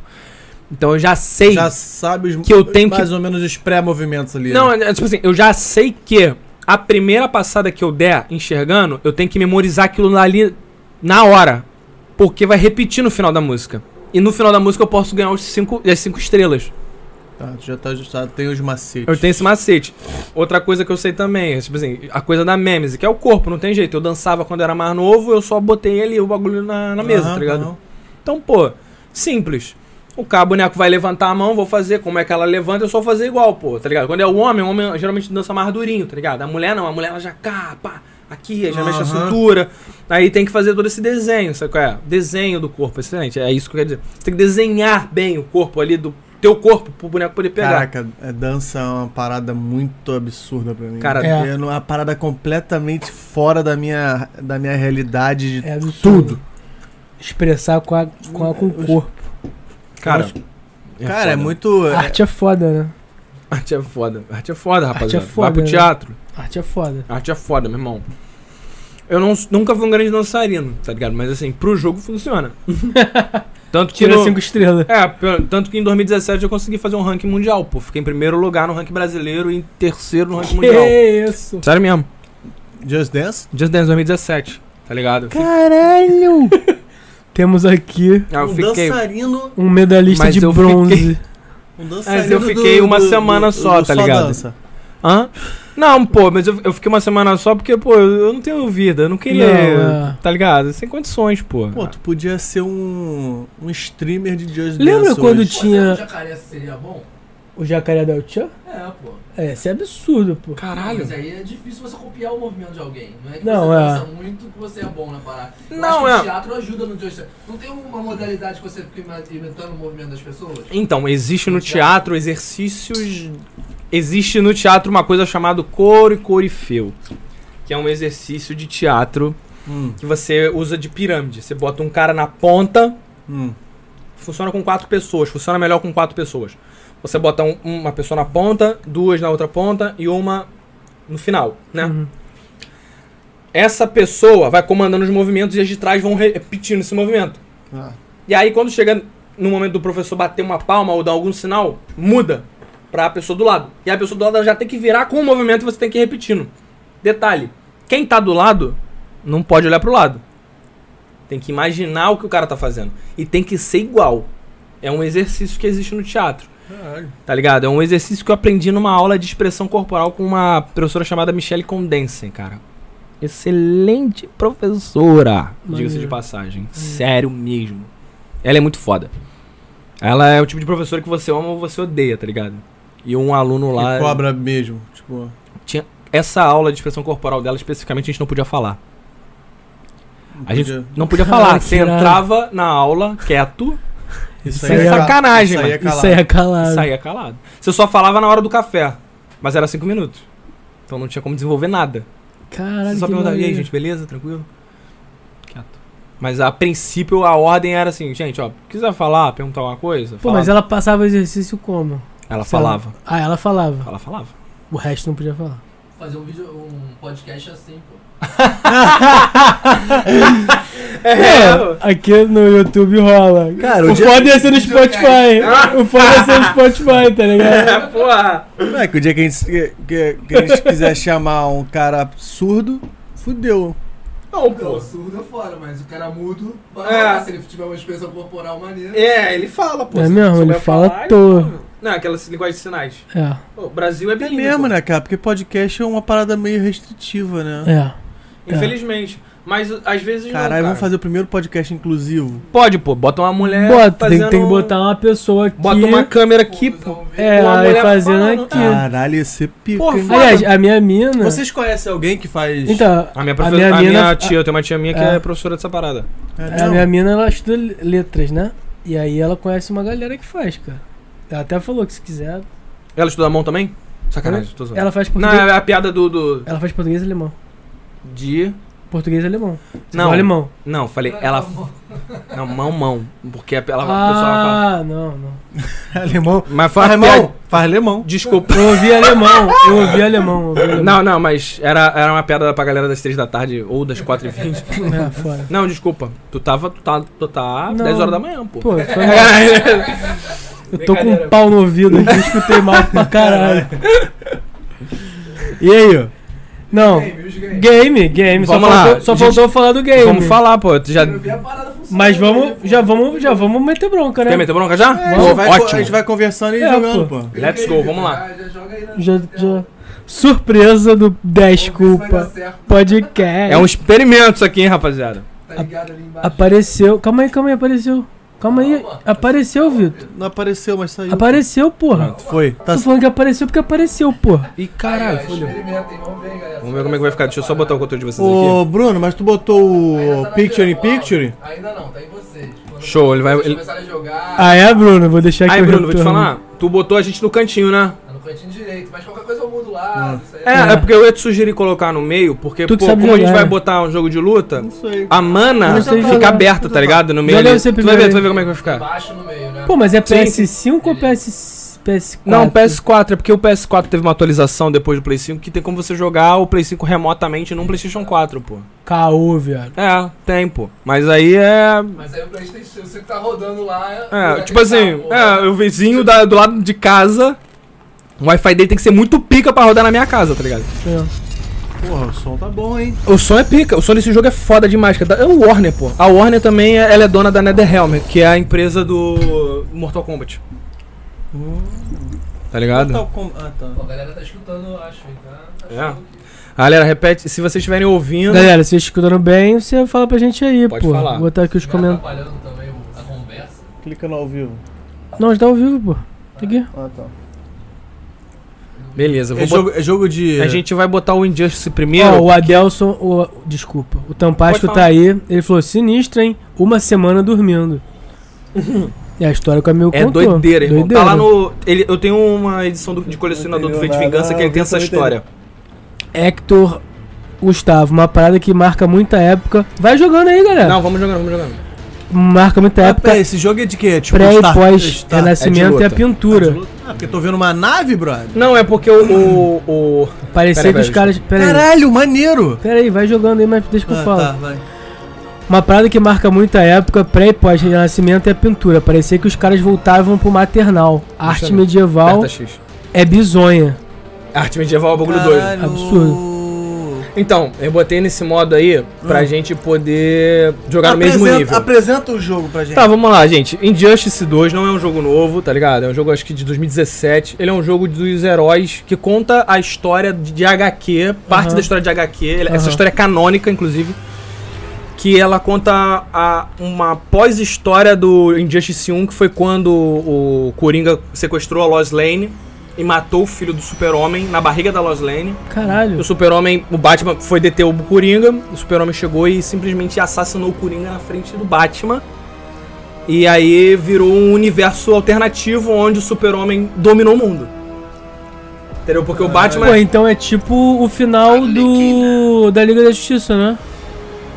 S7: Então eu já sei.
S2: Já sabe os
S7: Que eu tenho que-
S2: mais ou menos os pré-movimentos ali.
S7: Não,
S2: né?
S7: é, tipo assim, eu já sei que a primeira passada que eu der enxergando, eu tenho que memorizar aquilo ali na hora. Porque vai repetir no final da música. E no final da música eu posso ganhar os cinco, as cinco estrelas.
S2: Tá, tu já tá ajustado, tem os macetes.
S7: Eu tenho esse macete. Outra coisa que eu sei também, é, tipo assim, a coisa da memese, que é o corpo, não tem jeito. Eu dançava quando era mais novo, eu só botei ali o bagulho na, na mesa,
S2: Aham,
S7: tá ligado?
S2: aham.
S7: Então, pô, simples. O cara, o boneco vai levantar a mão, vou fazer como é que ela levanta, eu só vou fazer igual, pô, tá ligado? Quando é o homem, o homem geralmente dança mais durinho, tá ligado? A mulher não, a mulher ela já capa, aqui, aí já mexe a
S2: Aham.
S7: cintura. Aí tem que fazer todo esse desenho, sabe qual é? Desenho do corpo, excelente, é isso que eu quero dizer. Você tem que desenhar bem o corpo ali, do teu corpo, pro boneco poder pegar.
S2: Caraca, é, dança é uma parada muito absurda pra mim.
S7: Cara,
S1: É.
S2: é uma parada completamente fora da minha, da minha realidade. de-
S1: É absurdo. Expressar com, a, com, a, com
S4: É,
S1: o corpo.
S7: Cara,
S2: Cara, é, muito. é-
S1: Arte é foda, né?
S7: <laughs> Arte é foda. Arte é foda, rapaziada.
S1: é foda,
S7: Vai pro
S1: né?
S7: teatro.
S1: Arte é foda.
S7: Arte é foda, meu irmão. Eu não- nunca fui um grande dançarino, tá ligado? Mas assim, pro jogo
S1: <laughs>
S7: funciona. tanto que
S1: Tira
S7: no,
S1: cinco estrelas.
S7: É, pelo- tanto que em 2017 eu consegui fazer um ranking mundial, pô. Fiquei em primeiro lugar no ranking brasileiro e em terceiro no ranking mundial.
S1: Que isso?
S7: Sério mesmo.
S2: Just Dance?
S7: Just Dance 2017, tá ligado?
S1: Caralho! <laughs> Temos aqui
S7: Aí eu
S2: um
S7: fiquei.
S2: dançarino.
S1: um medalhista
S7: Mas
S1: de
S7: eu
S1: bronze.
S2: Um dançarino.
S7: Mas eu fiquei uma semana só, tá ligado?
S2: dança.
S7: Hã? Não, pô, mas eu, eu fiquei uma semana só porque, pô, eu eu não tenho vida, eu não
S1: <laughs>
S7: queria.
S1: Não, é.
S7: Tá ligado? Sem condições, pô.
S2: Pô, tu podia ser um, um streamer de Just Dance.
S1: Lembra quando
S2: hoje.
S1: tinha.
S13: jacaré seria bom?
S1: é O jacaré da Tchan?
S4: É, pô.
S1: É, isso é absurdo, pô.
S7: Caralho.
S4: Mas aí é difícil você copiar o movimento de alguém. Não é que
S1: Não,
S4: você
S1: é.
S4: pensa muito que você é bom na parada. Eu acho
S7: Não,
S4: que
S7: é.
S4: O teatro ajuda no joystick. Não tem uma modalidade que você fica ima- inventando o movimento das pessoas?
S7: Então, existe no teatro exercícios. Existe no teatro uma coisa chamada coro e corifeu, que é um exercício de teatro
S2: Hum,
S7: que você usa de pirâmide. Você bota um cara na ponta,
S2: Hum.
S7: funciona com quatro pessoas, funciona melhor com quatro pessoas. Você bota um- uma pessoa na ponta, duas na outra ponta e uma no final, né?
S1: Uhum.
S7: Essa pessoa vai comandando os movimentos e as de trás vão re- repetindo esse movimento.
S2: Ah.
S7: E aí, quando chega no momento do professor bater uma palma ou dar algum sinal, muda pra pessoa do lado. E a pessoa do lado ela já tem que virar com o movimento e você tem que ir repetindo. Detalhe: quem tá do lado não pode olhar pro lado. Tem que imaginar o que o cara tá fazendo. E tem que ser igual. É um exercício que existe no teatro. Tá ligado? É um exercício que eu aprendi numa aula de expressão corporal com uma professora chamada Michelle Condensen, cara. Excelente professora, diga-se de
S1: Maneiro.
S7: passagem. Sério mesmo. Ela é muito foda. Ela é o tipo de professora que você ama ou você odeia, tá ligado? E um aluno lá.
S2: E cobra mesmo, tipo...
S7: Essa aula de expressão corporal dela, especificamente, a gente não podia falar. A gente
S2: podia-
S7: não podia
S1: Caraca,
S7: falar. Você
S1: irado.
S7: entrava na aula quieto,
S2: Isso
S7: sem
S2: aí é ca-
S7: sacanagem,
S2: Isso aí é
S7: mano.
S1: Isso
S2: calado.
S1: aí é calado.
S7: e saía calado. Você só falava na hora do café, mas era cinco minutos. Então não tinha como desenvolver nada.
S1: Caralho,
S7: Você só
S1: que
S7: perguntava, e aí,
S1: maneiro.
S7: gente, beleza? Tranquilo? Quieto. Mas a princípio a ordem era assim, gente, ó, quiser falar, perguntar alguma coisa,
S1: Pô, mas
S7: falava.
S1: ela passava o exercício como?
S7: ela
S1: sei lá.
S7: falava.
S1: Ah, ela falava.
S7: Ela falava.
S1: O resto não podia falar.
S4: Fazer um vídeo, um podcast assim, pô.
S1: É, aqui no YouTube rola.
S14: Cara,
S1: o
S14: o dia-
S1: foda ia ser no Spotify. O foda ia ser no Spotify, tá ligado?
S7: Porra!
S2: Não, é que o dia que a gente, que, que- que a gente quiser chamar um cara surdo, fudeu.
S7: Não,
S4: Não,
S7: pô.
S4: surdo é fora, mas o cara mudo vai
S7: É.
S4: rolar, se ele tiver uma expressão corporal maneira.
S7: É, ele fala, pô.
S1: É
S7: Se
S1: mesmo,
S7: souber
S1: ele fala
S7: falar,
S1: à toa.
S7: ele- Não, aquela linguagem de sinais.
S1: É,
S7: Pô, o Brasil é
S2: É
S7: bilíngue,
S2: mesmo,
S7: pô.
S2: né, cara? Porque podcast é uma parada meio restritiva, né?
S1: é.
S7: Infelizmente. Mas às vezes não,
S2: Caralho,
S7: cara.
S2: vamos fazer o primeiro podcast inclusivo.
S7: Pode, pô. Bota uma mulher
S1: Bota, tem,
S7: fazendo-
S1: tem que botar uma pessoa aqui.
S7: Bota uma câmera
S4: Pô,
S7: aqui,
S4: usar
S7: pô.
S4: um vídeo.
S1: É,
S7: uma
S1: aí
S7: mulher
S1: fazendo
S7: falando,
S1: aqui.
S2: Caralho, ia ser pica,
S7: Porra,
S2: hein?
S7: foda.
S1: Aliás, a minha mina.
S15: Vocês conhecem alguém que faz.
S1: Então,
S7: A minha,
S1: profe-
S7: profe...
S1: a minha
S7: a minha
S1: mina-
S7: tia, eu tenho uma tia minha que
S1: É.
S7: é professora dessa parada.
S2: É,
S1: a
S2: não.
S1: minha mina, ela estuda le- letras, né? E aí ela conhece uma galera que faz, cara. Ela até falou que se quiser.
S7: Ela estuda mão também? Sacanagem, tô zoando.
S1: Ela faz
S7: Não,
S1: português.
S7: é a piada do. do...
S1: Ela faz português e alemão.
S7: De.
S1: Português e alemão. Você
S7: Não.
S1: fala alemão.
S7: Não, falei,
S4: é
S7: ela. Não, mão, mão. Porque a- ela. a pessoa fala-
S1: Ah, não, não.
S2: É, Alemão.
S7: Mas foi
S2: Faz
S7: uma piada.
S2: alemão. Faz alemão.
S7: Desculpa.
S1: Eu ouvi alemão, eu ouvi alemão. eu ouvi alemão.
S7: Não, não, mas era, era uma piada pra galera das 3 da tarde ou das 4 e 20
S1: É, fora.
S7: Não, desculpa. Tu tava. Tu tá. Tu tá
S1: Não.
S7: 10 horas da manhã, pô. <laughs>
S1: Pô, é, foi mal. Eu tô com um pau no ouvido aqui, escutei mal pra caralho.
S2: E aí, ó?
S1: Não,
S4: Game, os games.
S1: game, game. Só
S7: Vamos lá,
S1: faltou, só
S7: gente.
S1: faltou falar do game.
S7: Vamos falar, pô. Tu já.
S4: Eu vi a parada funcionando.
S1: Mas
S4: né,
S1: vamos,
S4: pô?
S1: já vamos, já vamos meter bronca,
S7: Quer
S1: né?
S7: meter bronca já?
S2: É, a,
S7: Pô,
S2: gente vai,
S7: ótimo.
S2: a gente vai conversando e
S1: É,
S2: jogando,
S1: pô.
S2: pô.
S4: Brinca
S7: Let's
S4: aí,
S7: go,
S4: Vitor.
S7: vamos lá.
S4: Ah, Já joga aí na
S1: Já,
S4: tela.
S1: já. Surpresa do 10
S4: Vamos ver se vai dar
S1: culpa
S4: certo,
S1: podcast.
S7: É um experimento isso aqui, hein, rapaziada.
S4: Tá ligado ali embaixo.
S1: Apareceu, calma aí, calma aí, apareceu. Calma aí,
S4: Calma.
S1: apareceu, Vitor.
S2: Não apareceu, mas saiu.
S1: Apareceu, porra.
S2: Pronto, foi. Tá
S1: Tô falando que apareceu porque apareceu, porra.
S7: Ih,
S4: Aí, ó,
S7: caralho, fodeu.
S4: experimentem, vamos ver, galera.
S7: Vamos ver como é que vai ficar. Deixa eu só botar o controle de vocês
S2: Ô,
S7: aqui.
S2: Bruno, mas tu botou
S4: Ainda tá
S2: o
S4: na
S2: Picture in
S4: tela, Paulo.
S2: Picture?
S4: Ainda não, tá em vocês. Quando
S7: Show, ele vai.
S4: vocês
S7: Ele...
S4: começarem a jogar,
S1: Ah, é, Bruno? Vou deixar aqui
S7: Aí,
S1: o
S7: Bruno, vou te
S1: retorno.
S7: falar. Tu botou a gente no cantinho, né?
S4: tá no cantinho direito, mas qualquer coisa eu mudo lá, isso aí.
S7: É,
S1: É.
S7: é porque eu ia te sugerir colocar no meio, porque,
S1: Tu
S7: pô,
S1: que sabe
S7: como a gente
S1: jogar,
S7: vai
S1: né?
S7: botar um jogo de luta,
S2: Não sei.
S7: a mana
S1: Mas tem que
S7: fica
S1: jogar.
S7: aberta, tá ligado? No meio
S1: Joga
S7: ali.
S1: você
S7: Tu vai
S1: primeiro
S7: ver,
S1: aí.
S7: tu vai ver como é que vai ficar.
S4: Baixo no meio, né?
S1: Pô, mas é
S7: Sim.
S1: PS5 ou PS... PS4?
S7: Não, PS4, é porque o PS4 teve uma atualização depois do Play 5 que tem como você jogar o Play 5 remotamente num PlayStation 4, pô.
S1: KO, viado.
S7: É, tem, pô. Mas aí é.
S4: Mas aí o Playstation 5 tá rodando lá.
S7: É, tipo assim,
S2: tá
S7: é, o vizinho da- do lado de casa. O Wi-Fi dele tem que ser muito pica pra rodar na minha casa, tá ligado?
S1: É.
S2: Porra, o som tá bom, hein?
S7: O som é pica, o som desse jogo é foda demais. cara. É o Warner, pô. A Warner também é, ela é dona da NetherRealm, que é a empresa do Mortal Kombat.
S2: Uh.
S7: Tá ligado?
S2: Ah, tá.
S4: Pô, a galera tá escutando, eu acho, então.
S7: É. Galera, repete, se vocês estiverem ouvindo.
S2: É.
S1: Galera, vocês escutando bem, você fala pra gente aí,
S7: Pode
S1: pô.
S7: falar.
S1: Vou botar aqui os comentários.
S4: atrapalhando também o- a conversa.
S2: Clica no ao vivo.
S1: Não, já tá ao vivo, pô. Tá aqui.
S2: Ah, tá.
S4: Beleza, vou
S2: É jogo, é jogo de.
S4: bot- A gente vai botar o Injustice primeiro.
S1: Ó, o Adelson, o, desculpa, o Tampasco
S7: Pode
S1: tá aí, ele falou, sinistra, hein? Uma semana <laughs> dormindo. é a história que o amigo
S7: É
S1: contou.
S7: doideira, irmão.
S1: Doideira.
S7: Tá lá no. ele- eu tenho uma edição do- de colecionador do Fate Vingança que ele tem essa história.
S1: Hector Gustavo, uma parada que marca muita época. Vai jogando aí, galera.
S7: Não, vamos jogando, vamos jogando.
S1: Marca muita
S2: Ah,
S1: época
S2: peraí, esse jogo é de quê? Tipo,
S1: pré e
S2: Star-
S1: pós
S2: Star-
S1: renascimento
S7: é de
S1: e a
S7: luta.
S1: pintura.
S2: Ah, porque eu tô vendo uma nave, brother.
S7: Não, é porque o. o, o-
S1: Parecia
S7: Peraí,
S1: que os
S7: peraí,
S1: caras. Peraí,
S2: Caralho, maneiro!
S1: peraí, vai jogando aí, mas deixa que eu
S2: Ah,
S1: falo.
S2: tá, vai.
S1: Uma parada que marca muita época, pré e pós renascimento é a pintura. Parecia que os caras voltavam pro maternal. A
S7: Deixa
S1: arte
S7: eu ver.
S1: medieval
S7: Aperta X.
S1: é bizonha.
S7: Arte medieval é um bagulho doido.
S2: Caralho.
S7: Então, eu botei nesse modo aí
S2: Hum.
S7: pra gente poder jogar no é mesmo
S2: Apresenta-
S7: nível.
S2: Apresenta o jogo pra gente.
S7: Tá, vamos lá, gente. Injustice 2 não é um jogo novo, tá ligado? É um jogo, acho que de 2017. Ele é um jogo dos heróis que conta a história de de HQ, parte
S1: Aham.
S7: da história de HQ. Ele-
S1: Aham.
S7: Essa história é canônica, inclusive. Que ela conta a, uma pós-história do Injustice 1, que foi quando o Coringa sequestrou a Lois Lane e matou o filho do super-homem na barriga da Lois Lane.
S1: Caralho.
S7: O super-homem, o Batman foi deter o Coringa, o super-homem chegou e simplesmente assassinou o Coringa na frente do Batman. E aí virou um universo alternativo onde o super-homem dominou o mundo. Entendeu? Porque o Batman
S1: Pô, então é tipo o final do. da Liga da Justiça, né?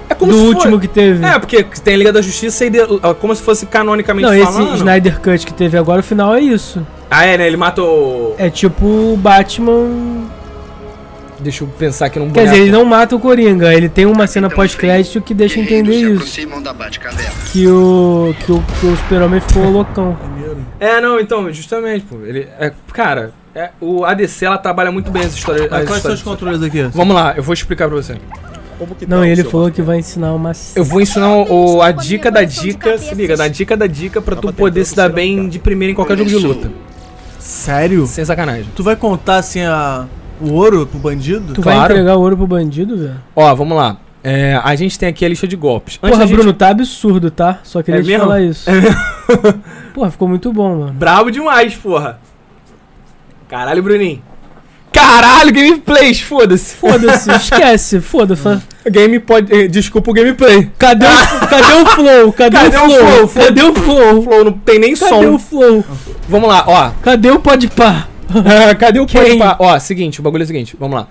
S7: é como
S1: do
S7: se
S1: último
S7: fosse...
S1: que teve.
S7: É, porque tem a Liga da Justiça e de- é como se fosse canonicamente
S1: Não, esse
S7: falando.
S1: Snyder Cut que teve agora, o final é isso.
S7: Ah, é, né? Ele matou.
S1: É tipo o Batman.
S7: Deixa eu pensar aqui num
S1: Quer
S7: boneco.
S1: dizer, ele não mata o Coringa, ele tem uma cena
S7: Então,
S1: pós-crédito que deixa entender isso. Que o. que o, que o super-homem
S7: <laughs>
S1: ficou loucão.
S7: É, não, então, justamente, pô. Ele é, cara, é, o ADC ela trabalha muito bem essa história.
S2: Mas quais são os controles aqui?
S7: Vamos lá, eu vou explicar pra você.
S1: Não, e ele falou que vai ensinar uma. c-
S7: Eu vou ensinar o, a dica da dica, se liga, na dica da dica pra tu poder se dar bem de primeira em qualquer jogo de luta.
S2: Sério?
S7: Sem sacanagem.
S2: Tu vai contar assim a... o ouro pro bandido?
S1: Tu vai
S7: claro.
S1: entregar o ouro pro bandido, velho?
S7: Ó, vamos lá. É, a gente tem aqui a lista de golpes. Antes
S1: Porra,
S7: da gente-
S1: Bruno, tá absurdo, tá? Só queria
S7: É
S1: te
S7: mesmo?
S1: falar isso. <laughs> Porra, ficou muito bom, mano.
S7: Bravo demais, porra. Caralho, Bruninho. Caralho, gameplays, foda-se. <laughs>
S1: Foda-se, esquece,
S7: Hum.
S1: foda-se.
S7: Game pode. eh, Desculpa o gameplay.
S1: Cadê
S7: <laughs>
S1: o, cadê o flow? Cadê,
S7: Cadê
S1: o
S7: o
S1: flow?
S7: flow? Flow-
S1: Cadê o flow?
S7: Flow, não tem nem
S1: Cadê
S7: som.
S1: o flow?
S7: Vamos lá, ó.
S1: Cadê o podpar?
S7: <laughs> Cadê o
S1: Quem?
S7: Quem? Ó, seguinte, o bagulho é o seguinte, vamos lá.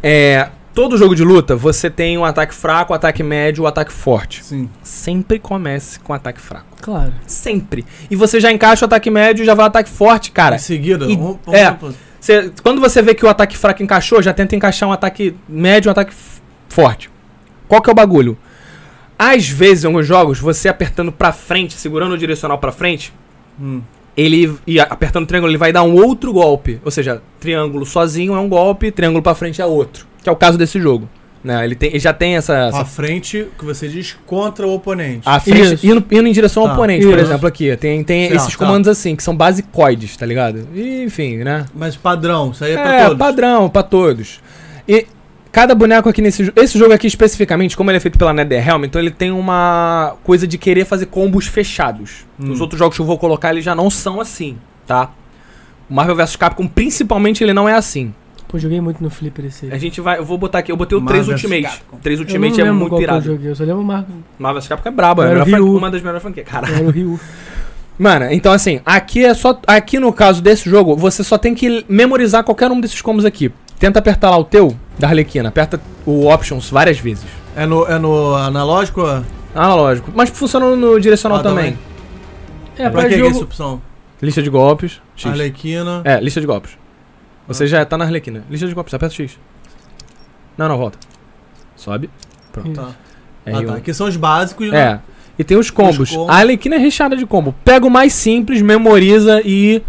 S7: É, todo jogo de luta, você tem um ataque fraco, um ataque médio, um ataque forte.
S2: Sim.
S7: Sempre comece com ataque fraco.
S1: Claro.
S7: Sempre. E você já encaixa o ataque médio, já vai o ataque forte, cara.
S2: Em seguida?
S7: E-
S2: Vamos- vamos-
S7: é.
S2: vamos-
S7: Cê- quando você vê que o ataque fraco encaixou, já tenta encaixar um ataque médio, um ataque f- forte. Qual que é o bagulho? Às vezes, em alguns jogos, você apertando pra frente, segurando o direcional pra frente,
S2: Hum.
S7: ele e a- apertando o triângulo, ele vai dar um outro golpe. Ou seja, triângulo sozinho é um golpe, triângulo pra frente é outro. Que é o caso desse jogo. Né? Ele, tem- ele já tem essa.
S2: Pra
S7: essa
S2: frente, que você diz contra o oponente.
S7: a frente,
S1: Isso.
S7: indo, indo em direção
S2: Ah,
S7: ao
S2: Tá.
S7: oponente, por
S1: Isso.
S7: exemplo, aqui. Tem, tem
S2: Tá,
S7: esses
S2: tá.
S7: comandos assim, que são basicoides, tá ligado? E, enfim, né?
S2: Mas padrão, isso aí é, pra
S7: É,
S2: todos.
S7: padrão, pra todos. E cada boneco aqui nesse jogo. Esse jogo aqui especificamente, como ele é feito pela NetherRealm, então ele tem uma coisa de querer fazer combos fechados.
S2: Hum.
S7: Os outros jogos que eu vou colocar, eles já não são assim, tá? O Marvel vs Capcom, principalmente, ele não é assim.
S1: Pô, joguei muito no Flipper esse aí.
S7: A gente vai. Eu vou botar aqui. Eu botei o
S2: Marvel
S7: 3
S2: vs
S7: Ultimate.
S2: Capcom.
S7: 3
S1: Eu não
S7: Ultimate é
S1: lembro
S7: muito
S1: qual que eu
S7: irado.
S1: joguei, eu só lembro o Marco.
S7: Marvel vs Capcom é brabo, é a
S1: Era o
S7: melhor
S1: Ryu.
S7: fran- uma das melhores franquias. Caralho.
S1: Era o
S7: <laughs>
S1: Ryu.
S7: Mano, então assim, aqui é só. Aqui no caso desse jogo, você só tem que memorizar qualquer um desses combos aqui. Tenta apertar lá o teu, da Arlequina. Aperta o Options várias vezes.
S2: É no, é no analógico? ó?
S7: Analógico. Mas funciona no direcional
S2: Ah,
S7: também.
S2: também.
S1: É,
S2: pra
S1: pra
S2: que é essa
S1: jogo.
S2: opção?
S7: Lista de golpes. X.
S2: Arlequina.
S7: É, lista de golpes. Você já tá na Arlequina. Lista de golpes, aperta X. Não, não, volta. Sobe.
S2: Tá.
S7: É,
S2: Ah,
S7: e
S2: tá.
S7: o-
S2: Que são os básicos, né?
S7: é. E tem os combos.
S2: combos.
S7: A Arlequina é recheada de combo. Pega o mais simples, memoriza e.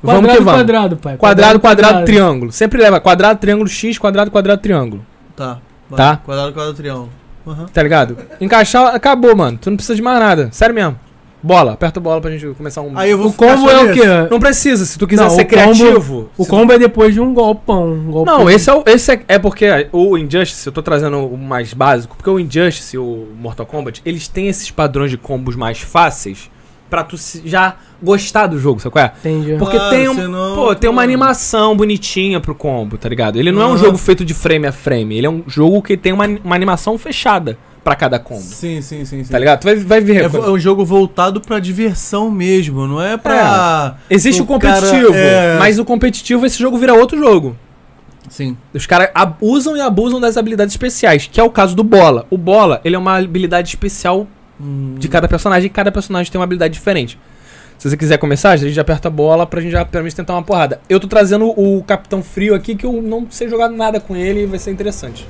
S7: vamos que
S1: Quadrado,
S7: vamos.
S1: quadrado, pai.
S7: Quadrado, quadrado, triângulo. Sempre leva quadrado, triângulo, X, quadrado, quadrado, triângulo.
S2: Tá. vai.
S7: Tá.
S2: Quadrado, quadrado, triângulo. Aham.
S7: Tá ligado? Encaixar, acabou, mano. Tu não precisa de mais nada. Sério mesmo. Bola, aperta a bola pra gente começar um.
S2: Aí eu vou
S1: O
S2: ficar
S1: combo
S2: só
S1: é o
S2: nesse.
S1: quê?
S7: Não precisa, se tu quiser
S1: Não,
S7: ser
S1: o combo-
S7: criativo.
S1: O
S7: se
S1: combo é depois de um golpão. Um
S7: tu-
S1: golpão.
S7: Não, esse, é, o, esse é, é porque o Injustice, eu tô trazendo o mais básico, porque o Injustice e o Mortal Kombat, eles têm esses padrões de combos mais fáceis pra tu se- já gostar do jogo, sabe qual é?
S1: Entendi.
S7: Porque
S2: Claro,
S7: tem, um,
S2: Ah, senão-
S7: pô, tem uma animação bonitinha pro combo, tá ligado? Ele não é um
S2: Aham.
S7: jogo feito de frame a frame, ele é um jogo que tem uma, uma animação fechada pra cada combo.
S2: Sim, sim, sim, sim.
S7: Tá ligado? Tu vai, vai ver.
S2: É, vo- é um jogo voltado pra diversão mesmo, não é pra.
S7: Existe
S2: o
S7: o competitivo,
S2: cara é-
S7: mas o competitivo esse jogo vira outro jogo. É.
S2: Sim.
S7: Os caras ab- usam e abusam das habilidades especiais, que é o caso do Bola. O Bola, ele é uma habilidade especial
S2: Hum,
S7: de cada personagem, e cada personagem tem uma habilidade diferente. Se você quiser começar, a gente já aperta a bola pra gente já pelo menos tentar uma porrada. Eu tô trazendo o Capitão Frio aqui, que eu não sei jogar nada com ele e vai ser interessante.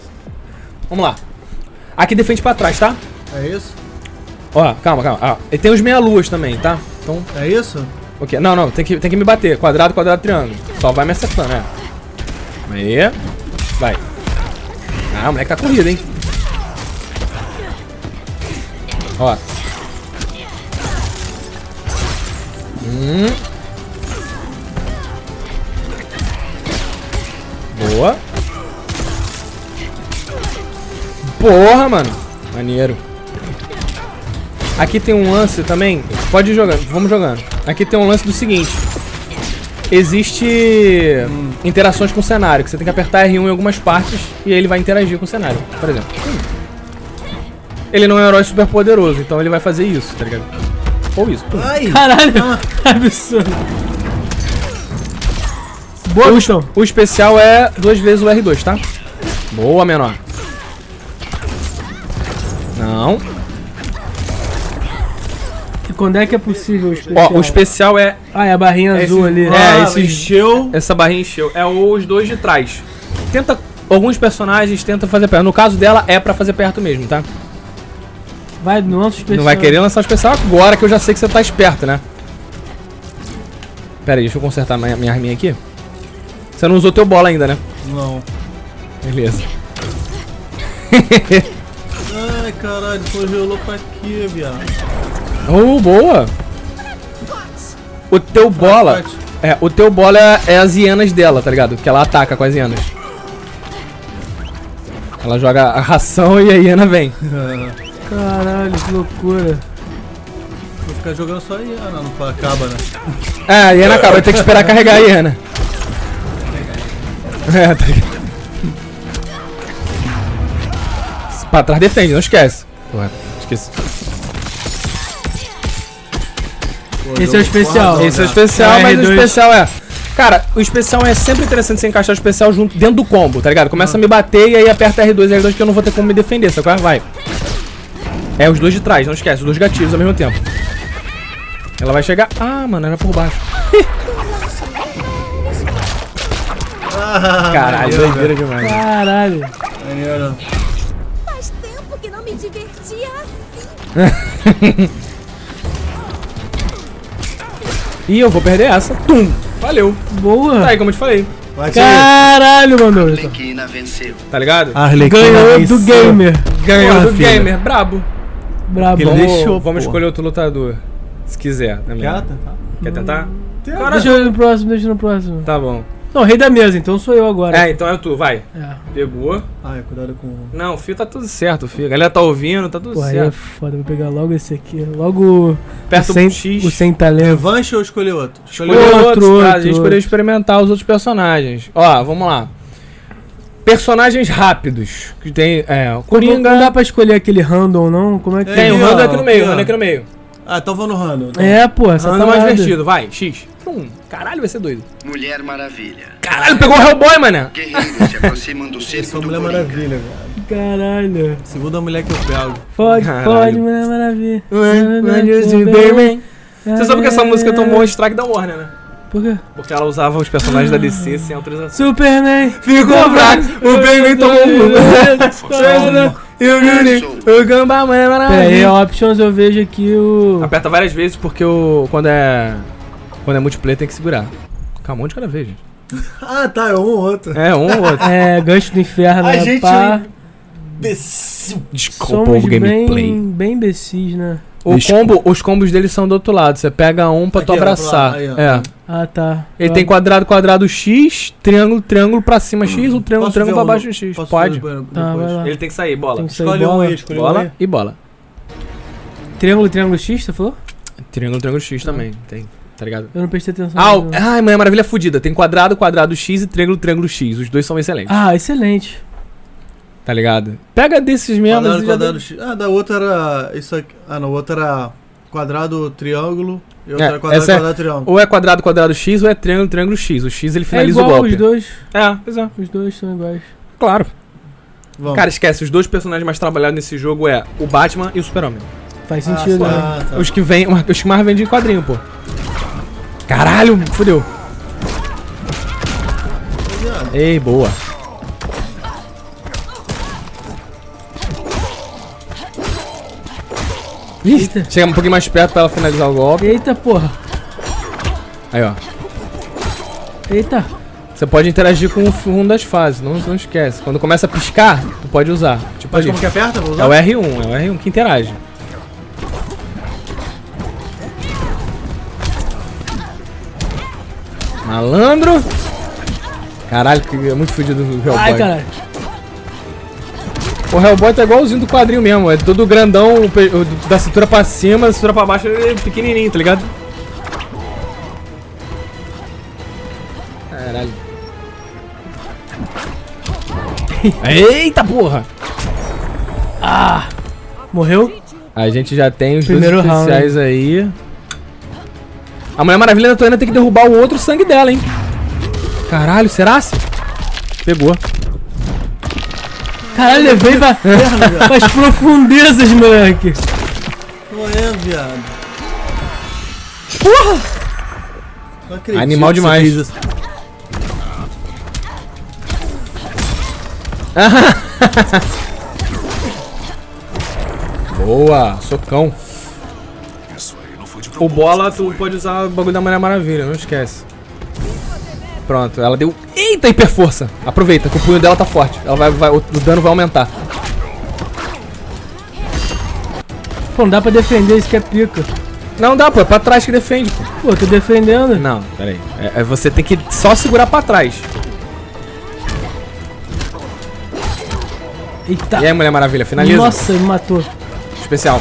S7: Vamos lá. Aqui defende pra trás, tá?
S2: É isso?
S7: Ó, calma, calma. Ah, e tem os meia-luas também, tá? Então,
S2: É isso?
S7: ok. Não, não, tem que, tem que me bater. Quadrado, quadrado, triângulo. Só vai me acertando, né? Aí. Vai. Ah, o moleque tá corrido, hein? Ó. Hum. Boa. Porra, mano. Maneiro. Aqui tem um lance também. Pode ir jogando, vamos jogando. Aqui tem um lance do seguinte. Existe interações com o cenário, que você tem que apertar R1 em algumas partes e ele vai interagir com o cenário, por exemplo. Ele não é um herói super poderoso, então ele vai fazer isso, tá ligado? Ou isso. Pum.
S2: Ai!
S1: Caralho,
S7: Ah.
S1: <laughs> absurdo. Boa, Gustão.
S7: O especial é duas vezes o R2, tá? Boa, menor. Não.
S1: E quando é que é possível o especial?
S7: Ó, o especial é
S1: Ah, é a barrinha
S7: Esse-
S1: azul ali.
S7: É,
S2: Ah,
S7: esse-
S2: encheu.
S7: Essa barrinha encheu. É os dois de trás. Tenta. Alguns personagens tentam fazer perto. No caso dela, é pra fazer perto mesmo, tá?
S1: Vai, no nosso especial.
S7: Não vai querer lançar o especial agora que eu já sei que você tá esperto, né? Pera aí, deixa eu consertar minha, minha arminha aqui. Você não usou teu bola ainda, né?
S2: Não.
S7: Beleza.
S2: Ai, caralho, congelou pra quê, viado?
S7: Oh, boa! O teu bola.
S2: Forte.
S7: É, o teu bola é, é as hienas dela, tá ligado? Que ela ataca com as hienas. Ela joga a ração e a hiena vem.
S2: <laughs> Vou
S1: Caralho, que loucura.
S2: ficar jogando só aí, ah, não, não acaba, né?
S7: É, a hiena acaba, tem que esperar carregar a hiena. É, tá ligado? Pra trás defende, não esquece. Porra, esqueci.
S2: um
S1: Esse é o especial.
S7: Esse é o especial,
S1: É,
S7: mas o
S1: R2.
S7: especial é. Cara, o especial é sempre interessante você encaixar o especial junto dentro do combo, tá ligado? Começa a me bater e aí aperta R2 e R2 que eu não vou ter como me defender, sacou? Vai. É os dois de trás, não esquece, os dois gatilhos ao mesmo tempo. Ela vai chegar. Ah, mano, era por baixo. Caralho, doideira demais.
S1: Caralho.
S2: Maneiro.
S16: Faz tempo que não me divertia assim.
S7: E eu vou perder essa. Tum! Valeu. Tá
S1: Boa.
S7: aí, como eu te falei.
S2: Bate aí.
S1: Caralho, mano.
S7: Tá ligado?
S2: Arlequina
S1: Ganhou do
S2: venceu.
S1: gamer.
S7: Ganhou
S2: porra,
S7: do
S2: filha.
S7: gamer, brabo.
S1: Brabo.
S2: Ele
S7: Vamos,
S2: deixou,
S7: vamos
S2: porra.
S7: escolher outro lutador. Se quiser, né,
S2: Quer
S7: mesmo?
S2: tentar?
S7: Quer tentar?
S1: Deixa eu ir no próximo, deixa eu ir no próximo.
S7: Tá bom.
S1: Não, rei da mesa, então sou eu agora.
S7: É, então é tu, vai.
S1: É.
S7: Pegou.
S2: Ai, Ah, cuidado com.
S7: Não, o fio tá tudo certo, o fio. A galera tá ouvindo, tá tudo
S1: Pô, aí é
S7: certo.
S1: foda, vou pegar logo esse aqui. Logo
S7: Aperta
S1: o
S7: o
S1: sem,
S7: X.
S1: o tá sem talento.
S2: Revanche ou escolher outro? Escolher
S7: Escolhe
S1: Outro,
S7: outros,
S4: tá?
S7: pra
S1: outro,
S7: gente poder
S1: outro.
S7: experimentar os outros personagens. Ó, vamos lá. Personagens rápidos. Que tem. É, o
S1: Não, não
S7: Coringa.
S1: dá pra escolher aquele random, não? Como é que
S7: Tem o
S2: Aqui,
S7: Rando
S2: ó,
S7: aqui no meio,
S2: aqui, ó.
S7: Rando aqui no meio.
S2: Ah, então vou no Rano.
S1: É, pô, essa
S7: Rando é mais
S1: parada.
S7: divertido, vai. X. Hum, caralho, vai ser doido.
S17: Mulher Maravilha.
S7: Caralho, pegou o Hellboy, mané.
S17: Guerreiros se aproximam do
S2: Esse é
S17: cerco
S2: o
S17: do
S2: Mulher
S17: Coringa.
S2: Maravilha, velho.
S1: Caralho.
S2: Segunda mulher que eu pego.
S1: Fode, fode,
S7: Caralho.
S1: mulher maravilha.
S7: Você sabe que essa música tomou um strike da Warner, né?
S1: Por quê?
S7: Porque ela usava os personagens da DC
S4: Ah. <laughs>
S7: sem autorização.
S1: Superman.
S7: Ficou fraco, o Batman tomou
S2: né?
S7: <laughs> um. E o Juni, o Gamba, mano, é
S1: Pera aí,
S7: maravilha.
S1: options eu vejo aqui o.
S7: Aperta várias vezes porque o. Quando é. Quando é multiplayer tem que segurar. Calma, um de cada vez, gente.
S2: Ah, tá, é um ou outro.
S7: É, um ou outro.
S1: É, gancho do inferno,
S18: A
S1: né,
S18: gente
S1: pá.
S7: <laughs> Desculpa
S1: Somos bem, bem imbecis, né?
S7: O combo, os combos deles são do outro lado. Você pega um pra tu
S2: Aqui, ó,
S7: abraçar.
S2: pro lado,
S7: é.
S1: Ah, tá.
S7: Ele
S1: Ah,
S7: tem quadrado, quadrado X, triângulo, triângulo pra cima X, o triângulo,
S2: Posso
S7: triângulo
S2: ver
S7: pra
S2: um
S7: baixo
S2: no-
S7: X.
S2: Posso
S7: Pode.
S2: escolher depois?
S1: Tá, vai lá.
S7: Ele tem que sair, bola.
S1: Tem que sair
S2: Escolhe um
S1: bola.
S2: aí, escolhe um aí.
S7: Bola e bola.
S1: Triângulo, triângulo X, você falou?
S7: Triângulo, triângulo X também. Tem.
S4: tá ligado?
S1: Eu não prestei atenção.
S4: Ah,
S1: não.
S4: o- ai, Mulher Maravilha é fodida. Tem quadrado, quadrado X e triângulo, triângulo X. Os dois são excelentes,
S1: ah excelente.
S4: tá ligado? Pega desses mesmos
S2: Quadrado,
S4: e já dá-
S2: quadrado, X. Ah, da outra era. Isso aqui. Ah, não, outra era quadrado, triângulo. E outra
S4: É,
S2: era quadrado,
S4: essa é-
S2: quadrado, triângulo.
S4: Ou é quadrado, quadrado X ou é triângulo, triângulo X. O X ele
S1: é
S4: finaliza
S1: igual
S4: o golpe.
S1: os dois.
S4: É, pois é,
S1: Os dois são iguais.
S4: claro.
S2: Vamos.
S4: Cara, esquece, os dois personagens mais trabalhados nesse jogo é o Batman e o Super-Homem.
S1: Faz
S2: Ah,
S1: sentido, né?
S2: tá, tá.
S4: Os que vem, os que mais vendem em quadrinho, pô. Caralho, fodeu. Ei, boa. Ih,
S1: Eita.
S4: Chega um pouquinho mais perto pra ela finalizar o golpe.
S1: Eita, porra.
S4: Aí, ó.
S1: Eita.
S4: Você pode interagir com o fundo das fases, não, não esquece. Quando começa a piscar, tu pode usar. Tipo ali.
S2: Como que aperta? Vou
S4: É
S2: usar.
S4: o R1, é o R1 que interage. Malandro. Caralho, que é muito fudido o Hellboy.
S1: Ai, caralho.
S4: O Hellboy tá igualzinho do quadrinho mesmo. É todo grandão, o pe- o do- da cintura pra cima, da cintura pra baixo, ele é pequenininho, tá ligado? Caralho. Eita porra!
S1: Morreu?
S4: A gente já tem os
S1: Primeiro
S4: dois
S1: round,
S4: especiais aí. A Mulher Maravilha da Toena tem que derrubar o outro sangue dela, hein? Caralho, será se? Pegou.
S1: Caralho, levei
S4: <laughs>
S1: pra, pras profundezas, moleque.
S2: Não é, viado. Porra! Não acredito
S4: Animal
S2: que você
S4: demais.
S2: fez isso.
S4: Boa, socão. O bola, tu pode usar o bagulho da Mulher Maravilha, não esquece. Pronto, ela deu. Eita, hiper força! Aproveita, que o punho dela tá forte. Ela vai, vai- o, o dano vai aumentar.
S1: Pô, não dá pra defender, isso que é pica.
S4: Não dá, pô, é pra trás que defende, pô.
S1: Pô, tô defendendo.
S4: <laughs> Não, peraí. É, é você tem que só segurar pra trás.
S1: Eita.
S4: E aí, Mulher Maravilha, finaliza.
S1: Nossa, me matou.
S4: Especial.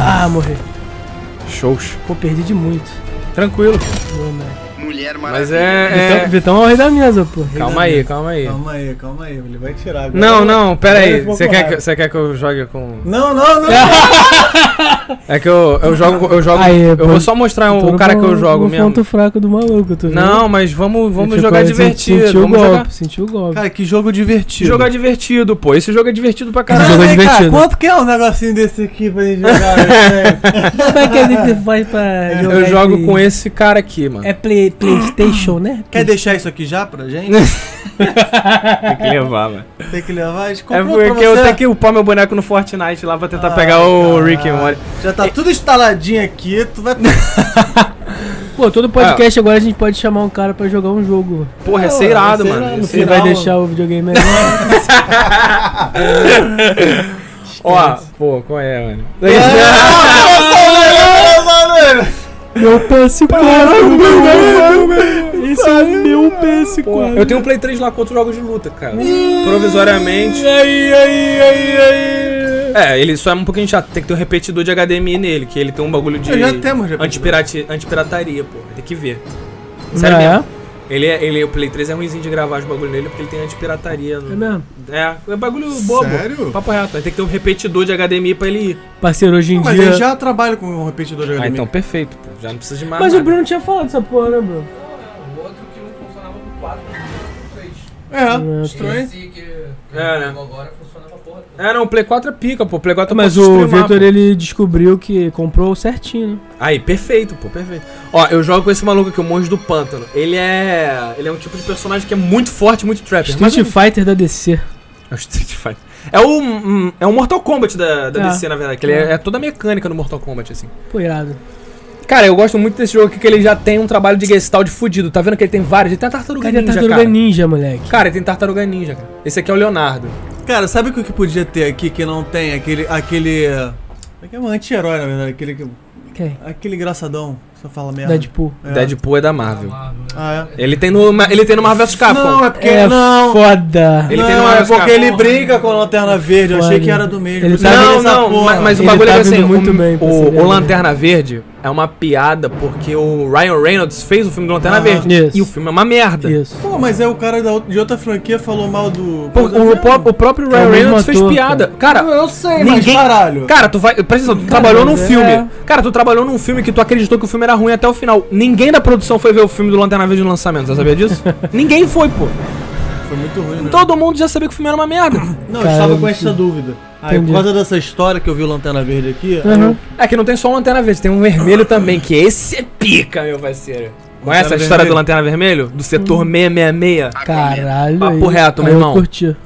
S1: Ah, morri.
S4: Shows.
S1: Pô, perdi de muito.
S4: Tranquilo.
S17: Mulher
S4: Mas
S17: Maravilha.
S1: Vitão,
S4: é. é...
S1: Vitão é o rei da mesa, pô.
S4: Calma aí, calma aí.
S2: Calma aí, calma aí. Ele vai tirar agora.
S4: Não, não, pera
S2: Agora eu
S4: aí.
S2: fico
S4: Você
S2: com
S4: quer,
S2: raiva.
S4: que- você quer que eu jogue com.
S2: Não, não, não.
S4: É que eu, eu jogo. Eu, jogo,
S1: Aí,
S4: eu
S1: pô,
S4: vou só mostrar
S1: Tô
S4: o
S1: no
S4: cara que
S1: pon-
S4: eu jogo
S1: no
S4: mesmo.
S1: ponto fraco do maluco, tu viu?
S4: Não, mas vamos, vamos
S1: Ele
S4: jogar
S1: ficou- sen-
S4: divertido.
S1: Sentiu o
S4: Vamos
S1: golpe,
S4: jogar.
S1: sentiu o golpe.
S2: Cara, que jogo divertido.
S4: Jogar é divertido, pô. Esse jogo é divertido pra
S1: Esse
S4: caralho.
S1: jogo é
S2: Ei, cara,
S1: divertido.
S2: quanto que é um negocinho desse aqui pra gente
S4: <laughs>
S2: jogar? velho?
S1: Como é que a gente faz pra jogar
S4: Eu jogo
S1: de-
S4: com esse cara aqui, mano.
S1: É play, Playstation, né?
S2: Quer deixar isso aqui já pra gente?
S4: Tem que levar, mano.
S2: Tem que levar. A gente
S4: É
S2: comprou pra
S4: porque eu
S2: você.
S4: tenho que upar meu boneco no Fortnite lá pra tentar pegar o Rick and Morty.
S2: Já tá tudo instaladinho aqui. Tu vai...
S4: <laughs>
S1: Pô, todo
S4: É.
S1: podcast agora a gente pode chamar um cara pra jogar um jogo.
S4: Porra, é ser irado, mano. Ia ser
S1: Você vai
S4: irado.
S1: deixar o videogame
S4: <laughs>
S1: melhor.
S4: Ó, pô, qual é, mano?
S1: meu PS4. Esse é o meu
S4: Pô,
S1: PS4.
S4: eu tenho um Play 3 lá com outros jogos de luta, cara. Provisoriamente. É, ele só é um pouquinho chato. Tem que ter um repetidor de HDMI nele, que ele tem um bagulho de.
S2: Eu já temos,
S4: um
S2: já.
S4: antipirati- antipirataria, pô. Tem que ver. Sério
S1: Sério
S4: mesmo. Ele, é- ele, o Play 3 é ruimzinho de gravar os bagulhos nele porque ele tem antipirataria.
S1: É
S4: No...
S1: mesmo.
S4: É, é bagulho bobo.
S2: Sério?
S4: Papo reto. Aí tem que ter um repetidor de HDMI pra ele ir.
S1: Parceiro, hoje em
S2: Mas
S1: dia...
S2: eu já trabalho com um repetidor de
S4: Ah,
S2: HDMI.
S4: então perfeito. pô. Já não precisa de mais.
S1: Mas o
S4: nada.
S1: Bruno tinha falado essa porra, né, Bruno?
S6: O outro que não funcionava no 4, no 3.
S2: É, estranho.
S6: Esse que que
S4: É, né?
S6: jogou agora funciona pra porra. toda.
S4: É, não, o Play 4 é pica, pô. O Play 4 eu
S1: Mas
S4: posso
S1: o
S4: streamar,
S1: Vitor,
S4: pô.
S1: ele descobriu que comprou certinho, né?
S4: Aí, perfeito, pô, perfeito. Ó, eu jogo com esse maluco aqui, o Monge do Pântano. Ele é. Ele é um tipo de personagem que é muito forte, muito trapper.
S1: Street
S4: mas é-
S1: Fighter da DC.
S4: <laughs> É o Street Fighter. É o, um- é o Mortal Kombat da, da
S1: É.
S4: DC, na verdade. Que ele é, é toda a mecânica do Mortal Kombat, assim.
S1: Pô, irado.
S4: Cara, eu gosto muito desse jogo aqui, que ele já tem um trabalho de gestalt fudido. Tá vendo que ele tem vários? Ele tem a Tartaruga
S1: Cadê a
S4: Ninja,
S1: Tartaruga
S4: cara.
S1: tá Ninja, moleque?
S4: Cara, ele tem Tartaruga Ninja, cara. Esse aqui é o Leonardo.
S2: Cara, sabe o que que podia ter aqui que não tem? Aquele. Aquele. É que é um anti-herói, na verdade. Aquele,
S1: Quem?
S2: aquele engraçadão. Só fala merda.
S1: Deadpool.
S2: É.
S4: Deadpool é da Marvel.
S2: Ah, é.
S4: Ele tem no, ele tem no Marvel vs Capcom.
S2: Não, é porque.
S1: é
S2: não,
S1: foda.
S4: Ele
S2: não,
S4: tem
S2: é
S4: no Marvel vs
S2: porque
S4: Capcom.
S2: ele brinca com a lanterna verde. Eu achei que era do mesmo.
S1: Ele
S2: Por
S1: tá
S2: isso que
S4: Não,
S2: eu falei
S4: não,
S2: essa porra,
S4: mas, mas o
S1: Ele
S4: bagulho
S1: tá
S4: é que, assim,
S1: vindo muito
S4: o,
S1: bem pra
S4: o-
S1: essa
S4: o
S1: merda.
S4: Lanterna Verde é uma Ah, piada porque o Ryan Reynolds fez o filme do Lanterna
S2: Aham.
S4: Verde.
S1: Isso.
S4: E o filme é uma merda.
S1: Isso.
S2: Pô, mas é o cara da outra- de outra franquia falou mal do.
S4: Por-
S2: coisa
S4: o,
S2: mesmo.
S4: pró- o próprio Ryan
S1: É o mesmo
S4: Reynolds fez
S1: ator,
S4: piada. Cara,
S2: Eu sei,
S4: Ninguém-
S2: mas caralho.
S4: Cara, tu vai. Presta atenção, tu trabalhou num
S1: mas é-
S4: filme. Cara, tu trabalhou num filme que tu acreditou que o filme era ruim até o final. Ninguém da produção foi ver o filme do Lanterna Verde no lançamento, você
S2: <laughs>
S4: sabia disso? Ninguém foi, pô.
S2: Foi muito ruim, né?
S4: Todo mundo já sabia que o filme era uma merda.
S2: Não, eu
S1: Cara,
S2: estava
S1: eu
S2: com
S1: não
S2: essa dúvida. Aí, por
S1: Entendi.
S2: causa dessa história que eu vi o Lanterna Verde aqui,
S1: Uhum.
S4: É que não tem só um Lanterna Verde, tem um vermelho também, que esse é pica, meu parceiro. Conhece a
S2: Lanterna
S4: história do
S2: Vermelho? Hum.
S4: Lanterna Vermelho? Do setor 666?
S1: Caralho.
S4: Papo
S1: aí.
S4: reto, meu
S1: Aí eu
S4: irmão.
S1: curti.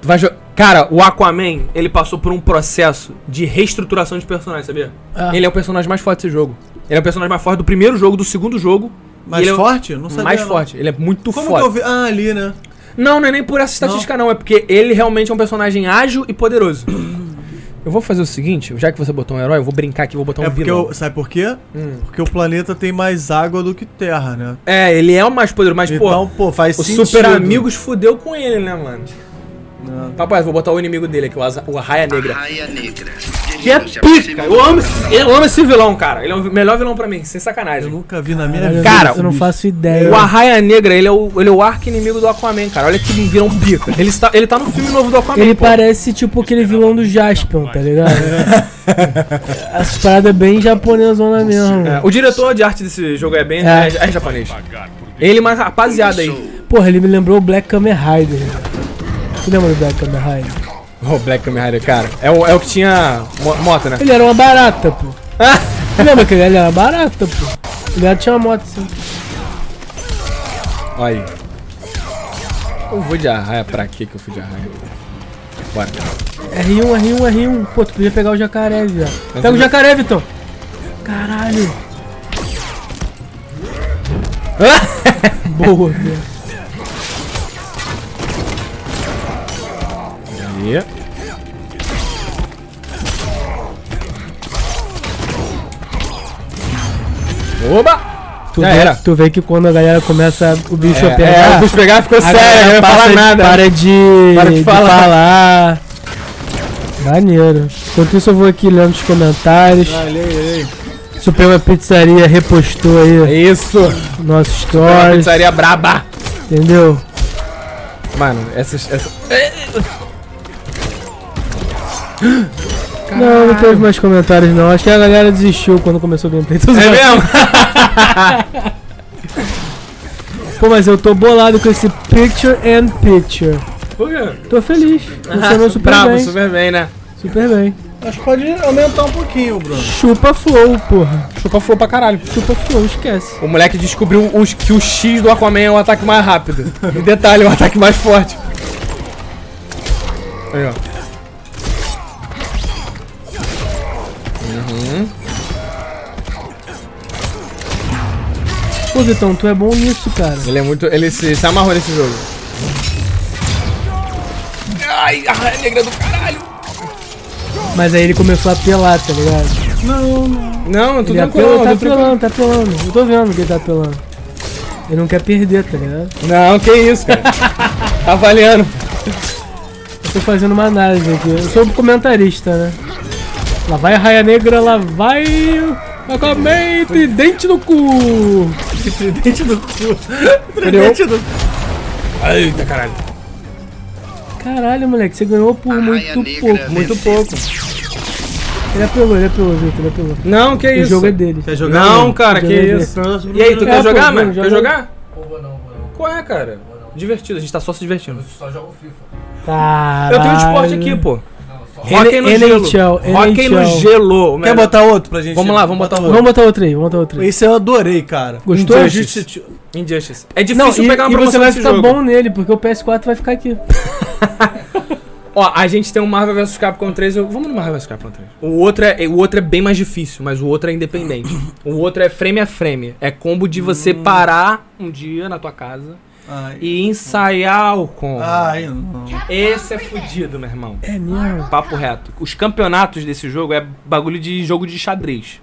S4: Tu vai jo- Cara, o Aquaman, ele passou por um processo de reestruturação de personagem, sabia?
S1: Ah.
S4: Ele é o personagem mais forte desse jogo. Ele é o personagem mais forte do primeiro jogo, do segundo jogo.
S2: mais
S4: Ele é o-
S2: forte? Não sabia.
S4: mais
S2: não.
S4: forte. Ele é muito
S2: Tá Como
S4: forte.
S2: que eu vi? Ah, ali, né?
S4: Não, não é nem por essa estatística, não. É porque ele realmente é um personagem ágil e poderoso. <clears throat> eu vou fazer o seguinte, já que você botou um herói, eu vou brincar aqui, vou botar um
S2: é porque
S4: vilão.
S2: eu, sabe por quê?
S4: Hum.
S2: Porque o planeta tem mais água do que terra, né?
S4: É, ele é o mais poderoso, mas, pô,
S2: então, pô, faz
S4: o
S2: sentido.
S4: Super Amigos fudeu com ele, né, mano?
S2: Não.
S4: Papai, eu vou botar o inimigo dele aqui, o, Asa- o Arraia Negra.
S17: Raia Negra.
S4: Que é
S17: Guerreiros se aproximam
S4: pica! Eu amo,
S17: do
S4: esse- eu amo esse vilão, cara. Ele é o melhor vilão pra mim, sem
S2: Eu
S4: sacanagem.
S2: nunca vi na minha
S1: Caralho,
S2: vida.
S4: É Cara,
S1: eu não faço ideia.
S4: O Arraia Negra, ele é o, ele é o arco-inimigo do Aquaman, cara. Olha que vilão pica. Ele está, ele tá no filme novo do Aquaman,
S1: Ele
S4: pô.
S1: parece tipo aquele vilão do Jaspion, tá
S4: <laughs>
S1: ligado? Essas paradas bem japonesona mesmo.
S4: É, o diretor de arte desse jogo é bem
S1: É.
S4: é- é japonês. Ele, mas rapaziada aí.
S1: Porra, ele me lembrou o Black Kamen Rider. Tu lembra do Black Kamen Rider?
S4: O Black Kamen Rider, cara. É o, é o que tinha mo- moto, né?
S1: Ele era uma barata,
S4: <laughs>
S1: pô. Tu lembra que ele era uma barata, pô? Ele era- tinha uma moto assim.
S4: Olha aí. Eu vou de arraia pra quê que eu fui de arraia? Bora.
S1: R1, R1, R1. Pô, tu podia pegar o jacaré, viado. Pega o jacaré, Vitão. Caralho.
S4: <laughs>
S1: Boa, velho.
S4: Aí. Oba!
S1: Tu,
S4: Já
S1: vê,
S4: era.
S1: tu vê que quando a galera começa o bicho a pegar.
S4: É, o bicho pegar ficou
S1: a galera
S4: sério, não
S1: para
S4: fala
S1: de-
S4: nada.
S1: Para de,
S4: Para de
S1: de
S4: falar.
S1: falar. Maneiro. Enquanto isso, eu vou aqui lendo os comentários.
S2: Olha aí, olha
S1: Suprema Pizzaria repostou aí
S4: É Isso!
S1: nosso
S4: Uma
S1: stories.
S4: pizzaria braba!
S1: Entendeu?
S4: Mano, essas. Essa...
S1: Não, não teve mais comentários, não. Acho que a galera desistiu quando começou o gameplay. Tô
S4: É
S1: zoando.
S4: mesmo?
S1: Pô, mas eu tô bolado com esse picture and picture.
S4: Por quê?
S1: Tô feliz. Funcionou super
S4: Bravo,
S1: bem.
S4: super bem, né?
S1: Super bem.
S2: aí. Acho que pode aumentar um pouquinho, Bruno.
S1: Chupa flow, porra.
S4: Chupa flow pra caralho.
S1: Chupa flow, esquece.
S4: O moleque descobriu os- que o X do Aquaman é o ataque mais rápido. E detalhe, é o ataque mais forte. Aí, ó.
S1: Pô, Vitão, tu é bom nisso, cara.
S4: Ele é muito. Ele se, se amarrou nesse jogo. Ai, a negra do caralho!
S1: Mas aí ele começou a apelar, tá ligado?
S4: Não, tu
S1: Ele
S4: tranquilo,
S1: apelou, tá
S4: tô tranquilo.
S1: apelando, tá apelando. Eu tô vendo que ele tá apelando. Ele não quer perder, tá ligado?
S4: Não, que isso, <laughs> cara. tá avaliando.
S1: Eu tô fazendo uma análise aqui. Eu sou um comentarista, né? Lá vai a raia negra, lá vai. Acabei, tridente no cu!
S2: Tridente do cu.
S4: Tridente
S2: Tridente do
S4: Eita, caralho.
S1: Caralho, moleque, você ganhou por
S17: Raia
S1: muito
S17: Negra
S1: pouco.
S17: muito
S4: Muito pouco.
S1: Ele apelou, ele apelou, Vitor, ele apelou.
S4: Não, que
S1: O
S4: isso.
S1: jogo é dele.
S2: Quer jogar?
S4: Não, cara, que
S1: Jogo é
S4: isso. E aí, tu
S1: É,
S4: quer
S1: pô,
S4: jogar, mano?
S1: não,
S4: Quer
S1: joga-
S4: jogar?
S6: Ou vou não, vou não.
S4: Qual é, cara? Divertido, a gente tá só se divertindo.
S6: Só jogo FIFA.
S1: Caralho.
S4: Eu tenho um esporte aqui, pô. Rock no
S1: NHL,
S4: gelo. Rock no
S1: NHL.
S4: gelo.
S2: Quer botar outro pra gente?
S4: Vamos lá, vamos botar o
S1: Vamos
S4: outro.
S1: botar outro aí, vamos botar outro aí.
S2: Esse eu adorei, cara. Um
S1: Gostou?
S2: Injustice.
S4: Injustice. É
S1: Não,
S4: difícil
S1: e,
S4: pegar uma
S1: e
S4: promoção
S1: você vai
S4: desse
S1: ficar
S4: jogo.
S1: bom nele, porque o PS4 vai ficar aqui.
S4: Ó, a gente tem o Marvel vs Capcom 3. eu- Vamos no Marvel vs Capcom 3. O outro, é, o outro é bem mais difícil, mas o outro
S1: <coughs>
S4: é independente. o outro é frame a frame. É combo de você
S1: Hum.
S4: parar um dia na tua casa
S2: Ai,
S4: e ensaiar o combo.
S1: Ah,
S2: ai, não.
S4: Esse é fudido, meu irmão.
S1: É mesmo?
S4: Papo reto. Os campeonatos desse jogo é bagulho de jogo de xadrez.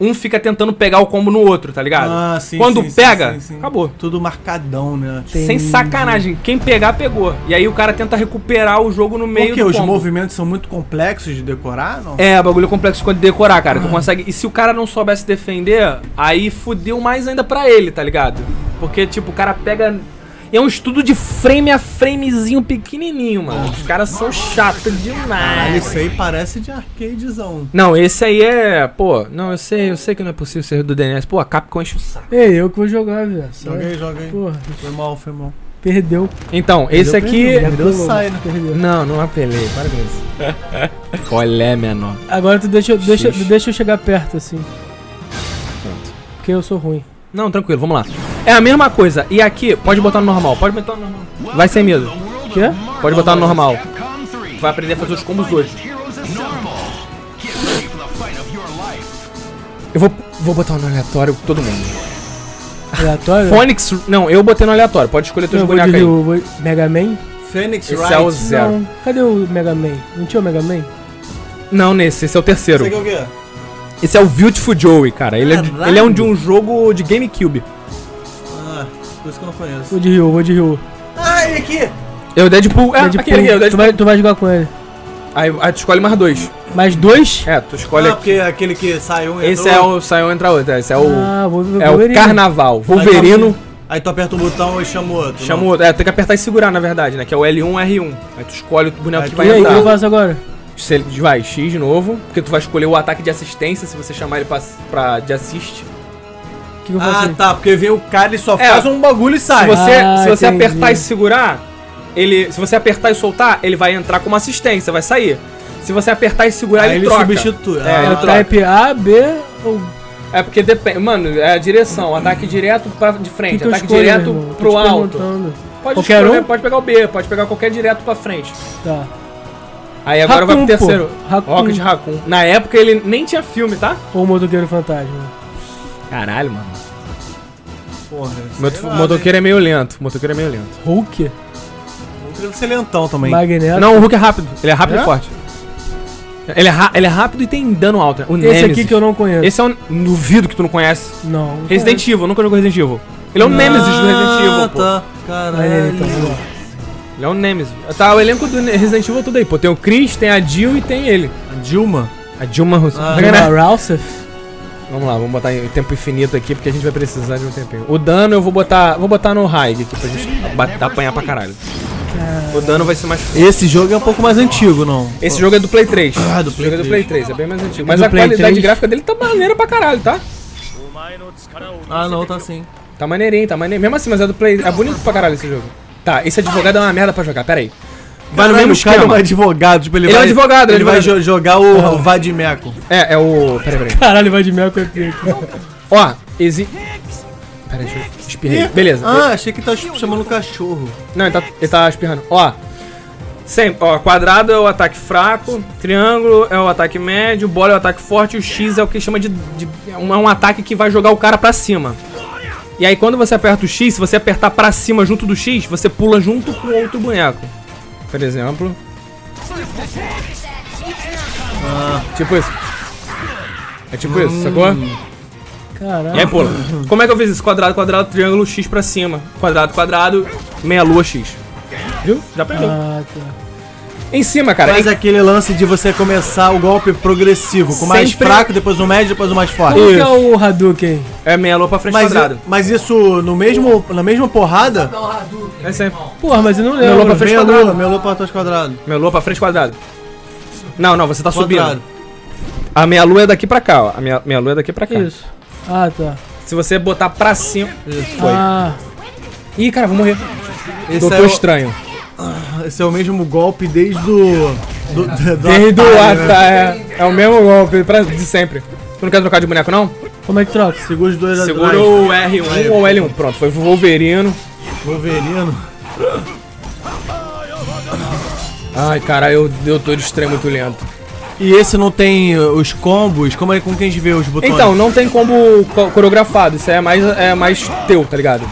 S4: um fica tentando pegar o combo no outro, tá ligado?
S2: Ah, sim,
S4: Quando
S2: sim, sim,
S4: pega,
S2: sim, sim.
S4: acabou.
S2: Tudo marcadão, né?
S4: Sem sacanagem. Quem pegar, pegou. E aí o cara tenta recuperar o jogo no meio
S2: Porque
S4: do
S2: os
S4: combo.
S2: movimentos são muito complexos de decorar, não?
S4: É, bagulho complexo quando decorar, cara.
S2: Ah.
S4: Tu consegue. E se o cara não soubesse defender, aí fudeu mais ainda pra ele, tá ligado? Porque, tipo, o cara pega. E é um estudo de frame a framezinho pequenininho, mano. Os caras são chatos
S2: Ah,
S4: demais.
S2: isso aí parece de arcadezão.
S4: Não, esse aí é. Pô, não, eu sei, eu sei que não é possível ser do DNS. Pô, a Capcom enche o saco.
S1: Ei, eu que vou jogar, velho. Só-
S2: Joga aí, joga aí.
S1: Porra,
S2: Foi mal, foi mal.
S1: perdeu.
S4: Então, esse aqui.
S2: Perdeu,
S1: Perdeu,
S2: sai, né?
S1: Perdeu.
S4: Não, não apelei, para com isso. <laughs> Qual é, menor?
S1: Agora tu deixa, eu- deixa,
S4: Xixi.
S1: deixa eu chegar perto, assim. Porque eu sou ruim.
S4: Não, tranquilo, vamos lá. É a mesma coisa. E aqui, pode botar no normal, pode botar no normal. Vai sem medo.
S1: Quê?
S4: Pode botar no normal. Vai aprender a fazer os combos hoje. Eu vou, vou botar um no aleatório com todo mundo.
S1: Aleatório? Então
S4: Phonix. Não, eu botei no aleatório. Pode escolher teus
S1: Eu vou de
S4: bonecos aí.
S1: Ryu, vou... Mega Man?
S2: Fênix
S4: Esse é o zero.
S1: Não. Cadê o Mega Man? Não tinha o Mega Man?
S4: Não, nesse, esse é o terceiro.
S2: Sei que é o quê?
S4: Esse é o Beautiful Joey, cara. Ele é, de-
S2: Caralho.
S4: ele é um de um jogo de GameCube.
S2: Ah, por isso que eu não conheço.
S1: Vou de Ryu, vou de Ryu.
S2: Ah, ele aqui!
S4: É o Deadpool. É,
S1: Deadpool.
S4: aquele, é o
S1: tu,
S4: Deadpool.
S1: vai, tu vai jogar com ele.
S4: Aí, aí tu escolhe mais dois.
S1: Mais dois?
S4: É, tu escolhe
S2: Olha, Ah, porque aquele que saiu um
S4: Esse
S2: entrou,
S4: é o. Saiu entra outro. Esse é o.
S1: Ah, vou ver
S4: é o Carnaval. Wolverino.
S1: um
S2: Aí tu aperta o botão e chama o outro.
S4: Chama o outro. É, tem que apertar e segurar, na verdade, né? Que é o L1, R1. Aí tu escolhe Ah, o boneco
S2: Aí
S4: que
S2: tu-
S1: E
S4: vai
S1: aí, o que eu
S4: entrar.
S1: faço agora?
S4: Se ele vai, X de novo. Porque tu vai escolher o ataque de assistência se você chamar ele pra, pra- de assist.
S1: O que eu faço?
S2: Ah,
S1: aí?
S2: tá, porque vem o cara e só
S4: assim. É.
S2: faz um bagulho e
S4: Se
S2: sai.
S4: você,
S1: Ah,
S4: se você
S1: entendi.
S4: apertar e segurar, ele. Se você apertar e soltar, ele vai entrar como assistência, vai sair. Se você apertar e segurar,
S2: Aí
S4: ele,
S2: ele
S4: troca.
S2: substitui.
S4: É, ele
S2: Ah.
S4: troca.
S1: Type A, B ou
S4: É porque depende. Mano, é a direção. Ataque direto pra, de frente,
S1: que eu
S4: ataque
S1: escolho, meu
S4: direto
S1: Então irmão? Tô te
S4: pro alto.
S1: perguntando.
S4: Pode
S1: Qualquer
S4: escolher,
S1: um?
S4: pode pegar o B, pode pegar qualquer direto pra frente.
S1: Tá.
S4: Aí agora vai
S1: Raccoon,
S4: pro
S1: pô.
S4: terceiro.
S1: Raccoon.
S4: Rocket Raccoon. Na época ele nem tinha filme, tá?
S1: Ou o motoqueiro fantasma.
S4: Caralho, mano.
S2: Porra,
S4: Mot-
S2: sei lá, né?
S4: motoqueiro é meio lento. Motoqueiro é meio lento.
S1: Hulk?
S2: hein?
S4: é
S2: Deve ser lentão também.
S1: Magneto?
S4: Não, o Hulk é rápido. Ele é rápido
S1: É?
S4: e forte. Ele é, ra- ele é rápido e tem dano alto. né? O
S1: Esse
S4: Nemesis.
S1: aqui que eu não conheço.
S4: Esse é um. Duvido que tu não conhece.
S1: Não. não
S4: Resident Evil, nunca jogou Resident Evil. Ele é um Nemesis do Resident Evil, pô.
S2: Ah, tá.
S4: É,
S1: Maneiro, então,
S2: Caralho.
S1: vamos lá.
S4: Ele é um Nemesis. Tá, o elenco do Ne- Resident Evil é tudo aí, pô. Tem o Chris, tem a Jill e tem ele.
S2: Dilma?
S4: A Dilma Rousseff.
S2: Ah,
S4: Bacana.
S1: Dilma Rousseff?
S4: Vamos lá, vamos botar em tempo infinito aqui, porque a gente vai precisar de um tempinho. O dano eu vou botar. Vou botar no high aqui pra gente bat- apanhar pra caralho. O dano vai ser mais.
S2: Esse jogo é um pouco mais antigo, não?
S4: Esse jogo é do Play 3.
S2: Ah, do Play
S4: Jogo é do Play 3, é bem mais antigo.
S2: É
S4: Mas
S2: do
S4: a
S2: Play
S4: qualidade
S2: 3?
S4: gráfica dele tá maneira pra caralho, tá?
S2: Ah, não, tá sim.
S4: Tá maneirinho, tá maneirinho. Mesmo assim, mas é do Play. É bonito pra caralho esse jogo. Tá, esse advogado é uma merda pra jogar, pera aí. Vai no mesmo
S2: cara é um
S4: esquema.
S2: advogado, tipo, ele,
S4: Ele é
S2: vai...
S4: um advogado,
S2: ele,
S4: ele
S2: vai
S4: vai-
S2: jo- jogar o, o Vadimeco.
S4: É, é o. Peraí, peraí.
S1: Caralho, vai de mel com aqui.
S4: Ó, exi. Peraí, deixa eu. Espirrei. Beleza.
S2: Ah, achei que tá ch- chamando o cachorro.
S4: Não, ele tá, ele tá espirrando. Ó. Sempre, ó, quadrado é o ataque fraco, triângulo é o ataque médio, bola é o ataque forte, o X é o que chama de. de- é um, é um ataque que vai jogar o cara pra cima. E aí quando você aperta o X, se você apertar pra cima junto do X, você pula junto com outro boneco. Por exemplo. Tipo isso. É tipo isso, sacou? E aí
S1: Caralho.
S4: pula. Como é que eu fiz isso? Quadrado, quadrado, triângulo, X pra cima. Quadrado, quadrado, meia lua, X. Viu? Já aprendeu.
S1: Ah, tá.
S4: Em cima, cara.
S2: Faz
S4: Em-
S2: aquele lance de você começar o golpe progressivo, com o mais
S4: Sempre-
S2: fraco, depois o médio, depois o mais forte.
S1: Como que é o Hadouken?
S4: É meia lua pra frente
S2: Mas,
S4: quadrado.
S2: mas isso no mesmo, na mesma porrada?
S6: Não, Hadouken.
S4: É sempre.
S1: Porra, mas eu não
S4: Meu
S1: lembro.
S4: pra frente
S2: Meia
S4: quadrado.
S2: lua, meia lua pra trás quadrado.
S4: Meia lua pra frente quadrado. Não, não, você tá
S2: Quadrado.
S4: subindo. A meia lua é daqui pra cá, ó. A meia, meia lua é daqui pra cá.
S1: Isso. Ah, tá.
S4: Se você botar pra cima. Foi.
S1: Ah,
S4: Ih, cara, vou morrer.
S2: Esse
S4: Doutor
S2: é, o,
S4: estranho.
S2: esse é o mesmo golpe desde o. Do, do, do
S4: Desde do
S2: Atari, né?
S4: Ata, é, é o mesmo golpe pra, de sempre. Tu não quer trocar de boneco, não?
S1: como é que troca?
S2: Segura os dois
S4: Segura
S2: atrás.
S4: o R1 ou L1. Pronto, foi o Wolverino.
S2: Wolverino.
S4: Ai, cara, eu, eu tô de estranho muito lento.
S2: E esse não tem uh, os combos? Como é como que a gente vê os botões?
S4: Então, não tem combo co- coreografado, isso aí é mais, é mais teu, tá ligado?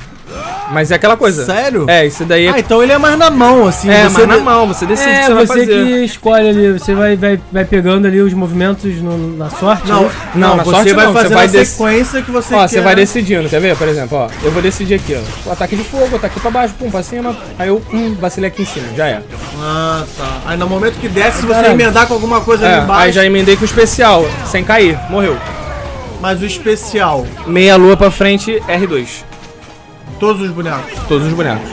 S4: Mas é aquela coisa.
S2: Sério?
S4: É, isso daí é.
S2: Ah, então ele é mais na mão, assim.
S4: é,
S2: você
S4: mas na mão, você decide o que
S1: É,
S4: você, vai
S1: você
S4: fazer.
S1: que escolhe ali, você vai, vai, vai pegando ali os movimentos no- na sorte. né?
S2: Não,
S4: Não,
S2: não,
S4: na
S2: você
S4: sorte
S2: vai
S4: não, você
S2: fazer
S4: vai
S2: a
S4: dec-
S2: sequência que né? você
S4: Ó,
S2: quer.
S4: você vai decidindo, quer ver? Por exemplo, ó, eu vou decidir aqui, ó. O ataque de fogo, ataque pra baixo, pum, pra cima. Aí eu, hum, vacilei aqui em cima, já é.
S2: Ah, tá. Aí no momento que desce, se você
S4: Caralho.
S2: emendar com alguma coisa
S4: é
S2: ali embaixo.
S4: aí já emendei com o especial, sem cair, morreu.
S2: Mas o especial,
S4: Meia lua pra frente, R2.
S2: todos os bonecos.
S4: Todos os bonecos.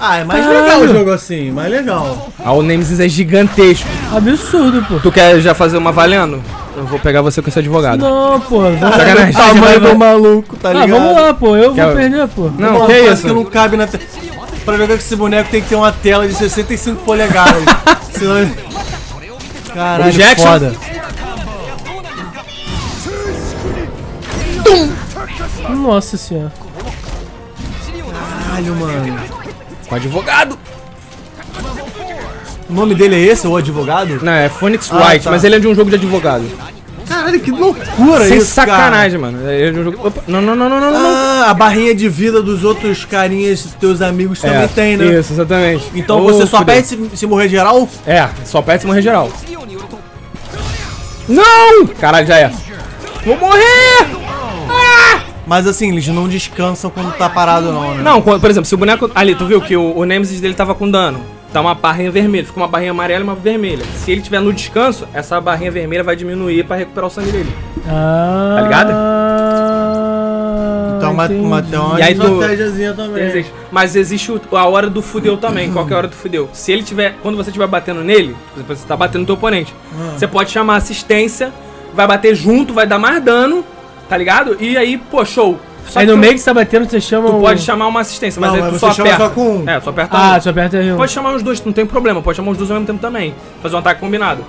S2: Ah, é mais legal o jogo assim, mais legal.
S4: Ah, o Nemesis é gigantesco.
S1: Absurdo, pô.
S4: Tu quer já fazer uma valendo? Eu vou pegar você com esse advogado.
S1: Não, pô. Vamos...
S4: Sacanagem.
S2: Tamanho do maluco, tá
S1: Ah,
S2: ligado?
S1: vamos lá, pô. Eu
S4: Tá Quer-
S1: vou perder, pô.
S4: Não,
S2: Uma
S4: que
S2: coisa
S4: isso?
S2: que não cabe na te... Pra jogar com esse boneco tem que ter uma tela de 65
S4: <laughs>
S2: polegadas. Senão... Caralho,
S4: Jackson?
S2: foda.
S1: Nossa senhora.
S2: Caralho, mano.
S4: Com advogado!
S2: O nome dele é esse, o advogado?
S4: Não, é Phoenix
S2: Ah,
S4: White,
S2: tá.
S4: mas ele é de um jogo de advogado.
S2: Caralho, que loucura
S4: Sem
S2: isso, cara.
S4: sacanagem, mano. Ele é de um jogo. Opa, não, não, não, não, não, não.
S2: Ah, a barrinha de vida dos outros carinhas, teus amigos, também
S4: É,
S2: tem, né?
S4: Isso, exatamente.
S2: Então
S4: Ô,
S2: você só
S4: fudeu.
S2: perde se, se morrer geral?
S4: É, só perde se morrer geral. Não! Caralho, já é. Vou morrer!
S2: Mas assim, eles não descansam quando tá parado, não, né?
S4: Não, quando- por exemplo, se o boneco. Ali, tu viu que o, o Nemesis dele tava com dano. Tá uma barrinha vermelha, fica uma barrinha amarela e uma vermelha. Se ele tiver no descanso, essa barrinha vermelha vai diminuir pra recuperar o sangue dele.
S1: Ah,
S4: Tá ligado?
S2: Então, uma,
S1: entendi.
S2: uma, tem uma
S4: E aí tu-
S2: estratégiazinha também.
S4: Então Existe. Mas existe o- a hora do fudeu também. Qual que é a hora do fudeu? Se ele tiver. Quando você estiver batendo nele, por exemplo, você tá batendo no teu oponente, você pode chamar assistência, vai bater junto, vai dar mais dano, tá ligado? E aí, pô, show. Só
S1: Aí
S4: que
S1: no
S4: tu-
S1: meio que você tá batendo, você chama
S4: Tu
S1: o-
S4: pode chamar uma assistência, mas
S2: Não,
S4: aí
S2: mas
S4: tu
S2: você
S4: só
S2: chama
S4: aperta.
S2: só com um.
S4: É, só aperta um.
S1: Ah, só aperta aí.
S4: Pode chamar os dois, não tem problema. Pode chamar os dois ao mesmo tempo também. Fazer um ataque combinado.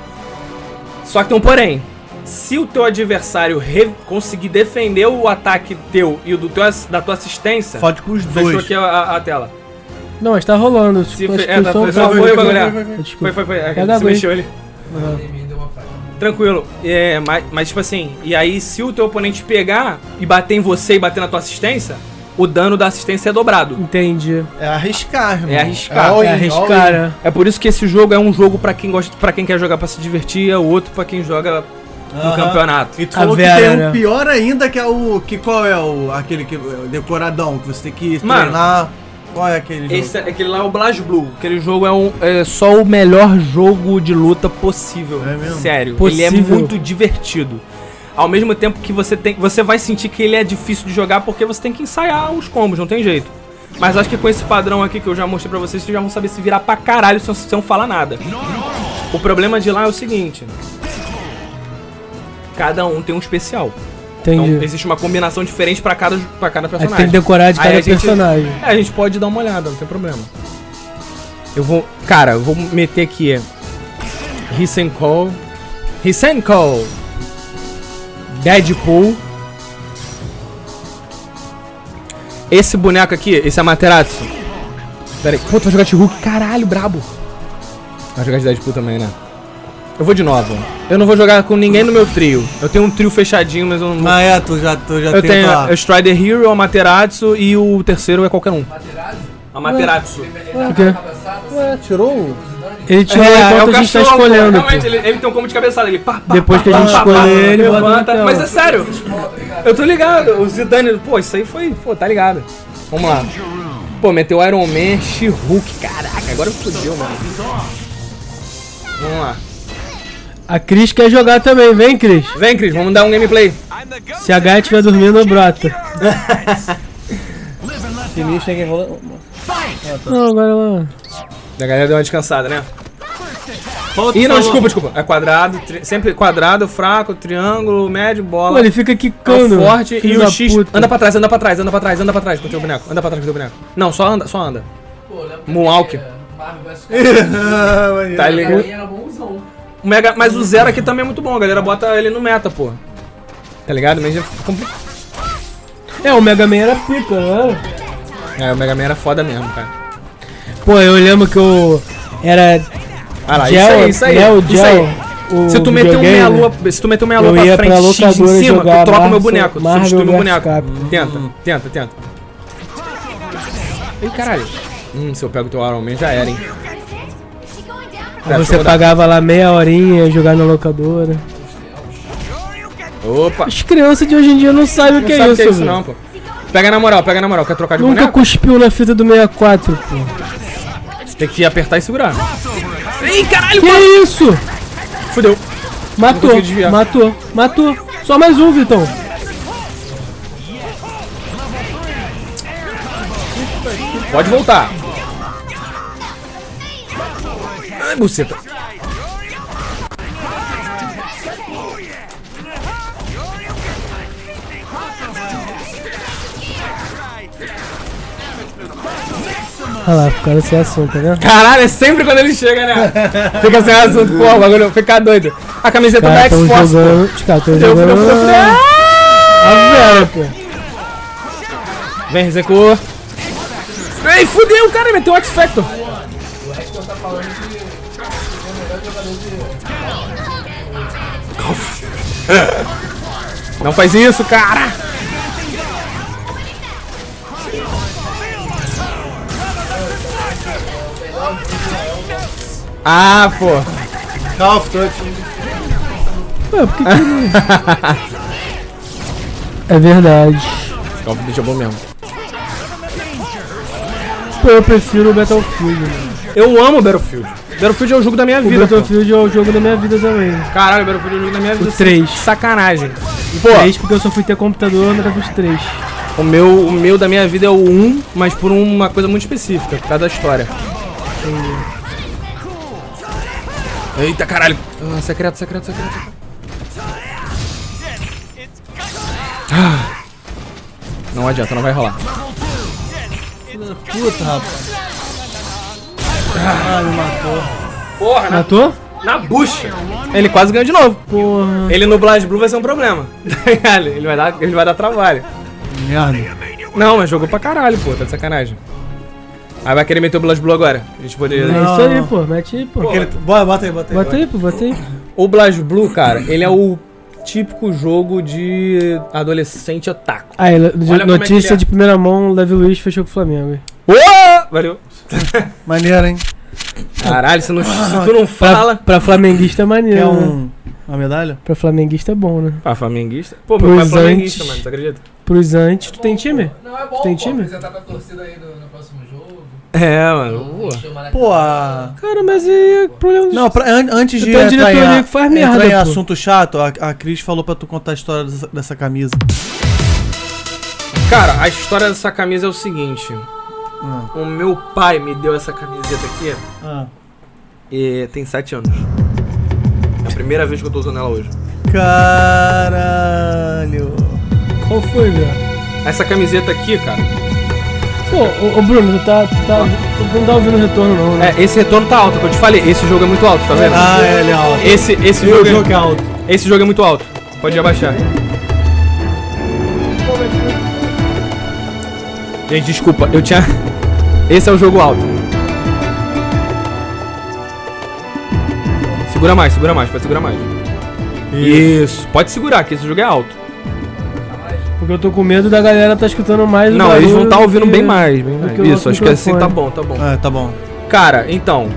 S4: Só que tem um porém. Se o teu adversário re- conseguir defender o ataque teu e o do teu, ass- da tua assistência...
S2: Fode com os
S4: Fechou
S2: dois.
S4: aqui a, a- a tela.
S1: Não, mas tá rolando.
S4: Se
S1: Acho
S4: fe-
S1: que
S4: é,
S1: o
S4: tá-
S1: som-
S4: foi,
S1: tá-
S4: foi, foi, galera. Foi,
S1: Desculpa.
S4: foi, foi. É,
S1: Pega
S4: se
S1: a
S4: mexeu ele. Tranquilo. É, mas, mas, tipo assim, e aí se o teu oponente pegar e bater em você e bater na tua assistência, o dano da assistência é dobrado.
S1: Entendi.
S2: É arriscar, irmão.
S4: É arriscar.
S2: all in,
S1: É
S2: all in.
S1: arriscar.
S4: É por isso que esse jogo é um jogo pra quem gosta, para quem quer jogar pra se divertir, é o outro pra quem joga no
S2: Aham.
S4: campeonato.
S2: E tu
S1: A
S2: falou que
S1: Vera,
S2: tem um
S1: né?
S2: pior ainda, que é o. Que qual é o. Aquele que. o Decoradão, que você tem que
S4: Mano,
S2: treinar. Qual é aquele jogo?
S4: Esse, aquele lá é o Blast Blue. Aquele jogo é, um, é só o melhor jogo de luta possível.
S2: É mesmo?
S4: Sério. Ele é
S1: Possível.
S4: muito divertido. Ao mesmo tempo que você tem. Você vai sentir que ele é difícil de jogar porque você tem que ensaiar os combos, não tem jeito. Mas acho que com esse padrão aqui que eu já mostrei pra vocês, vocês já vão saber se virar pra caralho sem, sem falar nada. O problema de lá é o seguinte. Cada um tem um especial. Então
S1: Entendi.
S4: existe uma combinação diferente pra cada, pra cada
S1: Aí
S4: personagem.
S1: tem que decorar de
S4: Aí
S1: cada
S4: a gente-
S1: personagem.
S4: É, a gente pode dar uma olhada, não tem problema. Eu vou. Cara, eu vou meter aqui. é, Hisenko. Hisenko! Deadpool. Esse boneco aqui, esse é Materazzo. Pera aí. Pô, tu vai jogar de Hulk? Caralho, brabo. Vai jogar de Deadpool também, né? Eu vou de novo. Eu não vou jogar com ninguém no meu trio. Eu tenho um trio fechadinho, mas eu não.
S2: Ah, é, tu já, tu já
S4: Eu
S2: tem
S4: tenho
S2: tua-
S4: a Strider Hero, a Materazzo e o terceiro é qualquer um. A Materazzo.
S1: Por
S4: tá
S1: quê?
S2: Ué, tirou o.
S1: Ele
S4: É,
S1: tirou enquanto a gente tá escolhendo,
S4: Realmente,
S1: pô.
S4: ele, ele tem um combo de cabeçada. Ele pá, pá,
S1: Depois
S4: pá,
S1: que a
S4: pá,
S1: gente
S4: pá,
S1: escolher,
S4: pá,
S1: ele bota na
S4: levanta.
S1: tela.
S4: Mas é sério. Eu tô ligado. O Zidane, pô, isso aí foi... Pô, tá ligado. Vamos lá. Pô, meteu Iron Man, She-Hulk. Caraca, agora fodeu, mano. Vamos lá.
S1: A Cris quer jogar também, vem, Cris.
S4: Vem, Cris, vamos dar um gameplay.
S1: Se a Gaia estiver dormindo, brota. Não, agora ela.
S4: A galera deu uma descansada, né?
S2: Falta-
S4: Ih, não,
S2: falou-
S4: desculpa, desculpa. É quadrado, tri- sempre quadrado, fraco, triângulo, médio, bola.
S1: Pô, ele fica
S4: É o
S1: quicando.
S4: forte
S1: filho
S4: e o
S1: da
S4: X.
S1: puta.
S4: Anda pra trás, anda pra trás, anda pra trás, anda pra trás com o teu boneco. Anda pra trás com o teu boneco. Não, só anda, só anda.
S6: Pô, lembra
S4: Moonwalk.
S6: que Marvel vs. Capcom,
S4: Tá
S6: pra
S4: ligado?
S6: mim era bonzão.
S4: O Mega, mas o zero aqui também é muito bom, a galera bota ele no meta, pô. Tá ligado? Mas já fica complicado.
S1: É, o Mega Man era pica, né?
S4: É, o Mega Man era foda mesmo, cara.
S1: Pô, eu lembro que eu era
S4: Olha lá, isso
S1: gel,
S4: aí, isso aí.
S1: Neo
S4: isso
S1: Gel.
S4: aí.
S1: o
S4: Se tu meter um
S1: videogame,
S4: meia lua, se tu meter um meia lua
S1: Eu
S4: pra
S1: ia pra
S4: frente, X em
S1: locadora
S4: cima,
S1: jogar
S4: tu troca o meu
S1: Marvel-
S4: boneco, tu
S1: Marvel
S4: substitui o meu
S1: versus
S4: boneco.
S1: Capcom.
S4: Tenta, tenta, tenta. Ih, caralho. Hum, se eu pego teu Iron Man, já era, hein? Tá
S1: Aí você pagava lá meia horinha, ia jogar na locadora.
S4: Opa!
S1: As crianças de hoje em dia não sabem o que é
S4: sabe
S1: isso,
S4: que é isso
S1: velho.
S4: não, pô. Pega na moral, pega na moral. Quer trocar de
S1: Nunca
S4: boneco?
S1: cuspiu na fita do 64, pô.
S4: Tem que apertar e segurar. Ih, caralho,
S1: Que isso?
S4: Fudeu.
S1: Matou,
S4: consegui desviar.
S1: matou, matou. Só mais um, Vitão.
S4: Pode voltar. Ai, buceta.
S1: Olha lá, ficaram sem assunto, né?
S4: Caralho, é sempre quando ele chega,
S2: <laughs>
S4: né? Fica sem assunto, porra, o bagulho fica doido. A camiseta
S1: Cara,
S4: da
S1: Ah, tão
S4: X-Force, é pô.
S1: jogando. Os caras tão
S4: Fudeu, fudeu, fudeu, fudeu.
S1: jogando. Ah, velho, pô.
S4: Vem, Rezecu. Ei, fudeu, cara, meteu o X-Factor. Não faz isso, cara! Ah, pô.
S2: Call of Duty.
S1: É verdade.
S4: Call of Duty é bom mesmo.
S1: Pô, eu prefiro o Battlefield, mano.
S4: Eu amo Battlefield. Battlefield é o jogo da minha
S1: O
S4: vida. pô.
S1: Battlefield é o jogo da minha vida também.
S4: Caralho, Battlefield é o jogo da minha vida.
S1: O 3.
S4: Sacanagem. Pô,
S1: Três, porque eu só fui ter computador no Battlefield 3.
S4: o meu, o meu da minha vida é o 1, mas por uma coisa muito específica, por causa da história. Eita caralho! Ah, secreto, secreto, secreto. Ah. Não adianta, não vai rolar.
S2: Puta, rapaz. Ah, me matou.
S4: Porra,
S1: Matou?
S4: na bucha! Ele quase ganhou de novo.
S1: Porra.
S4: Ele no Blast Blue vai ser um problema. <laughs> ele, vai dar, ele vai dar trabalho.
S19: Merda.
S4: Não, mas jogou pra caralho, pô, tá de sacanagem. Aí vai querer meter o Blast Blue agora. A gente poderia. né?
S1: É isso aí, pô. Mete aí, pô.
S2: Aquele- Bora, bota aí, bota aí.
S1: Bota aí, pô, bota aí.
S4: O Blast Blue, cara, ele é o típico jogo de adolescente otaku.
S1: Aí,
S4: como é que
S1: notícia
S4: ele é.
S1: de primeira mão, o Davi Luiz fechou com o Flamengo.
S4: Ô! Valeu.
S2: Maneiro, hein?
S4: Caralho, se, não, se tu não
S1: Ah, Pra,
S4: fala.
S1: pra flamenguista é maneiro,
S2: Quer
S1: né?
S2: um, uma medalha?
S1: Pra flamenguista é bom, né?
S4: Ah, flamenguista? Pô, meu pai é
S1: Pros
S4: flamenguista,
S1: antes.
S4: mano, tu acredita?
S1: Pros antes, tu tem time?
S20: Não, é bom,
S1: Tem
S20: pô,
S1: time?
S20: apresentar pra torcida aí no, no próximo jogo.
S4: É, mano.
S20: Encher o Maracanã.
S2: Pô, a...
S1: Cara, mas é problema do...
S2: Não, pra- an- antes
S1: Tu
S2: de
S1: tem um diretor
S2: em-
S1: ali que faz merda,
S2: entrar em
S1: pô.
S2: assunto chato, a, a Cris falou pra tu contar a história dessa, dessa camisa.
S4: Cara, a história dessa camisa é o seguinte. O meu pai me deu essa camiseta aqui
S2: Ah.
S4: e tem 7 anos. É a primeira vez que eu tô usando ela hoje.
S2: Caralho.
S1: Qual foi, velho?
S4: Essa camiseta aqui, cara.
S1: Pô, ô, ô, Bruno, tu tá, tu tá... Tu não tá ouvindo retorno, não, né?
S4: É, esse retorno tá alto, que eu te falei. Esse jogo é muito alto, tá vendo?
S2: Ah, ele é alto.
S4: Esse, esse
S2: Meu
S4: jogo,
S2: jogo
S4: é,
S2: é alto.
S4: esse jogo é muito alto. Pode abaixar. Gente, desculpa, eu tinha. <laughs> Esse é o jogo alto. Segura mais, segura mais, pode segurar mais. Isso. Pode segurar, que esse jogo é alto.
S1: Porque eu tô com medo da galera tá escutando mais o
S4: Não, eles vão
S1: barulho
S4: tá
S1: do
S4: ouvindo
S1: que-
S4: bem mais. Bem
S1: do
S4: mais.
S1: que o
S4: Isso,
S2: um
S1: nosso
S4: acho que assim tá
S1: microfone.
S4: bom, tá bom.
S2: Ah, tá bom.
S4: Cara, então,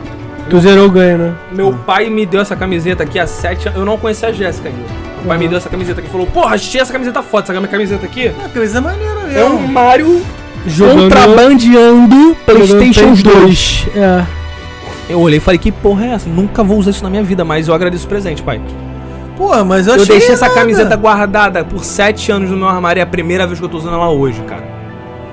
S1: Tu zerou o ganho, né?
S4: Meu pai me deu essa camiseta aqui há sete anos. Eu não conhecia a Jéssica ainda. Meu pai me deu essa camiseta aqui e falou: Porra, achei essa camiseta foda. Essa minha camiseta aqui
S2: A camisa é maneira mesmo.
S4: é um Mario
S1: Jogando-
S4: contrabandeando PlayStation 2.
S1: É.
S4: Eu olhei e falei: Que porra é essa? Nunca vou usar isso na minha vida, mas eu agradeço o presente, pai.
S2: Pô, mas eu
S4: Eu
S2: achei
S4: deixei essa
S2: irada.
S4: camiseta guardada por sete anos no meu armário. É a primeira vez que eu tô usando ela hoje, cara.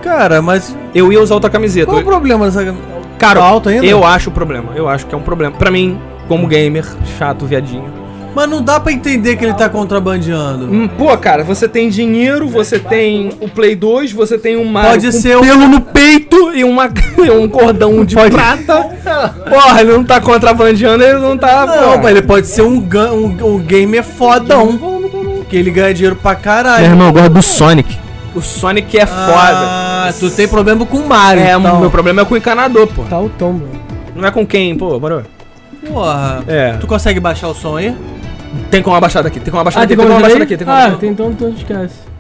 S2: Cara, mas
S4: Eu ia usar outra camiseta.
S2: qual o
S4: Eu-
S2: problema dessa camisa?
S4: Cara,
S2: Tá alto ainda?
S4: eu acho o problema. Eu acho que é um problema. Pra mim, como gamer, chato, viadinho.
S2: Mas não dá pra entender que ele tá contrabandeando.
S4: Hum, Pô, cara, você tem dinheiro, você tem o Play 2, você tem um Mario
S2: Pode
S4: com
S2: ser um...
S4: pelo no peito e uma, <laughs> e um cordão de prata. Porra, ele não tá contrabandeando, ele não tá...
S2: Não,
S4: porra.
S2: mas ele pode ser um, ga- um, um gamer fodão. Que ele ganha dinheiro pra caralho.
S21: Meu irmão, eu gosto do Sonic.
S4: O Sonic é foda.
S2: Ah, tu tem problema com o Mario,
S4: É,
S2: então.
S4: meu problema é com o encanador, pô.
S1: Tá o tom, mano.
S4: Não é com quem, pô, barulho.
S2: Porra.
S4: É.
S2: Tu consegue baixar o som aí?
S4: Tem como abaixar daqui, tem como abaixar
S1: Ah,
S4: daqui,
S1: tem
S4: tem como
S1: como
S4: abaixar
S1: ver?
S4: daqui, tem como
S1: Ah,
S4: abaixar
S1: tem então, então esquece.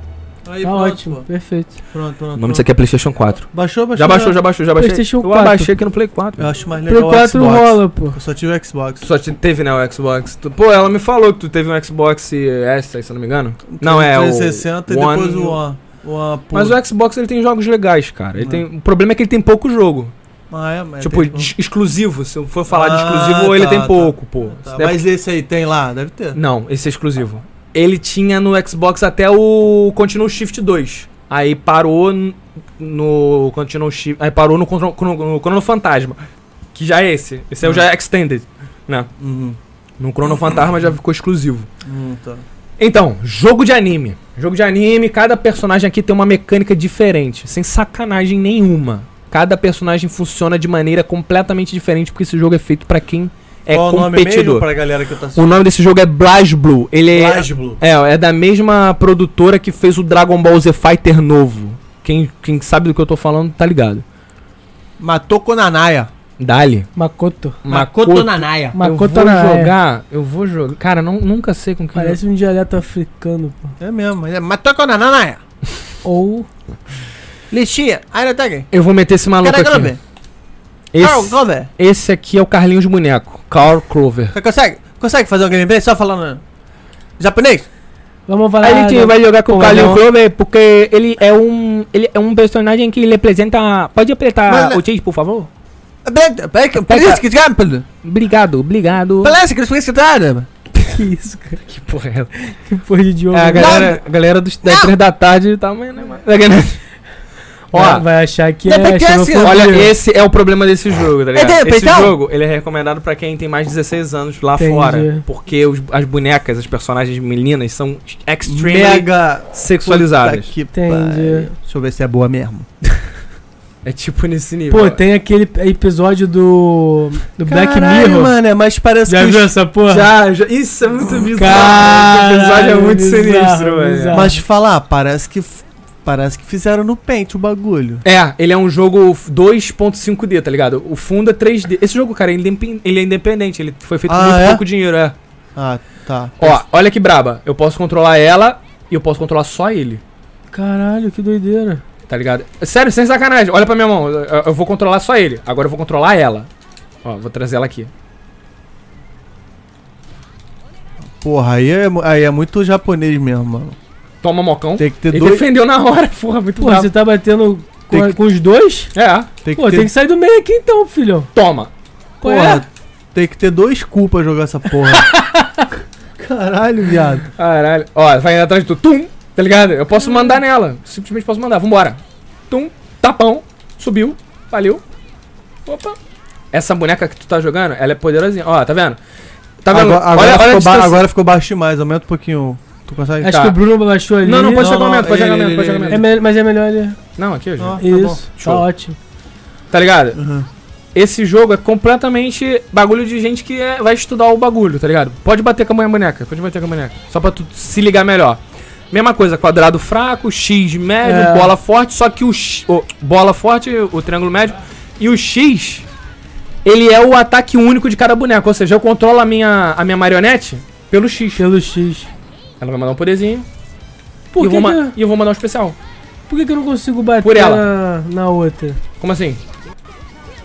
S2: Aí,
S1: Tá
S2: pronto,
S1: ótimo,
S2: pô.
S1: perfeito.
S2: Pronto, pronto.
S22: O nome
S2: pronto.
S22: disso aqui é PlayStation 4.
S2: Baixou, baixou?
S4: Já baixou, já baixou, já baixei.
S1: PlayStation
S4: eu
S1: 4.
S4: baixei aqui no Play 4.
S2: Eu acho mais
S1: Play
S2: legal o
S1: 4
S2: Xbox.
S1: rola, pô.
S2: Eu só tive o Xbox.
S7: Tu só te- teve, né, o Xbox. Tu- pô, ela me falou que tu teve um Xbox S, aí, se eu não me engano. Não, é o
S2: 360 e depois o One. O One puro.
S7: Mas é o Xbox, ele tem jogos legais, cara. Ele
S2: É.
S7: tem... O problema é que ele tem pouco jogo.
S2: Ah, é, mas
S7: tipo,
S2: tem como.
S7: de- exclusivo. Se eu for falar
S2: Ah,
S7: de exclusivo, ele
S2: tá,
S7: tem
S2: tá.
S7: pouco, pô.
S2: Tá,
S7: Isso daí é
S2: mas esse aí tem lá? Deve ter.
S7: Não, esse é exclusivo. Ele tinha no Xbox até o Continual Shift 2. Aí parou n- no Continual Shift. Aí parou no, Contro- no, no Chrono Fantasma. Que já é esse. Esse aí já é Extended. Né?
S2: Uhum.
S7: No Chrono Fantasma já ficou exclusivo.
S2: Hum, tá.
S7: Então, jogo de anime. Jogo de anime, cada personagem aqui tem uma mecânica diferente, sem sacanagem nenhuma. Cada personagem funciona de maneira completamente diferente, porque esse jogo é feito pra quem é
S2: Qual o nome mesmo
S7: competidor.
S2: pra galera que tá
S7: O nome desse jogo é BlazBlue. Ele é
S2: Blazblue.
S7: é, é da mesma produtora que fez o Dragon Ball Z Fighter novo. Quem, quem sabe do que eu tô falando tá ligado.
S2: Matou Konanaya.
S7: Dali.
S1: Makoto.
S7: Makoto.
S2: Nanaya.
S7: Eu
S1: Makoto
S7: vou
S1: Araya.
S7: jogar, eu vou jogar. Cara, não, nunca sei com que
S1: Parece um dialeto africano, pô.
S2: É mesmo. É Matou Konanaya.
S1: Ou.
S2: Lixia. Airatake.
S7: eu vou meter esse maluco aqui.
S2: Karaglobe. Carl
S7: um Esse,
S2: um Glover.
S7: esse aqui é o Carlinhos Boneco, Carl Crover.
S2: Você Consegue? Consegue fazer um gameplay só falando japonês?
S1: Vamos falar.
S7: A gente
S1: da-
S7: vai jogar com o
S1: Porra,
S7: Carlinhos
S1: Ah, não.
S7: Crover porque ele é um ele é um personagem que representa. Pode apresentar
S2: Mas-
S7: o Chase, por favor?
S2: Pega, pega, pega, é que exemplo.
S7: Obrigado, obrigado.
S2: Parece que tá, né? eles fizeram.
S1: Que <laughs> isso, cara.
S7: Que porra é essa?
S1: Que porra de idioma.
S7: É, a
S1: né?
S7: galera, a galera dos, das três da tarde tá amanhã, né, mano? Ó,
S1: vai achar que
S2: Não,
S1: é.
S2: porque assim,
S1: xenofobia.
S7: olha, esse é o problema desse jogo, tá ligado?
S2: Entendeu,
S7: Esse
S2: então?
S7: jogo, ele é recomendado pra quem tem mais de 16 anos lá
S1: Entendi.
S7: fora. Porque os- as bonecas, as personagens meninas, são extremely
S2: Mega
S7: sexualizadas.
S2: Puta que
S1: Entendi.
S2: pariu. Deixa eu ver se é boa mesmo.
S7: É tipo nesse nível.
S1: Pô, tem aquele episódio do. Do Black
S2: Caralho,
S1: Mirror.
S2: mano, é, mas parece
S1: Já
S2: que os-
S1: viu essa porra?
S7: Já, já- isso é muito bizarro.
S1: Caralho,
S7: esse episódio é muito
S1: bizarro,
S7: sinistro, velho.
S1: bizarro.
S2: Mas te falar, parece que f- parece que fizeram no Paint o bagulho.
S7: É, ele é um jogo 2.5D, tá ligado? O fundo é 3D. Esse jogo, cara, ele é independ- ele é independente. Ele foi feito com
S2: Ah,
S7: muito
S2: é?
S7: pouco dinheiro, é.
S2: Ah, tá.
S7: Ó, olha que braba. Eu posso controlar ela e eu posso controlar só ele.
S1: Caralho, que doideira.
S7: Tá ligado? Sério, sem sacanagem. Olha pra minha mão. Eu, eu vou controlar só ele. Agora eu vou controlar ela. Ó, vou trazer ela aqui.
S2: Porra, aí é, mu- aí é muito japonês mesmo, mano.
S7: Toma, mocão.
S2: Tem que ter
S7: Ele
S2: dois.
S7: defendeu na hora, <laughs> porra. Muito
S1: Pô,
S7: brabo.
S1: você tá batendo
S2: Tem
S1: com,
S2: que-
S1: com os dois?
S7: É,
S2: Tem que,
S1: Pô,
S2: ter,
S1: tem que sair do meio aqui então, filhão.
S7: toma.
S1: Qual
S2: porra,
S1: é?
S2: tem que ter dois cu pra jogar essa porra. <laughs> Caralho, viado.
S7: Caralho. Ó, vai indo atrás do tum. Tá ligado? Eu posso mandar nela. Simplesmente posso mandar. Vambora. Tum. Tapão. Subiu. Valeu. Opa. Essa boneca que tu tá jogando, ela é poderosinha. Ó, tá vendo? Tá vendo?
S2: Agora, agora
S7: olha, olha a
S2: ficou assim. ba-
S7: distância.
S2: agora ficou baixo demais, aumenta um pouquinho. Tu consegue?
S1: Acho
S7: tá.
S1: que o Bruno baixou ali.
S7: Não, não, pode
S2: Não,
S7: jogar
S2: não,
S7: aumento, pode
S2: ele-
S7: jogar aumento,
S2: ele-
S7: pode jogar
S2: ele-
S1: É
S7: aumento.
S1: me- mas é melhor ele.
S7: Não, aqui, gente.
S2: Ó, tá bom.
S1: Isso, tá
S7: Ah, Show.
S1: ótimo.
S7: Tá ligado?
S2: Uhum.
S7: Esse jogo é completamente bagulho de gente que é- vai estudar o bagulho, tá ligado? Pode bater com a boneca, pode bater com a boneca. Só pra tu se ligar melhor. Mesma coisa, quadrado fraco, X médio,
S1: É.
S7: bola forte, só que o, X, o- bola forte, o triângulo médio e o X ele é o ataque único de cada boneco, ou seja, eu controlo a minha a minha marionete pelo X.
S1: Pelo X.
S7: Ela vai mandar um poderzinho
S1: Por
S7: e, eu
S1: que,
S7: vou ma-
S1: que,
S7: e eu vou mandar um especial.
S1: por que, que eu não consigo bater
S7: Por ela.
S1: Na, na outra?
S7: Como assim?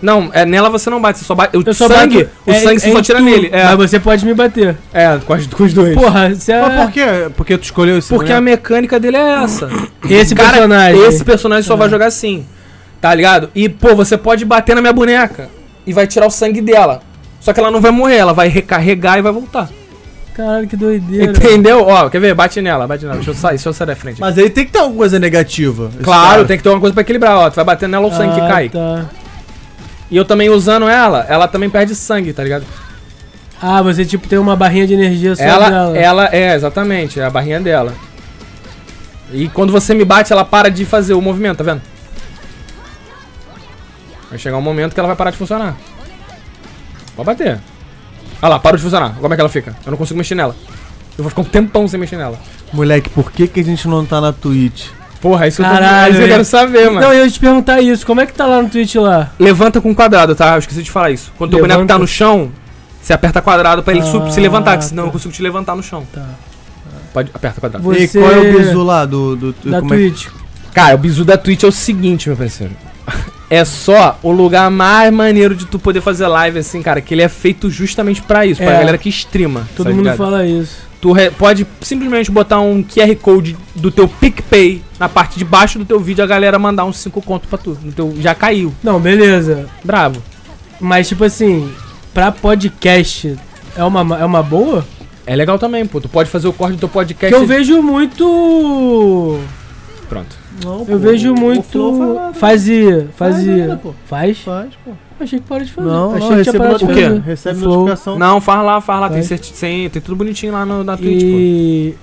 S7: Não, é, nela você não bate, você só bate. O
S1: Eu só
S7: sangue,
S1: bato-
S7: o
S1: é-
S7: sangue você
S1: é
S7: só
S1: em
S7: tira
S1: tu,
S7: nele. É,
S1: Mas você pode me bater.
S7: é com, as, com os dois.
S1: Porra, você é.
S2: Mas por quê? Porque tu escolheu esse
S1: né?
S7: Porque a mecânica dele é essa.
S1: Esse
S7: Cara,
S1: personagem.
S7: Esse personagem só vai jogar assim. Tá ligado? E, pô, você pode bater na minha boneca e vai tirar o sangue dela. Só que ela não vai morrer, ela vai recarregar e vai voltar.
S1: Caralho, que doideira.
S7: Entendeu? Ó, quer ver? Bate nela, bate nela. Deixa eu sair, deixa eu sair da frente.
S2: Mas aí tem que ter alguma coisa negativa. Esse
S7: claro,
S2: cara.
S7: tem que ter uma coisa pra equilibrar, ó. Tu vai batendo nela o sangue que
S1: Ah,
S7: cai.
S1: tá.
S7: E eu também usando ela, ela também perde sangue, tá ligado?
S1: Ah, você tipo tem uma barrinha de energia só
S7: Ela,
S1: dela.
S7: ela é, exatamente, é a barrinha dela. E quando você me bate, ela para de fazer o movimento, tá vendo? Vai chegar um momento que ela vai parar de funcionar. Pode bater. Olha lá, parou de funcionar. Como é que ela fica? Eu não consigo mexer nela. Eu vou ficar um tempão sem mexer nela.
S2: Moleque, por que, que a gente não tá na Twitch?
S7: Porra, isso
S1: Caralho,
S7: eu, tô... isso eu
S1: hein?
S7: quero saber, mano.
S1: Não, eu ia te perguntar isso. Como é que tá lá no Twitch lá?
S7: Levanta com quadrado, tá? Eu esqueci de falar isso. Quando teu boneco
S1: Levanta.
S7: tá no chão, você aperta quadrado pra ele su- se levantar,
S1: Ah,
S7: que senão
S1: tá.
S7: eu não consigo te levantar no chão.
S4: Pode, aperta quadrado.
S1: Você-
S2: E qual é o bizu lá do... do, do-
S1: Da
S2: como é-
S1: Twitch.
S7: Cara, o bizu da Twitch é o seguinte, meu parceiro. <laughs> É só o lugar mais maneiro de tu poder fazer live, assim, cara, que ele é feito justamente pra isso, pra
S1: É.
S7: galera que streama.
S1: Todo
S7: tá
S1: mundo
S7: ligado?
S1: fala isso.
S7: Tu re- pode simplesmente botar um QR Code do teu PicPay na parte de baixo do teu vídeo, a galera mandar uns 5 conto pra tu. No teu... Já caiu.
S1: Não, beleza.
S7: Bravo.
S1: Mas, tipo assim, pra podcast é uma, é uma boa?
S7: É legal também, pô. Tu pode fazer o corte do teu podcast.
S1: Porque eu vejo muito.
S7: Pronto.
S2: Não, pô,
S1: Eu vejo
S2: o
S1: muito.
S2: Flow faz nada,
S1: Fazia, fazia.
S2: nada, pô.
S1: Faz?
S2: Faz, pô.
S1: Achei que parou de fazer.
S2: Não,
S1: Achei
S2: não,
S1: que tinha
S2: recebe
S1: parado de fazer.
S2: notificação. Recebe
S1: Flow.
S2: notificação.
S7: Não, faz lá, faz lá. Tem,
S2: É.
S1: Vai.
S7: certi... tem, tem tudo bonitinho lá no, na Twitch, pô.
S1: E.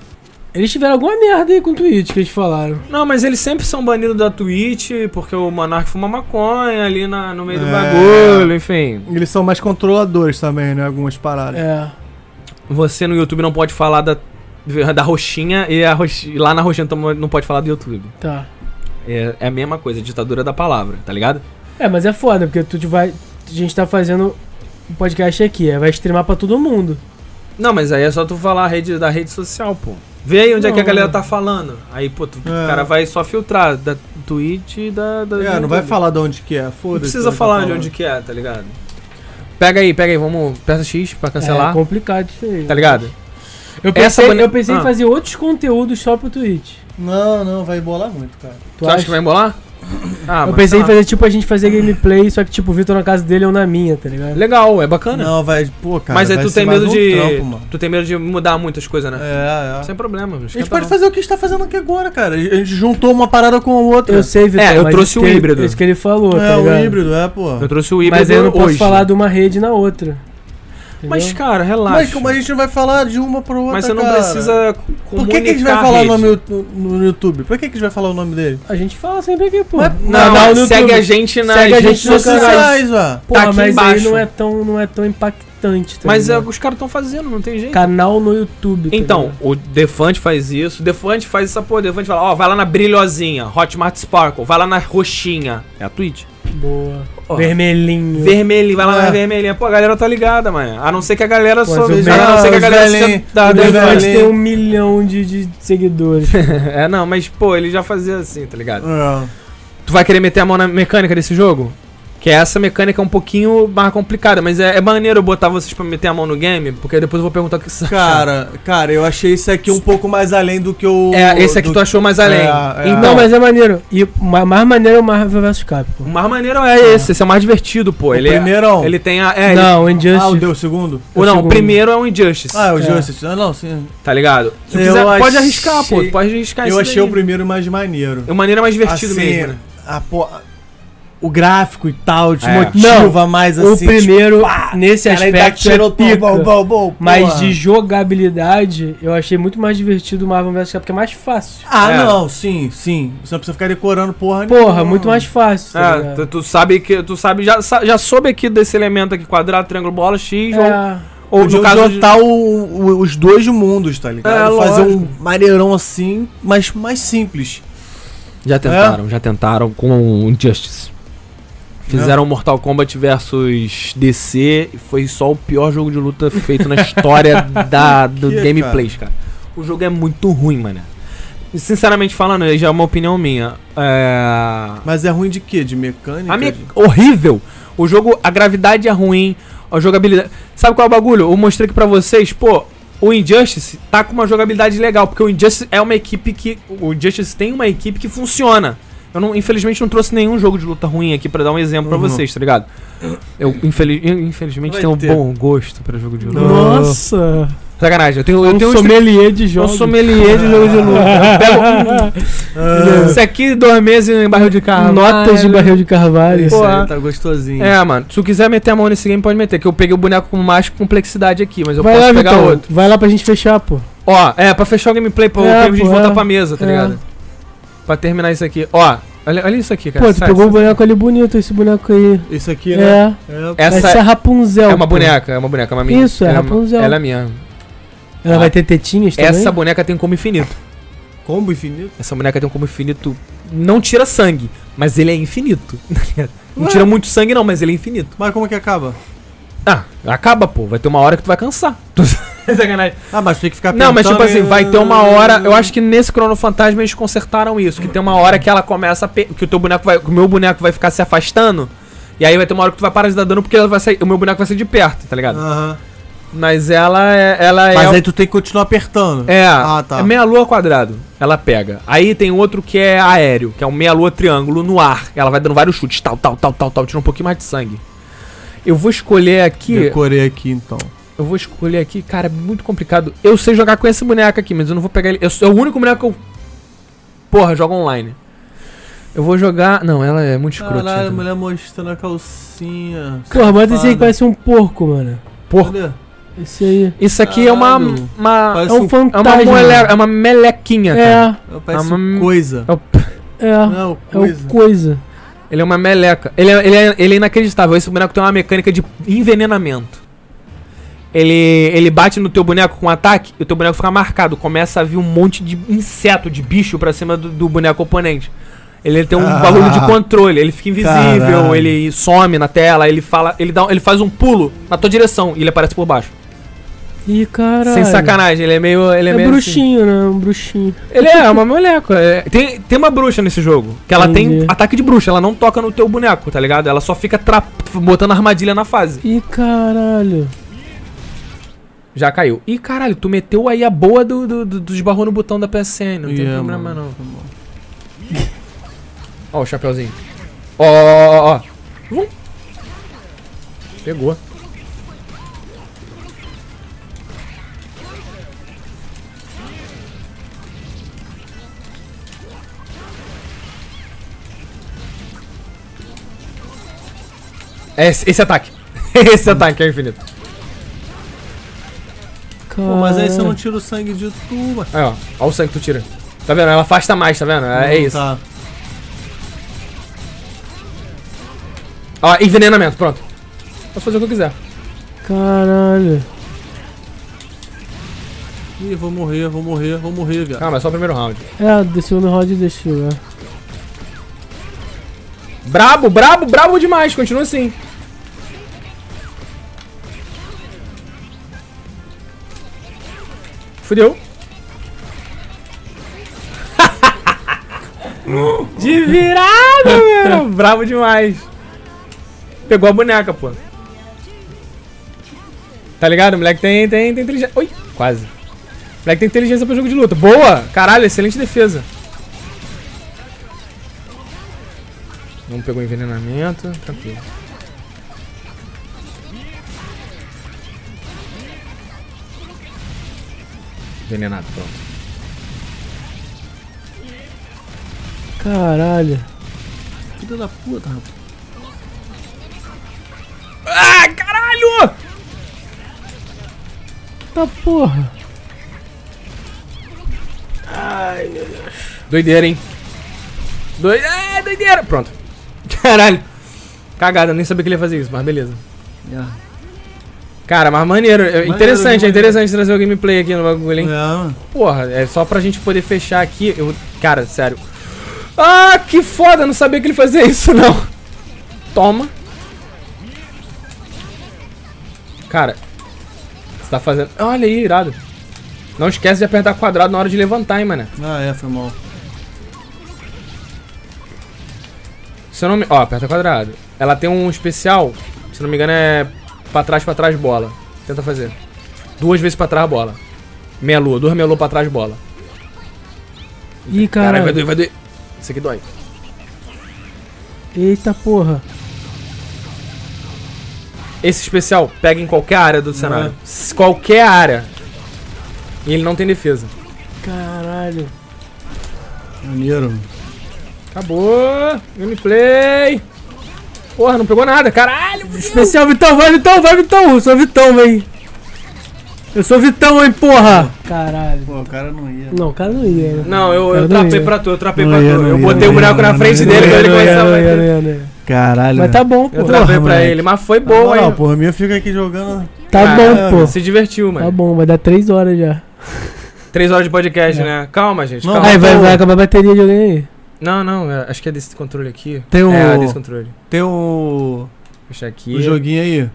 S1: Eles tiveram alguma merda aí com o Twitch que eles falaram.
S7: Não, mas eles sempre são banidos da Twitch, porque o Monark fuma maconha ali na- no meio do
S2: É.
S7: bagulho, enfim.
S2: Eles são mais controladores também, né? Algumas paradas.
S1: É.
S7: Você no YouTube não pode falar da, da roxinha e a roxi- lá na roxinha tu não pode falar do YouTube.
S1: Tá.
S7: É, é a mesma coisa, ditadura da palavra, tá ligado?
S1: É, mas é foda, porque tu te vai. A gente tá fazendo um podcast aqui, é, vai streamar pra todo mundo.
S7: Não, mas aí é só tu falar a rede, da rede social, pô. Vê aí onde é que a galera tá falando. Aí, pô, tu- o
S2: É.
S7: cara vai só filtrar da Twitch e da. da
S2: É, não
S7: do
S2: vai
S7: YouTube.
S2: falar de onde que é, foda-se.
S7: Não precisa falar de onde que é, tá ligado? Pega aí, pega aí, vamos. Aperta X pra
S1: É
S7: cancelar.
S1: complicado isso aí.
S7: Tá ligado?
S1: Eu pensei,
S7: Essa bone-
S1: eu pensei
S7: Ah.
S1: em fazer outros conteúdos só pro Twitch.
S2: Não, não, vai embolar muito, cara.
S1: Tu,
S7: Tu acha que vai embolar? Ah,
S1: Eu
S7: mas
S1: pensei
S7: tá.
S1: em fazer tipo a gente fazer gameplay, só que tipo o Vitor na casa dele ou na minha, tá ligado?
S7: Legal, é bacana.
S2: Não, vai, pô, cara.
S7: mas aí
S2: vai
S7: tu
S2: ser
S7: tem
S2: mais
S7: medo
S2: um
S7: de.
S2: trampo, mano.
S7: tu tem medo de mudar muitas coisas, né?
S2: É, é.
S7: Sem problema, meu.
S2: A gente pode fazer o que a gente tá fazendo aqui agora, cara. A gente juntou uma parada com a outra.
S1: Eu sei, Vitor.
S7: É, eu
S1: mas
S7: trouxe
S1: isso
S7: o
S1: que ele-
S7: híbrido.
S1: Isso que ele falou,
S2: é,
S1: tá ligado?
S2: um híbrido, é, pô.
S7: Eu trouxe o híbrido
S1: Mas aí eu não posso
S7: hoje.
S1: falar de uma rede na outra.
S7: Mas,
S1: entendeu?
S7: cara,
S2: Mas
S7: relaxa.
S2: como a gente não vai falar de uma pra outra,
S7: Mas você não
S2: cara?
S7: precisa
S2: Por que, que a gente vai falar o nome no, no YouTube? Por que, que a gente vai falar o nome dele?
S1: a gente fala sempre aqui, pô.
S7: Não,
S1: dá no
S7: segue
S1: YouTube.
S7: a gente nas
S1: Segue a
S7: redes
S1: gente no
S7: sociais.
S2: Sociais, ó.
S1: Pô,
S7: tá aqui
S1: mas
S7: embaixo.
S1: aí não é tão, não é tão impactante, tá
S7: Mas é,
S1: ligado?
S7: os caras estão fazendo, não tem jeito.
S1: Canal no YouTube. tá
S7: Então,
S1: ligado?
S7: o Defante faz isso. O Defante faz essa porra. O Defante fala, ó, vai lá na brilhosinha, Hotmart Sparkle. Vai lá na roxinha. É a Twitch.
S1: Boa.
S7: Ó,
S1: Vermelhinho.
S7: Vermelhinho, vai lá na
S2: É.
S7: vermelhinha. Pô, a galera tá ligada, mano. A não ser que a galera
S1: Pô,
S7: só.
S1: mas o
S7: A não ser que a
S2: velhinho-
S7: galera
S2: os velhinho-
S7: só tá
S1: O Defante
S2: vermelhinho.
S1: tem um milhão de, de seguidores.
S7: É, não, mas, pô, ele já fazia assim, tá ligado?
S2: É.
S7: Tu vai querer meter a mão na mecânica desse jogo? Que essa mecânica é um pouquinho mais complicada, mas é, é maneiro eu botar vocês pra meter a mão no game, porque depois eu vou perguntar o que vocês acharam.
S2: Cara, cara, eu achei esse aqui um pouco mais além do que o.
S7: É, esse aqui
S2: do...
S7: tu achou mais além.
S2: É, é.
S7: <laughs> então,
S1: Não,
S7: mas.
S1: mas é maneiro. E o ma- mais maneiro é o Marvel vs Capcom.
S7: O mais maneiro é esse, esse é o mais divertido, pô. Ele,
S2: o
S7: é-
S2: primeirão.
S7: ele tem a. É, ele-
S1: não, o Injustice.
S2: Ah, o deu o segundo?
S7: o, não, o
S1: segundo.
S7: primeiro é o Injustice,
S2: Ah, o
S1: É.
S2: Justice. Ah, não, sim.
S7: tá ligado? Se tu
S2: Eu
S7: quiser, pode
S2: achei-
S7: arriscar, pô. tu Pode arriscar
S2: Eu
S7: isso
S2: achei o
S7: daí.
S2: primeiro mais maneiro.
S7: É uma maneira mais divertida
S2: Assim,
S7: mesmo, né?
S2: a po- O gráfico e tal te
S7: É.
S2: motiva mais
S1: o
S2: assim.
S1: primeiro, nesse
S2: tipo, cara, ele tá
S1: aspecto, é
S2: tiroteio,
S1: pica.
S2: bom, bom, bom,
S1: Mas
S2: porra.
S1: de jogabilidade, eu achei muito mais divertido o Marvel vs Capcom, porque é mais fácil.
S2: Ah,
S7: É.
S2: não, sim, sim. Você não precisa ficar decorando porra
S1: Porra,
S2: nenhuma.
S1: muito mais fácil. tá
S7: Ah,
S1: ligado?
S7: tu, tu sabe que. Tu sabe, já, sa- já soube aqui desse elemento aqui, quadrado, triângulo, bola, X,
S1: É.
S7: ou, ou
S2: Podia
S7: no caso. de-
S2: juntar o- o- os dois mundos, tá ligado?
S7: É,
S2: Fazer um maneirão assim, mas mais simples.
S7: Já tentaram, já tentaram com o Injustice. Fizeram Mortal Kombat versus DC e foi só o pior jogo de luta feito na <laughs> história da, do
S2: Que,
S7: gameplays, cara. O jogo é muito ruim, mano. Sinceramente falando, aí já é uma opinião minha. É.
S2: Mas é ruim de quê? De mecânica?
S7: A minha... <laughs>
S2: De-
S7: Horrível. O jogo, a gravidade é ruim, a jogabilidade. Sabe qual é o bagulho? Eu mostrei aqui pra vocês, pô. O Injustice tá com uma jogabilidade legal, porque o Injustice é uma equipe que. O Injustice tem uma equipe que funciona. Eu não, infelizmente não trouxe nenhum jogo de luta ruim aqui pra dar um exemplo pra vocês, tá ligado? Eu infeli- infelizmente
S2: Vai
S7: tenho um
S2: ter.
S7: bom gosto pra jogo
S2: É.
S7: de luta.
S1: Nossa!
S7: Sacanagem, eu tenho, eu
S1: Um
S7: tenho uns
S1: sommelier de
S7: eu
S1: jogos.
S7: sou sommelier de jogo de luta. Eu pego-
S2: Ah,
S7: Isso aqui, dois meses em barril de carro.
S1: Notas de barril de carvalho.
S2: isso
S7: porra.
S2: aí tá gostosinho.
S7: É, mano, se tu quiser meter a mão nesse game, pode meter, que eu peguei o boneco com mais complexidade aqui, mas eu
S1: Vai
S7: posso
S1: lá,
S7: pegar
S1: Vitor.
S7: outro.
S1: Vai lá pra gente fechar, pô.
S7: Ó, é, pra fechar o gameplay, pra,
S1: É,
S7: pra gente
S1: pô,
S7: voltar
S1: é.
S7: pra mesa, tá
S1: É.
S7: ligado? Pra terminar isso aqui. Ó, olha, olha isso aqui, cara.
S1: Pô, tu
S7: Sai,
S1: pegou
S7: sai.
S1: o boneco ali bonito, esse boneco aí.
S2: Isso aqui, né?
S1: É.
S2: É.
S1: Essa,
S7: Essa
S1: é Rapunzel.
S7: é uma
S1: pô.
S7: boneca, é uma boneca, é uma minha.
S1: Isso, é
S7: Ela
S1: Rapunzel.
S7: Ela é minha.
S1: Ela vai ter tetinhas também?
S7: Essa boneca tem um combo infinito.
S2: Combo infinito.
S7: Essa boneca tem um combo infinito. Não tira sangue, mas ele é infinito. tá ligado? não
S2: Ué.
S7: tira muito <laughs> sangue, não, mas ele é infinito.
S2: Mas como é que acaba?
S7: Ah, acaba, pô. Vai ter uma hora que tu vai cansar. Sacanagem.
S2: Ah, mas tem que ficar
S7: Não, mas
S2: pensando
S7: tipo assim,
S2: em-
S7: vai ter uma hora. Eu acho que nesse Cronofantasma eles consertaram isso. Que tem uma hora que ela começa a. pe- Que o teu boneco vai. Que o meu boneco vai ficar se afastando. E aí vai ter uma hora que tu vai parar de dar dano porque ela vai sair, o meu boneco vai sair de perto, tá ligado?
S2: Aham.
S7: Mas ela é. Ela é.
S2: Mas aí tu tem que continuar apertando.
S7: É,
S2: Ah, tá.
S7: é meia-lua quadrado. Ela pega. Aí tem outro que é aéreo, que é um meia-lua triângulo no ar. Ela vai dando vários chutes, tal, tal, tal, tal, tal. Tira um pouquinho mais de sangue. Eu vou escolher aqui.
S2: Decorei aqui então.
S7: Eu vou escolher aqui, cara, é muito complicado. Eu sei jogar com esse boneco aqui, mas eu não vou pegar ele. Eu sou é o único boneco que eu. Porra, joga online. Eu vou jogar. Não, ela é muito escrota.
S2: Caralho, a
S7: né?
S2: mulher mostrando a calcinha.
S1: Porra, bota esse aí
S2: Safada.
S1: que parece um porco, mano.
S7: Porra.
S2: Olha,
S1: Esse aí.
S7: Isso aqui é uma.
S2: Caralho.
S7: uma
S1: É
S2: Parece
S1: um
S2: um,
S7: é uma,
S1: fantasma.
S7: mole- é uma melequinha, cara.
S1: É,
S2: parece
S7: Ah,
S2: um
S7: mas- um
S2: coisa.
S7: É o-
S1: é.
S2: Não,
S1: É o
S2: coisa.
S1: coisa.
S7: Ele é uma meleca. Ele é, ele, é, ele é inacreditável. Esse boneco tem uma mecânica de envenenamento. Ele, ele bate no teu boneco com um ataque e o teu boneco fica marcado. Começa a vir um monte de inseto, de bicho pra cima do, do boneco oponente.
S1: <laughs>
S7: Ele tem um
S2: Ah.
S7: bagulho de controle, ele fica invisível,
S2: Caralho.
S7: ele some na tela, ele fala, ele dá, ele faz um pulo na tua direção e ele aparece por baixo.
S1: Ih, caralho.
S7: Sem sacanagem, ele é meio, ele é,
S1: É,
S7: meio assim.
S1: bruxinho, né? Um bruxinho.
S7: Ele é uma moleca. é. tem, tem uma bruxa nesse jogo. Que ela
S1: Entendi.
S7: tem ataque de bruxa, ela não toca no teu boneco, tá ligado? Ela só fica tra- botando armadilha na fase.
S1: Ih, caralho.
S7: Já caiu. Ih, caralho, tu meteu aí a boa do, do, do, do esbarrou no botão da PSN. Não tem
S2: Yeah,
S7: problema,
S2: mano.
S7: não. Ó, o chapeuzinho. Ó, ó, ó, ó. Vum. Pegou. É Esse, esse ataque. <laughs> Esse ataque é infinito.
S1: Caralho.
S2: Pô, mas aí você não tira o sangue de tu, mano.
S7: Aí, ó. Ó o sangue que tu tira. Tá vendo? Ela afasta mais, tá vendo? É, é isso.
S2: Tá.
S7: Ó, envenenamento, pronto. Posso fazer o que eu quiser.
S1: Caralho.
S2: Ih, vou morrer, vou morrer, vou morrer, viado.
S7: Calma, é só o primeiro round.
S1: É, do segundo round deixa eu jogar.
S7: Brabo, brabo, brabo demais. Continua assim. Fudeu. De virada, velho. <laughs> Brabo demais. Pegou a boneca, pô. Tá ligado? O moleque tem, tem, tem inteligência. Oi, quase. O moleque tem inteligência pra jogo de luta. Boa! Caralho, excelente defesa. Não pegou envenenamento, tranquilo. Envenenado, pronto.
S1: Caralho.
S2: Filho da puta, rapaz.
S7: Ah, caralho!
S1: Tá porra.
S7: Doideira, hein? Doi... É, doideira! Pronto. <laughs> Caralho. Cagada, eu nem sabia que ele ia fazer isso, mas beleza. Cara, mas maneiro. é interessante, é interessante trazer o gameplay aqui no bagulho, hein?
S2: É, mano.
S7: Porra, é só pra gente poder fechar aqui. Eu... Cara, sério. Ah, que foda, eu não sabia que ele fazia isso, não. Toma. Cara, você tá fazendo. Olha aí, irado. Não esquece de apertar quadrado na hora de levantar, hein, mano.
S2: Ah, é, foi mal.
S7: Se eu não me. Ó, aperta quadrado. Ela tem um especial, se eu não me engano, é pra trás, pra trás, bola. Tenta fazer. Duas vezes pra trás, bola. Meia lua, duas meia lua pra trás, bola.
S1: Ih,
S7: Caralho, vai
S1: caralho.
S7: doer, vai doer. Isso aqui dói.
S1: Eita porra.
S7: Esse especial pega em qualquer área do cenário. S- Qualquer área. E ele não tem defesa.
S1: Caralho.
S2: Maneiro.
S7: Acabou. Gameplay. Porra, não pegou nada. Caralho.
S1: Especial Vitão, vai Vitão, vai Vitão. Eu sou Vitão, hein. Eu sou Vitão, hein, porra. Caralho.
S2: Pô, o cara não ia.
S1: Não, o cara não ia. né?
S4: Não, eu, eu
S1: Cara, não
S4: trapei
S1: ia.
S4: pra tu, eu trapei
S2: Não
S4: pra
S2: ia,
S4: tu.
S2: não
S4: Eu
S2: ia,
S4: botei o
S2: não ia,
S4: boneco na
S2: não
S4: frente
S2: ia,
S4: dele
S2: não
S4: pra ele
S1: Não ia,
S4: começar a
S1: não ia,
S4: bater.
S1: não ia, não ia.
S2: Caralho.
S1: Mas tá bom,
S7: Eu
S1: pô.
S7: travei pra
S2: moleque. Tá
S7: ele, mas foi
S2: bom,
S7: boa,
S2: Não,
S7: hein?
S2: porra, minha fica aqui jogando.
S1: Tá bom,
S2: Caralho,
S1: pô.
S7: Se divertiu,
S1: Tá
S7: mano.
S1: bom, vai dar três horas já.
S7: Três horas de podcast,
S1: É.
S7: né? Calma, gente.
S2: Não,
S4: Tá
S7: calma.
S1: Aí, vai,
S2: bom.
S1: vai acabar a bateria de alguém aí.
S7: Não, não, é- acho que é desse controle aqui.
S2: Tem o.
S7: É, desse controle.
S2: tem o.
S7: Fechar aqui.
S2: O joguinho aí.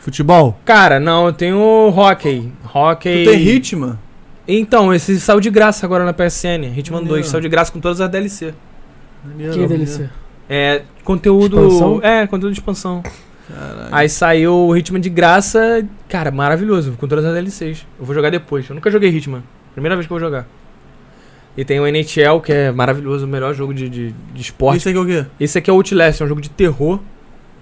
S2: Futebol?
S4: Cara, não, eu tenho hockey. Hockey.
S2: Tu tem Hitman?
S4: Então, esse saiu de graça agora na PSN. Hitman 2 saiu de graça com todas as DLC.
S2: Maneiro,
S1: Que
S2: maneiro.
S1: delícia.
S4: É, conteúdo.
S1: Expansão?
S4: É, conteúdo de expansão.
S2: Caralho.
S4: Aí saiu o Hitman de graça. Cara, maravilhoso, com todas as DLCs. Eu vou jogar depois. Eu nunca joguei Hitman. Primeira vez que eu vou jogar. E tem o NHL, que é maravilhoso, o melhor jogo de, de, de esporte.
S2: Isso aqui é o quê?
S4: Esse aqui é o Outlast, é um jogo de terror.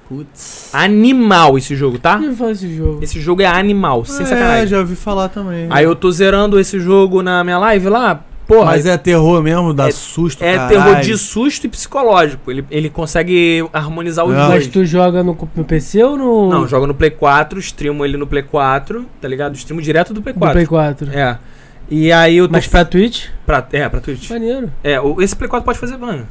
S2: Putz.
S4: Animal esse jogo, tá?
S1: Quem faz esse jogo?
S4: Esse jogo é animal, sem
S2: É,
S4: sacanagem.
S2: já ouvi falar também.
S4: Aí eu tô zerando esse jogo na minha live lá. Porra,
S2: Mas é terror mesmo, dá susto,
S4: é
S2: caralho.
S4: terror de susto e psicológico. Ele, ele consegue harmonizar os
S2: Não.
S4: dois.
S1: Mas tipo, tu joga no, no PC ou no.
S4: Não, joga no Play 4, streamo ele no Play 4, tá ligado? Streamo direto do Play
S1: no
S4: 4.
S1: Play 4.
S4: É. E aí eu tô.
S1: Mas pra Twitch?
S4: pra- é, pra Twitch.
S1: Maneiro.
S4: É, o- esse Play 4 pode fazer banho.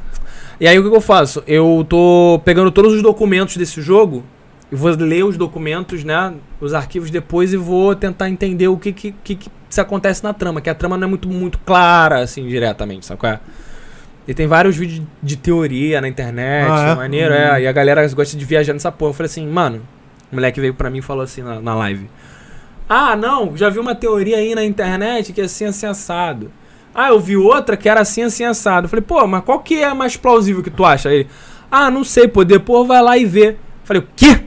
S4: E aí o que, que eu faço? Eu tô pegando todos os documentos desse jogo, eu vou ler os documentos, né? Os arquivos depois e vou tentar entender o que, que, que, que se acontece na trama, que a trama não é muito, muito clara, assim, diretamente, sabe qual é? E tem vários vídeos de teoria na internet,
S2: Ah, é?
S4: maneiro, é. E a galera gosta de viajar nessa porra. Eu falei assim, mano, o moleque veio pra mim e falou assim na, na live. Ah, não, já vi uma teoria aí na internet que é assim, assim, assado. Ah, eu vi outra que era assim, assim, assado. Eu falei, pô, mas qual que é a mais plausível que tu acha? Aí Ele, ah, não sei, pô, depois vai lá e vê. Eu falei, o quê?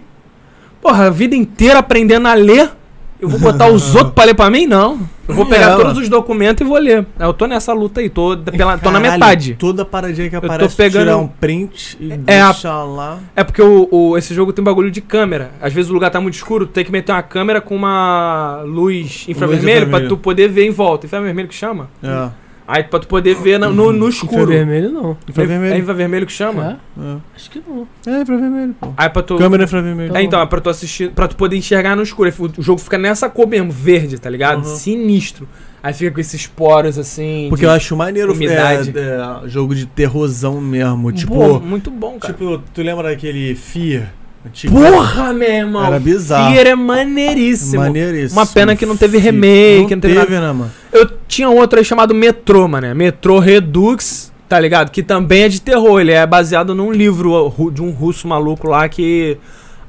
S4: Porra, a vida inteira aprendendo a ler, eu
S2: Uhum.
S4: vou botar os outros pra ler pra mim? Não. Eu vou pegar
S2: É,
S4: todos os documentos e vou ler. Aí Eu tô nessa luta aí, tô, de- pela, tô na
S2: Caralho,
S4: metade.
S2: Toda paradinha que
S4: tô
S2: aparece,
S4: pegando-
S2: tirar um print e
S4: É,
S2: deixar lá.
S4: É porque o, o- esse jogo tem bagulho de câmera. Às vezes o lugar tá muito escuro, tu tem que meter uma câmera com uma luz infravermelho pra
S2: infravermelho.
S4: tu poder ver em volta. Infravermelho que chama?
S2: É.
S4: Aí pra tu poder ver na- no, no
S1: Escuro.
S4: escuro.
S1: vermelho não.
S4: É
S2: Infravermelho.
S4: infravermelho que chama?
S2: É,
S1: Acho que não.
S2: é infravermelho, pô.
S4: Aí pra tu.
S2: Câmera infravermelho.
S4: É, então, é pra tu assistir, pra tu poder enxergar no escuro. Aí O jogo fica nessa cor mesmo, verde, tá ligado?
S2: Uhum.
S4: Sinistro. Aí fica com esses poros assim.
S2: Porque
S4: de-
S2: eu acho maneiro
S4: umidade.
S2: é, é, jogo de terrorzão mesmo. Tipo,
S4: Pô, muito bom, cara.
S2: tipo, tu lembra daquele Fear? Antigo?
S4: Porra, Ah, meu irmão!
S2: Era bizarro.
S4: Fear é maneiríssimo.
S2: Maneiríssimo.
S4: Uma pena que não teve remake, não teve
S2: né, mano?
S4: Eu tinha um outro aí chamado Metrô, mano. Metrô Redux, tá ligado? Que também é de terror. Ele é baseado num livro ó, ru- de um russo maluco lá que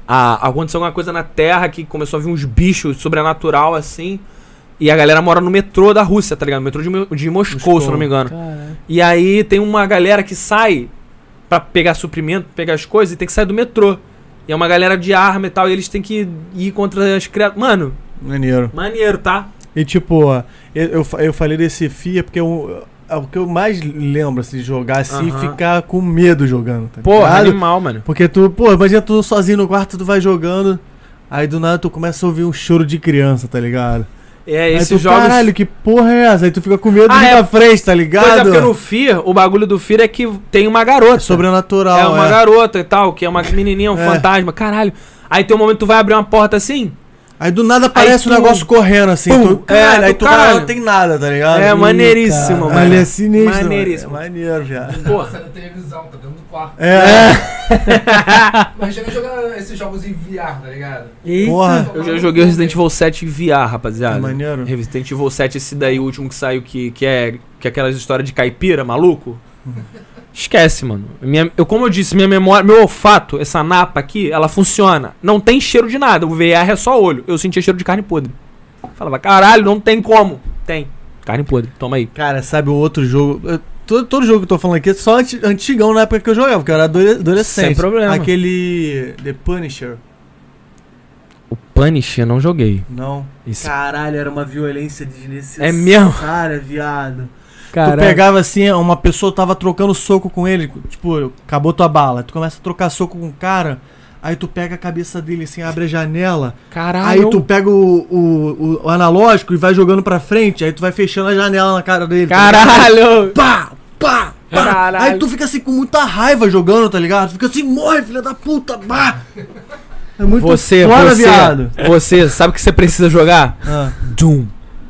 S4: ah, aconteceu alguma coisa na Terra que começou a vir uns bichos sobrenatural assim. E a galera mora no metrô da Rússia, tá ligado? Metrô de, Mo- de Moscou, se eu não me engano.
S1: Caralho.
S4: E aí tem uma galera que sai pra pegar suprimento, pegar as coisas e tem que sair do metrô. E é uma galera de arma e tal, e eles têm que ir contra as criaturas. Mano,
S2: Maneiro.
S4: maneiro, tá?
S2: E tipo, ó, eu, eu, fa- eu falei desse FIA porque eu- é o que eu mais lembro, assim, de jogar assim
S4: Aham.
S2: e ficar com medo jogando, tá
S4: Pô,
S2: ligado?
S4: animal, mano.
S2: Porque tu, pô, imagina tu sozinho no quarto, tu vai jogando, aí do nada tu começa a ouvir um choro de criança, tá ligado?
S4: É,
S2: Aí
S4: esses
S2: tu,
S4: jogos.
S2: caralho, que porra é essa? Aí tu fica com medo
S4: Ah,
S2: de ir
S4: é.
S2: pra frente, tá
S4: Pois é,
S2: ligado?
S4: porque no Fear, o bagulho do Fear é que tem uma garota.
S2: É sobrenatural,
S4: É uma garota e tal, que é uma menininha, um
S2: É.
S4: fantasma, caralho. Aí tem um momento que tu vai abrir uma porta assim.
S2: Aí do nada aparece
S4: tu-
S2: um negócio correndo, assim.
S4: Pum!
S2: tu,
S4: É,
S2: caralho, aí
S4: do
S2: tu caralho.
S4: caralho.
S2: não tem nada, tá ligado?
S4: é
S2: Ih,
S4: maneiríssimo,
S2: Caralho, é
S4: mano.
S2: sinistro. mano.
S4: Maneiríssimo.
S2: É maneiro, viado.
S4: Porra.
S7: Sai da televisão, tá dentro do quarto.
S2: É.
S7: Imagina jogar esses jogos em VR, tá ligado?
S2: Porra.
S4: Eu já joguei o Resident Evil 7 em VR, rapaziada.
S2: É maneiro.
S4: Resident Evil 7, esse daí, o último que saiu, que, que é que é aquelas histórias de caipira, maluco. Esquece, mano. Minha- eu, como eu disse, minha memória, meu olfato, essa napa aqui, ela funciona. Não tem cheiro de nada. O VR é só olho. Eu sentia cheiro de carne podre. Falava, caralho, não tem como. Tem. Carne podre, toma aí.
S2: Cara, sabe um outro jogo? Eu- todo, todo jogo que eu tô falando aqui é só anti- antigão na época que eu jogava, porque eu era adole- adolescente.
S4: Sem problema.
S2: Aquele The Punisher.
S4: O Punisher eu não joguei.
S2: Não.
S4: Esse-
S2: Caralho, era uma violência desnecessária.
S4: É mesmo?
S2: Cara, viado.
S1: Caralho.
S2: Tu pegava assim, uma pessoa tava trocando soco com ele, tipo, acabou tua bala. Tu começa a trocar soco com o cara, aí tu pega a cabeça dele assim, abre a janela. aí
S4: Caralho.
S2: tu pega o, o- o- o analógico e vai jogando pra frente, aí tu vai fechando a janela na cara dele. tá ligado?
S4: Caralho!
S2: Pá! Pá! pá.
S4: Caralho.
S2: Aí tu fica assim com muita raiva jogando, tá ligado? Tu fica assim, morre, filha da puta, pá! É muito
S4: Você,
S2: foda,
S4: você,
S2: viado.
S4: você, sabe o que você precisa jogar?
S2: Ah,
S4: Doom.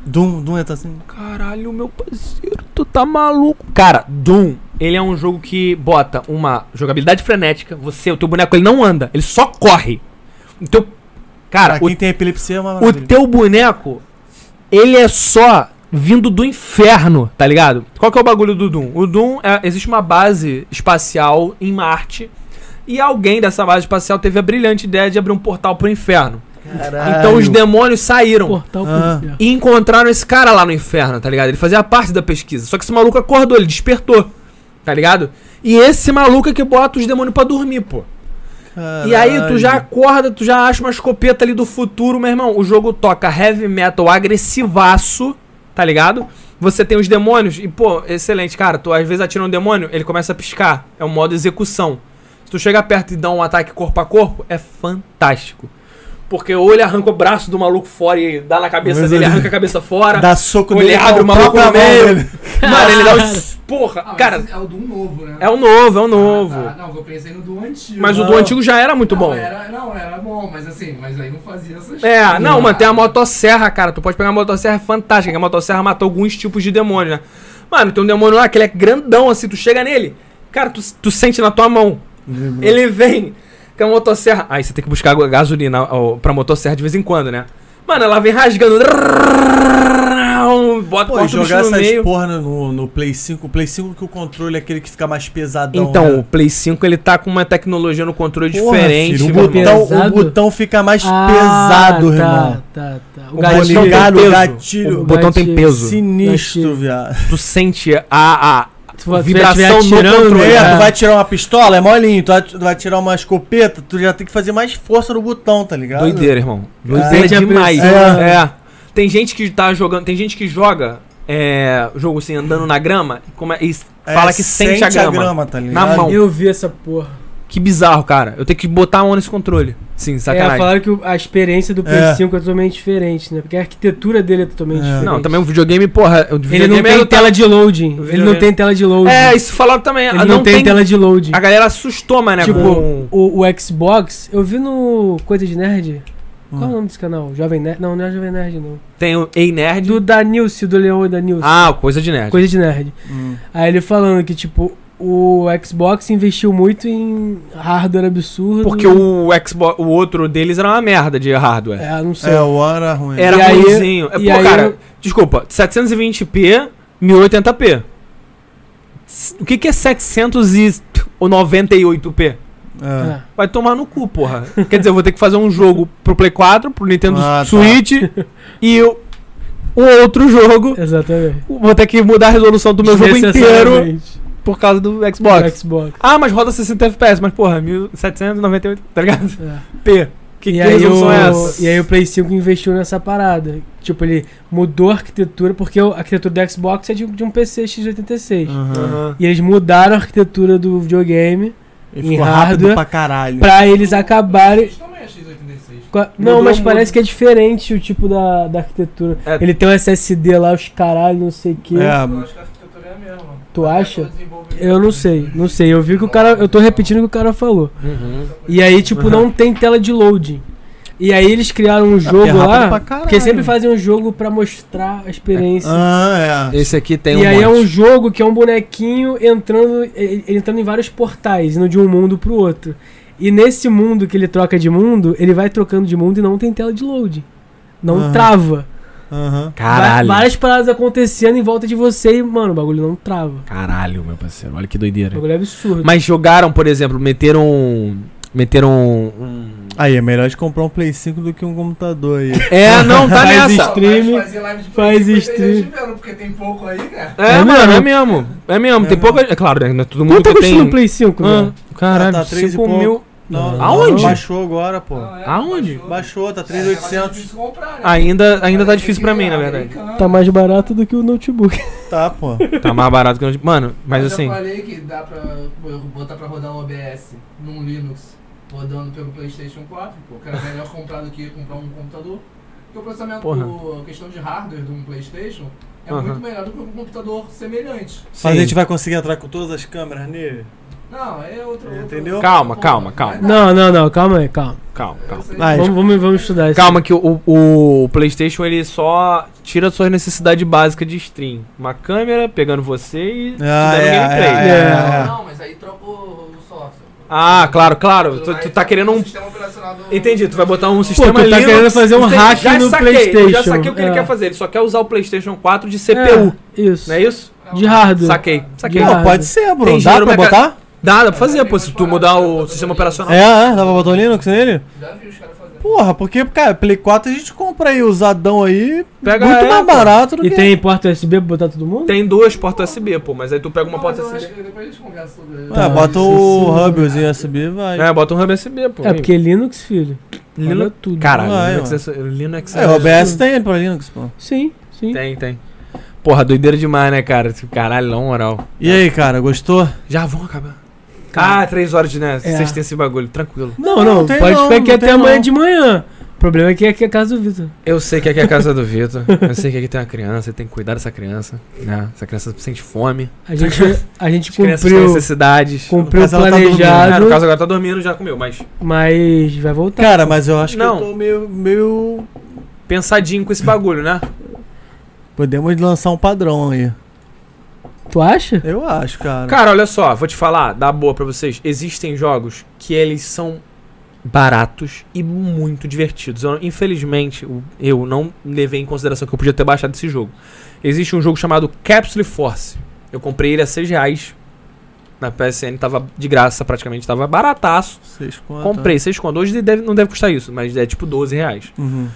S2: Doom, Doom é tá assim.
S4: Caralho, meu parceiro, tu tá maluco. Cara, Doom, ele é um jogo que bota uma jogabilidade frenética. Você, o teu boneco, ele não anda, ele só corre. O teu. Cara,
S2: pra
S4: o,
S2: quem tem epilepsia é uma
S4: o
S2: maravilha.
S4: teu boneco, ele é só vindo do inferno, tá ligado? Qual que é o bagulho do Doom? O Doom, é- existe uma base espacial em Marte. E alguém dessa base espacial teve a brilhante ideia de abrir um portal pro inferno.
S2: Caralho.
S4: Então os demônios saíram.
S1: Portal
S2: Ah.
S1: pro inferno.
S4: E encontraram esse cara lá no inferno, tá ligado? Ele fazia parte da pesquisa. Só que esse maluco acordou, ele despertou, tá ligado? E esse maluco é que bota os demônios pra dormir, pô. E aí tu já acorda, tu já acha uma escopeta ali do futuro, meu irmão. O jogo toca heavy metal agressivaço, tá ligado? Você tem os demônios e, pô, excelente, cara. Tu às vezes atira um demônio, ele começa a piscar. É um modo execução. Se tu chega perto e dá um ataque corpo a corpo, é fantástico. Porque ou ele arranca o braço do maluco fora e dá na cabeça
S2: Mas
S4: dele,
S2: ele-
S4: arranca a cabeça fora.
S2: Dá soco
S4: Ou ele
S2: nele com
S4: abre o maluco
S2: próprio
S4: no
S2: mão
S4: meio.
S2: dele.
S4: Mano, ele dá os... Porra,
S6: Ah, mas
S4: cara,
S6: esse é o do novo, né?
S4: é o novo, é o
S6: Ah,
S4: novo.
S6: tá. Não, eu pensei no do antigo.
S4: Mas o do
S2: Não.
S4: antigo já era muito
S6: não,
S4: bom.
S6: Era, não, era bom, mas assim, mas aí não fazia essas
S4: É, não, mano, tem a motosserra, cara. Tu pode pegar uma motosserra fantástica, que a motosserra mata alguns tipos de demônio, né? Mano, tem um demônio lá que ele é grandão, assim, tu chega nele, cara, tu, tu sente na tua mão. <laughs> Ele vem com a motosserra. Aí você tem que buscar água- gasolina ó, pra motosserra de vez em quando, né? Mano, ela vem rasgando. Bota,
S2: Pô,
S4: bota
S2: e
S4: o bicho
S2: jogar
S4: no
S2: essas
S4: meio.
S2: porra no, no Play 5. O Play 5 que o controle é aquele que fica mais pesadão.
S4: Então, o
S2: né?
S4: Play 5 ele tá com uma tecnologia no controle
S2: Porra,
S4: diferente.
S2: filho,
S4: meu
S2: o,
S4: irmão.
S2: botão, o
S1: Pesado?
S2: botão fica mais
S1: Ah,
S2: pesado,
S1: tá,
S2: irmão.
S1: Tá, tá. O,
S4: O
S1: gatilho-
S4: botão tem
S2: Ligado,
S4: peso.
S2: gatilho.
S4: O botão tem
S1: gatilho.
S4: peso.
S2: Sinistro, viado.
S4: Tu sente a, a
S1: Se você
S4: vibração
S1: estiver
S4: no
S1: atirando,
S4: controle.
S2: É,
S1: É.
S2: tu vai tirar uma pistola, é molinho. Tu vai- tu vai tirar uma escopeta, tu já tem que fazer mais força no botão, tá ligado?
S4: Doideira, irmão.
S1: Sente
S4: Doideira
S1: a
S4: demais.
S2: pressão.
S4: É. Tem gente que tá jogando. Tem gente que joga é, jogo assim, andando na grama como é- e
S2: É,
S4: fala que sente, a grama.
S2: tá ligado?
S4: na mão.
S1: Eu vi essa porra.
S4: Que bizarro, cara. Eu tenho que botar a mão nesse controle. Sim,
S1: É,
S4: sacanagem.
S1: falaram que o- a experiência do Play
S2: É.
S1: 5 é totalmente diferente, né? Porque a arquitetura dele é totalmente
S2: É.
S1: diferente.
S4: Não, também o videogame, porra. O
S1: Ele
S4: tá- videogame
S1: não tem
S4: era-
S1: tela de loading. Ele
S4: videogame-
S1: não tem tela de loading.
S4: É, isso falaram também.
S1: Ele
S4: Ah,
S1: não, tem, tela de loading.
S4: A galera assustou, mas né?
S1: Tipo,
S4: com-
S1: O, o Xbox, eu vi no Coisa de Nerd. Qual
S2: Hum.
S1: é o nome desse canal? Jovem Nerd? Não, não é Jovem Nerd, não.
S4: tem o Ei Nerd.
S1: Do Danilce, do Leão e da Nilce.
S4: Ah, coisa de nerd.
S1: Coisa de Nerd.
S2: Hum.
S1: Aí ele falando que, tipo, o Xbox investiu muito em hardware absurdo.
S4: Porque o Xbox, o outro deles era uma merda de hardware.
S1: É, não sei.
S2: É, o hora ruim.
S4: Era
S1: E aí-
S4: ruimzinho. É,
S1: e
S4: pô,
S1: aí
S4: cara,
S1: eu-
S4: desculpa, 720p, 1080p. S- O que, que é 798p?
S2: É.
S1: É.
S4: Vai tomar no cu, porra. Quer dizer, eu vou ter que fazer um jogo pro Play 4, pro Nintendo
S2: Ah, tá.
S4: Switch e o, o outro jogo.
S1: Exatamente.
S4: Vou ter que mudar a resolução do meu jogo inteiro
S1: Necessariamente.
S4: por causa do
S1: O
S4: Xbox.
S1: Xbox.
S4: Ah, mas roda 60 FPS, mas porra, 1798, tá ligado?
S1: É.
S4: P. Que, que
S1: e, aí
S4: resolução
S1: o,
S4: é essa?
S1: e aí o Play 5 investiu nessa parada. Tipo, ele mudou a arquitetura, porque a arquitetura do Xbox é de, de um PC x86.
S4: Ah. Aham.
S1: E eles mudaram a arquitetura do videogame
S2: E
S1: Em
S2: ficou rápido
S1: hardware,
S2: pra caralho.
S1: pra eles acabarem.
S6: também é X86.
S1: com a- Não, mas
S4: muito.
S1: parece que é diferente o tipo da, da arquitetura.
S4: É.
S1: Ele tem um SSD lá, os caralho, não sei o que.
S6: Eu
S2: É,
S6: acho que a arquitetura é a mesma.
S1: Tu acha?
S6: Desenvolvimento.
S1: Eu não sei, não sei. Eu vi que o cara. Eu tô repetindo o que o cara falou. E aí, tipo, não tem tela de loading. E aí eles criaram um
S2: é
S1: jogo
S2: rápido
S1: lá.
S2: pra caralho.
S1: Porque sempre fazem um jogo pra mostrar a experiência.
S2: Ah, é.
S4: Esse aqui tem
S1: e
S4: um
S1: aí é
S4: monte.
S1: um jogo que é um bonequinho entrando, ele ele entrando em vários portais, indo de um mundo pro outro. E nesse mundo que ele troca de mundo, ele vai trocando de mundo e não tem tela de load. Não
S2: Aham.
S1: trava.
S2: Aham.
S1: Va-
S4: Caralho.
S1: Várias paradas acontecendo em volta de você e, mano, o bagulho não trava.
S4: Caralho, meu parceiro, olha que
S1: O
S4: doideira.
S1: bagulho é absurdo.
S4: Mas jogaram, por exemplo, meteram. Meteram. um-
S2: Aí, é melhor de comprar um Play 5 do que um computador aí.
S4: É, não, <laughs> tá
S1: Faz
S4: nessa.
S1: isso. Stream,
S6: Mas fazer live de
S1: faz
S6: Play
S1: stream.
S6: 5 vendo, porque tem pouco aí, cara.
S4: É,
S1: É
S4: mano, é
S1: mesmo.
S4: mesmo. É mesmo.
S2: É
S4: tem
S2: mesmo.
S4: pouca. É claro, né? não é Todo mundo
S1: Quanto
S4: que
S1: custa no
S4: tem.
S1: Play 5,
S4: Ah,
S1: velho?
S4: caralho,
S2: Ah, tá, três e
S4: 5 mil.
S2: Não,
S4: Aonde?
S2: Baixou agora, pô.
S6: Não, é,
S4: Aonde?
S6: baixou.
S2: Baixou, tá
S6: É, mas é
S2: 3,800.
S6: difícil comprar, né?
S4: Ainda, ainda tá
S6: Tem
S4: difícil
S6: que né?
S4: pra mim, na
S6: virar
S4: verdade.
S6: americano.
S1: Tá mais barato do que o notebook.
S2: Tá, pô.
S4: Tá mais barato que eu. Mano, mas assim.
S6: Eu falei que dá pra eu botar pra rodar um OBS num Linux rodando pelo PlayStation 4, pô, que era melhor comprar do que comprar um computador. Porque o processamento,
S4: Porra.
S6: o- a questão de hardware de um PlayStation é
S4: Aham.
S6: muito melhor do que um computador semelhante.
S2: Mas a
S4: sim.
S2: gente vai conseguir entrar com todas as câmeras nele?
S6: Não, é outro.
S2: Entendeu?
S4: Calma, calma, calma.
S1: Não, não, não, calma aí, calma.
S4: Calma, calma.
S2: Vai,
S1: Vamos, vamos, vamos estudar isso.
S4: Calma que o, o, o PlayStation ele só tira suas necessidades básicas de stream. Uma câmera pegando você e te
S2: Ah,
S4: dando
S2: é,
S4: gameplay.
S2: é, é, é.
S6: Não, mas aí troca o o software.
S4: Ah, claro, claro. Tu, tu tá querendo um.
S6: Sistema operacional do-
S4: Entendi, tu vai botar um
S1: Pô, tu
S4: sistema
S1: tá
S4: Linux,
S1: querendo fazer um
S4: sistema-
S1: hack
S4: já
S1: no
S4: saquei,
S1: PlayStation.
S4: eu Já saquei o que ele
S1: É.
S4: quer fazer, ele só quer usar o PlayStation 4 de
S1: É,
S4: CPU,
S1: isso.
S4: não é isso?
S1: De hardware.
S4: Saquei, saquei.
S1: Yeah.
S2: Pô,
S1: errado.
S2: pode ser, Bruno.
S4: Tem
S2: Dá
S4: dinheiro
S2: pra
S4: pra
S2: botar?
S1: É
S4: Dá, dá pra fazer, pô, se tu mudar o sistema operacional.
S2: É, é, dá pra botar o Linux nele?
S6: Já vi os caras fazendo.
S2: Porra, porque, cara, Play 4 a gente compra aí usadão aí,
S7: Pega
S2: muito
S7: é,
S2: mais
S7: pô.
S2: barato do
S1: E
S2: que...
S1: tem porta USB pra botar todo mundo?
S7: Tem duas portas USB, pô, mas aí tu pega uma porta
S6: mas eu acho
S7: USB.
S6: que Depois a gente conversa sobre isso.
S2: Ah, bota o hubzinho USB e vai.
S7: É, bota um hub USB, pô.
S1: É, porque Linux, filho.
S7: Linux.
S1: tudo.
S23: Caralho,
S2: Vai,
S7: Linux,
S2: mano.
S7: é- Linux
S2: É, o OBS tem ele pra Linux, pô.
S1: Sim, sim.
S7: Tem, tem.
S23: Porra, doideira demais, né, cara? Tipo, Caralho, na moral.
S2: E aí, cara, gostou?
S7: Já vão acabar. Ah, três horas de né? Vocês têm esse bagulho, tranquilo.
S1: Não, não,
S2: tem
S1: pode ficar aqui
S2: não
S1: até
S2: tem
S1: amanhã
S2: não.
S1: de manhã. O problema é que aqui é a casa do Vitor.
S7: Eu sei que aqui é a casa do Vitor. Eu sei que aqui tem uma criança, tem que cuidar dessa criança. Né? Essa criança sente fome.
S1: A
S7: <laughs>
S1: gente, a gente
S7: As crianças têm
S1: cumpriu,
S7: necessidades.
S1: cumpriu o
S2: caso, ela tá dormindo.
S7: É, no
S1: planejado,
S7: caso agora tá dormindo, já comeu, mas
S1: mas vai voltar.
S2: Cara, mas eu acho
S7: Não.
S2: que eu tô meio, meio...
S7: pensadinho com esse bagulho, né?
S2: Podemos lançar um padrão aí.
S1: Tu acha?
S2: Eu acho, cara.
S7: Cara, olha só, vou te falar, dá boa pra vocês. Existem jogos que eles são baratos e muito divertidos. Eu, infelizmente, o- eu não levei em consideração que eu podia ter baixado esse jogo. Existe um jogo chamado Capsule Force. Eu comprei ele a R$ 6 reais. Na PSN tava de graça, praticamente tava barataço.
S2: Vocês contam.
S7: Comprei, vocês com hoje deve- não deve custar isso, mas é tipo 12 reais.
S2: Uhum.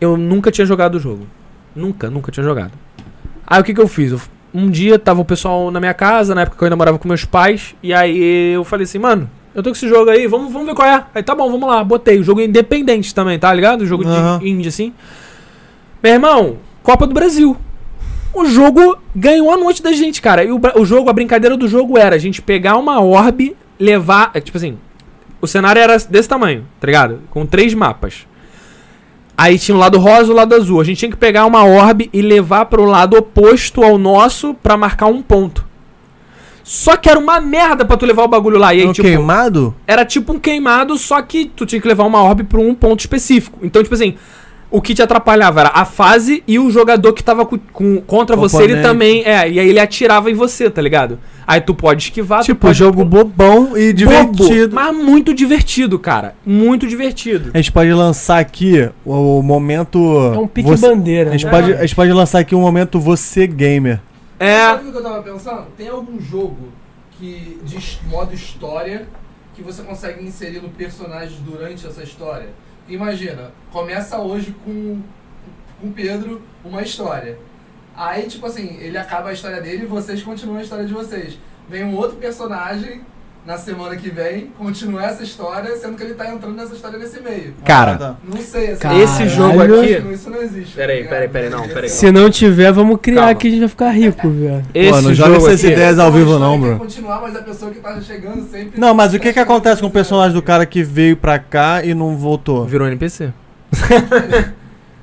S7: Eu nunca tinha jogado o jogo. Nunca, nunca tinha jogado. Aí o que que eu fiz? Eu f- um dia tava o pessoal na minha casa, na época que eu ainda morava com meus pais, e aí eu falei assim, mano, eu tô com esse jogo aí, vamos, vamos ver qual é. Aí tá bom, vamos lá, botei. O jogo é independente também, tá ligado? O jogo
S2: Aham.
S7: de indie, assim. Meu irmão, Copa do Brasil. O jogo ganhou a noite da gente, cara. E o, bra- o jogo, a brincadeira do jogo era a gente pegar uma orbe, levar. é, Tipo assim, o cenário era desse tamanho, tá ligado? Com três mapas. Aí tinha o lado rosa e o lado azul. A gente tinha que pegar uma orbe e levar pro lado oposto ao nosso pra marcar um ponto. Só que era uma merda pra tu levar o bagulho lá. E aí,
S2: Tô
S7: tipo,
S2: É queimado?
S7: era tipo um queimado, só que tu tinha que levar uma orbe pra um ponto específico. Então, tipo assim, o que te atrapalhava era a fase e o jogador que tava co- com- contra você, ele
S2: Oponente.
S7: também. É, e aí ele atirava em você, tá ligado? Aí tu pode esquivar, tu
S2: Tipo,
S7: pode
S2: jogo bobão e
S7: bobo,
S2: divertido.
S7: Mas muito divertido, cara. Muito divertido.
S2: A gente pode lançar aqui o, o momento.
S1: É um pique
S2: você-
S1: bandeira.
S2: a gente,
S1: né?
S2: pode, a gente pode lançar aqui o momento você gamer.
S7: É.
S6: Sabe o que eu tava pensando? Tem algum jogo que de his- modo história que você consegue inserir no personagem durante essa história? Imagina, começa hoje com com o Pedro uma história. Aí, tipo assim, ele acaba a história dele e vocês continuam a história de vocês. Vem um outro personagem na semana que vem, continua essa história, sendo que ele tá entrando nessa história nesse meio.
S2: Ah,
S23: Cara,
S2: tá.
S6: Não sei, assim,
S1: Caralho.
S7: Esse jogo
S6: eu
S7: aqui-
S6: acho que Isso não existe.
S7: Peraí,
S6: tá
S7: peraí,
S6: ligado?
S7: peraí, não, peraí.
S1: Se não tiver, vamos criar
S7: Calma.
S1: aqui, a gente vai ficar rico, velho.
S7: Esse
S2: Pô, não joga
S7: jogo
S2: essas
S7: aqui-
S2: ideias ao
S6: é Uma
S2: vivo,
S6: história
S2: não,
S6: que
S2: bro.
S6: vai continuar, mas a pessoa que tá chegando sempre.
S2: Não, mas o que que acontece com o personagem do cara que veio pra cá e não voltou?
S7: Virou NPC.
S6: <laughs>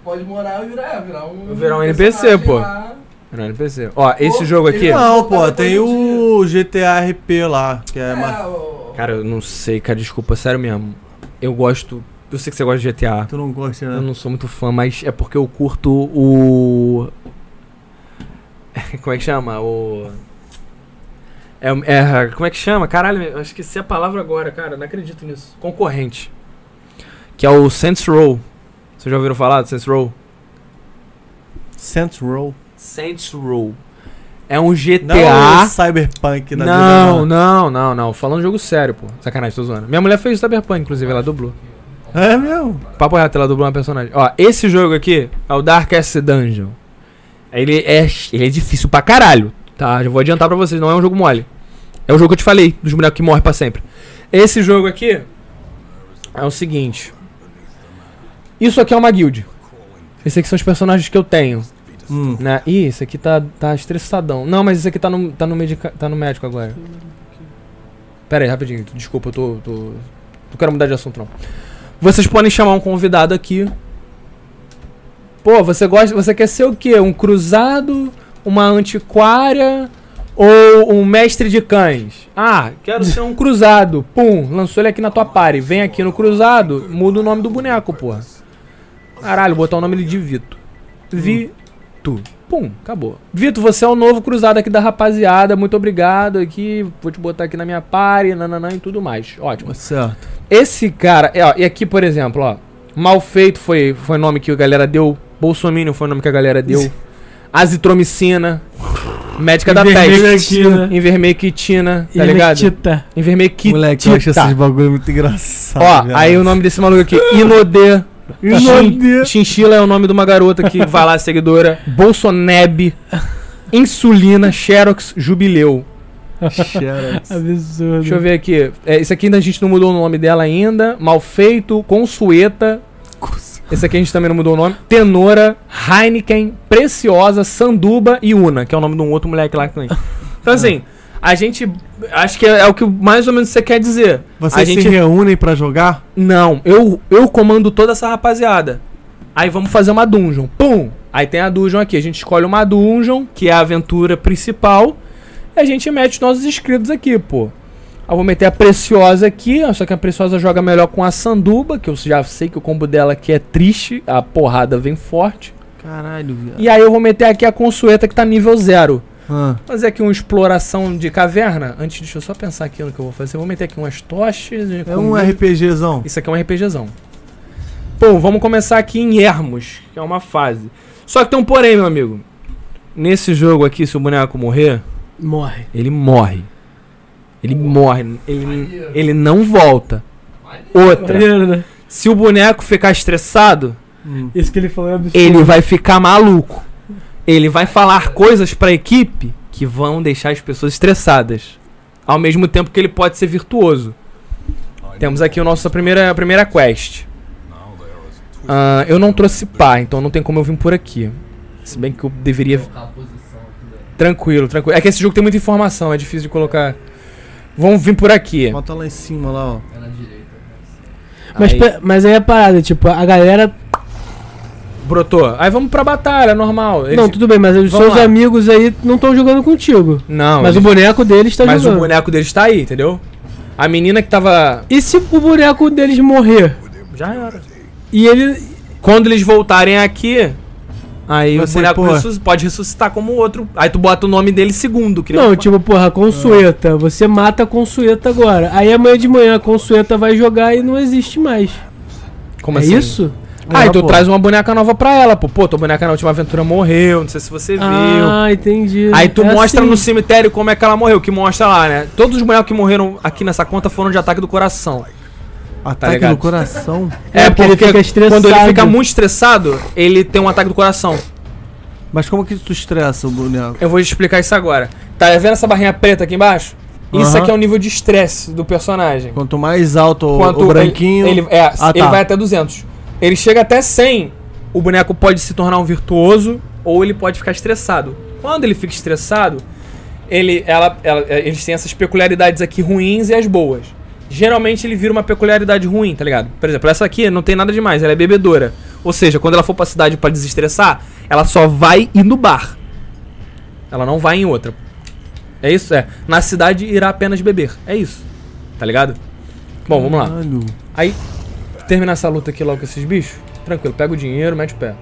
S6: Pode morar e virar, virar um.
S7: Virar um NPC, pô.
S6: personagem lá.
S7: Virou um NPC. Ó, esse
S6: Pô,
S7: jogo aqui.
S6: ele-
S2: Não, pô, tem o GTA RP lá, que é. ma-
S6: É, o-
S7: Cara, eu não sei, cara, desculpa, sério mesmo. Eu gosto. Eu sei que você gosta de GTA.
S2: Tu não gosta,
S7: Eu
S2: né?
S7: não sou muito fã, mas é porque eu curto o. <laughs> Como é que chama? O. É, é- como é que chama? Caralho, eu esqueci a palavra agora, cara. Não acredito nisso. Concorrente. Que é o Saints Row. Vocês já ouviram falar do Saints Row? Hum.
S2: Saints Row.
S7: Saints Row. É um GTA.
S2: Não, o Cyberpunk na
S7: Não,
S2: vida.
S7: não, não, não. Falando jogo sério, pô. Sacanagem, tô zoando. Minha mulher fez Cyberpunk, inclusive, ela dublou.
S2: não. É mesmo?
S7: Papo reto, ela dublou uma personagem. Ó, esse jogo aqui é o Darkest Dungeon. Ele é, ele é difícil pra caralho, tá? Já vou adiantar pra vocês, não é um jogo mole. É o jogo que eu te falei, dos bonecos que morrem pra sempre. Esse jogo aqui é o seguinte. Isso aqui é uma guild. Esse aqui são os personagens que eu tenho.
S2: Hum.
S7: Né? Ih, esse aqui tá, tá estressadão. Não, mas esse aqui tá no, tá no, medica, tá no médico agora. Pera aí, rapidinho. Desculpa, eu tô, tô. Não quero mudar de assunto, não. Vocês podem chamar um convidado aqui. Pô, você gosta. Você quer ser o quê? Um cruzado? Uma antiquária? Ou um mestre de cães? Ah, quero ser um cruzado. Pum, lançou ele aqui na tua party. Vem aqui no cruzado, muda o nome do boneco, porra. Caralho, botar o nome dele de Vito. Vi. Tu. Pum, acabou. Vitor, você é o novo cruzado aqui da rapaziada. Muito obrigado aqui. Vou te botar aqui na minha party, nananã e tudo mais. Ótimo.
S2: Certo.
S7: Esse cara, é, ó, e aqui, por exemplo, ó. Mal feito foi foi o nome que a galera deu. Bolsominion foi o nome que a galera deu. azitromicina, médica da peste,
S1: Ivermectina.
S7: invermectina, tá ligado?
S1: Ivermectita.
S7: Invermectina.
S2: Moleque, eu acho esses bagulho muito engraçado.
S7: Ó,
S2: viado.
S7: aí o nome tá desse maluco aqui, Inodê.
S2: Inodê.
S7: Chin- Chinchila é o nome de uma garota que vai lá, seguidora. Bolsoneb. Insulina, Xerox, Jubileu. <laughs>
S2: Xerox.
S1: Absurdo.
S7: Deixa eu ver aqui. É, isso aqui ainda a gente não mudou o nome dela ainda. Malfeito, Consueta. Esse aqui a gente também não mudou o nome. Tenora, Heineken, Preciosa, Sanduba e Una, que é o nome de um outro moleque lá que tem. Então assim, a gente. Acho que é, é o que mais ou menos você quer dizer. a
S2: Vocês
S7: gente
S2: se reúnem pra jogar?
S7: Não, eu, eu comando toda essa rapaziada. Aí vamos fazer uma dungeon. Pum! Aí tem a dungeon aqui. A gente escolhe uma dungeon, que é a aventura principal. E a gente mete os nossos inscritos aqui, pô. Eu vou meter a Preciosa aqui, só que a Preciosa joga melhor com a Sanduba, que eu já sei que o combo dela aqui é triste, a porrada vem forte.
S2: Caralho, viado.
S7: E aí eu vou meter aqui a Consueta, que tá nível zero.
S2: Ah,
S7: Fazer aqui uma exploração de caverna. Antes, deixa eu só pensar aqui no que eu vou fazer. Eu vou meter aqui umas tochas.
S2: é um
S7: comida.
S2: RPGzão.
S7: Isso aqui é um RPGzão. Bom, vamos começar aqui em Ermos, que é uma fase. Só que tem um porém, meu amigo. Nesse jogo aqui, se o boneco morrer,
S1: Morre.
S7: ele morre. Ele morre. Ele, ele não volta. Outra.
S1: Maneiro, né?
S7: Se o boneco ficar estressado,
S1: Isso que ele falou é absurdo.
S7: ele vai ficar maluco. Ele vai falar coisas pra equipe que vão deixar as pessoas estressadas. Ao mesmo tempo que ele pode ser virtuoso. Temos aqui a nossa primeira, a primeira quest. Ah, eu não trouxe pá, então não tem como eu vir por aqui. Se bem que eu deveria. Tranquilo, tranquilo. É que esse jogo tem muita informação, é difícil de colocar. Vamos vir por aqui.
S2: Bota lá em cima, lá, ó.
S1: Mas,
S7: Aí-
S1: pe- mas aí é parada, tipo, a galera.
S7: Brotou. Aí vamos pra batalha, normal. Eles-
S1: Não, tudo bem, mas os
S7: Vamos
S1: seus
S7: lá.
S1: amigos aí não estão jogando contigo.
S7: não
S1: mas
S7: eles-
S1: o boneco deles tá
S7: mas o
S1: jogando.
S7: boneco deles tá aí, entendeu? A menina que tava.
S1: E se o boneco deles morrer?
S7: Já era.
S1: E ele.
S7: Quando eles voltarem aqui, aí
S2: Você,
S7: o boneco
S2: pô.
S7: ressus- pode ressuscitar como outro. Aí tu bota o nome dele segundo, que é nem
S1: Não,
S7: eu-
S1: tipo, porra,
S7: É.
S1: Consueta. Você mata a Consueta agora. Aí amanhã de manhã a Consueta vai jogar e não existe mais.
S7: como
S1: é
S7: assim?
S1: isso?
S7: Ah,
S2: É,
S7: e tu
S2: pô.
S7: traz uma boneca nova pra ela, pô. Pô, tua boneca na última aventura morreu, não sei se você viu.
S1: Ah, entendi.
S7: Aí tu
S1: É
S7: mostra
S1: assim.
S7: no cemitério como é que ela morreu, que mostra lá, né? Todos os bonecos que morreram aqui nessa conta foram de ataque do coração.
S2: Ataque
S7: Tá ligado?
S2: no coração.
S1: É, porque ele fica estressado.
S7: quando ele fica muito estressado, ele tem um ataque do coração.
S2: Mas como que isso estressa o boneco?
S7: Eu vou explicar isso agora. Tá vendo essa barrinha preta aqui embaixo? Isso
S2: Aham.
S7: aqui é o nível de estresse do personagem.
S2: Quanto mais alto o-
S7: Quanto
S2: o branquinho.
S7: Ele, ele- é,
S2: Ah,
S7: ele
S2: tá.
S7: vai até 200. Ele chega até 100, o boneco pode se tornar um virtuoso ou ele pode ficar estressado. Quando ele fica estressado, ele, ela, ela- é, eles têm essas peculiaridades aqui ruins e as boas. Geralmente ele vira uma peculiaridade ruim, tá ligado? Por exemplo, essa aqui não tem nada demais, ela é bebedora. Ou seja, quando ela for pra cidade pra desestressar, ela só vai ir no bar. Ela não vai em outra. É isso? É. Na cidade irá apenas beber. É isso. Tá ligado? Bom, vamos lá.
S2: Caralho.
S7: Aí, terminar essa luta aqui logo com esses bichos. Tranquilo, pega o dinheiro, mete o pé.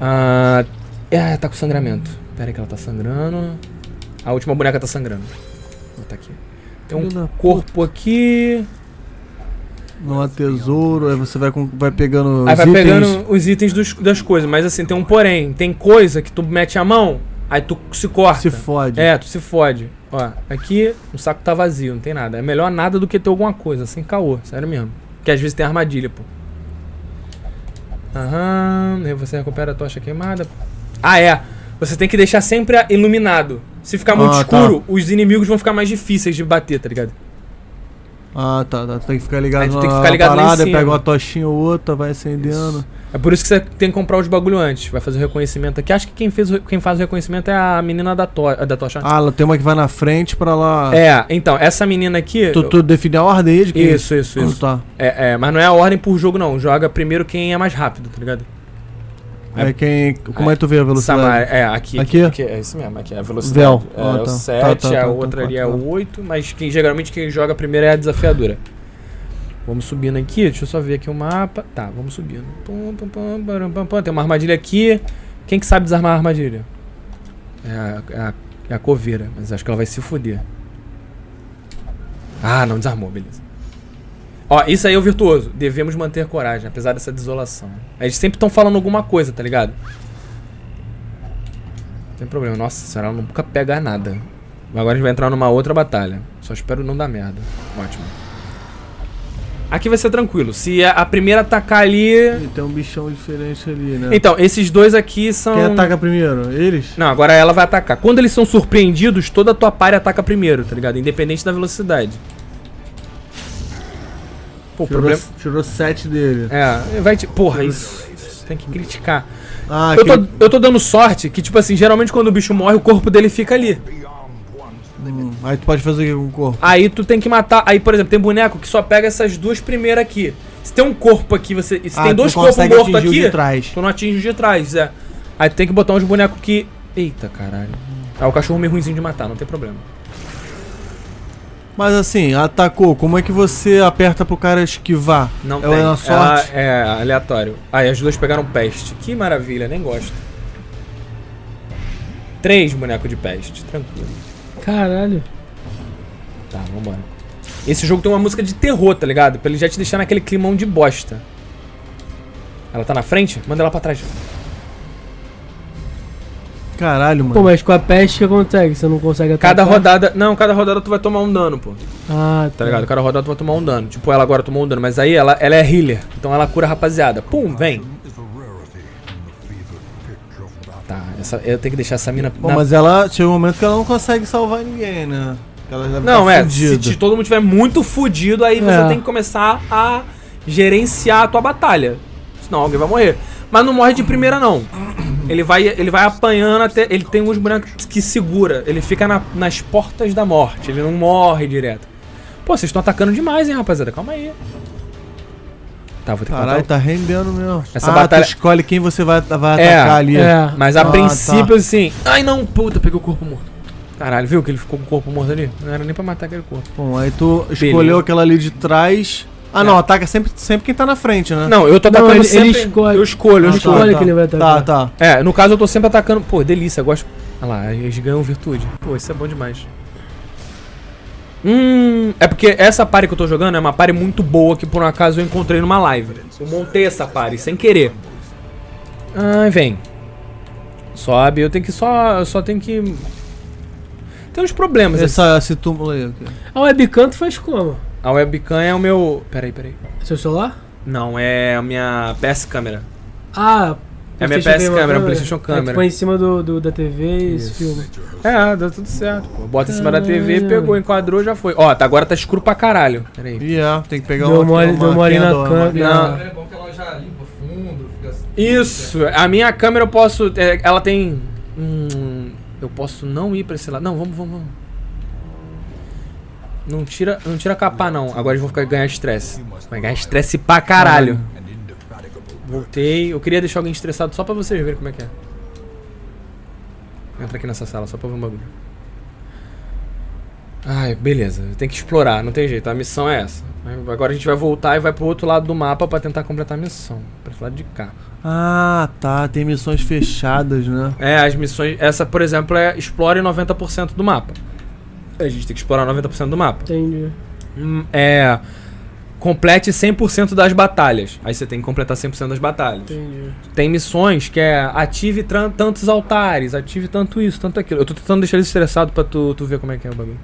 S7: Ah, é, tá com sangramento. Pera aí que ela tá sangrando. A última boneca tá sangrando. Vou botar aqui. Tem um
S2: Filho da
S7: corpo aqui.
S2: Não há tesouro, aí você vai, com- vai pegando.
S7: Aí
S2: os
S7: vai
S2: itens.
S7: pegando os itens dos- das coisas. Mas assim, tem um porém. Tem coisa que tu mete a mão, aí tu se corta.
S2: Se fode.
S7: É, tu se fode. Ó, aqui o saco tá vazio, não tem nada. É melhor nada do que ter alguma coisa, sem caô, sério mesmo. Porque às vezes tem armadilha, pô. Aham, aí você recupera a tocha queimada. Ah, é. Você tem que deixar sempre a- iluminado. Se ficar muito
S2: Ah, tá.
S7: escuro, os inimigos vão ficar mais difíceis de bater, tá ligado?
S2: Ah, tá, tá. Tu tem que ficar ligado
S7: Aí tu tem que
S2: na-
S7: ficar
S2: na
S7: ligado lá em
S2: parada,
S7: cima.
S2: pega uma tochinha ou outra, vai acendendo.
S7: É por isso que você tem que comprar os bagulho antes. Vai fazer o reconhecimento aqui. Acho que quem, fez o re- quem faz o reconhecimento é a menina da, to da tocha.
S2: Ah, lá, tem uma que vai na frente pra lá.
S7: É, então, essa menina aqui.
S2: Tu, tu define a ordem é aí de quem?
S7: Isso, isso, isso.
S2: Ah, tá.
S7: É, é, mas não é a ordem por jogo, não. Joga primeiro quem é mais rápido, tá ligado?
S2: É quem. Como é que tu vê a velocidade?
S7: Samara, é, aqui,
S2: Aqui?
S7: É isso mesmo, aqui é a velocidade.
S2: Véu.
S7: É,
S2: Ah,
S7: o
S2: tá.
S7: 7,
S2: Tá, tá,
S7: a
S2: tá, tá,
S7: outra
S2: tá,
S7: ali é
S2: tá.
S7: o 8, mas quem, geralmente quem joga primeiro é a desafiadora. Vamos subindo aqui, deixa eu só ver aqui o mapa. Tá, vamos subindo. Pum, pum, pum, param, pam, pam. Tem uma armadilha aqui. Quem que sabe desarmar a armadilha? É a, é a, é a coveira, mas acho que ela vai se fuder. Ah, não desarmou, beleza. Ó, isso aí é o virtuoso. Devemos manter coragem, apesar dessa desolação. Eles sempre estão falando alguma coisa, tá ligado? tem problema. Nossa senhora, ela nunca pega nada. Agora a gente vai entrar numa outra batalha. Só espero não dar merda. Ótimo. Aqui vai ser tranquilo. Se a a primeira atacar ali.
S2: E tem um bichão diferente ali, né?
S7: Então, esses dois aqui são.
S2: Quem ataca primeiro? Eles?
S7: Não, agora ela vai atacar. Quando eles são surpreendidos, toda a tua party ataca primeiro, tá ligado? Independente da velocidade. Pô, o
S2: Tirou,
S7: problema.
S2: tirou sete dele.
S7: É, vai te. Porra, isso. isso Tem que criticar.
S2: Ah,
S7: Eu tô,
S2: aquele-
S7: eu tô dando sorte que, tipo assim, geralmente quando o bicho morre, o corpo dele fica ali.
S2: Hum, Aí tu pode fazer o que com o corpo?
S7: Aí tu tem que matar. Aí, por exemplo, tem boneco que só pega essas duas primeiras aqui. Se tem um corpo aqui, você. Se
S2: Ah,
S7: tem
S2: tu
S7: dois corpos
S2: consegue
S7: mortos
S2: atingir o
S7: aqui.
S2: de trás.
S7: Tu não atinge o de trás, é. Aí tu tem que botar uns bonecos que. Eita caralho. Ah, o cachorro é meio ruimzinho de matar, não tem problema.
S2: Mas assim, atacou. Como é que você aperta pro cara esquivar?
S7: Não
S2: é
S7: tem.
S2: na sorte?
S7: Ela- é, aleatório. Aí as duas pegaram peste. Que maravilha, nem gosto. Três bonecos de peste, tranquilo.
S1: Caralho.
S7: Tá, vambora. Esse jogo tem uma música de terror, tá ligado? Pra ele já te deixar naquele climão de bosta. Ela tá na frente? Manda ela pra trás.
S2: Caralho, mano.
S1: Pô, mas com a peste que consegue? Você não consegue atacar?
S2: Tá.
S7: Cada rodada. Não, cada rodada tu vai tomar um dano, pô.
S1: Ah,
S7: Tá ligado? Cada rodada tu vai tomar um dano. Tipo, ela agora tomou um dano, mas aí ela, ela é healer. Então ela cura a rapaziada. Pum, vem. Tá, essa, eu tenho que deixar essa mina.
S2: Bom,
S7: na-
S2: mas ela chega um momento que ela não consegue salvar ninguém, né? Ela já
S7: Não,
S2: tá
S7: é. Se
S2: fudida.
S7: te- todo mundo tiver muito fudido, aí você
S1: É.
S7: tem que começar a gerenciar a tua batalha. Senão alguém vai morrer. Mas não morre de primeira, não. Ele vai, ele vai apanhando até. Ele tem uns bonecos que segura. Ele fica na- nas portas da morte. Ele não morre direto. Pô, vocês estão atacando demais, hein, rapaziada? Calma aí. Tá, vou ter que matar o
S2: Caralho, tá rendendo mesmo.
S7: Essa
S2: ah,
S7: batalha-
S2: tu escolhe quem você vai, vai
S7: É,
S2: atacar ali.
S1: é.
S7: Mas a
S2: Ah,
S7: princípio,
S2: tá.
S7: assim. Ai não, puta, peguei o corpo morto. Caralho, viu que ele ficou com o corpo morto ali? Não era nem pra matar aquele corpo.
S2: Bom, aí tu escolheu
S7: Beleza. É.
S2: aquela ali de trás. Ah, não, ataca sempre, sempre quem tá na frente, né?
S7: Não, eu tô
S1: Não,
S7: atacando
S1: ele-
S7: sempre.
S1: ele escolhe.
S7: Eu escolho, eu
S2: Ah, tá,
S7: escolho.
S1: escolhe quem ele vai atacar.
S2: Tá, tá.
S7: É, no caso eu tô sempre atacando. Pô, delícia, eu gosto. Olha lá, eles ganham virtude. Pô, isso é bom demais. Hum, é porque essa pare que eu tô jogando é uma pare muito boa que por um acaso eu encontrei numa live. Eu montei essa pare sem querer. Ai, vem. Sobe, eu tenho que só. Eu só tenho que. Tem uns problemas.
S2: Essa, esse túmulo aí. ok.
S1: tá. A webcam tu faz como? É
S7: A webcam é o meu. Peraí, peraí.
S1: Seu celular?
S7: Não, é a minha PS câmera.
S1: Ah,
S7: É a minha
S1: PlayStation
S7: PS
S1: tem uma
S7: câmera, PlayStation
S1: Aí tu
S7: câmera.
S1: põe em cima do, do- da TV e
S7: Isso.
S1: esse filme.
S7: É, deu tudo certo. pô. Bota em cima da TV,
S1: Caralho.
S7: pegou, enquadrou, já foi. Ó, tá, agora tá escuro pra caralho. Peraí.
S2: E é, tem que pegar
S1: Deu
S2: uma-
S1: mole-
S2: uma
S1: deu mole na
S2: candle,
S1: cama.
S2: uma-
S7: Não.
S24: É bom que ela já limpa fundo, fica assim.
S7: Isso, a minha câmera eu posso. é, ela tem. Hum, eu posso não ir pra esse lado. Não, vamos, vamos, vamos. Não tira, não tira capar, não. Agora eles vão ficar ganhar estresse. Vai ganhar estresse pra caralho. Voltei. Eu queria deixar alguém estressado só pra vocês verem como é que é. Entra aqui nessa sala só pra ver um bagulho. Ai, beleza. Tem que explorar, não tem jeito. A missão é essa. Agora a gente vai voltar e vai pro outro lado do mapa pra tentar completar a missão. Pra esse lado de cá.
S2: Ah, tá. Tem missões fechadas, né?
S7: É, as missões. Essa, por exemplo, é explore 90% do mapa. A gente tem que explorar 90% do mapa.
S1: Entendi.
S7: Hum, É. Complete 100% das batalhas. Aí você tem que completar 100% das batalhas.
S1: Entendi.
S7: Tem missões que é ative tran- tantos altares, ative tanto isso, tanto aquilo. Eu tô tentando deixar ele estressado pra tu, tu ver como é que é o bagulho.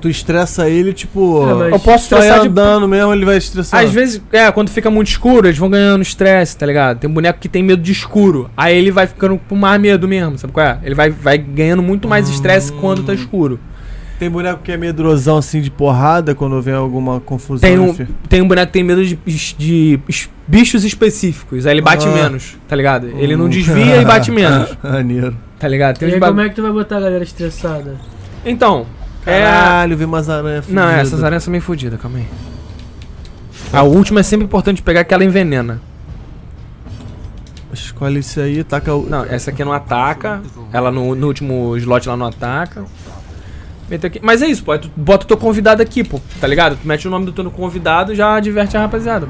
S2: Tu estressa ele, tipo.
S1: É, mas-
S7: Eu posso
S2: Só
S7: estressar de.
S2: andando mesmo, ele vai estressar.
S7: Às vezes, é, quando fica muito escuro, eles vão ganhando estresse, tá ligado? Tem boneco que tem medo de escuro. Aí ele vai ficando com mais medo mesmo, sabe qual é? Ele vai, vai ganhando muito mais estresse quando tá escuro.
S2: Hum, Tem boneco que é medrosão assim de porrada quando vem alguma confusão. né,
S7: Tem um,
S2: enfim.
S7: tem um boneco que tem medo de, bis- de bis- bichos específicos. Aí ele bate
S2: Ah. Hum.
S7: menos, tá ligado? Ele não desvia
S2: <laughs>
S7: e bate menos,
S2: Maneiro.
S7: tá ligado? Tem
S1: e
S7: uns
S1: aí,
S7: ba-
S1: como é que tu vai botar a galera estressada?
S7: Então, é.
S2: Caralho, vem umas aranhas
S7: Não,
S2: fugidas.
S7: essas aranhas são meio fodidas, calma aí. A última é sempre importante pegar que ela envenena.
S2: Escolhe isso aí, taca o.
S7: Não, essa aqui não ataca. Ela no, no último slot lá não ataca. Mete aqui- Mas é isso, pô. Aí Tu bota o teu convidado aqui, pô. Tá ligado? Tu mete o nome do teu convidado e já diverte a rapaziada.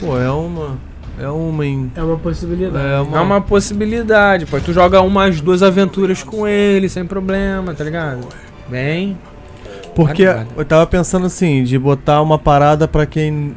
S2: Pô, é uma. É uma, hein?
S1: É uma possibilidade.
S2: É uma.
S7: É uma possibilidade, pô. Tu joga umas duas aventuras com ele, sem problema, tá ligado? Bem.
S2: Porque
S7: Caralho.
S2: eu tava pensando assim, de botar uma parada pra quem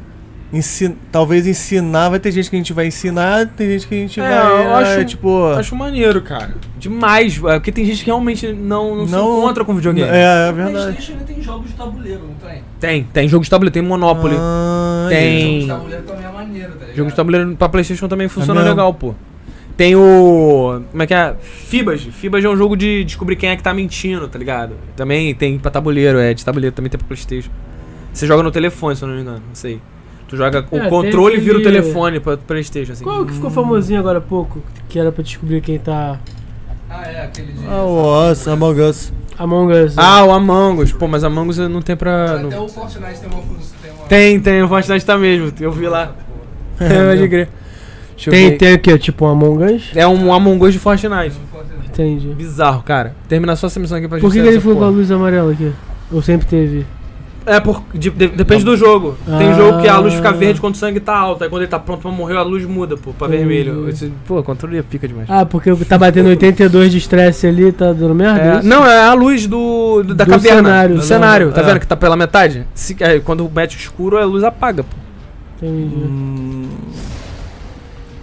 S2: ensin- talvez ensinar, vai ter gente que a gente vai ensinar, tem gente que a gente
S7: É,
S2: vai.
S7: eu acho-
S2: tipo.
S7: Acho maneiro, cara. Demais, é, porque tem gente que realmente não, não, se
S2: Não-
S7: encontra com videogame.
S2: é, é
S6: Mas
S2: verdade.
S6: PlayStation tem jogos de tabuleiro, não tem?
S7: Tem, tem jogo de tabuleiro, tem Monopoly,
S2: Ah,
S7: tem...
S6: Jogos de tabuleiro também é maneiro, tá ligado?
S7: Jogo de tabuleiro pra Playstation
S1: É
S7: também funciona
S2: mesmo?
S7: legal, pô. Tem o... como é que é? Fibas. Fibas é um jogo de descobrir quem é que tá mentindo, tá ligado? Também tem pra tabuleiro, é, de tabuleiro também tem pra Playstation. Você joga no telefone, se eu não me engano, não sei. Tu joga
S1: É,
S7: o
S1: tem
S7: controle e vira o
S1: aquele-
S7: telefone pra Playstation, assim.
S1: Qual é que ficou famosinho agora há pouco? Que era pra descobrir quem tá.
S6: Ah, é, aquele de.
S2: Ah, o Us, Among Us.
S1: Among Us. <laughs> né?
S7: Ah, o Among Us. Pô, mas Among Us não tem pra...
S6: Até
S7: não-
S6: o Fortnite tem uma função. Tem, uma...
S7: Tem, tem, o Fortnite tá mesmo, eu vi lá. É, pode crer. Deixa eu
S1: tem,
S7: ver.
S1: tem o quê? Tipo um Among Us?
S7: É um Among Us de Fortnite.
S6: um Fortnite.
S1: Entendi.
S7: Bizarro, cara. Terminar só essa missão aqui pra
S1: Por
S7: gente.
S1: que, que
S7: sair
S1: ele
S7: dessa
S1: foi com a
S7: porra.
S1: luz amarela aqui? Ou sempre teve?
S7: É, por, de- de- depende do jogo. Tem
S1: Ah.
S7: jogo que a luz fica verde quando o sangue tá alto. Aí quando ele tá pronto pra morrer, a luz muda, pô, pra
S1: Entendi.
S7: vermelho. Esse- pô, controle é pica demais.
S1: Ah, porque tá batendo 82 de estresse ali, tá dando merda?
S7: É,
S1: isso?
S7: não, é a luz do, do- da
S1: Do
S7: caverna.
S1: cenário.
S7: do cenário. Tá
S2: É.
S7: vendo que tá pela metade? Se, é, quando mete o escuro, a luz apaga, pô.
S1: Entendi.
S2: Hum.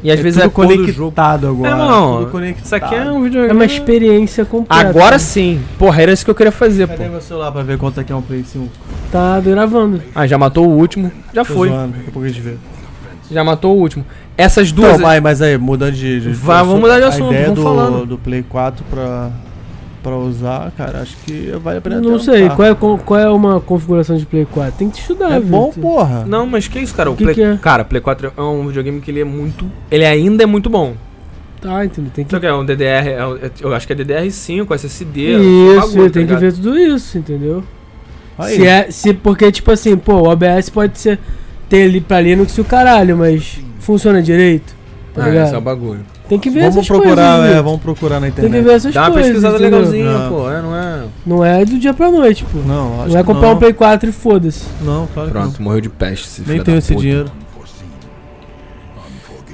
S7: E às
S2: É
S7: vezes é
S2: tudo
S7: cor do jogo.
S2: conectado agora.
S7: É, irmão.
S2: Tudo conectado.
S7: Isso aqui é um videogame.
S1: É uma experiência completa.
S7: Agora sim. Porra, era isso que eu queria fazer, pô.
S2: Cadê meu celular pra ver quanto aqui é um Play 5?
S1: Tá gravando.
S7: Ah, já matou o último. Já
S2: Tô
S7: foi.
S2: zoando, Daqui a pouco a gente vê.
S7: Já matou o último. Essas duas.
S2: Então, mas, mas aí, mudando de, de
S7: Vai, vamos mudar de assunto,
S2: A ideia
S7: vamos
S2: do,
S7: falando.
S2: do Play 4 pra, pra usar, cara, acho que vale a pena um
S1: Não
S2: tentar.
S1: sei, qual é, qual- qual é uma configuração de Play 4? Tem que estudar,
S2: É bom,
S1: Vitor.
S2: porra.
S7: Não, mas que isso, cara? O
S1: Que
S7: Play...
S1: que é?
S7: Cara, Play 4 é um videogame que ele é muito. Ele ainda é muito bom.
S1: Tá, entendeu? Tem que.
S7: Só que é um DDR, é um- é- eu acho que é DDR5, SSD. um
S1: Isso,
S7: bagulho, tá
S1: tem que
S7: ligado?
S1: ver tudo isso, entendeu?
S2: Aí.
S1: Se é, se, porque, tipo assim, pô, o OBS pode ser ter ali pra Linux e o caralho, mas funciona direito. Tá
S7: Ah, esse é o
S1: ligado?
S7: bagulho.
S1: Tem que ver
S2: Vamos
S1: essas
S2: procurar,
S1: coisas.
S2: é,
S1: Vitor.
S2: vamos procurar na
S1: Tem
S2: internet.
S1: que ver essas
S7: Dá uma
S1: coisas.
S7: pesquisada
S1: entendeu?
S7: legalzinha,
S2: Não.
S7: pô. É, não é.
S1: Não é do dia pra noite, pô.
S2: Não, acho
S1: Não é
S2: que
S1: comprar
S2: não.
S1: um Play 4 e foda-se.
S2: Não, claro que
S7: morreu de peste esse
S2: não. Nem tenho esse dinheiro.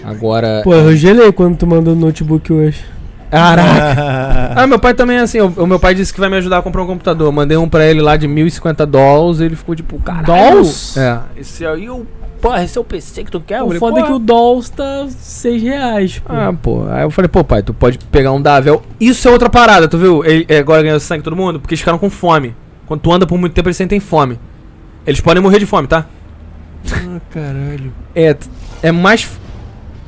S7: Agora.
S1: Pô, eu gelei quando tu mandou o notebook hoje.
S7: Caraca! Ah, meu pai também é assim. O, o meu pai disse que vai me ajudar a comprar um computador. Mandei um pra ele lá de 1.050 dólares. Ele ficou tipo, caralho.
S1: Dolls?
S7: É. Esse aí, o. Porra, esse é o PC que tu quer? Eu
S1: o
S7: falei,
S1: foda é
S7: "Pô,
S1: que o Dolls tá 6 reais, pô.
S7: Ah, pô. Aí eu falei, pô, pai, tu pode pegar um Davel. Isso é outra parada, tu viu? Ele, é, agora ganhou sangue todo mundo, porque eles ficaram com fome. Quando tu anda por muito tempo, eles sentem fome. Eles podem morrer de fome, tá?
S2: Caralho.
S7: É, t- é mais. f-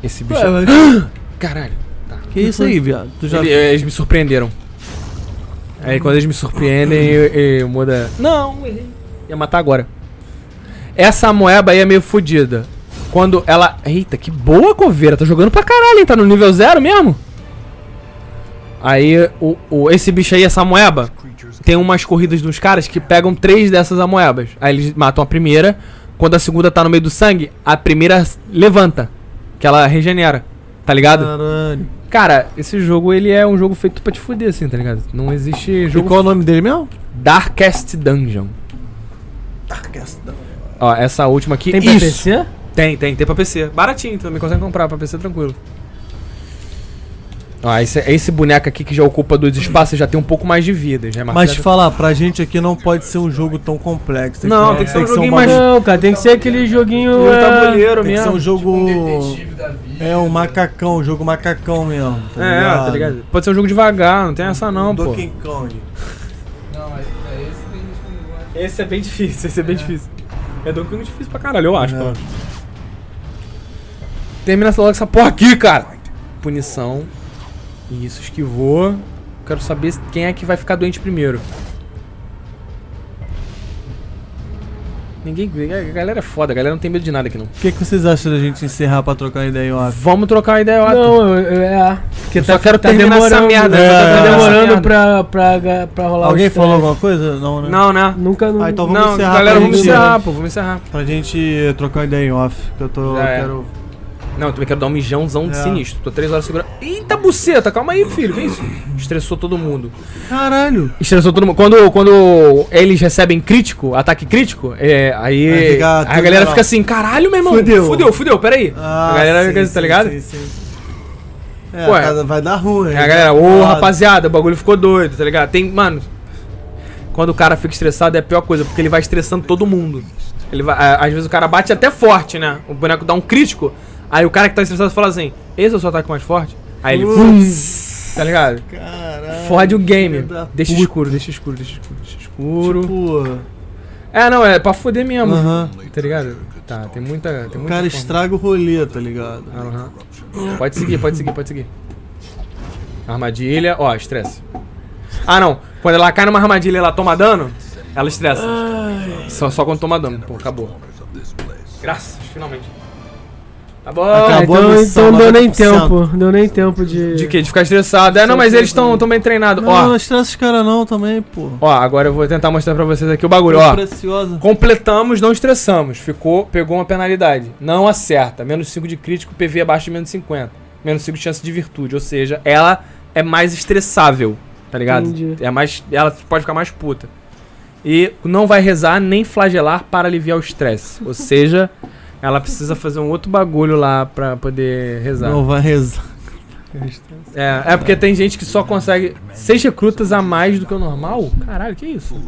S7: Esse bicho. é
S2: Ué, mas
S7: <gasps> Caralho.
S2: que isso aí, viado? Tu já
S7: Ele- eles me surpreenderam. Aí quando eles me surpreendem, eu, eu muda. Não, errei. Ia matar agora. Essa moeba aí é meio fodida. Quando ela. Eita, que boa coveira. Tá jogando pra caralho, hein? Tá no nível zero mesmo? Aí, o, o- esse bicho aí, essa moeba, tem umas corridas dos caras que pegam três dessas amoebas. Aí eles matam a primeira. Quando a segunda tá no meio do sangue, a primeira levanta. Que ela regenera. Tá ligado?
S2: Ah. Caralho.
S7: Cara, esse jogo ele é um jogo feito pra te fuder, assim, tá ligado? Não existe
S2: E
S7: jogo.
S2: qual é o nome dele mesmo?
S7: Darkest Dungeon. Ó, essa última aqui.
S1: Tem pra
S7: Isso.
S1: PC?
S7: Tem, tem, tem pra PC. Baratinho também, consegue comprar pra PC tranquilo. Ó, esse, esse boneco aqui que já ocupa dois espaços já tem um pouco mais de vida. Já é
S2: Mas te
S7: marcado.
S2: falar, pra gente aqui não pode ser um jogo tão complexo.
S7: Não, tem que ser um joguinho mais-
S2: bagulho-
S1: Não, cara, tem que ser aquele joguinho.
S7: Um
S1: é,
S7: tabuleiro
S2: Tem que ser
S7: mesmo.
S2: um
S6: Tipo um
S2: jogo.
S6: detetive da vida.
S2: É, um macacão, um jogo macacão mesmo. Tá
S7: É, tá ligado? Pode ser um jogo devagar, não tem essa não, pô.
S2: Donkey Kong. tá
S6: Não, é, é esse tem gente que não gosta.
S7: Esse é bem difícil, esse é bem difícil. É Donkey Kong difícil pra caralho, eu acho,
S2: É.
S7: pô. Termina logo essa porra aqui, cara. Punição. Isso, esquivou. Quero saber se- quem é que vai ficar doente primeiro. Ninguém. A galera é foda, a galera não tem medo de nada aqui não.
S2: O que, que vocês acham da gente encerrar pra trocar uma ideia em off?
S7: Vamos trocar uma ideia, ó.
S1: Não, eu, eu- é. Porque
S7: Eu só quero terminar essa merda,
S1: É,
S2: eu só quero
S1: tá
S2: terminar essa
S1: demorando
S7: merda.
S1: pra, pra, ga- pra rolar
S2: Alguém
S1: os
S2: falou
S1: testes.
S2: alguma coisa? Não, né?
S7: é. Não, né?
S1: Nunca não.
S2: Ah, então vamos
S7: Não,
S2: encerrar
S7: galera,
S2: pra
S7: vamos
S2: gente-
S1: né?
S7: encerrar, pô, vamos encerrar.
S2: Pra gente trocar uma ideia em off. Que eu tô.
S7: Já é.
S2: eu
S7: Não, eu também quero dar um mijãozão de
S2: É.
S7: sinistro. Tô três horas segurando. Eita buceta, calma aí, filho. Que isso? Estressou todo mundo.
S2: quero... Caralho!
S7: Estressou todo mundo. Quando, quando eles recebem crítico, ataque crítico, é, aí,
S2: Aí fica
S7: a
S2: tudo
S7: galera
S2: geral.
S7: fica assim, caralho, meu irmão.
S2: Fudeu.
S7: Fudeu, fudeu, peraí.
S2: Ah,
S7: a galera
S2: sim,
S7: fica assim,
S2: sim,
S7: tá ligado?
S2: sim, sim. É,
S7: Ué.
S2: tá- vai dar ruim. Ah,
S7: É, a galera, ô rapaziada, o bagulho ficou doido, tá ligado? Tem, mano. Quando o cara fica estressado é a pior coisa, porque ele vai estressando todo mundo. Ele vai, a- às vezes o cara bate até forte, né? O boneco dá um crítico. Aí o cara que tá estressado fala assim: Esse é o seu ataque mais forte? Aí ele. Tá ligado?
S2: Caralho.
S7: Fode o game.
S2: filho da
S7: Deixa
S2: puta.
S7: escuro, deixa escuro, deixa escuro, deixa escuro.
S2: Tipo.
S7: É, não, é pra foder mesmo.
S2: Aham.
S7: Tá ligado? Tá, tem muita. Tem
S2: O
S7: muita
S2: cara
S7: forma.
S2: estraga o rolê, tá ligado?
S7: Aham. Pode seguir, pode seguir, pode seguir. Armadilha, ó, estresse. Ah não, quando ela cai numa armadilha e ela toma dano, ela estressa. Só, só quando toma dano, pô, acabou. Graças, finalmente. Tá bom.
S1: Ah,
S2: Acabou a
S1: então,
S2: missão,
S1: então deu nem
S2: 90%.
S1: tempo. Deu nem tempo de.
S7: De quê? De ficar estressado. É, não, mas eles estão tão bem treinados.
S2: Não, não
S7: Ó,
S2: estressa os caras não também, pô.
S7: ó, agora eu vou tentar mostrar pra vocês aqui o bagulho,
S2: Coisa
S7: ó.
S2: Preciosa.
S7: Completamos, não estressamos. Ficou, pegou uma penalidade. Não acerta. Menos 5 de crítico, PV abaixo de menos 50. Menos 5 de chance de virtude. Ou seja, ela é mais estressável. Tá ligado?
S1: Entendi.
S7: É mais, ela pode ficar mais puta. E não vai rezar nem flagelar para aliviar o estresse. Ou seja, ela precisa fazer um outro bagulho lá pra poder rezar.
S2: Não vai rezar.
S7: É, é porque tem gente que só consegue seis recrutas a mais do que o normal? Caralho, que isso?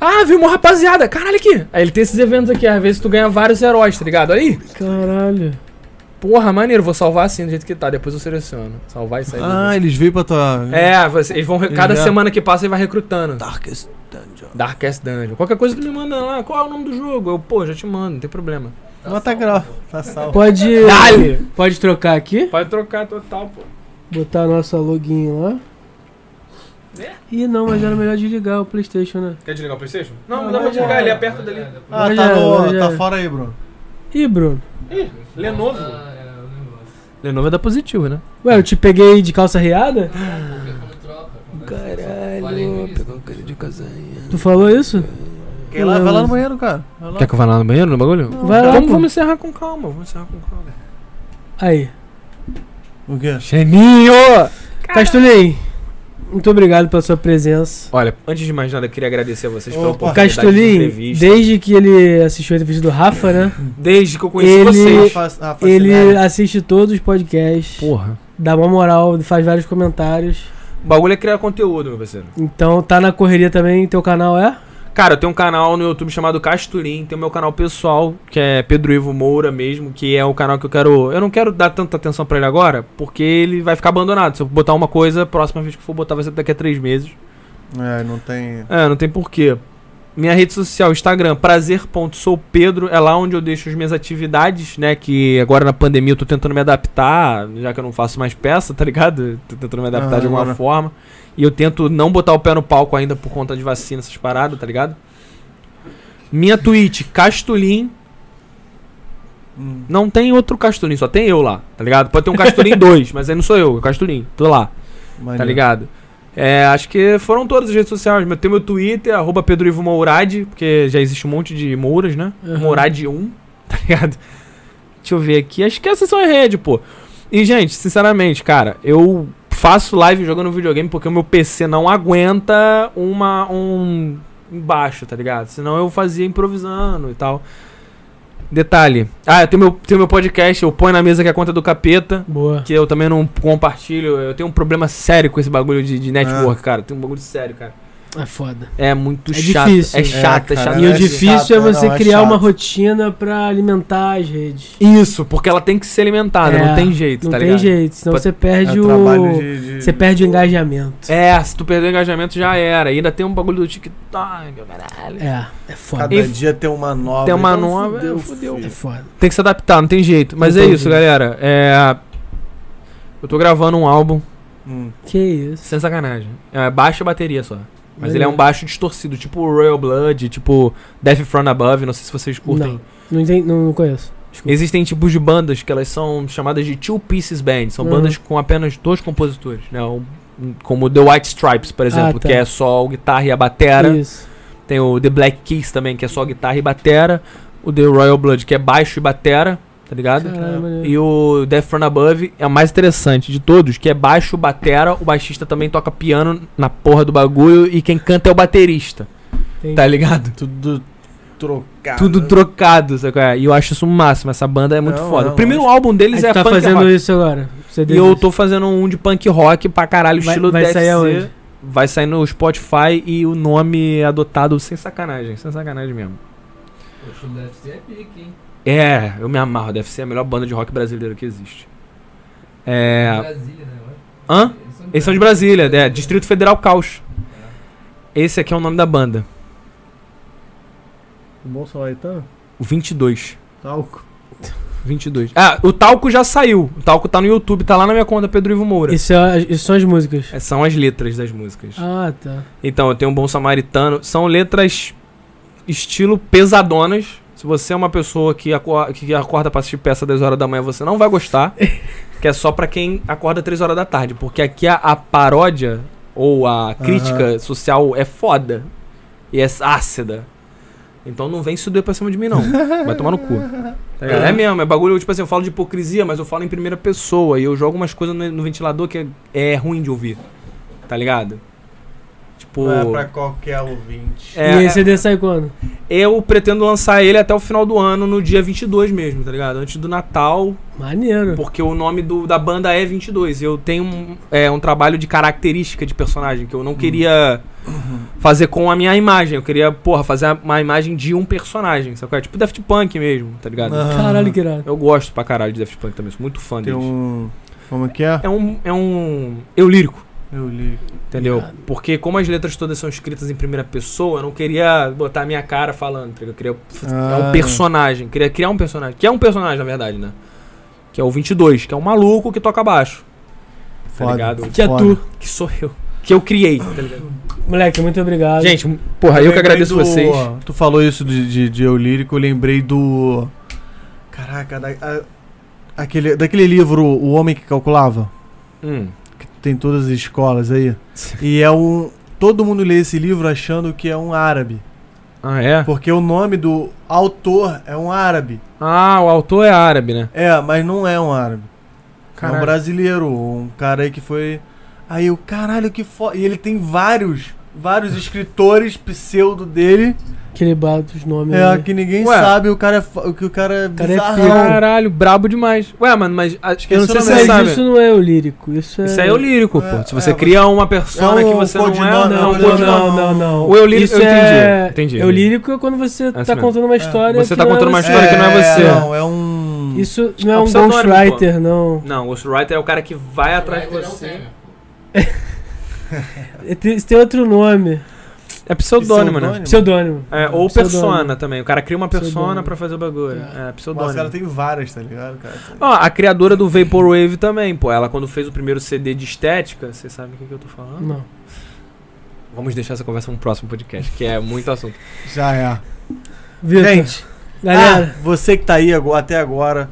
S7: Ah, viu uma rapaziada, caralho aqui. Aí ele tem esses eventos aqui, às vezes tu ganha vários heróis, tá ligado? Olha aí.
S1: Caralho.
S7: Porra, maneiro, vou salvar assim do jeito que tá, depois eu seleciono. Salvar e sair.
S2: Ah,
S7: do-
S2: eles veio pra tua.
S7: é, você- eles vão, re- cada
S2: Eles já-
S7: semana que passa ele vai recrutando.
S2: Darkest Dungeon.
S7: Darkest Dungeon. Qualquer coisa tu me manda lá, qual é o nome do jogo? Eu, pô, já te mando, não tem problema.
S2: Mas tá grave. Tá salvo.
S1: Pode.
S7: Dale!
S1: Pode trocar aqui.
S7: Pode trocar total, pô.
S1: Botar a nossa login lá. Ih, não, mas era melhor desligar o PlayStation, né?
S7: Quer desligar o PlayStation?
S1: Não,
S7: Não, dá pra
S1: vai
S7: desligar,
S1: já.
S7: ele aperta dali.
S2: Ah,
S1: Olha,
S2: tá, no,
S1: olha.
S2: tá fora aí, Bruno.
S1: Ih, Bruno.
S7: Lenovo.
S25: Ah, é, o negócio.
S7: Lenovo é da positivo, né?
S1: Ué, eu te peguei de calça riada?
S25: Como troca.
S26: Caralho, pegou uma coisa de casanha.
S1: Tu falou isso?
S2: Vai lá, vai lá no banheiro, cara. Vai lá.
S27: Quer que eu vá lá no banheiro, no bagulho? Tá
S1: Vai lá,
S7: vamos,
S1: pô.
S7: vamos encerrar com calma, vamos encerrar com calma.
S1: Aí.
S2: O quê?
S27: Geninho!
S1: Castulim, muito obrigado pela sua presença.
S7: Olha, antes de mais nada, eu queria agradecer a vocês pela
S2: Opa.
S1: O
S7: oportunidade de
S1: Castulim,
S7: entrevista.
S1: desde que ele assistiu a entrevista do Rafa, né?
S7: Desde que eu conheci
S1: ele-
S7: vocês.
S2: Rafa- Rafa
S1: Ele
S2: Sinelli.
S1: assiste todos os podcasts,
S27: Porra.
S1: dá uma moral, faz vários comentários.
S7: O bagulho é criar conteúdo, meu parceiro.
S1: Então tá na correria também, teu canal é?
S7: Cara, eu tenho um canal no YouTube chamado Casturim, tem o meu canal pessoal, que é Pedro Ivo Moura mesmo, que é o canal que eu quero. Eu não quero dar tanta atenção pra ele agora, porque ele vai ficar abandonado. Se eu botar uma coisa, a próxima vez que eu for botar vai ser daqui a três meses.
S2: É, não tem.
S7: É, não tem porquê. Minha rede social, Instagram, prazer.soupedro, é lá onde eu deixo as minhas atividades, né? Que agora na pandemia eu tô tentando me adaptar, já que eu não faço mais peça, tá ligado? Tô tentando me adaptar
S2: Ah,
S7: de alguma
S2: agora.
S7: forma. E eu tento não botar o pé no palco ainda por conta de vacina, essas paradas, tá ligado? Minha Twitch, Castulin.
S2: Hum.
S7: Não tem outro Castulin, só tem eu lá, tá ligado? Pode ter um
S2: <laughs>
S7: Castulin 2, mas aí não sou eu, é o Castulin, tô lá. Tá
S2: maneiro.
S7: ligado? É, acho que foram todas as redes sociais. Eu tenho meu Twitter, arroba Pedro Ivo Mourad, porque já existe um monte de Mouras, né?
S1: Uhum.
S7: Mourad 1, <laughs> tá ligado? Deixa eu ver aqui. Acho que essas são as redes, pô. E, gente, sinceramente, cara, eu faço live jogando videogame porque o meu PC não aguenta uma, um embaixo, tá ligado? Senão eu fazia improvisando e tal. Detalhe. Ah, eu tenho meu, tenho meu podcast, eu ponho na mesa que é a conta do capeta.
S1: Boa.
S7: Que eu também não compartilho. Eu tenho um problema sério com esse bagulho de, de network, cara. Tem um bagulho sério, cara.
S1: É foda.
S7: É muito
S1: É
S7: chato.
S1: difícil.
S7: É chato, é,
S2: É, cara,
S7: chato.
S1: E
S2: é
S1: o difícil é
S2: chato,
S1: você
S2: não, é
S1: criar uma
S2: chato.
S1: rotina pra alimentar as redes.
S7: Isso, porque ela tem que ser alimentada,
S1: É,
S7: não tem jeito,
S1: Não
S7: tá
S1: tem
S7: ligado?
S1: jeito, senão
S7: Pode-
S1: você
S2: É
S1: perde
S2: trabalho
S1: o.
S2: de. de-
S1: Você perde o engajamento.
S7: É, se tu perder o engajamento já era. E ainda tem um bagulho do TikTok, meu caralho.
S1: É, é foda.
S2: Cada
S7: E-
S2: dia tem uma nova.
S7: Tem uma
S2: Então
S7: nova,
S2: fudeu,
S7: é, fudeu.
S1: É
S2: filho.
S1: foda.
S7: Tem que se adaptar, não tem jeito. Mas
S1: Não
S7: é
S1: tem
S7: isso,
S1: jeito.
S7: galera. É. Eu tô gravando um álbum,
S2: Hum.
S1: Que isso.
S7: sem sacanagem. É baixa bateria só. Mas ele é um
S1: Maneiro.
S7: baixo distorcido, tipo Royal Blood, tipo Death From Above, não sei se vocês curtem.
S1: Não, não, entendi, não, não conheço.
S7: Existem tipos de bandas que elas são chamadas de two pieces band, são
S1: Uhum.
S7: bandas com apenas dois compositores, né? Um- um- Como The White Stripes, por exemplo,
S1: tá.
S7: que é só o guitarra e a batera.
S1: Isso.
S7: Tem o The Black Keys também, que é só guitarra e batera. O The Royal Blood, que é baixo e batera, tá ligado?
S2: É.
S1: Caralho, maneiro.
S7: E o Death From Above é o mais interessante de todos, que é baixo, batera, o baixista também toca piano na porra do bagulho e quem canta é o baterista,
S1: Entendi.
S7: tá ligado?
S2: Tudo trocado. né?
S7: Tudo trocado, sabe qual é? E eu acho isso o máximo, essa banda é muito
S2: Não,
S7: foda.
S2: não,
S7: o primeiro
S2: acho-
S7: álbum deles
S1: Aí
S7: é
S1: tu tá
S7: punk
S1: fazendo
S7: rock.
S1: isso agora. Você
S7: E eu tô fazendo um de punk rock pra caralho,
S1: Vai-
S7: estilo
S1: vai
S7: DFC.
S1: sair aonde?
S7: Vai sair no Spotify e o nome é adotado sem sacanagem, sem sacanagem mesmo.
S6: Pô, o show do UFC é pique, hein?
S7: É, eu me amarro. Deve ser a melhor banda de rock brasileira que existe. É.
S6: Brasília, né?
S7: Hã?
S6: Eles
S7: Eles são de Brasília, é, Distrito Federal Caos. Esse aqui é o nome da banda.
S2: O bom samaritano?
S7: O 22.
S2: Talco.
S7: 22. Ah, o Talco já saiu. O Talco tá no YouTube, tá lá na minha conta, Pedro Ivo Moura.
S1: Isso, é- isso são as músicas.
S7: É, São as letras das músicas.
S1: Ah, tá.
S7: Então, eu tenho um bom samaritano. São letras estilo pesadonas. Se você é uma pessoa que, aco- que acorda pra assistir peça 10 horas da manhã, você não vai gostar. que é só pra quem acorda 3 horas da tarde. Porque aqui a, a paródia ou a crítica social é foda. E é ácida. Então não vem estudar pra cima de mim, não. Vai tomar no cu. Tá ligado? É mesmo, é bagulho, tipo assim, eu falo de hipocrisia, mas eu falo em primeira pessoa. E eu jogo umas coisas no, no ventilador que é, é ruim de ouvir. Tá ligado? Tipo.
S3: Não é pra qualquer ouvinte.
S7: É,
S1: e esse CD sai quando?
S7: eu pretendo lançar ele até o final do ano, no dia 22 mesmo, tá ligado? Antes do Natal,
S1: Maneiro.
S7: porque o nome do- da banda é 22. Eu tenho um, é, um trabalho de característica de personagem que eu não queria fazer com a minha imagem. Eu queria, porra, fazer uma imagem de um personagem, sabe? qual é? Tipo Daft Punk mesmo, tá
S2: Ah,
S7: ligado?
S1: Caralho, que irado.
S7: Eu gosto pra caralho de Daft Punk também, sou muito fã
S2: Tem
S7: deles.
S2: um. Como que é?
S7: É um. É um. Eu lírico.
S2: Eu li.
S7: Entendeu? Porque como as letras todas são escritas em primeira pessoa, eu não queria botar a minha cara falando, entendeu? Eu queria
S2: Ah.
S7: é um personagem, queria criar um personagem, que é um personagem na verdade, né? Que é o 22, que é um maluco que toca baixo.
S2: Foda.
S7: Tá ligado?
S1: Que é
S2: Foda.
S1: tu.
S7: Que sou eu. Que eu criei, tá ligado?
S1: Moleque, muito obrigado.
S7: Gente, porra, eu que agradeço
S2: do-
S7: vocês.
S2: Tu falou isso de, de, de eu lírico, eu lembrei do. Caraca, da, a- aquele, daquele livro O Homem que Calculava,
S7: Hum.
S2: que tem todas as escolas aí. E é um. Todo mundo lê esse livro achando que é um árabe.
S7: Ah, é?
S2: Porque o nome do autor é um árabe.
S7: Ah, o autor é árabe, né?
S2: É, mas não é um árabe. É um
S7: Caralho.
S2: brasileiro, um cara aí que foi. Aí eu, caralho, que foda. E ele tem vários, vários escritores pseudo dele.
S1: Que ele bate os nomes.
S2: É,
S1: aí.
S2: que ninguém
S7: Ué.
S2: sabe, o cara é fo- que o cara é
S1: Uhum. cara é
S2: bizarrão.
S7: Caralho, brabo demais. Ué, mano, mas ah, eu
S2: o
S7: não sei se
S2: nome
S7: você
S1: Mas
S7: sabe.
S1: isso não é o lírico. Isso é.
S7: Isso aí é o lírico,
S2: É,
S7: pô. Se você
S2: é,
S7: cria uma persona
S2: é um
S7: que você não é,
S2: codinome,
S7: não,
S2: é um
S1: Não,
S7: pô,
S2: codinome.
S7: não.
S1: não, não, não.
S7: O eu lírico-
S1: Isso
S7: eu entendi,
S1: É...
S7: entendi.
S1: Eu lírico é quando você
S7: assim
S1: tá
S7: mesmo.
S1: contando uma história.
S7: Você
S1: que
S7: tá
S1: não é
S7: contando uma
S1: você.
S7: história que não é você.
S2: Não, é um.
S1: Isso não
S7: É
S1: é
S7: um
S1: um
S7: pseudônimo,
S1: ghostwriter, não.
S7: Não, o Ghostwriter é o cara que vai atrás de
S6: Vai
S2: um
S6: olhar o
S7: você.
S6: tema.
S1: É, tem- Isso tem outro nome.
S7: É pseudônimo, né?
S1: Pseudônimo.
S7: É, ou
S1: Pseudônimo.
S7: persona também. O cara cria uma persona
S1: Pseudônimo.
S7: pra fazer o bagulho.
S1: É.
S7: É,
S2: Nossa,
S7: pseudônimo.
S2: ela tem várias, tá ligado, cara?
S7: Ó, a criadora do Vaporwave também, pô. Ela quando fez o primeiro CD de estética, vocês sabem o que, que eu tô falando?
S1: Não.
S7: Vamos deixar essa conversa no próximo podcast, que é muito assunto.
S2: Já é.
S1: Vitor.
S2: Gente,
S1: Galera,
S2: ah, você que tá aí ago- até agora,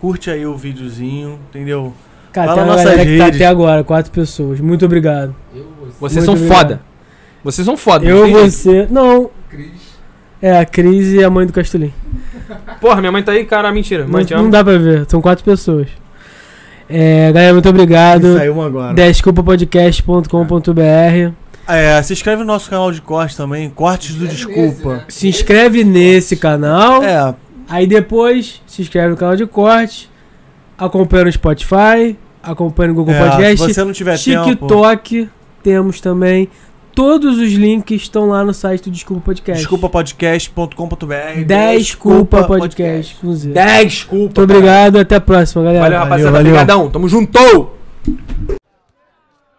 S2: curte aí o videozinho, entendeu?
S1: cara,
S2: ah, fala
S1: tem uma
S2: nossas
S1: galera que tá
S2: redes.
S1: até agora, quatro pessoas. Muito obrigado.
S6: Eu, você,
S1: Muito
S7: Vocês são
S1: obrigado.
S7: foda. Vocês são foda. não
S1: Eu,
S7: tem jeito.
S1: você. Não,
S6: Cris.
S1: é a Cris e a mãe do Castelinho.
S7: Porra, minha mãe tá aí, cara, mentira.
S1: Não,
S7: Mãe, te
S1: não
S7: amo.
S1: dá pra ver, são quatro pessoas. É, galera, muito obrigado.
S2: Saiu um agora.
S1: Desculpapodcast.com.br
S2: É, se inscreve no nosso canal de corte também, cortes do
S6: É
S2: Desculpa.
S6: esse, né?
S1: Se inscreve nesse canal.
S2: É,
S1: Aí depois se inscreve no canal de corte. Acompanha no Spotify. Acompanha no Google
S2: é, se
S1: Podcast.
S2: você não tiver tempo,
S1: TikTok temos também. Todos os links estão lá no site do Desculpa Podcast.
S2: desculpapodcast.com.br
S1: Desculpa Podcast. com Z.
S7: Desculpa.
S1: Muito obrigado, até a próxima, galera.
S7: Valeu, rapaziada.
S2: valeu.
S7: Obrigadão. Tamo junto!